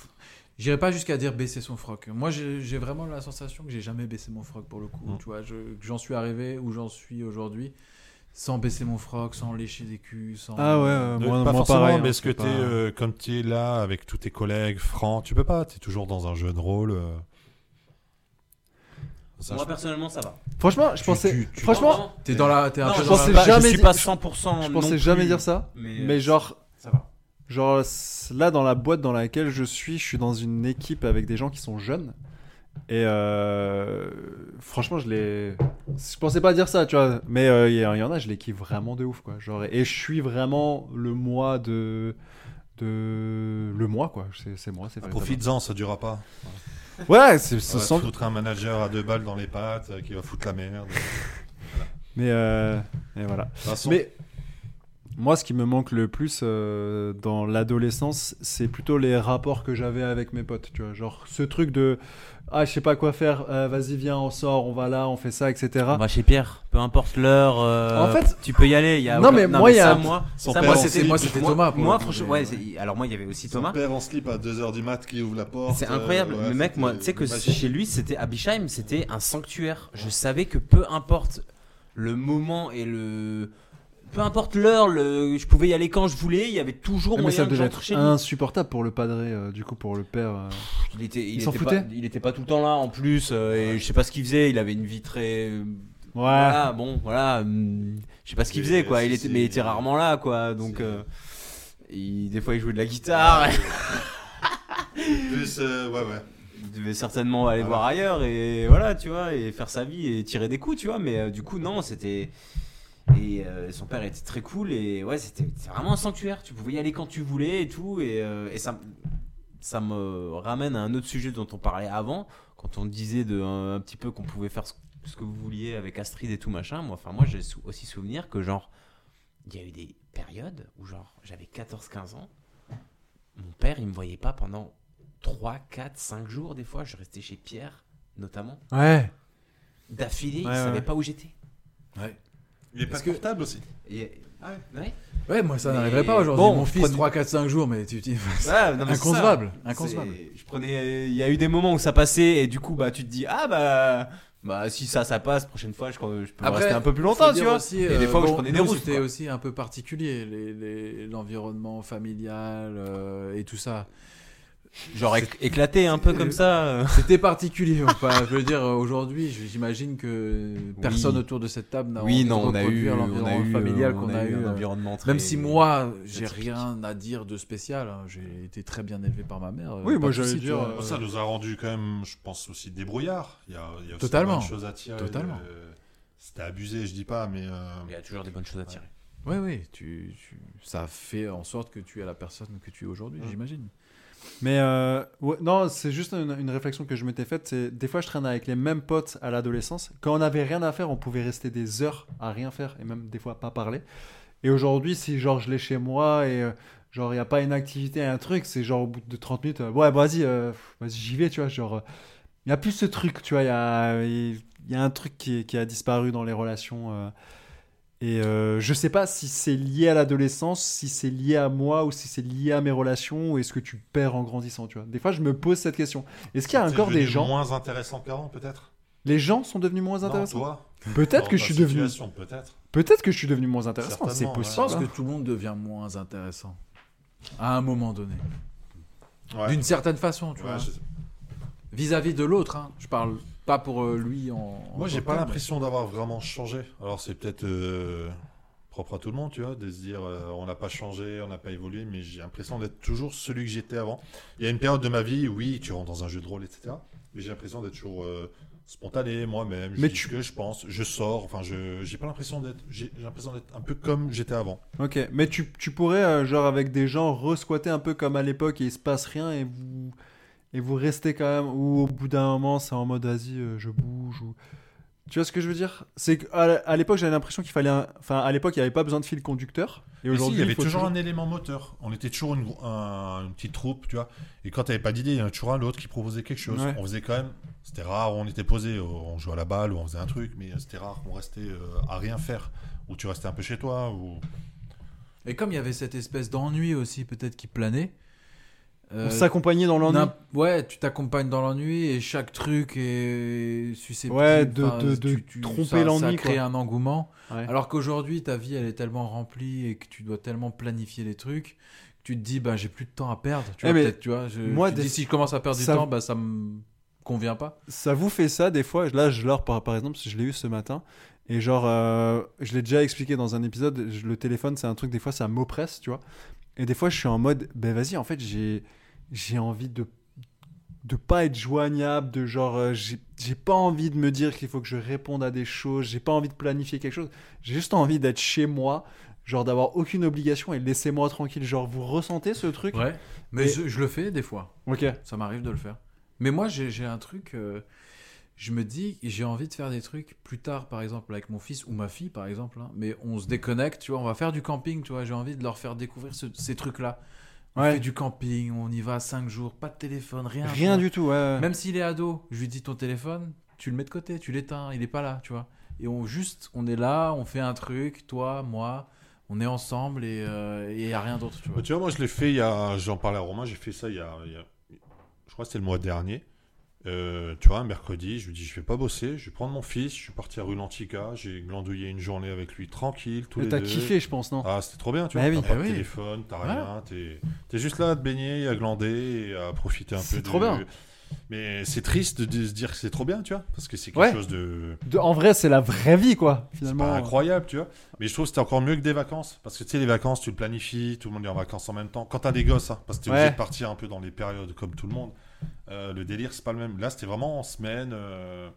Speaker 1: j'irais pas jusqu'à dire baisser son froc. Moi, j'ai j'ai vraiment la sensation que j'ai jamais baissé mon froc pour le coup.
Speaker 4: Mm.
Speaker 1: Tu vois, je- que j'en suis arrivé où j'en suis aujourd'hui, sans baisser mon froc, sans lécher des culs, sans.
Speaker 2: Ah ouais, euh,
Speaker 4: Ne-
Speaker 2: moi,
Speaker 4: pas
Speaker 2: moi,
Speaker 4: forcément,
Speaker 2: pareil.
Speaker 4: mais
Speaker 2: hein,
Speaker 4: est-ce que
Speaker 2: c'est
Speaker 4: t'es,
Speaker 2: pas-
Speaker 4: euh, comme t'es là avec tous tes collègues, franc, tu peux pas, t'es toujours dans un jeu de rôle. euh. Ça,
Speaker 3: Moi
Speaker 4: je-
Speaker 3: personnellement ça va.
Speaker 2: Franchement, je
Speaker 1: Tu-
Speaker 2: pensais.
Speaker 1: tu- tu-
Speaker 2: Franchement,
Speaker 3: Non,
Speaker 1: T'es dans la. T'es un
Speaker 3: non,
Speaker 1: peu
Speaker 3: je
Speaker 1: dans la-
Speaker 2: pensais
Speaker 3: pensais jamais. Je
Speaker 2: jamais
Speaker 3: suis
Speaker 2: dire-
Speaker 3: pas 100%.
Speaker 2: je
Speaker 3: non
Speaker 2: pensais
Speaker 3: plus,
Speaker 2: jamais dire ça.
Speaker 3: Mais, euh,
Speaker 2: Mais genre,
Speaker 3: ça va.
Speaker 2: genre s- là dans la boîte dans laquelle je suis, je suis dans une équipe avec des gens qui sont jeunes. Et euh, franchement, je les, je pensais pas dire ça, tu vois. Mais euh, il y, a- il y en a, je les kiffe vraiment de ouf, quoi. Genre, et je suis vraiment le moi de, de le moi, quoi. C'est c'est moi, c'est
Speaker 4: Ah,
Speaker 2: vrai.
Speaker 4: Profites-en, ça durera pas.
Speaker 2: Ouais, c'est c'est
Speaker 4: Ça va
Speaker 2: sans-
Speaker 4: foutre un manager à deux balles dans les pattes euh, qui va foutre la merde.
Speaker 2: Mais euh, et voilà.
Speaker 4: Vincent,
Speaker 2: Mais moi, ce qui me manque le plus euh, dans l'adolescence, c'est plutôt les rapports que j'avais avec mes potes. Tu vois, genre ce truc de ah, je sais pas quoi faire. euh, Vas-y, viens, on sort, on va là, on fait ça, etc.
Speaker 3: On va chez Pierre, peu importe l'heure. euh,
Speaker 2: ah. En fait-
Speaker 3: tu peux y aller. il Y a
Speaker 2: Non,
Speaker 3: aucun-
Speaker 2: mais moi, il y a-
Speaker 3: ça, moi,
Speaker 4: Son
Speaker 3: ça,
Speaker 4: père
Speaker 3: moi,
Speaker 4: en
Speaker 3: c'était
Speaker 4: slip.
Speaker 1: moi, c'était
Speaker 3: moi-
Speaker 1: Thomas, pour
Speaker 3: Moi,
Speaker 1: le coup,
Speaker 3: franchement,
Speaker 1: mais-
Speaker 2: euh.
Speaker 3: ouais. c'est- Alors moi, il y avait aussi
Speaker 4: son
Speaker 3: Thomas.
Speaker 4: père en slip à 2h du mat qui ouvre la porte.
Speaker 3: C'est
Speaker 4: euh,
Speaker 3: incroyable,
Speaker 4: ouais,
Speaker 3: mais mec,
Speaker 4: c'était
Speaker 3: moi, tu sais que
Speaker 4: magique.
Speaker 3: chez lui, c'était à Bischheim, c'était un sanctuaire. Je savais que peu importe le moment et le. Peu importe l'heure, le... je pouvais y aller quand je voulais, il y avait toujours
Speaker 2: Ah, mais
Speaker 3: moyen
Speaker 2: ça
Speaker 3: de
Speaker 2: devait
Speaker 3: j'entre
Speaker 2: être
Speaker 3: chez lui.
Speaker 2: insupportable pour le padré, euh, du coup, pour le père. euh.
Speaker 3: Il était, il,
Speaker 2: Il s'en
Speaker 3: était
Speaker 2: foutait.
Speaker 3: pas, il était pas tout le temps là en plus, euh, et je sais pas ce qu'il faisait, il avait une vie très.
Speaker 2: Ouais.
Speaker 3: Voilà, bon, voilà, hum, je sais pas ce qu'il faisait quoi, il
Speaker 4: C'est-
Speaker 3: était, mais il était
Speaker 4: c'est-
Speaker 3: rarement là quoi, donc.
Speaker 4: c'est-
Speaker 3: euh, il- des fois il jouait de la guitare,
Speaker 4: Plus, euh, ouais, ouais.
Speaker 3: il devait certainement aller
Speaker 4: Voilà.
Speaker 3: voir ailleurs et voilà, tu vois, et faire sa vie et tirer des coups, tu vois, mais euh, du coup, non, c'était. Et euh, son père était très cool et ouais, c'était c'était vraiment un sanctuaire, tu pouvais y aller quand tu voulais et tout, et, euh, et ça, ça me ramène à un autre sujet dont on parlait avant, quand on disait de, un, un petit peu qu'on pouvait faire ce, ce que vous vouliez avec Astrid et tout machin, moi, enfin, moi j'ai sou- aussi souvenir que genre, il y a eu des périodes où genre, j'avais 14-15 ans, mon père, il me voyait pas pendant 3, 4, 5 jours des fois, je restais chez Pierre, notamment,
Speaker 2: Ouais.
Speaker 3: d'affilée, il
Speaker 2: Ouais, ouais,
Speaker 3: savait
Speaker 2: ouais.
Speaker 3: pas où j'étais.
Speaker 4: Il est pas
Speaker 1: Parce que-
Speaker 4: portable aussi.
Speaker 3: Et- Ah ouais, ouais.
Speaker 1: Ouais, moi, ça
Speaker 3: Mais-
Speaker 1: n'arriverait pas aujourd'hui.
Speaker 3: Bon,
Speaker 1: Mon fils,
Speaker 3: prenez-
Speaker 1: 3, 4, 5 jours, mais tu tu-
Speaker 3: Ouais, non, mais c'est ça. hein.
Speaker 1: Inconcevable.
Speaker 3: C'est-
Speaker 1: Inconcevable.
Speaker 3: Je prenais, il y a eu des moments où ça passait et du coup bah tu te dis ah bah bah si ça ça passe prochaine fois je, crois- je peux
Speaker 1: Après,
Speaker 3: rester un peu plus
Speaker 1: Faut
Speaker 3: longtemps
Speaker 1: dire
Speaker 3: tu vois.
Speaker 1: aussi,
Speaker 3: et
Speaker 1: euh,
Speaker 3: des fois où je
Speaker 1: bon,
Speaker 3: prenais des
Speaker 1: nous,
Speaker 3: routes.
Speaker 1: C'était
Speaker 3: quoi.
Speaker 1: aussi un peu particulier, les- les- l'environnement familial euh, et tout
Speaker 3: [LAUGHS]
Speaker 1: ça.
Speaker 3: Genre éc- éclaté un peu comme ça. euh.
Speaker 1: C'était particulier. enfin, je veux dire, euh, aujourd'hui, je- j'imagine que personne
Speaker 3: Oui.
Speaker 1: autour de cette table n'a
Speaker 3: Oui
Speaker 1: envie de
Speaker 3: non on a eu
Speaker 1: reproduire
Speaker 3: on a
Speaker 1: l'environnement
Speaker 3: eu
Speaker 1: familial
Speaker 3: euh,
Speaker 1: qu'on
Speaker 3: on
Speaker 1: a, eu.
Speaker 3: un
Speaker 1: euh,
Speaker 3: environnement très-
Speaker 1: Même si moi, j'ai
Speaker 3: atypique.
Speaker 1: rien à dire de spécial. hein, J'ai été très bien élevé par ma mère. euh,
Speaker 2: Oui,
Speaker 1: pas
Speaker 2: moi,
Speaker 1: de
Speaker 2: j'allais
Speaker 1: souci, tu
Speaker 2: dire,
Speaker 1: vois.
Speaker 2: euh,
Speaker 4: Ah, Ça nous a rendu quand même, je pense aussi débrouillard. Il y a, il y a aussi
Speaker 1: Totalement.
Speaker 4: plein de choses à tirer.
Speaker 1: Totalement.
Speaker 4: euh, C'était abusé, je dis pas, mais euh,
Speaker 3: il y a toujours des bonnes choses à tirer.
Speaker 1: Oui, oui, tu, tu- ça fait en sorte que tu es la personne que tu es aujourd'hui,
Speaker 3: Mmh.
Speaker 2: Mm.
Speaker 1: j'imagine.
Speaker 2: Mais euh, ouais, non, c'est juste une, une réflexion que je m'étais faite. C'est des fois, je traîne avec les mêmes potes à l'adolescence. Quand on n'avait rien à faire, on pouvait rester des heures à rien faire et même des fois pas parler. Et aujourd'hui, si genre je l'ai chez moi et euh, genre il n'y a pas une activité, un truc, c'est genre au bout de 30 minutes, euh, ouais, vas-y, euh, pff, vas-y, j'y vais, tu vois. Genre, il n'y a plus ce truc, tu vois. Il y a, y- y a un truc qui, qui a disparu dans les relations. euh, Et euh, je sais pas si c'est lié à l'adolescence, si c'est lié à moi ou si c'est lié à mes relations ou est-ce que tu perds en grandissant, tu vois. Des fois, je me pose cette question. Est-ce qu'il y a
Speaker 4: T'es
Speaker 2: encore des
Speaker 4: devenu
Speaker 2: gens
Speaker 4: moins intéressant qu'avant peut-être
Speaker 2: Les gens sont devenus moins
Speaker 4: Non,
Speaker 2: intéressants.
Speaker 4: toi
Speaker 2: Peut-être
Speaker 4: dans
Speaker 2: que
Speaker 4: ta
Speaker 2: je suis devenu
Speaker 4: situation, peut-être
Speaker 2: peut-être que je suis devenu moins intéressant, c'est
Speaker 4: Certainement, ouais.
Speaker 1: Je
Speaker 2: possible.
Speaker 1: pense que tout le monde devient moins intéressant. À un moment donné.
Speaker 4: Ouais.
Speaker 1: D'une certaine façon, tu
Speaker 4: Ouais,
Speaker 1: vois.
Speaker 4: je-
Speaker 1: Vis-à-vis de l'autre, hein. je parle pas pour euh, lui en.
Speaker 4: Moi,
Speaker 1: en
Speaker 4: j'ai
Speaker 1: tant
Speaker 4: pas
Speaker 1: que tel,
Speaker 4: l'impression d'avoir vraiment changé. Alors, c'est peut-être euh, propre à tout le monde, tu vois, de se dire euh, on n'a pas changé, on n'a pas évolué, mais j'ai l'impression d'être toujours celui que j'étais avant. Il y a une période de ma vie, oui, tu rentres dans un jeu de rôle, etc. Mais j'ai l'impression d'être toujours euh, spontané, moi-même. Je
Speaker 2: Mais
Speaker 4: dis
Speaker 2: tu-
Speaker 4: ce que je pense, je sors. Enfin, je j'ai pas l'impression d'être. J'ai j'ai l'impression d'être un peu comme j'étais avant.
Speaker 2: Ok, mais tu, tu pourrais, euh, genre, avec des gens, resquatter un peu comme à l'époque et il se passe rien et vous, et vous restez quand même, ou au bout d'un moment, c'est en mode vas-y, euh, je bouge. Ou... Tu vois ce que je veux dire C'est qu'à l- à l'époque, j'avais l'impression qu'il fallait. un- Enfin, à l'époque, il n'y avait pas besoin de fil conducteur. Et
Speaker 4: Mais si,
Speaker 2: aujourd'hui,
Speaker 4: il y avait
Speaker 2: faut
Speaker 4: toujours, un élément moteur. On était toujours une, un- une petite troupe, tu vois. Et quand t'avais pas d'idée, il y en avait toujours un l'autre qui proposait quelque chose.
Speaker 2: Ouais.
Speaker 4: On faisait quand même. C'était rare, on était posé, on jouait à la balle ou on faisait un truc, mais c'était rare qu'on restait euh, à rien faire. Ou tu restais un peu chez toi. Ou...
Speaker 1: mais- Et comme il y avait cette espèce d'ennui aussi, peut-être qui planait. euh,
Speaker 2: On s'accompagnait dans l'ennui.
Speaker 1: n'im- Ouais, tu t'accompagnes dans l'ennui et chaque truc est susceptible
Speaker 2: Ouais, de-
Speaker 1: enfin,
Speaker 2: de- de tromper
Speaker 1: ça- Ça
Speaker 2: l'ennui,
Speaker 1: crée
Speaker 2: quoi.
Speaker 1: un engouement.
Speaker 2: Ouais.
Speaker 1: Alors qu'aujourd'hui, ta vie, elle est tellement remplie et que tu dois tellement planifier les trucs que tu te dis, bah, j'ai plus de temps à perdre. Tu
Speaker 2: Eh
Speaker 1: vois,
Speaker 2: mais
Speaker 1: peut-être, tu vois. Je,
Speaker 2: moi,
Speaker 1: tu te
Speaker 2: des-
Speaker 1: dis, si je commence à perdre du
Speaker 2: ça-
Speaker 1: temps, bah, ça me convient pas.
Speaker 2: Ça vous fait ça des fois Là, je leur par, par exemple, parce que je l'ai eu ce matin. Et genre, euh, je l'ai déjà expliqué dans un épisode, je- le téléphone, c'est un truc, des fois, ça m'oppresse, tu vois. Et des fois, je suis en mode, ben vas-y, en fait, j'ai j'ai envie de de pas être joignable, de genre, euh, j'ai j'ai pas envie de me dire qu'il faut que je réponde à des choses, j'ai pas envie de planifier quelque chose, j'ai juste envie d'être chez moi, genre d'avoir aucune obligation et laissez-moi tranquille. Genre, vous ressentez ce truc
Speaker 1: Ouais, mais
Speaker 2: Et-
Speaker 1: je, je le fais des fois.
Speaker 2: Ok.
Speaker 1: Ça m'arrive de le faire. Mais moi, j'ai j'ai un truc. euh, je me dis, j'ai envie de faire des trucs plus tard, par exemple, avec mon fils ou ma fille, par exemple. hein, mais on
Speaker 2: Mm.
Speaker 1: se déconnecte, tu vois. On va faire du camping, tu vois. J'ai envie de leur faire découvrir ce- ces trucs-là. On
Speaker 2: Ouais.
Speaker 1: fait du camping, on y va cinq jours, pas de téléphone, rien. tu
Speaker 2: Rien
Speaker 1: vois.
Speaker 2: du tout, ouais, ouais.
Speaker 1: Même s'il est ado, je lui dis ton téléphone, tu le mets de côté, tu l'éteins, il est pas là, tu vois. Et on juste, on est là, on fait un truc, toi, moi, on est ensemble et il n'y a rien d'autre, tu vois.
Speaker 4: Bah, tu vois, moi, je l'ai fait il y a. J'en parlais à Romain, j'ai fait ça il y a. il y a- Je crois que c'était le mois dernier. Euh, tu vois, un mercredi, je lui dis je vais pas bosser, je vais prendre mon fils, je suis parti à rue Lantica, j'ai glandouillé une journée avec lui tranquille, tous
Speaker 2: Mais
Speaker 4: les
Speaker 2: T'as
Speaker 4: deux.
Speaker 2: kiffé, je pense, non
Speaker 4: Ah, c'était trop bien, tu
Speaker 2: Bah
Speaker 4: vois.
Speaker 2: oui.
Speaker 4: T'as pas
Speaker 1: Bah
Speaker 4: de
Speaker 1: oui.
Speaker 4: téléphone, t'as
Speaker 1: Voilà.
Speaker 4: rien. T'es t'es juste là à te baigner, à glander, et à profiter un peu.
Speaker 2: C'est
Speaker 4: de-
Speaker 2: trop bien.
Speaker 4: Mais c'est triste de se dire que c'est trop bien, tu vois. Parce que c'est quelque
Speaker 2: Ouais.
Speaker 4: chose de.
Speaker 2: De- en vrai, c'est la vraie vie, quoi,
Speaker 4: C'est
Speaker 2: finalement.
Speaker 4: pas incroyable, tu vois. Mais je trouve que c'était encore mieux que des vacances. Parce que tu sais, les vacances, tu le planifies, tout le monde est en vacances en même temps. Quand t'as des gosses, hein, parce que t'es
Speaker 2: Ouais.
Speaker 4: obligé de partir un peu dans les périodes comme tout le monde. Euh, le délire, c'est pas le même. Là, c'était vraiment en semaine. euh,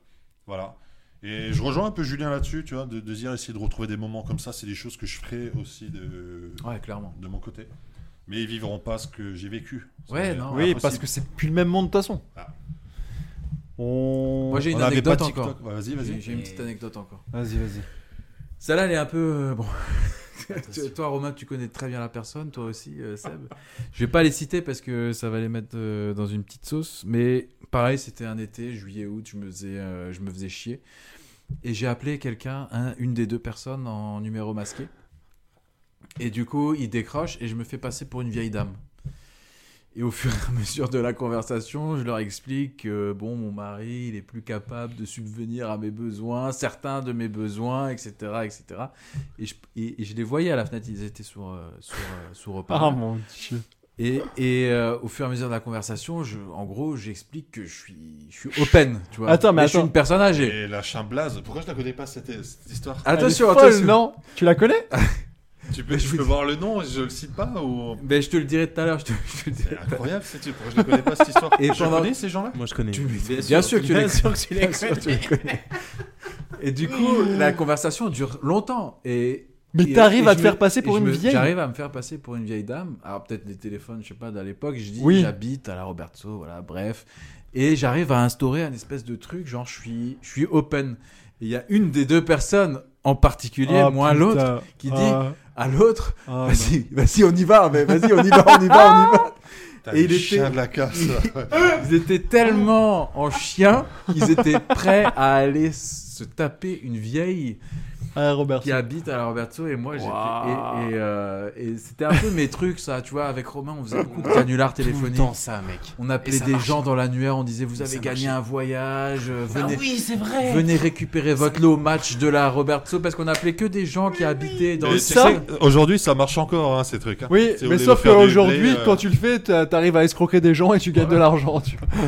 Speaker 4: voilà. Et je rejoins un peu Julien là-dessus, tu vois, de, de dire essayer de retrouver des moments comme ça. C'est des choses que je ferais aussi de,
Speaker 1: Ouais, clairement.
Speaker 4: de mon côté. Mais ils vivront pas ce que j'ai vécu. Ça
Speaker 1: Ouais,
Speaker 4: va être
Speaker 1: non.
Speaker 2: Oui,
Speaker 4: impossible.
Speaker 2: parce que c'est plus le même monde de toute façon.
Speaker 4: Ah.
Speaker 2: On...
Speaker 1: Moi, j'ai
Speaker 4: on
Speaker 1: une
Speaker 4: n'avait pas
Speaker 1: anecdote
Speaker 4: TikTok.
Speaker 1: encore.
Speaker 4: Ouais, vas-y,
Speaker 1: J'ai
Speaker 4: vas-y.
Speaker 1: j'ai une petite anecdote encore.
Speaker 2: Vas-y, vas-y.
Speaker 1: Celle-là, elle est un peu. euh, [LAUGHS] bon. Tu- toi, Romain, tu connais très bien la personne, toi aussi, euh, Seb. Je vais pas les citer parce que ça va les mettre euh, dans une petite sauce. Mais pareil, c'était un été, juillet-août, je me faisais, euh, je me faisais chier. Et j'ai appelé quelqu'un, un- une des deux personnes, en numéro masqué. Et du coup, il décroche et je me fais passer pour une vieille dame. Et au [LAUGHS] fur et à mesure de la conversation, je leur explique que bon, mon mari, il est plus capable de subvenir à mes besoins, certains de mes besoins, etc., etc. Et je, et- et je les voyais à la fenêtre, ils étaient sur euh, sur euh,
Speaker 2: [LAUGHS]
Speaker 1: sous repas.
Speaker 2: Ah mon dieu.
Speaker 1: Et, et, euh, au fur et à mesure de la conversation, je, en gros, j'explique que je suis je suis open, tu vois.
Speaker 2: Attends, mais
Speaker 1: je suis
Speaker 2: attends.
Speaker 1: une personne âgée.
Speaker 4: Et la chimblaze, pourquoi je la connais pas cette, cette histoire
Speaker 1: Attention,
Speaker 2: Elle est folle,
Speaker 1: attention.
Speaker 2: non Tu la connais
Speaker 4: Tu peux,
Speaker 1: je
Speaker 4: je
Speaker 1: vous
Speaker 4: peux
Speaker 1: dis-
Speaker 4: voir le nom, je le cite pas ou...
Speaker 1: Mais Ben, je te le dirai tout à l'heure. Je te, je te le dirai.
Speaker 4: C'est incroyable, c'est pourquoi je la connais pas cette histoire
Speaker 1: Et
Speaker 4: Je
Speaker 1: pendant-
Speaker 4: connais ces gens-là
Speaker 3: Moi je connais.
Speaker 1: Tu- bien sûr que tu
Speaker 3: [LAUGHS]
Speaker 1: les-
Speaker 3: sûr que tu les
Speaker 1: Bien sûr, tu le connais. Et du coup, la conversation dure longtemps. Et
Speaker 2: Mais
Speaker 1: et-
Speaker 2: t'arrives
Speaker 1: et
Speaker 2: à
Speaker 1: je me-
Speaker 2: te faire passer
Speaker 1: et
Speaker 2: pour
Speaker 1: je
Speaker 2: une
Speaker 1: me-
Speaker 2: vieille.
Speaker 1: J'arrive à me faire passer pour une vieille dame. Alors peut-être les téléphones, je sais pas, d'à l'époque, je dis
Speaker 2: Oui.
Speaker 1: j'habite à la Roberto, voilà, bref. Et j'arrive à instaurer un espèce de truc, genre je suis, je suis open. Et Il y a une des deux personnes en particulier,
Speaker 2: Ah,
Speaker 1: moi
Speaker 2: putain.
Speaker 1: l'autre, qui dit-
Speaker 2: Ah,
Speaker 1: à l'autre,
Speaker 2: ah,
Speaker 1: vas-y, vas-y, on y va, mais vas-y, on y va, on y va, on
Speaker 2: [LAUGHS]
Speaker 1: y va.
Speaker 4: Putain,
Speaker 1: Et il
Speaker 4: les
Speaker 1: était-
Speaker 4: chiens de la casse.
Speaker 1: Ils étaient tellement en chien qu'ils étaient prêts à aller se taper une vieille.
Speaker 2: non. à la Robertson.
Speaker 1: qui habite à la Roberto et moi j'étais
Speaker 3: Waouh.
Speaker 1: et, et, euh, et c'était un peu mes trucs ça tu vois avec Romain on faisait beaucoup de canulars téléphoniques
Speaker 3: ça, mec.
Speaker 1: on appelait
Speaker 3: Et ça
Speaker 1: des
Speaker 3: marchait.
Speaker 1: gens dans l'annuaire on disait vous
Speaker 3: Et
Speaker 1: avez
Speaker 3: ça
Speaker 1: gagné
Speaker 3: marchait.
Speaker 1: un voyage euh,
Speaker 3: Ah
Speaker 1: venez
Speaker 3: oui, c'est vrai.
Speaker 1: venez récupérer votre lot au match de la Roberto parce qu'on appelait que des gens qui habitaient dans
Speaker 4: Et
Speaker 1: le
Speaker 4: tu
Speaker 2: ça-
Speaker 4: sais que Aujourd'hui, ça marche encore, hein, ces trucs. hein.
Speaker 2: Oui,
Speaker 4: Si vous
Speaker 2: mais
Speaker 4: voulez
Speaker 2: sauf
Speaker 4: vous faire
Speaker 2: qu'aujourd'hui,
Speaker 4: des blés, euh,
Speaker 2: quand tu le fais, t'as- t'arrives à escroquer des gens et tu gagnes de l'argent. tu vois.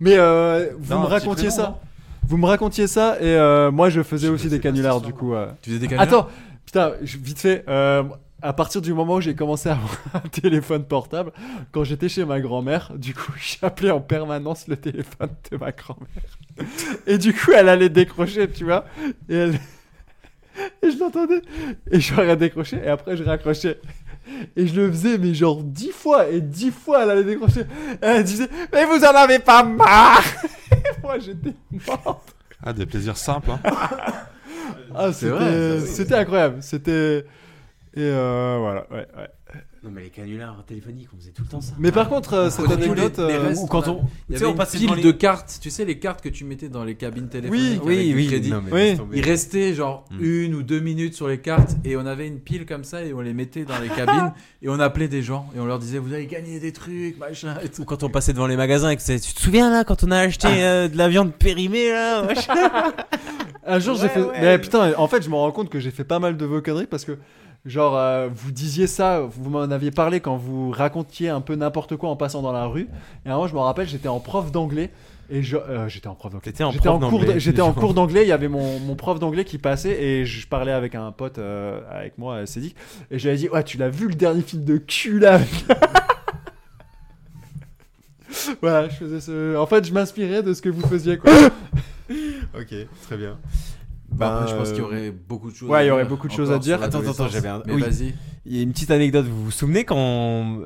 Speaker 2: Mais euh, vous
Speaker 4: Non,
Speaker 2: me
Speaker 4: un petit
Speaker 2: racontiez
Speaker 4: prénom,
Speaker 2: ça. Vous me racontiez ça et euh, moi je faisais
Speaker 4: Je
Speaker 2: aussi
Speaker 4: sais
Speaker 2: des
Speaker 4: pas si
Speaker 2: canulars
Speaker 4: ça
Speaker 2: du
Speaker 4: va.
Speaker 2: coup. euh.
Speaker 1: tu faisais des canulars
Speaker 2: Attends, putain, je- vite fait. euh, à partir du moment où j'ai commencé à avoir [LAUGHS] un téléphone portable, quand j'étais chez ma grand-mère, du coup [LAUGHS] j'appelais en permanence le téléphone de ma grand-mère. Et du coup elle allait décrocher, tu vois. Et elle. [LAUGHS] Et je l'entendais. Et j'aurais décroché. Et après, je raccrochais. Et je le faisais, mais genre dix fois. Et dix fois, elle allait décrocher. Et elle disait Mais vous en avez pas marre [LAUGHS] Et Moi, j'étais mort.
Speaker 4: Ah, des plaisirs simples. hein.
Speaker 2: Ah,
Speaker 1: C'est vrai,
Speaker 2: c'était c'était incroyable. C'était. Et euh, voilà, ouais, ouais.
Speaker 3: Non, mais les canulars téléphoniques, on faisait tout le temps ça.
Speaker 2: Mais par contre, euh, cette
Speaker 1: Tous les-
Speaker 2: anecdote.
Speaker 1: les
Speaker 2: euh,
Speaker 1: restes,
Speaker 3: ou quand
Speaker 1: a-
Speaker 3: on-
Speaker 1: il y avait
Speaker 3: tu sais, on
Speaker 1: une
Speaker 3: passait
Speaker 1: pile
Speaker 3: devant les-
Speaker 1: de cartes tu sais les cartes que tu mettais dans les cabines téléphoniques avec du crédit.
Speaker 2: Oui.
Speaker 1: Il restait genre
Speaker 3: Mm.
Speaker 1: une ou deux minutes sur les cartes et on avait une pile comme ça et on les mettait dans les
Speaker 3: [LAUGHS]
Speaker 1: cabines et on appelait des gens et on leur disait vous avez gagné des trucs machin et tout.
Speaker 3: Ou quand on passait devant les magasins et que c'est- tu te souviens là quand on a
Speaker 2: Ah.
Speaker 3: acheté euh, de la viande périmée là machin
Speaker 2: Un jour, j'ai
Speaker 3: Ouais,
Speaker 2: fait.
Speaker 3: ouais.
Speaker 2: Mais putain, en fait, je me rends compte que j'ai fait pas mal de vos conneries parce que, genre, euh, vous disiez ça, vous m'en aviez parlé quand vous racontiez un peu n'importe quoi en passant dans la rue. Et à un moment, je me rappelle, j'étais en prof d'anglais. Et je, euh, j'étais en prof d'anglais.
Speaker 3: T'étais
Speaker 2: [LAUGHS]
Speaker 3: en
Speaker 2: J'étais
Speaker 3: prof
Speaker 2: en cours,
Speaker 3: d'anglais.
Speaker 2: d- j'étais en cours d'anglais. Il y avait mon, mon prof d'anglais qui passait et je parlais avec un pote euh, avec moi, euh, Cédric. Et je lui ai dit, ouais, tu l'as vu le dernier film de cul là. [LAUGHS] voilà, je faisais ce. En fait, je m'inspirais de ce que vous faisiez quoi.
Speaker 3: ok très bien
Speaker 1: Bon,
Speaker 2: Ben,
Speaker 1: après, je pense qu'il y
Speaker 2: euh,
Speaker 1: aurait beaucoup de choses.
Speaker 2: ouais,
Speaker 1: à
Speaker 2: il y aurait
Speaker 1: dire
Speaker 2: beaucoup de choses à
Speaker 1: encore
Speaker 2: dire.
Speaker 1: sur
Speaker 3: Attends, attends, attends,
Speaker 1: l'adolescence.
Speaker 3: j'avais un-
Speaker 1: Mais
Speaker 3: oui.
Speaker 1: vas-y.
Speaker 3: il y a une petite anecdote vous vous souvenez quand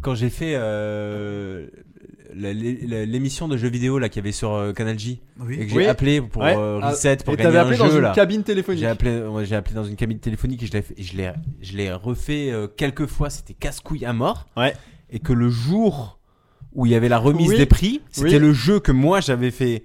Speaker 3: quand j'ai fait euh, la- la- l'émission de jeux vidéo là qu'il y avait sur euh, Canal J et
Speaker 1: Oui.
Speaker 3: que j'ai
Speaker 2: Oui.
Speaker 3: appelé pour
Speaker 2: Ouais.
Speaker 3: euh,
Speaker 2: Ah,
Speaker 3: reset [GASPS] pour
Speaker 2: Et
Speaker 3: gagner
Speaker 2: t'avais
Speaker 3: un
Speaker 2: appelé dans
Speaker 3: jeu
Speaker 2: une
Speaker 3: là
Speaker 2: cabine téléphonique.
Speaker 3: j'ai appelé ouais, j'ai appelé dans une cabine téléphonique et je l'ai fait- et je l'ai je l'ai refait euh, quelques fois c'était casse couille à mort
Speaker 2: Ouais.
Speaker 3: et que le jour où il y avait la remise
Speaker 2: Oui.
Speaker 3: des prix c'était
Speaker 2: Oui.
Speaker 3: le jeu que moi j'avais fait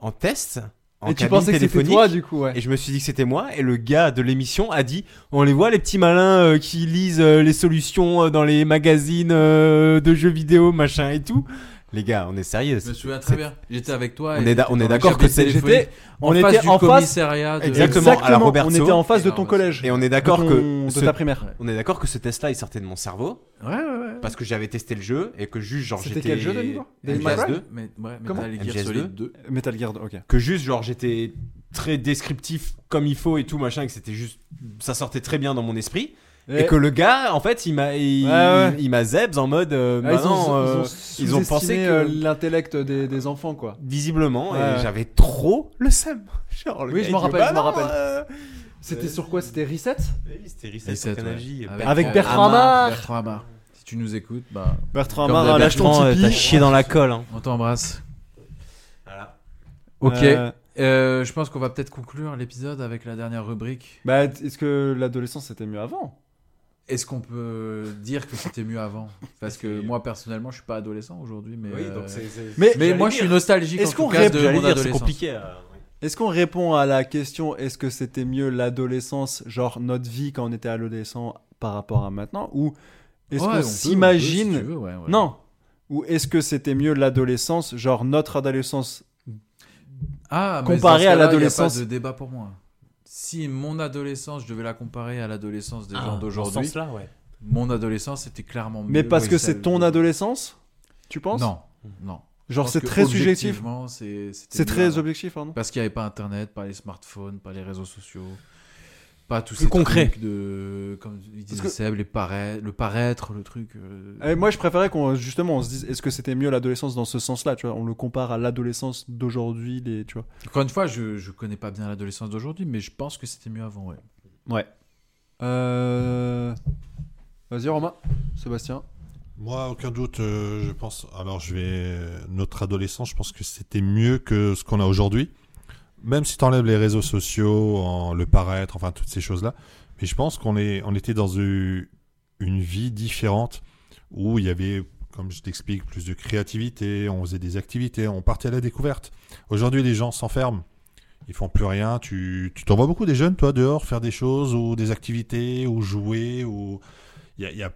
Speaker 3: en test en
Speaker 2: et tu
Speaker 3: cabine
Speaker 2: pensais que c'était
Speaker 3: téléphonique
Speaker 2: toi du coup, ouais.
Speaker 3: Et je me suis dit que c'était moi. Et le gars de l'émission a dit On les voit, les petits malins euh, qui lisent euh, les solutions euh, dans les magazines euh, de jeux vidéo, machin et tout. Les gars, on est sérieux.
Speaker 1: Je me souviens très bien. J'étais avec toi.
Speaker 3: On
Speaker 1: et
Speaker 3: est d'a-
Speaker 1: j'étais
Speaker 3: on est
Speaker 1: dans le
Speaker 3: d'accord que
Speaker 1: cabine
Speaker 3: c'est-
Speaker 1: téléphonique
Speaker 2: j'étais-
Speaker 1: en
Speaker 2: on
Speaker 1: face
Speaker 2: était
Speaker 1: du
Speaker 2: en face-
Speaker 1: commissariat. de-
Speaker 3: Exactement, à la Roberto.
Speaker 2: On était en face de ton
Speaker 1: Énorme.
Speaker 2: collège.
Speaker 3: Et on est d'accord
Speaker 2: de
Speaker 3: que.
Speaker 2: ton- de
Speaker 3: ce-
Speaker 2: ta primaire.
Speaker 3: On est d'accord que ce test-là est sorti de mon cerveau
Speaker 1: Ouais, ouais, ouais.
Speaker 3: parce que j'avais testé le jeu et que juste genre
Speaker 2: C'était
Speaker 3: j'étais
Speaker 2: quel jeu, Denis, toi Devil May
Speaker 3: MGS2,
Speaker 2: Cry
Speaker 1: Mais, ouais, mais
Speaker 2: Comment
Speaker 1: t'as les Gear
Speaker 3: MGS2?
Speaker 1: Solid 2.
Speaker 2: Metal Gear, ok.
Speaker 3: que juste genre j'étais très descriptif comme il faut et tout machin et que c'était juste ça sortait très bien dans mon esprit et,
Speaker 2: ah,
Speaker 3: que le gars en fait il m'a il,
Speaker 2: Ouais, ouais.
Speaker 3: il m'a zebs en mode euh,
Speaker 2: Ah, ils,
Speaker 3: maintenant,
Speaker 2: ont,
Speaker 3: euh,
Speaker 2: ils
Speaker 3: ils
Speaker 2: ont sous-estimé,
Speaker 3: ont pensé que-
Speaker 2: euh, l'intellect des, des enfants, quoi.
Speaker 3: visiblement
Speaker 2: Ouais.
Speaker 3: et j'avais trop le seum. [LAUGHS] Genre, le
Speaker 2: Oui,
Speaker 3: gars,
Speaker 2: je
Speaker 3: il
Speaker 2: m'en
Speaker 3: dit,
Speaker 2: rappelle,
Speaker 3: bah
Speaker 2: je m'en
Speaker 3: non,
Speaker 2: rappelle.
Speaker 3: euh,
Speaker 2: C'était
Speaker 3: Euh,
Speaker 2: sur quoi C'était Reset
Speaker 3: oui, C'était Reset
Speaker 1: Et
Speaker 3: sur
Speaker 1: cette,
Speaker 3: Canal
Speaker 1: ouais.
Speaker 3: J,
Speaker 2: Avec
Speaker 1: euh,
Speaker 2: Bertrand Amar.
Speaker 1: Bertrand Amar. Si tu nous écoutes, bah,
Speaker 2: Bertrand
Speaker 1: Comme Amar,
Speaker 2: Amar,
Speaker 1: d'hab,
Speaker 2: lâche
Speaker 1: lâche
Speaker 2: ton
Speaker 3: Bertrand, euh, t'as
Speaker 2: Tipeee.
Speaker 3: chié dans la colle. hein.
Speaker 1: on t'embrasse. Ok. Euh, je pense qu'on va peut-être conclure l'épisode avec la dernière rubrique.
Speaker 2: Bah, est-ce que l'adolescence c'était mieux avant
Speaker 1: Est-ce qu'on peut dire que c'était mieux avant Parce que moi personnellement, je suis pas adolescent aujourd'hui, mais euh,
Speaker 2: Mais
Speaker 1: mais moi je suis nostalgique
Speaker 2: Est-ce
Speaker 1: en tout
Speaker 2: qu'on
Speaker 1: cas de
Speaker 2: répond-
Speaker 1: mon
Speaker 3: dire, hein. c'est
Speaker 1: adolescence.
Speaker 3: compliqué. euh, ouais.
Speaker 2: est-ce qu'on répond à la question est-ce que c'était mieux l'adolescence, genre notre vie quand on était adolescent par rapport à maintenant Ou est-ce
Speaker 1: Ouais, on
Speaker 2: qu'on
Speaker 1: peut, on
Speaker 2: s'imagine
Speaker 1: peut, si tu veux, ouais, ouais.
Speaker 2: Non. Ou est-ce que c'était mieux l'adolescence, genre notre adolescence
Speaker 1: Ah, mais
Speaker 2: Comparé
Speaker 1: dans ce
Speaker 2: à
Speaker 1: cas-là,
Speaker 2: l'adolescence.
Speaker 1: il y a pas de débat pour moi. Si mon adolescence, je devais la comparer à l'adolescence des
Speaker 3: Ah,
Speaker 1: gens
Speaker 3: dans ce
Speaker 1: d'aujourd'hui,
Speaker 3: sens-là, ouais.
Speaker 1: mon adolescence était clairement mieux.
Speaker 2: Mais parce
Speaker 1: oui,
Speaker 2: que
Speaker 1: celle
Speaker 2: c'est ton
Speaker 1: de-
Speaker 2: adolescence, tu penses
Speaker 1: Non, non.
Speaker 2: Genre
Speaker 1: Je
Speaker 2: c'est
Speaker 1: pense que
Speaker 2: très subjectif.
Speaker 1: objectivement, C'est c'était
Speaker 2: C'est
Speaker 1: mieux
Speaker 2: très
Speaker 1: avant.
Speaker 2: objectif, pardon.
Speaker 1: Parce qu'il n'y avait pas Internet, pas les smartphones, pas les réseaux sociaux, pas tout
Speaker 3: Plus
Speaker 1: ces
Speaker 3: concret.
Speaker 1: trucs de, comme il disait
Speaker 2: que-
Speaker 1: Seb, les parais- le paraître, le truc. euh,
Speaker 2: Et moi, je préférais qu'on justement on se dise est-ce que c'était mieux l'adolescence dans ce sens-là, tu vois On le compare à l'adolescence d'aujourd'hui, les, tu vois
Speaker 1: Encore une fois, je je connais pas bien l'adolescence d'aujourd'hui, mais je pense que c'était mieux avant. Ouais.
Speaker 2: Euh... Vas-y, Romain, Sébastien.
Speaker 4: Moi, aucun doute, euh, je pense. Alors, je vais. euh, Notre adolescence, je pense que c'était mieux que ce qu'on a aujourd'hui. Même si tu enlèves les réseaux sociaux, en- le paraître, enfin, toutes ces choses-là. Mais je pense qu'on est... on était dans une... une vie différente où il y avait, comme je t'explique, plus de créativité, on faisait des activités, on partait à la découverte. Aujourd'hui, les gens s'enferment. Ils font plus rien. Tu tu t'en vois beaucoup des jeunes, toi, dehors, faire des choses ou des activités ou jouer ou. Il y a- il y a.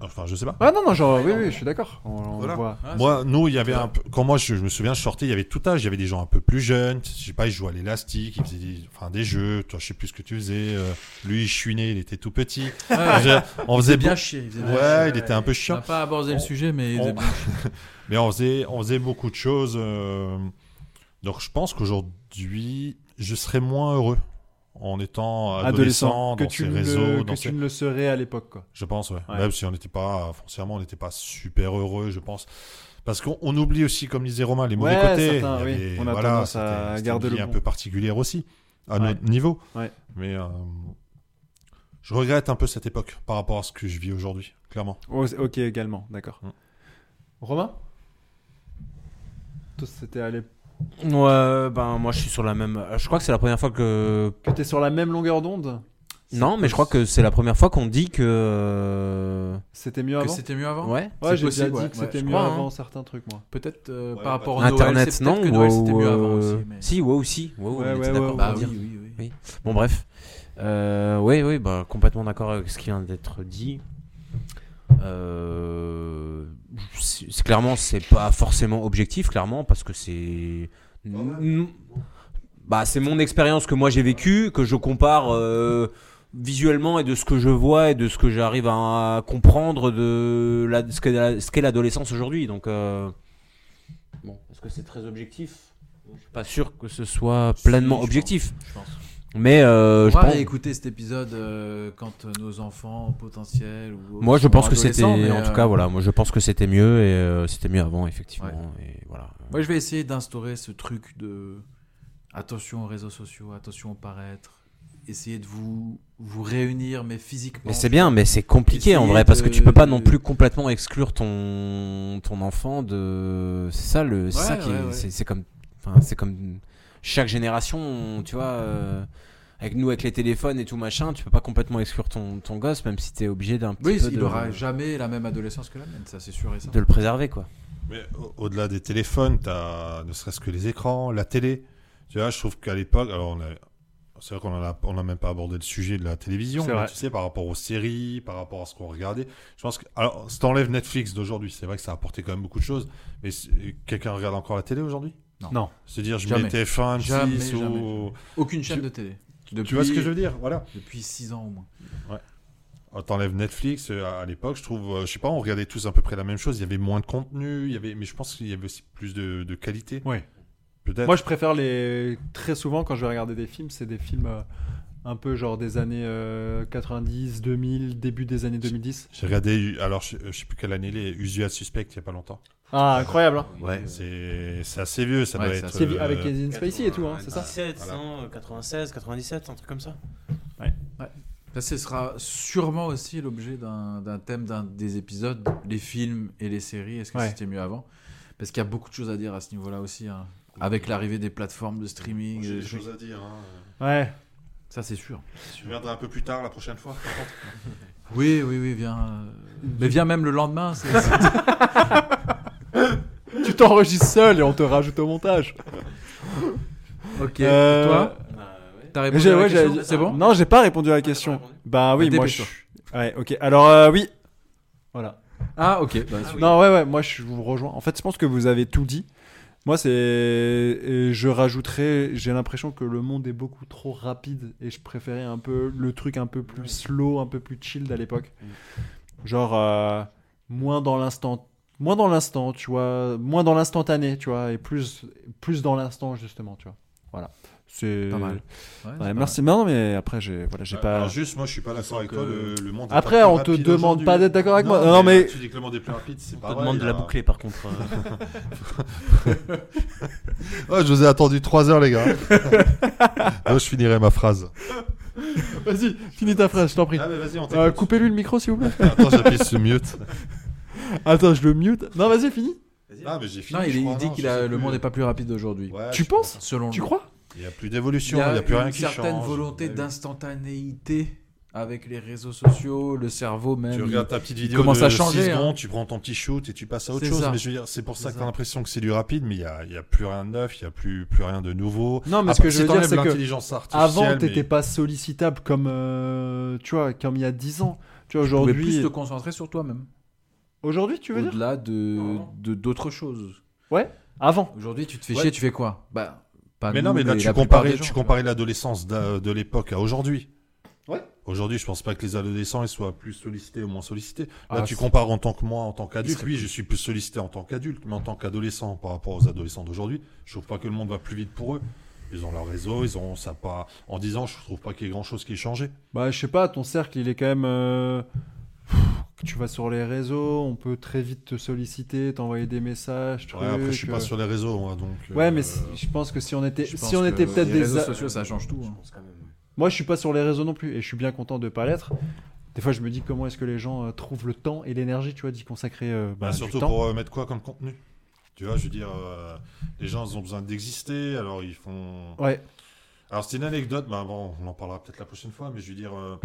Speaker 4: Enfin, je sais pas.
Speaker 2: Ah non, non, genre, oui, oui, je suis d'accord. On, on
Speaker 4: Voilà.
Speaker 2: voit.
Speaker 1: Ah,
Speaker 4: Moi, nous, il y avait un peu- Quand moi, je, je me souviens, je sortais, il y avait tout âge. Il y avait des gens un peu plus jeunes. Je sais pas, ils jouaient à l'élastique, ils faisaient des, enfin, des jeux. Toi, je sais plus ce que tu faisais. euh, lui, il chouinait, il était
Speaker 1: [LAUGHS]
Speaker 4: tout petit.
Speaker 1: c'est- Ah,
Speaker 4: Je veux dire, on
Speaker 1: il faisait
Speaker 4: faisait
Speaker 1: bien
Speaker 4: beau-
Speaker 1: chier. faisait bien
Speaker 4: Ouais,
Speaker 1: chier.
Speaker 4: il était un
Speaker 1: On
Speaker 4: peu
Speaker 1: n'a
Speaker 4: chiant.
Speaker 1: pas abordé le
Speaker 4: On-
Speaker 1: sujet, mais il
Speaker 4: on-
Speaker 1: faisait bien chier.
Speaker 4: Mais on faisait, on faisait beaucoup de choses. euh, Donc, je pense qu'aujourd'hui, je serais moins heureux en étant adolescent,
Speaker 2: que
Speaker 4: dans
Speaker 2: tu,
Speaker 4: ces
Speaker 2: ne
Speaker 4: réseaux.
Speaker 2: le,
Speaker 4: dans
Speaker 2: que
Speaker 4: ces-
Speaker 2: tu ne le serais à l'époque, quoi.
Speaker 4: Je pense, ouais.
Speaker 2: Ouais.
Speaker 4: Même si on n'était pas, foncièrement, on n'était pas super heureux, je pense. Parce qu'on on oublie aussi, comme disait Romain, les mauvais
Speaker 2: Ouais,
Speaker 4: côtés.
Speaker 2: certains,
Speaker 4: Il y
Speaker 2: oui.
Speaker 4: avait-
Speaker 2: On a
Speaker 4: voilà,
Speaker 2: tendance à
Speaker 4: c'était- c'était
Speaker 2: garder
Speaker 4: une
Speaker 2: le
Speaker 4: vie un
Speaker 2: bon.
Speaker 4: peu particulière aussi, à
Speaker 2: Ouais.
Speaker 4: notre niveau.
Speaker 2: Ouais.
Speaker 4: Mais euh, je regrette un peu cette époque par rapport à ce que je vis aujourd'hui, clairement.
Speaker 2: Oh, c'est- ok, également, d'accord.
Speaker 4: Mm.
Speaker 2: Romain Toi, c'était à l'époque.
Speaker 3: Ouais, ben moi je suis sur la même. euh, Je crois que c'est la première fois que.
Speaker 2: Que t'es sur la même longueur d'onde
Speaker 3: Non, mais je crois que c'est la première fois qu'on dit que.
Speaker 2: C'était mieux
Speaker 1: Que
Speaker 2: avant
Speaker 1: c'était mieux avant
Speaker 3: Ouais.
Speaker 2: Ouais,
Speaker 1: c'est
Speaker 2: j'ai déjà
Speaker 1: possible,
Speaker 2: dit
Speaker 1: ouais.
Speaker 2: que
Speaker 1: Ouais,
Speaker 2: c'était
Speaker 1: je
Speaker 2: mieux
Speaker 3: crois, hein.
Speaker 2: avant certains trucs, moi.
Speaker 1: Peut-être euh, par
Speaker 4: Ouais, ouais.
Speaker 1: rapport à Noël,
Speaker 3: Internet,
Speaker 1: c'est
Speaker 3: non
Speaker 1: peut-être que Noël
Speaker 3: wow,
Speaker 1: c'était mieux avant
Speaker 3: euh,
Speaker 1: aussi. mais-
Speaker 3: Si, wow, si. Wow,
Speaker 2: Ouais,
Speaker 3: on
Speaker 2: ouais,
Speaker 3: était d'accord
Speaker 2: ouais,
Speaker 3: pour
Speaker 1: Bah
Speaker 3: le
Speaker 1: oui,
Speaker 3: dire.
Speaker 1: oui, oui.
Speaker 3: Oui. Bon, bref. Euh, oui, oui, bah, complètement d'accord avec ce qui vient d'être dit. Euh, c'est c'est- clairement, c'est pas forcément objectif, clairement, parce que c'est. Mm. Bah, c'est mon expérience que moi j'ai vécue, que je compare euh, visuellement et de ce que je vois et de ce que j'arrive à comprendre de la, ce qu'est la- ce qu'est l'adolescence aujourd'hui. Donc, euh, bon, est-ce que c'est très objectif Je suis pas sûr que ce soit
Speaker 1: Si, je
Speaker 3: pleinement
Speaker 1: pense.
Speaker 3: objectif.
Speaker 1: Je pense.
Speaker 3: Mais euh,
Speaker 1: On
Speaker 3: je
Speaker 1: va
Speaker 3: pense.
Speaker 1: réécouter cet épisode euh, quand euh, nos enfants potentiels ou autres
Speaker 3: Moi, je
Speaker 1: seront
Speaker 3: pense que c'était.
Speaker 1: adolescents, mais,
Speaker 3: En tout
Speaker 1: euh,
Speaker 3: cas, voilà. Moi, je pense que c'était mieux et euh, c'était mieux avant, effectivement. Et voilà.
Speaker 1: Moi, je vais essayer d'instaurer ce truc de attention aux réseaux sociaux, attention au paraître, essayer de vous vous réunir mais physiquement.
Speaker 3: Mais c'est bien, mais c'est compliqué en
Speaker 1: Essayer
Speaker 3: vrai parce que
Speaker 1: de-
Speaker 3: tu peux pas
Speaker 1: de-
Speaker 3: non plus complètement exclure ton ton enfant de. C'est ça le. C'est
Speaker 1: Ouais,
Speaker 3: ça qui.
Speaker 1: ouais,
Speaker 3: est-
Speaker 1: ouais.
Speaker 3: C'est c'est comme. Enfin, c'est comme chaque génération, tu vois. euh, Avec nous, avec les téléphones et tout machin, tu peux pas complètement exclure ton, ton gosse, même si t'es obligé d'un petit
Speaker 1: Oui,
Speaker 3: peu
Speaker 1: il
Speaker 3: de,
Speaker 1: aura jamais la même adolescence que la mienne, ça c'est sûr et certain.
Speaker 3: de le préserver, quoi.
Speaker 4: Mais au- au-delà des téléphones, t'as ne serait-ce que les écrans, la télé. Tu vois, je trouve qu'à l'époque, alors on a- c'est vrai qu'on en a, on n'a même pas abordé le sujet de la télévision,
Speaker 2: C'est
Speaker 4: mais
Speaker 2: vrai.
Speaker 4: tu sais, par rapport aux séries, par rapport à ce qu'on regardait. Je pense que, alors, si t'enlèves Netflix d'aujourd'hui, c'est vrai que ça a apporté quand même beaucoup de choses. Mais c'est- quelqu'un regarde encore la télé aujourd'hui
Speaker 1: Non.
Speaker 2: Non.
Speaker 4: Se dire, je
Speaker 1: Jamais.
Speaker 4: mets TF1, M6
Speaker 1: Jamais,
Speaker 4: ou.
Speaker 1: jamais. Aucune chaîne
Speaker 4: Tu-
Speaker 1: de télé. Depuis,
Speaker 4: Tu vois ce que je veux dire Voilà.
Speaker 1: Depuis 6 ans au moins.
Speaker 4: Ah, T'enlèves Netflix euh, à, à l'époque, je trouve, euh, je sais pas, on regardait tous à peu près la même chose. Il y avait moins de contenu, il y avait, mais je pense qu'il y avait aussi plus de, de qualité.
Speaker 2: Oui.
Speaker 4: Peut-être.
Speaker 2: Moi, je préfère les. Très souvent, quand je vais regarder des films, c'est des films euh, un peu genre des années euh, 90, 2000, début des années 2010.
Speaker 4: J'ai regardé, alors je, je sais plus quelle année, les Usual Suspect il y a pas longtemps.
Speaker 2: Ah, incroyable, hein
Speaker 4: Ouais. C'est c'est assez vieux, ça
Speaker 1: Ouais,
Speaker 4: doit
Speaker 1: c'est
Speaker 4: être.
Speaker 1: assez
Speaker 2: C'est
Speaker 4: euh,
Speaker 2: avec Kevin Spacey et tout, hein, c'est ça
Speaker 5: 17,
Speaker 4: Voilà.
Speaker 5: hein, 96, 97, un truc comme ça.
Speaker 1: Ça, ce sera sûrement aussi l'objet d'un d'un thème d'un des épisodes, les films et les séries. Est-ce que
Speaker 2: Ouais.
Speaker 1: c'était mieux avant Parce qu'il y a beaucoup de choses à dire à ce niveau-là aussi. hein. Avec l'arrivée des plateformes de streaming,
Speaker 4: J'ai
Speaker 1: des
Speaker 4: des
Speaker 1: trucs.
Speaker 4: choses à dire. hein.
Speaker 2: Ouais.
Speaker 1: ça c'est sûr.
Speaker 4: Je regarderai un peu plus tard la prochaine fois. par contre.
Speaker 1: Oui, oui, oui, viens. euh, Mais viens même le lendemain. c'est-
Speaker 2: [LAUGHS]
Speaker 1: c'est-
Speaker 2: Tu t'enregistres seul et on te rajoute au montage.
Speaker 1: ok.
Speaker 2: Euh,
Speaker 1: Toi,
Speaker 5: Bah,
Speaker 1: t'as répondu
Speaker 2: j'ai-
Speaker 1: à la
Speaker 2: ouais,
Speaker 1: question
Speaker 2: j'ai-
Speaker 1: C'est bon
Speaker 2: Non, j'ai pas répondu à la question.
Speaker 5: répondu
Speaker 2: Bah oui,
Speaker 1: Bah,
Speaker 2: moi je.
Speaker 1: dépêche-toi.
Speaker 2: Ouais, ok. Alors euh, oui. Voilà.
Speaker 1: Ah, ok. bah, super.
Speaker 2: Non, ouais, ouais. Moi, je vous rejoins. En fait, je pense que vous avez tout dit. Moi, c'est. et Je rajouterais. J'ai l'impression que le monde est beaucoup trop rapide et je préférais un peu le truc un peu plus slow, un peu plus chill d'à l'époque. Genre euh, moins dans l'instant, moins dans l'instant, tu vois, moins dans l'instantané, tu vois, et plus plus dans l'instant justement, tu vois. Voilà. C'est
Speaker 1: Pas mal. Ouais,
Speaker 2: Ouais,
Speaker 1: c'est
Speaker 2: merci. Mais non, mais après, j'ai voilà, j'ai
Speaker 4: Euh,
Speaker 2: pas.
Speaker 4: alors juste, moi, je suis pas d'accord avec toi. Le, le monde. est
Speaker 2: Après,
Speaker 4: un peu
Speaker 2: on te
Speaker 4: rapide
Speaker 2: demande
Speaker 4: aujourd'hui. euh,
Speaker 2: pas d'être d'accord avec moi. Non, mais-
Speaker 4: Tu dis que le monde est plus rapide, c'est pas
Speaker 5: On te
Speaker 4: vrai, hein.
Speaker 5: demande de la
Speaker 3: hein.
Speaker 4: là.
Speaker 5: boucler par contre.
Speaker 3: [LAUGHS]
Speaker 5: euh.
Speaker 4: Oh, je vous ai attendu 3 heures, les gars. Là, je finirai ma phrase.
Speaker 2: [LAUGHS] Vas-y, finis ta phrase, je t'en prie.
Speaker 4: Ah, mais vas-y, on
Speaker 2: Euh,
Speaker 4: t'écoute.
Speaker 2: Coupez-lui le micro, s'il vous plaît.
Speaker 4: Attends, j'appuie sur mute.
Speaker 2: Attends, je le mute. Non, vas-y, finis.
Speaker 4: Non, mais j'ai
Speaker 1: Non,
Speaker 4: fini.
Speaker 1: il,
Speaker 4: je
Speaker 1: il
Speaker 4: crois,
Speaker 1: dit
Speaker 4: non,
Speaker 1: qu'il
Speaker 4: je sais
Speaker 1: a- le
Speaker 4: plus.
Speaker 1: monde n'est pas plus rapide d'aujourd'hui.
Speaker 4: Ouais,
Speaker 2: tu
Speaker 4: je-
Speaker 2: penses
Speaker 1: Selon
Speaker 2: Tu
Speaker 1: lui.
Speaker 2: crois
Speaker 4: Il n'y a plus d'évolution, il n'y a, plus
Speaker 1: une
Speaker 4: rien qui change.
Speaker 1: certaine volonté d'instantanéité avec les réseaux sociaux, le cerveau même.
Speaker 2: Euh,
Speaker 4: Tu
Speaker 1: il-
Speaker 4: regardes ta petite vidéo
Speaker 1: commence
Speaker 4: de
Speaker 1: à changer,
Speaker 4: six
Speaker 1: hein.
Speaker 4: secondes, tu prends ton petit shoot et tu passes à autre
Speaker 1: C'est
Speaker 4: chose.
Speaker 1: ça.
Speaker 4: Mais je veux dire, c'est pour ça
Speaker 1: C'est
Speaker 4: que
Speaker 1: ça.
Speaker 4: t'as l'impression que c'est du rapide, mais il n'y a, il y a plus rien de neuf, il n'y a plus, plus rien de nouveau.
Speaker 2: Non, mais
Speaker 4: Ah,
Speaker 2: ce que
Speaker 4: si
Speaker 2: je veux dire,
Speaker 4: t'enlèves
Speaker 2: c'est que
Speaker 4: l'intelligence artificielle,
Speaker 2: avant,
Speaker 4: mais-
Speaker 2: t'étais pas sollicitable comme, euh, tu vois, comme il y a 10 ans. Tu vois,
Speaker 1: Tu pouvais plus
Speaker 2: aujourd'hui.
Speaker 1: te concentrer sur toi-même.
Speaker 2: Aujourd'hui, tu veux dire
Speaker 1: Au-delà de de- d'autres choses.
Speaker 2: Avant.
Speaker 1: Aujourd'hui, tu te fais
Speaker 4: Ouais.
Speaker 1: chier, tu fais quoi Bah, pas
Speaker 4: Mais
Speaker 1: nous,
Speaker 4: non, mais là, tu
Speaker 1: la plupart
Speaker 4: comparais,
Speaker 1: des gens,
Speaker 4: tu
Speaker 1: tu vois.
Speaker 4: comparais l'adolescence d'a- de l'époque à aujourd'hui.
Speaker 2: Ouais.
Speaker 4: Aujourd'hui, je pense pas que les adolescents ils soient plus sollicités ou moins sollicités. Là,
Speaker 1: Ah,
Speaker 4: tu
Speaker 1: c'est-
Speaker 4: compares en tant que moi, en tant qu'adulte.
Speaker 1: seraient
Speaker 4: Oui, je suis plus sollicité en tant qu'adulte, mais en tant qu'adolescent par rapport aux adolescents d'aujourd'hui, je trouve pas que le monde va plus vite pour eux. Ils ont leur réseau, ils ont ça pas. En 10 ans, je trouve pas qu'il y ait grand chose qui ait changé.
Speaker 2: Bah, je sais pas, ton cercle, il est quand même. euh, pff, Tu vas sur les réseaux, on peut très vite te solliciter, t'envoyer des messages,
Speaker 4: Ouais, après, je suis
Speaker 2: trucs,
Speaker 4: pas
Speaker 2: euh.
Speaker 4: sur les réseaux, moi, donc.
Speaker 2: Ouais,
Speaker 4: euh,
Speaker 2: mais c- je pense que si on était,
Speaker 1: Je pense
Speaker 2: si on
Speaker 1: que
Speaker 2: était peut-être
Speaker 1: les
Speaker 2: des,
Speaker 1: réseaux
Speaker 2: a-
Speaker 1: sociaux, ça change tout.
Speaker 5: Je
Speaker 1: hein.
Speaker 5: pense quand même.
Speaker 2: Moi, je suis pas sur les réseaux non plus, et je suis bien content de pas l'être. Des fois, je me dis comment est-ce que les gens euh, trouvent le temps et l'énergie, tu vois, d'y consacrer. euh, bah,
Speaker 4: Bah,
Speaker 2: du
Speaker 4: surtout
Speaker 2: temps.
Speaker 4: pour euh, mettre quoi comme contenu Tu vois, je veux dire, euh, les gens, ils ont besoin d'exister, alors ils font.
Speaker 2: Ouais.
Speaker 4: Alors, c'est une anecdote, bah, bon, on en parlera peut-être la prochaine fois, mais je veux dire, euh,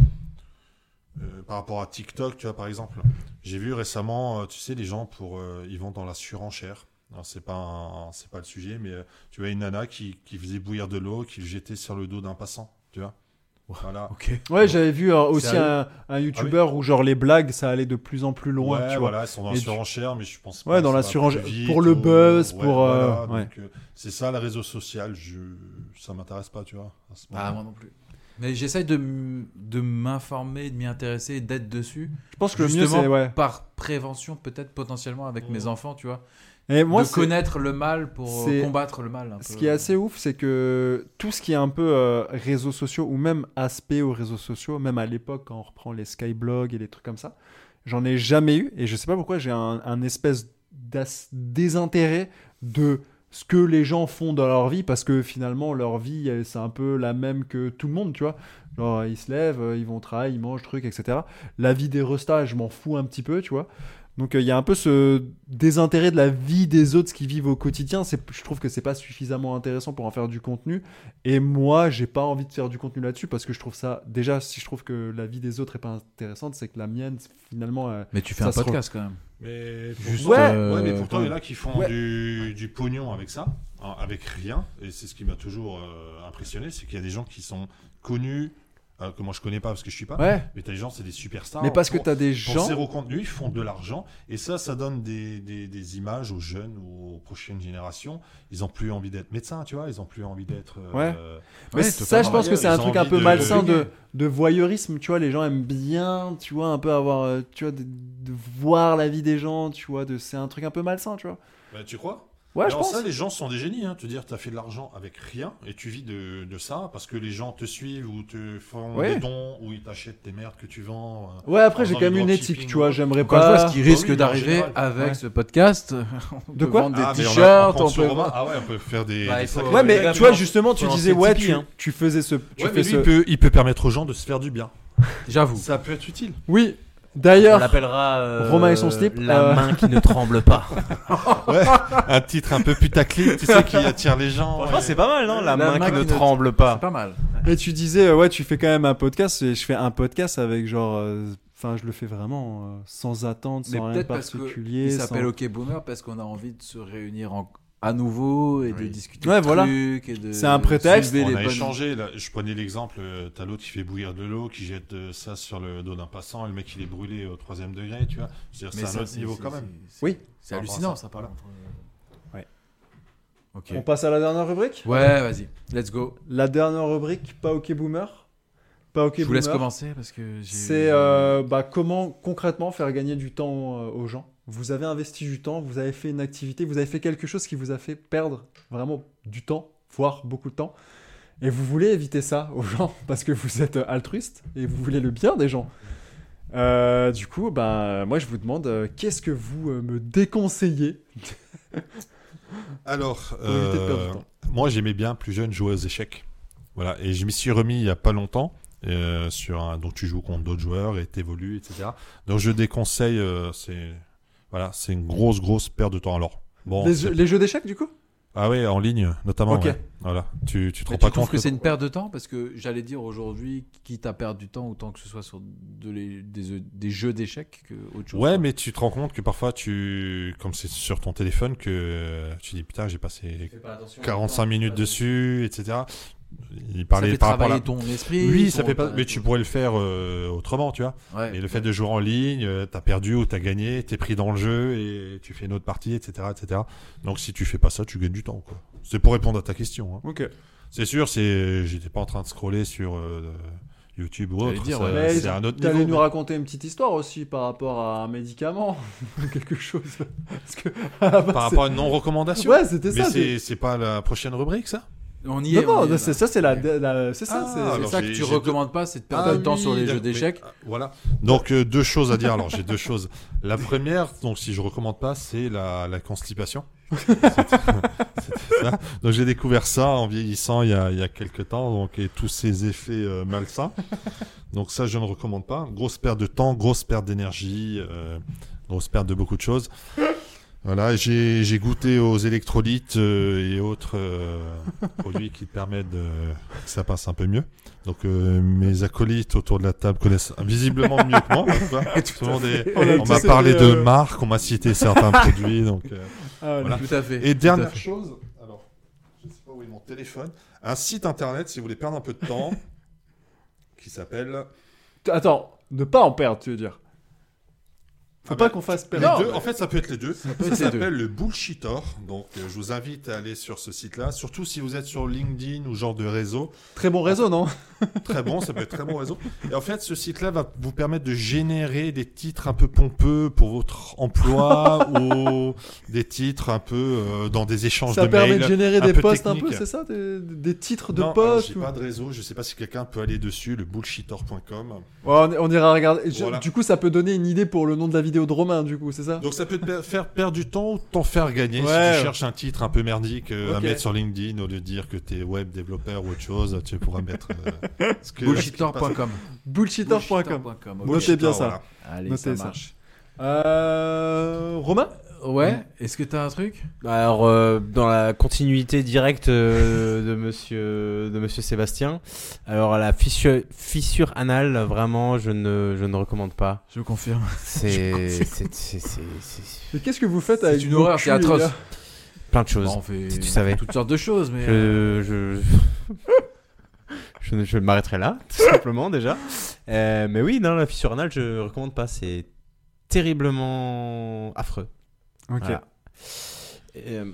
Speaker 4: euh, par rapport à TikTok, tu vois, par exemple, j'ai vu récemment, euh, tu sais, les gens, pour, euh, ils vont dans la surenchère. Alors, c'est pas, un- c'est pas le sujet, mais euh, tu vois, une nana qui, qui faisait bouillir de l'eau, qui le jetait sur le dos d'un passant, tu vois. Voilà.
Speaker 1: Ok.
Speaker 2: Ouais, j'avais vu euh, aussi
Speaker 1: Sérieux Ah
Speaker 2: un, un YouTuber où genre les blagues, ça allait de plus en plus [LAUGHS] loin,
Speaker 4: ouais,
Speaker 2: tu vois.
Speaker 4: voilà, ils sont dans
Speaker 2: Et
Speaker 4: la
Speaker 2: tu-
Speaker 4: surenchère, mais je pense pas
Speaker 2: Ouais, dans
Speaker 4: que
Speaker 2: la
Speaker 4: ça va
Speaker 2: surenchère-
Speaker 4: plus vite
Speaker 2: pour le
Speaker 4: ou-
Speaker 2: buzz,
Speaker 4: ouais,
Speaker 2: pour,
Speaker 4: voilà,
Speaker 2: euh,
Speaker 4: donc, euh, c'est ça, le réseau social, je... ça m'intéresse pas, tu vois. à ce
Speaker 1: Ah,
Speaker 4: moment.
Speaker 1: moi non plus. Mais j'essaye de, m- de m'informer, de m'y intéresser, d'être dessus,
Speaker 2: Je pense que le mieux,
Speaker 1: Justement,
Speaker 2: c'est ouais.
Speaker 1: par prévention peut-être potentiellement avec mes enfants, tu vois.
Speaker 2: Et Mm. moi,
Speaker 1: de
Speaker 2: c'est-
Speaker 1: connaître le mal pour
Speaker 2: c'est-
Speaker 1: euh, combattre le mal. un
Speaker 2: ce
Speaker 1: peu.
Speaker 2: qui est assez ouf, c'est que tout ce qui est un peu euh, réseaux sociaux ou même aspect aux réseaux sociaux, même à l'époque quand on reprend les skyblogs et les trucs comme ça, j'en ai jamais eu et je sais pas pourquoi j'ai un, un espèce d'as- désintérêt de ce que les gens font dans leur vie parce que finalement leur vie euh, c'est un peu la même que tout le monde, tu vois. Genre ils se lèvent, euh, ils vont au travail, ils mangent, trucs, etc. La vie des restas, je m'en fous un petit peu, tu vois. Donc euh, il y a un peu ce désintérêt de la vie des autres, ce qu'ils vivent au quotidien. C'est, je trouve que c'est pas suffisamment intéressant pour en faire du contenu. Et moi, j'ai pas envie de faire du contenu là-dessus parce que je trouve ça déjà. Si je trouve que la vie des autres est pas intéressante, c'est que la mienne c'est finalement. euh,
Speaker 1: Mais tu fais
Speaker 2: Ça
Speaker 1: un
Speaker 2: se re-
Speaker 1: podcast quand même.
Speaker 4: Mais
Speaker 1: Juste,
Speaker 4: pourtant, ouais.
Speaker 1: euh,
Speaker 4: mais pourtant,
Speaker 1: quand
Speaker 4: il y
Speaker 1: même.
Speaker 4: en a qui font
Speaker 2: Ouais.
Speaker 4: du, du pognon avec ça, hein, avec rien, et c'est ce qui m'a toujours euh, impressionné, c'est qu'il y a des gens qui sont connus, euh, que moi je connais pas parce que je suis pas,
Speaker 2: Ouais.
Speaker 4: mais t'as des gens, c'est des superstars.
Speaker 2: Mais parce
Speaker 4: pour-
Speaker 2: que t'as des
Speaker 4: pour
Speaker 2: gens.
Speaker 4: zéro contenu, ils font de l'argent. Et ça, ça donne des, des- des images aux jeunes ou aux prochaines générations. Ils n'ont plus envie d'être médecins, tu vois. Ils n'ont plus envie d'être. euh,
Speaker 2: Ouais.
Speaker 4: euh,
Speaker 2: Mais
Speaker 1: Ouais, te
Speaker 2: ça,
Speaker 1: faire
Speaker 2: je pense que
Speaker 4: marier,
Speaker 2: c'est un
Speaker 4: ils ont
Speaker 2: truc un
Speaker 4: envie
Speaker 2: peu
Speaker 4: de-
Speaker 2: malsain
Speaker 4: de-
Speaker 2: de, de voyeurisme. Tu vois, les gens aiment bien, tu vois, un peu avoir, euh, tu vois, de, de voir la vie des gens. Tu vois, de, c'est un truc un peu malsain, tu vois.
Speaker 4: bah, tu crois
Speaker 2: Ouais, Ah, je
Speaker 4: Alors
Speaker 2: pense.
Speaker 4: ça, les gens sont des génies. Hein. Te dire, tu as fait de l'argent avec rien et tu vis de, de ça parce que les gens te suivent ou te font
Speaker 2: Ouais.
Speaker 4: des dons ou ils t'achètent des merdes que tu vends. euh.
Speaker 2: Ouais, après,
Speaker 4: en
Speaker 2: j'ai
Speaker 4: faisant
Speaker 2: quand même
Speaker 4: du euh,
Speaker 2: une
Speaker 4: dropshipping,
Speaker 2: éthique, tu vois.
Speaker 4: ouais.
Speaker 2: J'aimerais
Speaker 1: Encore une fois,
Speaker 2: pas.
Speaker 1: ce qui
Speaker 4: Bah
Speaker 1: risque
Speaker 4: oui, mais en
Speaker 1: d'arriver
Speaker 4: général,
Speaker 1: avec
Speaker 2: ouais.
Speaker 1: ce podcast, [LAUGHS] on
Speaker 2: De
Speaker 1: peut
Speaker 2: quoi
Speaker 1: vendre des
Speaker 4: Ah, mais on a- on
Speaker 1: t-shirts,
Speaker 4: prend
Speaker 1: on
Speaker 4: sur
Speaker 1: peut.
Speaker 4: Romain. Ah ouais, on peut faire des.
Speaker 3: Bah,
Speaker 4: des
Speaker 3: il faut-
Speaker 4: sacrés-
Speaker 2: Ouais,
Speaker 3: Ouais,
Speaker 2: mais
Speaker 3: mais
Speaker 2: tu vois,
Speaker 3: là,
Speaker 2: justement, tu
Speaker 3: faut
Speaker 2: disais,
Speaker 3: lancer
Speaker 2: ouais,
Speaker 3: le
Speaker 2: tu,
Speaker 3: Tipeee, hein.
Speaker 2: tu faisais ce. Tu
Speaker 4: Ouais,
Speaker 2: fais
Speaker 4: mais lui,
Speaker 2: ce...
Speaker 4: il, peut, il peut permettre aux gens de se faire du bien.
Speaker 1: J'avoue.
Speaker 4: Ça peut être utile.
Speaker 2: Oui,
Speaker 3: On
Speaker 2: d'ailleurs,
Speaker 3: l'appellera euh,
Speaker 2: Romain et son slip,
Speaker 3: La
Speaker 2: euh.
Speaker 3: main qui ne tremble pas.
Speaker 4: [LAUGHS] Un titre un peu putaclic, tu sais,
Speaker 2: [LAUGHS]
Speaker 4: qui attire les gens.
Speaker 3: [LAUGHS] Franchement,
Speaker 4: et-
Speaker 3: c'est pas mal, non La,
Speaker 1: La
Speaker 3: main, qui ne tremble
Speaker 1: C'est
Speaker 3: pas.
Speaker 1: pas mal.
Speaker 2: et tu disais, euh, ouais, tu fais quand même un podcast, et je fais un podcast avec genre. euh, Enfin, je le fais vraiment euh, sans attendre,
Speaker 1: Mais
Speaker 2: sans rien de
Speaker 1: peut-être parce
Speaker 2: particulier.
Speaker 1: qu'il
Speaker 2: sans-
Speaker 1: s'appelle OK Boomer parce qu'on a envie de se réunir en- à nouveau et de discuter
Speaker 2: Ouais,
Speaker 1: de
Speaker 2: voilà.
Speaker 1: trucs. et de
Speaker 2: C'est un prétexte.
Speaker 1: soulever
Speaker 4: on
Speaker 1: les
Speaker 4: a
Speaker 1: bonnes-
Speaker 4: échangé. Là, je prenais l'exemple, euh, t'as l'autre qui fait bouillir de l'eau, qui jette euh, ça sur le dos d'un passant, et le mec il est brûlé au troisième degré, tu vois. Je veux dire,
Speaker 1: Mais
Speaker 4: C'est un
Speaker 1: ça,
Speaker 4: autre
Speaker 1: c'est-
Speaker 4: niveau
Speaker 1: c'est-
Speaker 4: quand même.
Speaker 1: c'est-
Speaker 2: Oui.
Speaker 1: C'est hallucinant
Speaker 4: Ça, euh,
Speaker 1: ça, par
Speaker 4: voilà.
Speaker 1: contre.
Speaker 2: Ouais.
Speaker 1: Ok.
Speaker 2: On passe à la dernière rubrique
Speaker 1: Ouais, vas-y. Let's go.
Speaker 2: La dernière rubrique, pas OK Boomer. Pas OK
Speaker 1: Je vous
Speaker 2: Boomer.
Speaker 1: laisse commencer parce que j'ai.
Speaker 2: C'est euh, bah, comment concrètement faire gagner du temps euh, aux gens. Vous avez investi du temps, vous avez fait une activité, vous avez fait quelque chose qui vous a fait perdre vraiment du temps, voire beaucoup de temps. Et vous voulez éviter ça aux gens [LAUGHS] parce que vous êtes euh, altruiste et vous voulez le bien des gens. Euh, du coup, bah, moi je vous demande, euh, qu'est-ce que vous euh, me déconseillez
Speaker 4: Alors,
Speaker 2: pour éviter de perdre
Speaker 4: euh,
Speaker 2: du temps
Speaker 4: moi j'aimais bien plus jeune jouer aux échecs. Voilà, et je m'y suis remis il y a pas longtemps. euh, sur un, donc tu joues contre d'autres joueurs et t'évolues, etc. Donc je déconseille, euh, c'est voilà, c'est une grosse grosse perte de temps. Alors bon,
Speaker 2: les,
Speaker 4: c'est-
Speaker 2: jeux, les jeux d'échecs du coup
Speaker 4: Ah oui, en ligne, notamment.
Speaker 2: Ok.
Speaker 4: ouais. Voilà. Tu, tu te
Speaker 1: Mais tu
Speaker 4: rends pas
Speaker 1: trouves
Speaker 4: compte.
Speaker 1: que c'est une perte de temps Parce que j'allais dire aujourd'hui, quitte à perdre du temps, autant que ce soit sur de les- des, euh, des jeux d'échecs que autre chose.
Speaker 4: Ouais,
Speaker 1: quoi.
Speaker 4: mais tu te rends compte que parfois, tu, comme c'est sur ton téléphone, que euh, tu dis putain, j'ai passé 45 minutes dessus, etc. Il parlait
Speaker 1: ça fait
Speaker 4: par rapport à
Speaker 1: travailler
Speaker 4: la-
Speaker 1: ton esprit.
Speaker 4: Oui,
Speaker 1: ton-
Speaker 4: ça fait pas.
Speaker 1: ta-
Speaker 4: Mais tu pourrais le faire euh, autrement, tu vois.
Speaker 1: Ouais.
Speaker 4: Mais le fait de jouer en ligne, euh, t'as perdu ou t'as gagné, t'es pris dans le jeu et tu fais une autre partie, etc., etc. Donc si tu fais pas ça, tu gagnes du temps, quoi. C'est pour répondre à ta question. hein.
Speaker 2: Ok.
Speaker 4: C'est sûr, c'est, j'étais pas en train de scroller sur euh, YouTube ou
Speaker 1: J'allais
Speaker 4: autre.
Speaker 1: dire,
Speaker 4: ça-
Speaker 1: ouais.
Speaker 2: Mais
Speaker 4: Euh, c'est un autre
Speaker 2: T'allais
Speaker 4: niveau.
Speaker 2: nous raconter une petite histoire aussi par rapport à un médicament, [LAUGHS] quelque chose. Parce que [LAUGHS] à la base,
Speaker 4: Par
Speaker 2: c'est-
Speaker 4: rapport à une non-recommandation.
Speaker 2: Ouais, c'était
Speaker 4: mais
Speaker 2: ça. c'est-
Speaker 4: c'est, c'est pas la prochaine rubrique, ça
Speaker 1: On y est.
Speaker 2: Non,
Speaker 1: on y
Speaker 2: non,
Speaker 1: est,
Speaker 2: c'est
Speaker 1: là.
Speaker 2: ça, c'est la, la- c'est ça,
Speaker 4: Ah,
Speaker 2: c'est-
Speaker 1: C'est
Speaker 4: alors,
Speaker 1: ça que
Speaker 4: j'ai-
Speaker 1: tu
Speaker 4: j'ai
Speaker 1: recommandes pas, c'est de perdre
Speaker 4: Ah
Speaker 1: du temps
Speaker 4: oui,
Speaker 1: sur les jeux
Speaker 4: d'accord, mais,
Speaker 1: d'échecs.
Speaker 4: ah, Voilà. Donc euh, deux choses à dire. Alors j'ai deux choses. La première, donc si je recommande pas, c'est la, la constipation. [LAUGHS] C'était- c'était ça. Donc j'ai découvert ça en vieillissant il y a, il y a quelques temps, donc et tous ces effets euh, malsains. Donc ça je ne recommande pas. Grosse perte de temps, grosse perte d'énergie, euh, grosse perte de beaucoup de choses. Voilà, j'ai j'ai goûté aux électrolytes euh, et autres euh, produits qui permettent de, que ça passe un peu mieux. Donc euh, mes acolytes autour de la table connaissent visiblement mieux que moi. quoi. Tout le monde est-
Speaker 2: On a
Speaker 4: on
Speaker 2: tous
Speaker 4: m'a
Speaker 2: été,
Speaker 4: parlé de
Speaker 2: euh,
Speaker 4: marques, on m'a cité certains produits. Donc, euh,
Speaker 2: Ah,
Speaker 4: Voilà.
Speaker 1: Tout à fait. [LAUGHS]
Speaker 4: Et
Speaker 1: tout à
Speaker 4: dernière
Speaker 1: fait.
Speaker 4: chose, alors, je sais pas où est mon téléphone, un site internet si vous voulez perdre un peu de temps qui s'appelle.
Speaker 2: t- Attends, ne pas en perdre, tu veux dire Faut
Speaker 4: Ah
Speaker 2: pas
Speaker 4: bah,
Speaker 2: qu'on fasse
Speaker 4: Les
Speaker 2: perdre.
Speaker 4: deux, En fait, ça peut être les deux. Ça,
Speaker 1: peut être les deux.
Speaker 4: [LAUGHS] s'appelle le Bullshitor. Donc, euh, je vous invite à aller sur ce site-là, surtout si vous êtes sur LinkedIn ou genre de réseau.
Speaker 2: Très bon réseau, non
Speaker 4: très bon, ça peut être très bon réseau. Et en fait, ce site-là va vous permettre de générer des titres un peu pompeux pour
Speaker 2: [LAUGHS]
Speaker 4: votre emploi ou des titres un peu euh, dans des échanges
Speaker 2: Ça
Speaker 4: de
Speaker 2: permet
Speaker 4: mails.
Speaker 2: de générer
Speaker 4: un
Speaker 2: des
Speaker 4: peu
Speaker 2: posts un peu,
Speaker 4: technique.
Speaker 2: c'est ça des, des titres de
Speaker 4: Non, alors,
Speaker 2: posts
Speaker 4: j'ai
Speaker 2: ou-
Speaker 4: pas de réseau, je sais pas si quelqu'un peut aller dessus, le bullshitor.com.
Speaker 2: Ouais, on, on ira regarder. Je-
Speaker 4: Voilà.
Speaker 2: Du coup, ça peut donner une idée pour le nom de la vidéo de Romain, du coup, c'est ça
Speaker 4: Donc ça peut te per- faire perdre du temps ou t'en faire gagner
Speaker 2: Ouais.
Speaker 4: si tu cherches un titre un peu merdique euh, à
Speaker 2: Ok.
Speaker 4: mettre sur LinkedIn au lieu de dire que t'es web développeur ou autre chose, tu pourras mettre
Speaker 2: [LAUGHS]
Speaker 4: euh, ce que-
Speaker 1: Bullshitor.com.
Speaker 2: Bullshitter.com.
Speaker 1: Bullshitor.com, ok.
Speaker 2: Notez bien ça.
Speaker 4: Ah, voilà.
Speaker 1: Allez,
Speaker 2: Notez
Speaker 1: ça
Speaker 2: ça.
Speaker 1: marche.
Speaker 2: Euh, Romain
Speaker 1: Ouais, est-ce que t'as un truc
Speaker 3: Alors, euh, dans la continuité directe euh, de monsieur, de monsieur Sébastien, alors la fissure, fissure anale, vraiment, je ne, je ne recommande pas.
Speaker 1: Je
Speaker 2: [LAUGHS]
Speaker 1: confirme.
Speaker 3: C'est c'est- c'est- c'est- c'est
Speaker 2: Mais qu'est-ce que vous faites
Speaker 1: C'est
Speaker 2: avec
Speaker 1: une
Speaker 2: vos
Speaker 1: horreur, c'est
Speaker 2: culs, les
Speaker 1: atroce.
Speaker 2: gars
Speaker 3: plein de choses.
Speaker 1: Bah, on fait
Speaker 3: Si tu savais.
Speaker 1: toutes sortes de choses, mais. euh,
Speaker 3: Je, je, je, [LAUGHS] ne- je m'arrêterai là, tout simplement déjà. Euh, mais oui, non, la fissure anale, je recommande pas. C'est terriblement affreux.
Speaker 2: Ok.
Speaker 3: Voilà. Euh,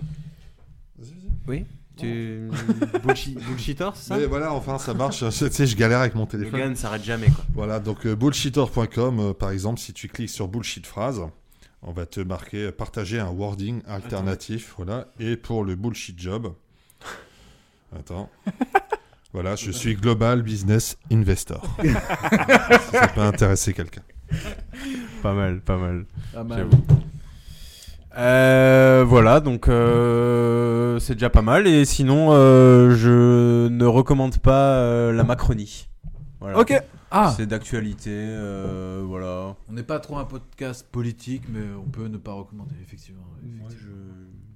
Speaker 3: oui tu... [LAUGHS] Bullshi- Bullshitor, c'est ça
Speaker 4: Mais voilà, enfin
Speaker 2: [LAUGHS]
Speaker 4: ça marche. tu sais, je galère avec mon
Speaker 3: Le
Speaker 4: téléphone.
Speaker 3: gars ne s'arrête jamais, quoi.
Speaker 4: Voilà, donc euh, bullshitter.com, euh, par exemple, si tu cliques sur bullshit phrase, on va te marquer euh, partager un wording alternatif, voilà, et pour le
Speaker 2: [LAUGHS]
Speaker 4: bullshit job. Attends. voilà, je suis global business investor.
Speaker 2: [LAUGHS]
Speaker 4: si ça peut intéresser quelqu'un.
Speaker 3: Pas mal, pas mal.
Speaker 2: Ah,
Speaker 1: pas
Speaker 2: bah
Speaker 1: mal.
Speaker 3: Bah voilà, donc euh, c'est déjà pas mal. Et sinon, euh, je ne recommande pas euh, la Macronie. Voilà.
Speaker 2: Ok.
Speaker 1: Ah,
Speaker 3: C'est d'actualité, euh, voilà.
Speaker 1: on n'est pas trop un podcast politique, mais on peut ne pas recommander, effectivement. effectivement.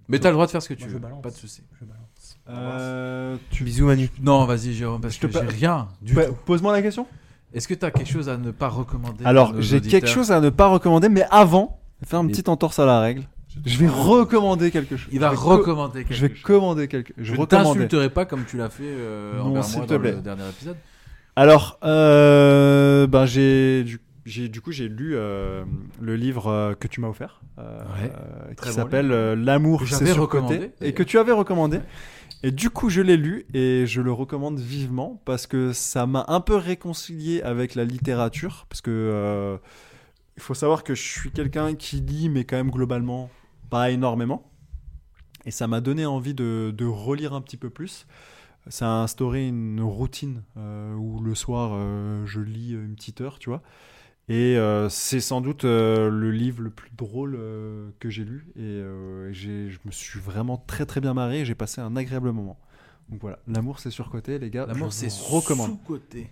Speaker 1: Mais t'as le droit de faire ce que tu
Speaker 5: Moi, je
Speaker 1: veux,
Speaker 5: balance.
Speaker 1: pas de souci.
Speaker 2: Euh, tu...
Speaker 3: Bisous Manu.
Speaker 1: Non, vas-y, Jérôme, parce
Speaker 2: Je te
Speaker 1: que j'ai
Speaker 2: pa-
Speaker 1: rien du
Speaker 2: Ouais,
Speaker 1: tout.
Speaker 2: Pose-moi la question.
Speaker 1: Est-ce que t'as quelque chose à ne pas recommander à
Speaker 2: Alors,
Speaker 1: nos
Speaker 2: j'ai
Speaker 1: auditeurs
Speaker 2: quelque chose à ne pas recommander, mais avant, je vais faire une
Speaker 1: Mais-
Speaker 2: petite entorse à la règle. Je vais recommander quelque chose.
Speaker 1: Il va
Speaker 2: Je vais co-
Speaker 1: recommander quelque
Speaker 2: Je vais
Speaker 1: chose.
Speaker 2: commander quelque
Speaker 1: Je
Speaker 2: Je
Speaker 1: ne
Speaker 2: recommande.
Speaker 1: t'insulterai pas comme tu l'as fait euh,
Speaker 2: Non,
Speaker 1: envers
Speaker 2: s'il
Speaker 1: moi
Speaker 2: te
Speaker 1: dans
Speaker 2: plaît.
Speaker 1: le dernier épisode.
Speaker 2: Alors, euh, ben j'ai du, j'ai- du coup j'ai lu euh, le livre euh, que tu m'as offert, euh,
Speaker 1: Ouais.
Speaker 2: euh,
Speaker 1: Très
Speaker 2: qui
Speaker 1: bon
Speaker 2: s'appelle euh, L'amour,
Speaker 1: Que
Speaker 2: c'est
Speaker 1: j'avais
Speaker 2: surcoté
Speaker 1: recommandé,
Speaker 2: et
Speaker 1: d'ailleurs.
Speaker 2: que tu avais recommandé. Et du coup, je l'ai lu et je le recommande vivement parce que ça m'a un peu réconcilié avec la littérature parce que euh, il faut savoir que je suis quelqu'un qui lit mais quand même globalement pas énormément et ça m'a donné envie de, de relire un petit peu plus. Ça a instauré une routine euh, où le soir euh, je lis une petite heure, tu vois. Et euh, c'est sans doute euh, le livre le plus drôle euh, que j'ai lu. Et euh, j'ai- je me suis vraiment très très bien marré. et J'ai passé un agréable moment. Donc voilà, l'amour c'est surcoté, les gars.
Speaker 1: L'amour,
Speaker 2: je
Speaker 1: c'est
Speaker 2: vous recommande.
Speaker 1: sous-côté.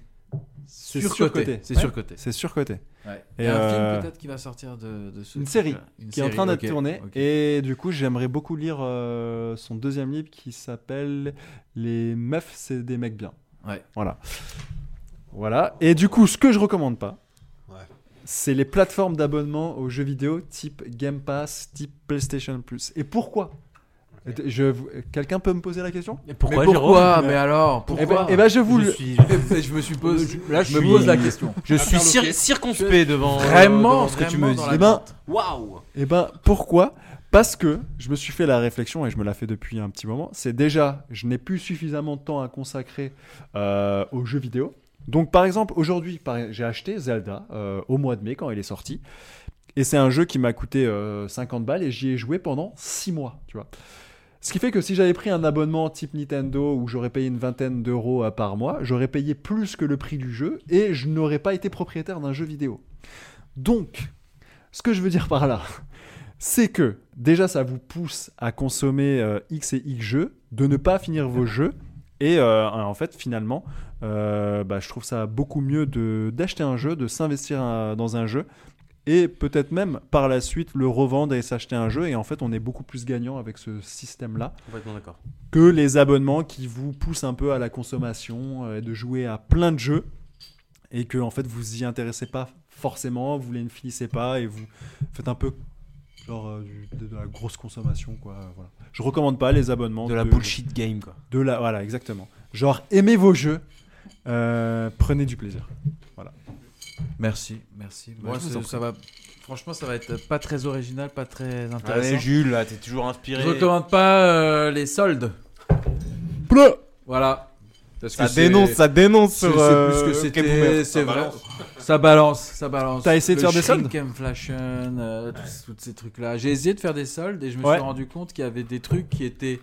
Speaker 2: C'est
Speaker 1: Surcoté. C'est
Speaker 2: Ouais,
Speaker 1: surcoté.
Speaker 2: C'est surcoté.
Speaker 1: Ouais.
Speaker 2: Et
Speaker 1: Il y a un
Speaker 2: euh,
Speaker 1: film peut-être qui va sortir de, de ce.
Speaker 2: une série
Speaker 1: truc-là. Une
Speaker 2: qui est en
Speaker 1: série,
Speaker 2: train d'être
Speaker 1: ok,
Speaker 2: tourné.
Speaker 1: ok.
Speaker 2: Et du coup, j'aimerais beaucoup lire euh, son deuxième livre qui s'appelle Les meufs, c'est des mecs bien.
Speaker 1: Ouais.
Speaker 2: Voilà. Voilà. Et du coup, ce que je recommande pas,
Speaker 4: Ouais.
Speaker 2: c'est les plateformes d'abonnement aux jeux vidéo type Game Pass, type PlayStation Plus. Et pourquoi Je- Quelqu'un peut me poser la question
Speaker 3: Mais
Speaker 1: Mais
Speaker 3: pourquoi, Jérôme
Speaker 1: pourquoi
Speaker 2: Mais-
Speaker 1: Mais alors
Speaker 2: Eh ben,
Speaker 1: Pourquoi
Speaker 2: eh ben, je vous
Speaker 3: je
Speaker 2: le- [LAUGHS]
Speaker 3: suis,
Speaker 1: Je me suis posé.
Speaker 3: là,
Speaker 1: je me pose la question.
Speaker 3: Je suis cir-
Speaker 4: Interloqué.
Speaker 3: circonspect devant, euh,
Speaker 1: Vraiment,
Speaker 3: devant ce que tu me
Speaker 1: vraiment
Speaker 3: dis.
Speaker 1: dans
Speaker 2: Eh ben,
Speaker 3: Waouh
Speaker 2: Eh ben, pourquoi Parce que je me suis fait la réflexion et je me la fais depuis un petit moment. C'est déjà, je n'ai plus suffisamment de temps à consacrer euh, aux jeux vidéo. Donc, par exemple, aujourd'hui, par- j'ai acheté Zelda euh, au mois de mai quand il est sorti. Et c'est un jeu qui m'a coûté euh, 50 balles et j'y ai joué pendant 6 mois, tu vois. Ce qui fait que si j'avais pris un abonnement type Nintendo où j'aurais payé une vingtaine d'euros euh, par mois, j'aurais payé plus que le prix du jeu et je n'aurais pas été propriétaire d'un jeu vidéo. Donc, ce que je veux dire par là, c'est que déjà ça vous pousse à consommer euh, X et X jeux, de ne pas finir vos jeux. Et euh, en fait, finalement, euh, bah, je trouve ça beaucoup mieux de- d'acheter un jeu, de s'investir euh, dans un jeu, et peut-être même par la suite le revendre et s'acheter un jeu. Et en fait, on est beaucoup plus gagnant avec ce système-là
Speaker 3: Complètement d'accord.
Speaker 2: que les abonnements qui vous poussent un peu à la consommation, euh, de jouer à plein de jeux et que en fait vous y intéressez pas forcément, vous les finissez pas et vous faites un peu genre euh, du- de, de la grosse consommation quoi. euh, Voilà. Je recommande pas les abonnements
Speaker 3: De la bullshit game, quoi.
Speaker 2: De la voilà exactement. Genre aimez vos jeux, euh, prenez du plaisir.
Speaker 1: Merci, merci. Moi,
Speaker 2: je vous
Speaker 1: c'est-
Speaker 2: en
Speaker 1: ça va. Franchement, ça va être pas très original, pas très
Speaker 3: Allez,
Speaker 1: intéressant.
Speaker 3: Jules, là, t'es toujours
Speaker 1: je
Speaker 3: inspiré.
Speaker 1: recommande pas euh, les soldes.
Speaker 2: Pleu
Speaker 1: Voilà. Parce
Speaker 3: Ça
Speaker 1: que c'est-
Speaker 3: dénonce, ça dénonce
Speaker 1: C'est
Speaker 3: sur.
Speaker 1: c'est plus que
Speaker 3: euh,
Speaker 1: c'était, c'est
Speaker 4: Ça
Speaker 1: vrai.
Speaker 4: balance.
Speaker 1: Ça balance, ça balance.
Speaker 2: T'as essayé de
Speaker 1: Le
Speaker 2: faire des soldes
Speaker 1: shrink inflation, euh, tous, tous ces trucs-là. J'ai essayé de faire des soldes et je me
Speaker 2: Ouais.
Speaker 1: suis rendu compte qu'il y avait des trucs qui étaient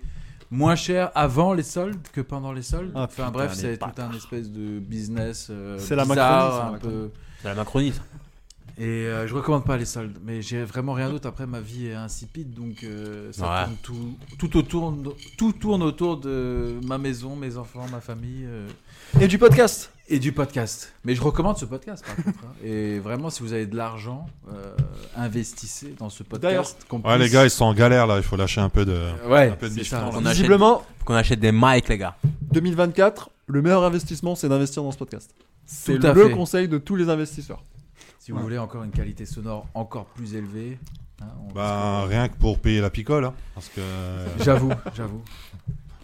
Speaker 1: moins chers avant les soldes que pendant les soldes.
Speaker 2: Ah,
Speaker 1: enfin
Speaker 2: putain,
Speaker 1: bref,
Speaker 2: les
Speaker 1: c'est tout un espèce de business euh,
Speaker 2: C'est la Macronie, c'est
Speaker 1: bizarre,
Speaker 2: la
Speaker 1: un peu.
Speaker 3: C'est la macronie. ça.
Speaker 1: Et euh, je recommande pas les soldes, mais j'ai vraiment rien d'autre. Après, ma vie est insipide, donc euh, ça
Speaker 3: Ouais.
Speaker 1: tourne tout, tout autour, tout tourne autour de ma maison, mes enfants, ma famille. euh,
Speaker 2: Et du podcast.
Speaker 1: et du podcast. Mais je recommande ce podcast, par [LAUGHS] contre. hein. Et vraiment, si vous avez de l'argent, euh, investissez dans ce podcast. qu'on
Speaker 4: Ouais, les
Speaker 1: puisse-
Speaker 4: gars, ils sont en galère là, il faut lâcher un peu de.
Speaker 1: Euh, ouais,
Speaker 4: un peu de
Speaker 1: c'est
Speaker 4: bif
Speaker 1: ça.
Speaker 4: dans
Speaker 3: On achète-
Speaker 2: Visiblement,
Speaker 3: Faut qu'on achète des mics, les gars.
Speaker 2: 2024, le meilleur investissement c'est d'investir dans ce podcast. C'est
Speaker 1: Tout à
Speaker 2: le
Speaker 1: fait.
Speaker 2: conseil de tous les investisseurs.
Speaker 1: Si vous voulez encore une qualité sonore encore plus élevée. hein, on-
Speaker 4: Bah, rien que pour payer la picole, hein, parce que.
Speaker 1: J'avoue, j'avoue.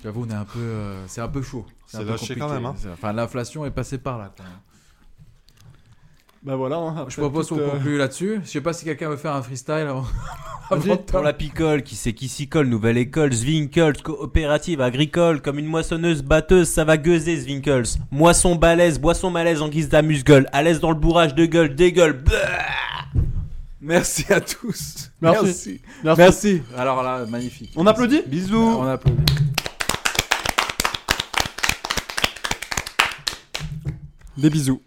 Speaker 1: J'avoue, on est un peu. euh, c'est un peu chaud. un
Speaker 4: C'est
Speaker 1: peu
Speaker 4: lâché quand
Speaker 1: compliqué.
Speaker 4: même, hein.
Speaker 1: C'est- Enfin, l'inflation est passée par là. quand même.
Speaker 2: Bah voilà. hein,
Speaker 1: Je
Speaker 2: après
Speaker 1: propose
Speaker 2: tout,
Speaker 1: qu'on
Speaker 2: euh,
Speaker 1: conclue là-dessus. Je sais pas si quelqu'un veut faire un freestyle
Speaker 2: [LAUGHS]
Speaker 1: avant.
Speaker 2: Vas-y.
Speaker 3: Ah,
Speaker 1: avant de-
Speaker 3: Pour la picole, qui sait qui s'y colle, nouvelle école, Zwinkels, coopérative, agricole, comme une moissonneuse batteuse, ça va gueuser Zwinkels. Moisson balèze, boisson malaise en guise d'amuse-gueule, à l'aise dans le bourrage de gueule, dégueule,
Speaker 1: Merci à tous.
Speaker 2: Merci.
Speaker 1: Merci.
Speaker 2: euh, Merci.
Speaker 1: Merci. Alors là, magnifique.
Speaker 2: On applaudit
Speaker 1: Euh,
Speaker 2: Bisous
Speaker 1: On applaudit.
Speaker 2: Des bisous.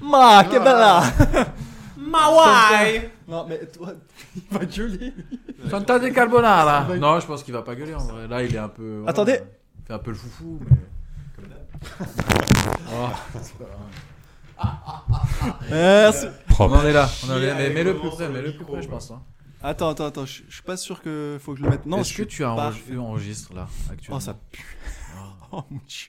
Speaker 2: Ma, que bella
Speaker 3: Mawai!
Speaker 2: Non mais toi, [LAUGHS] il va gueuler.
Speaker 1: Santa de Carbonara Non, je pense qu'il va pas gueuler en vrai. Là, il est un peu. voilà,
Speaker 2: Attendez.
Speaker 1: Il fait un peu le foufou, mais. Ah. Comme
Speaker 2: Merci.
Speaker 1: on
Speaker 4: Propre.
Speaker 1: en est là. On en est...
Speaker 5: Qui a
Speaker 1: Mais mets-le plus
Speaker 5: commencé
Speaker 1: près,
Speaker 5: le
Speaker 1: mets-le plus
Speaker 5: micro,
Speaker 1: près, je
Speaker 5: ouais.
Speaker 1: pense. hein.
Speaker 2: Attends, attends, attends, je je suis pas sûr que faut que je le mette. Non,
Speaker 1: Est-ce
Speaker 2: je
Speaker 1: que
Speaker 2: suis
Speaker 1: tu as
Speaker 2: pas-
Speaker 1: enregistré enregistre là actuellement
Speaker 2: Oh ça pue. Oh mon dieu.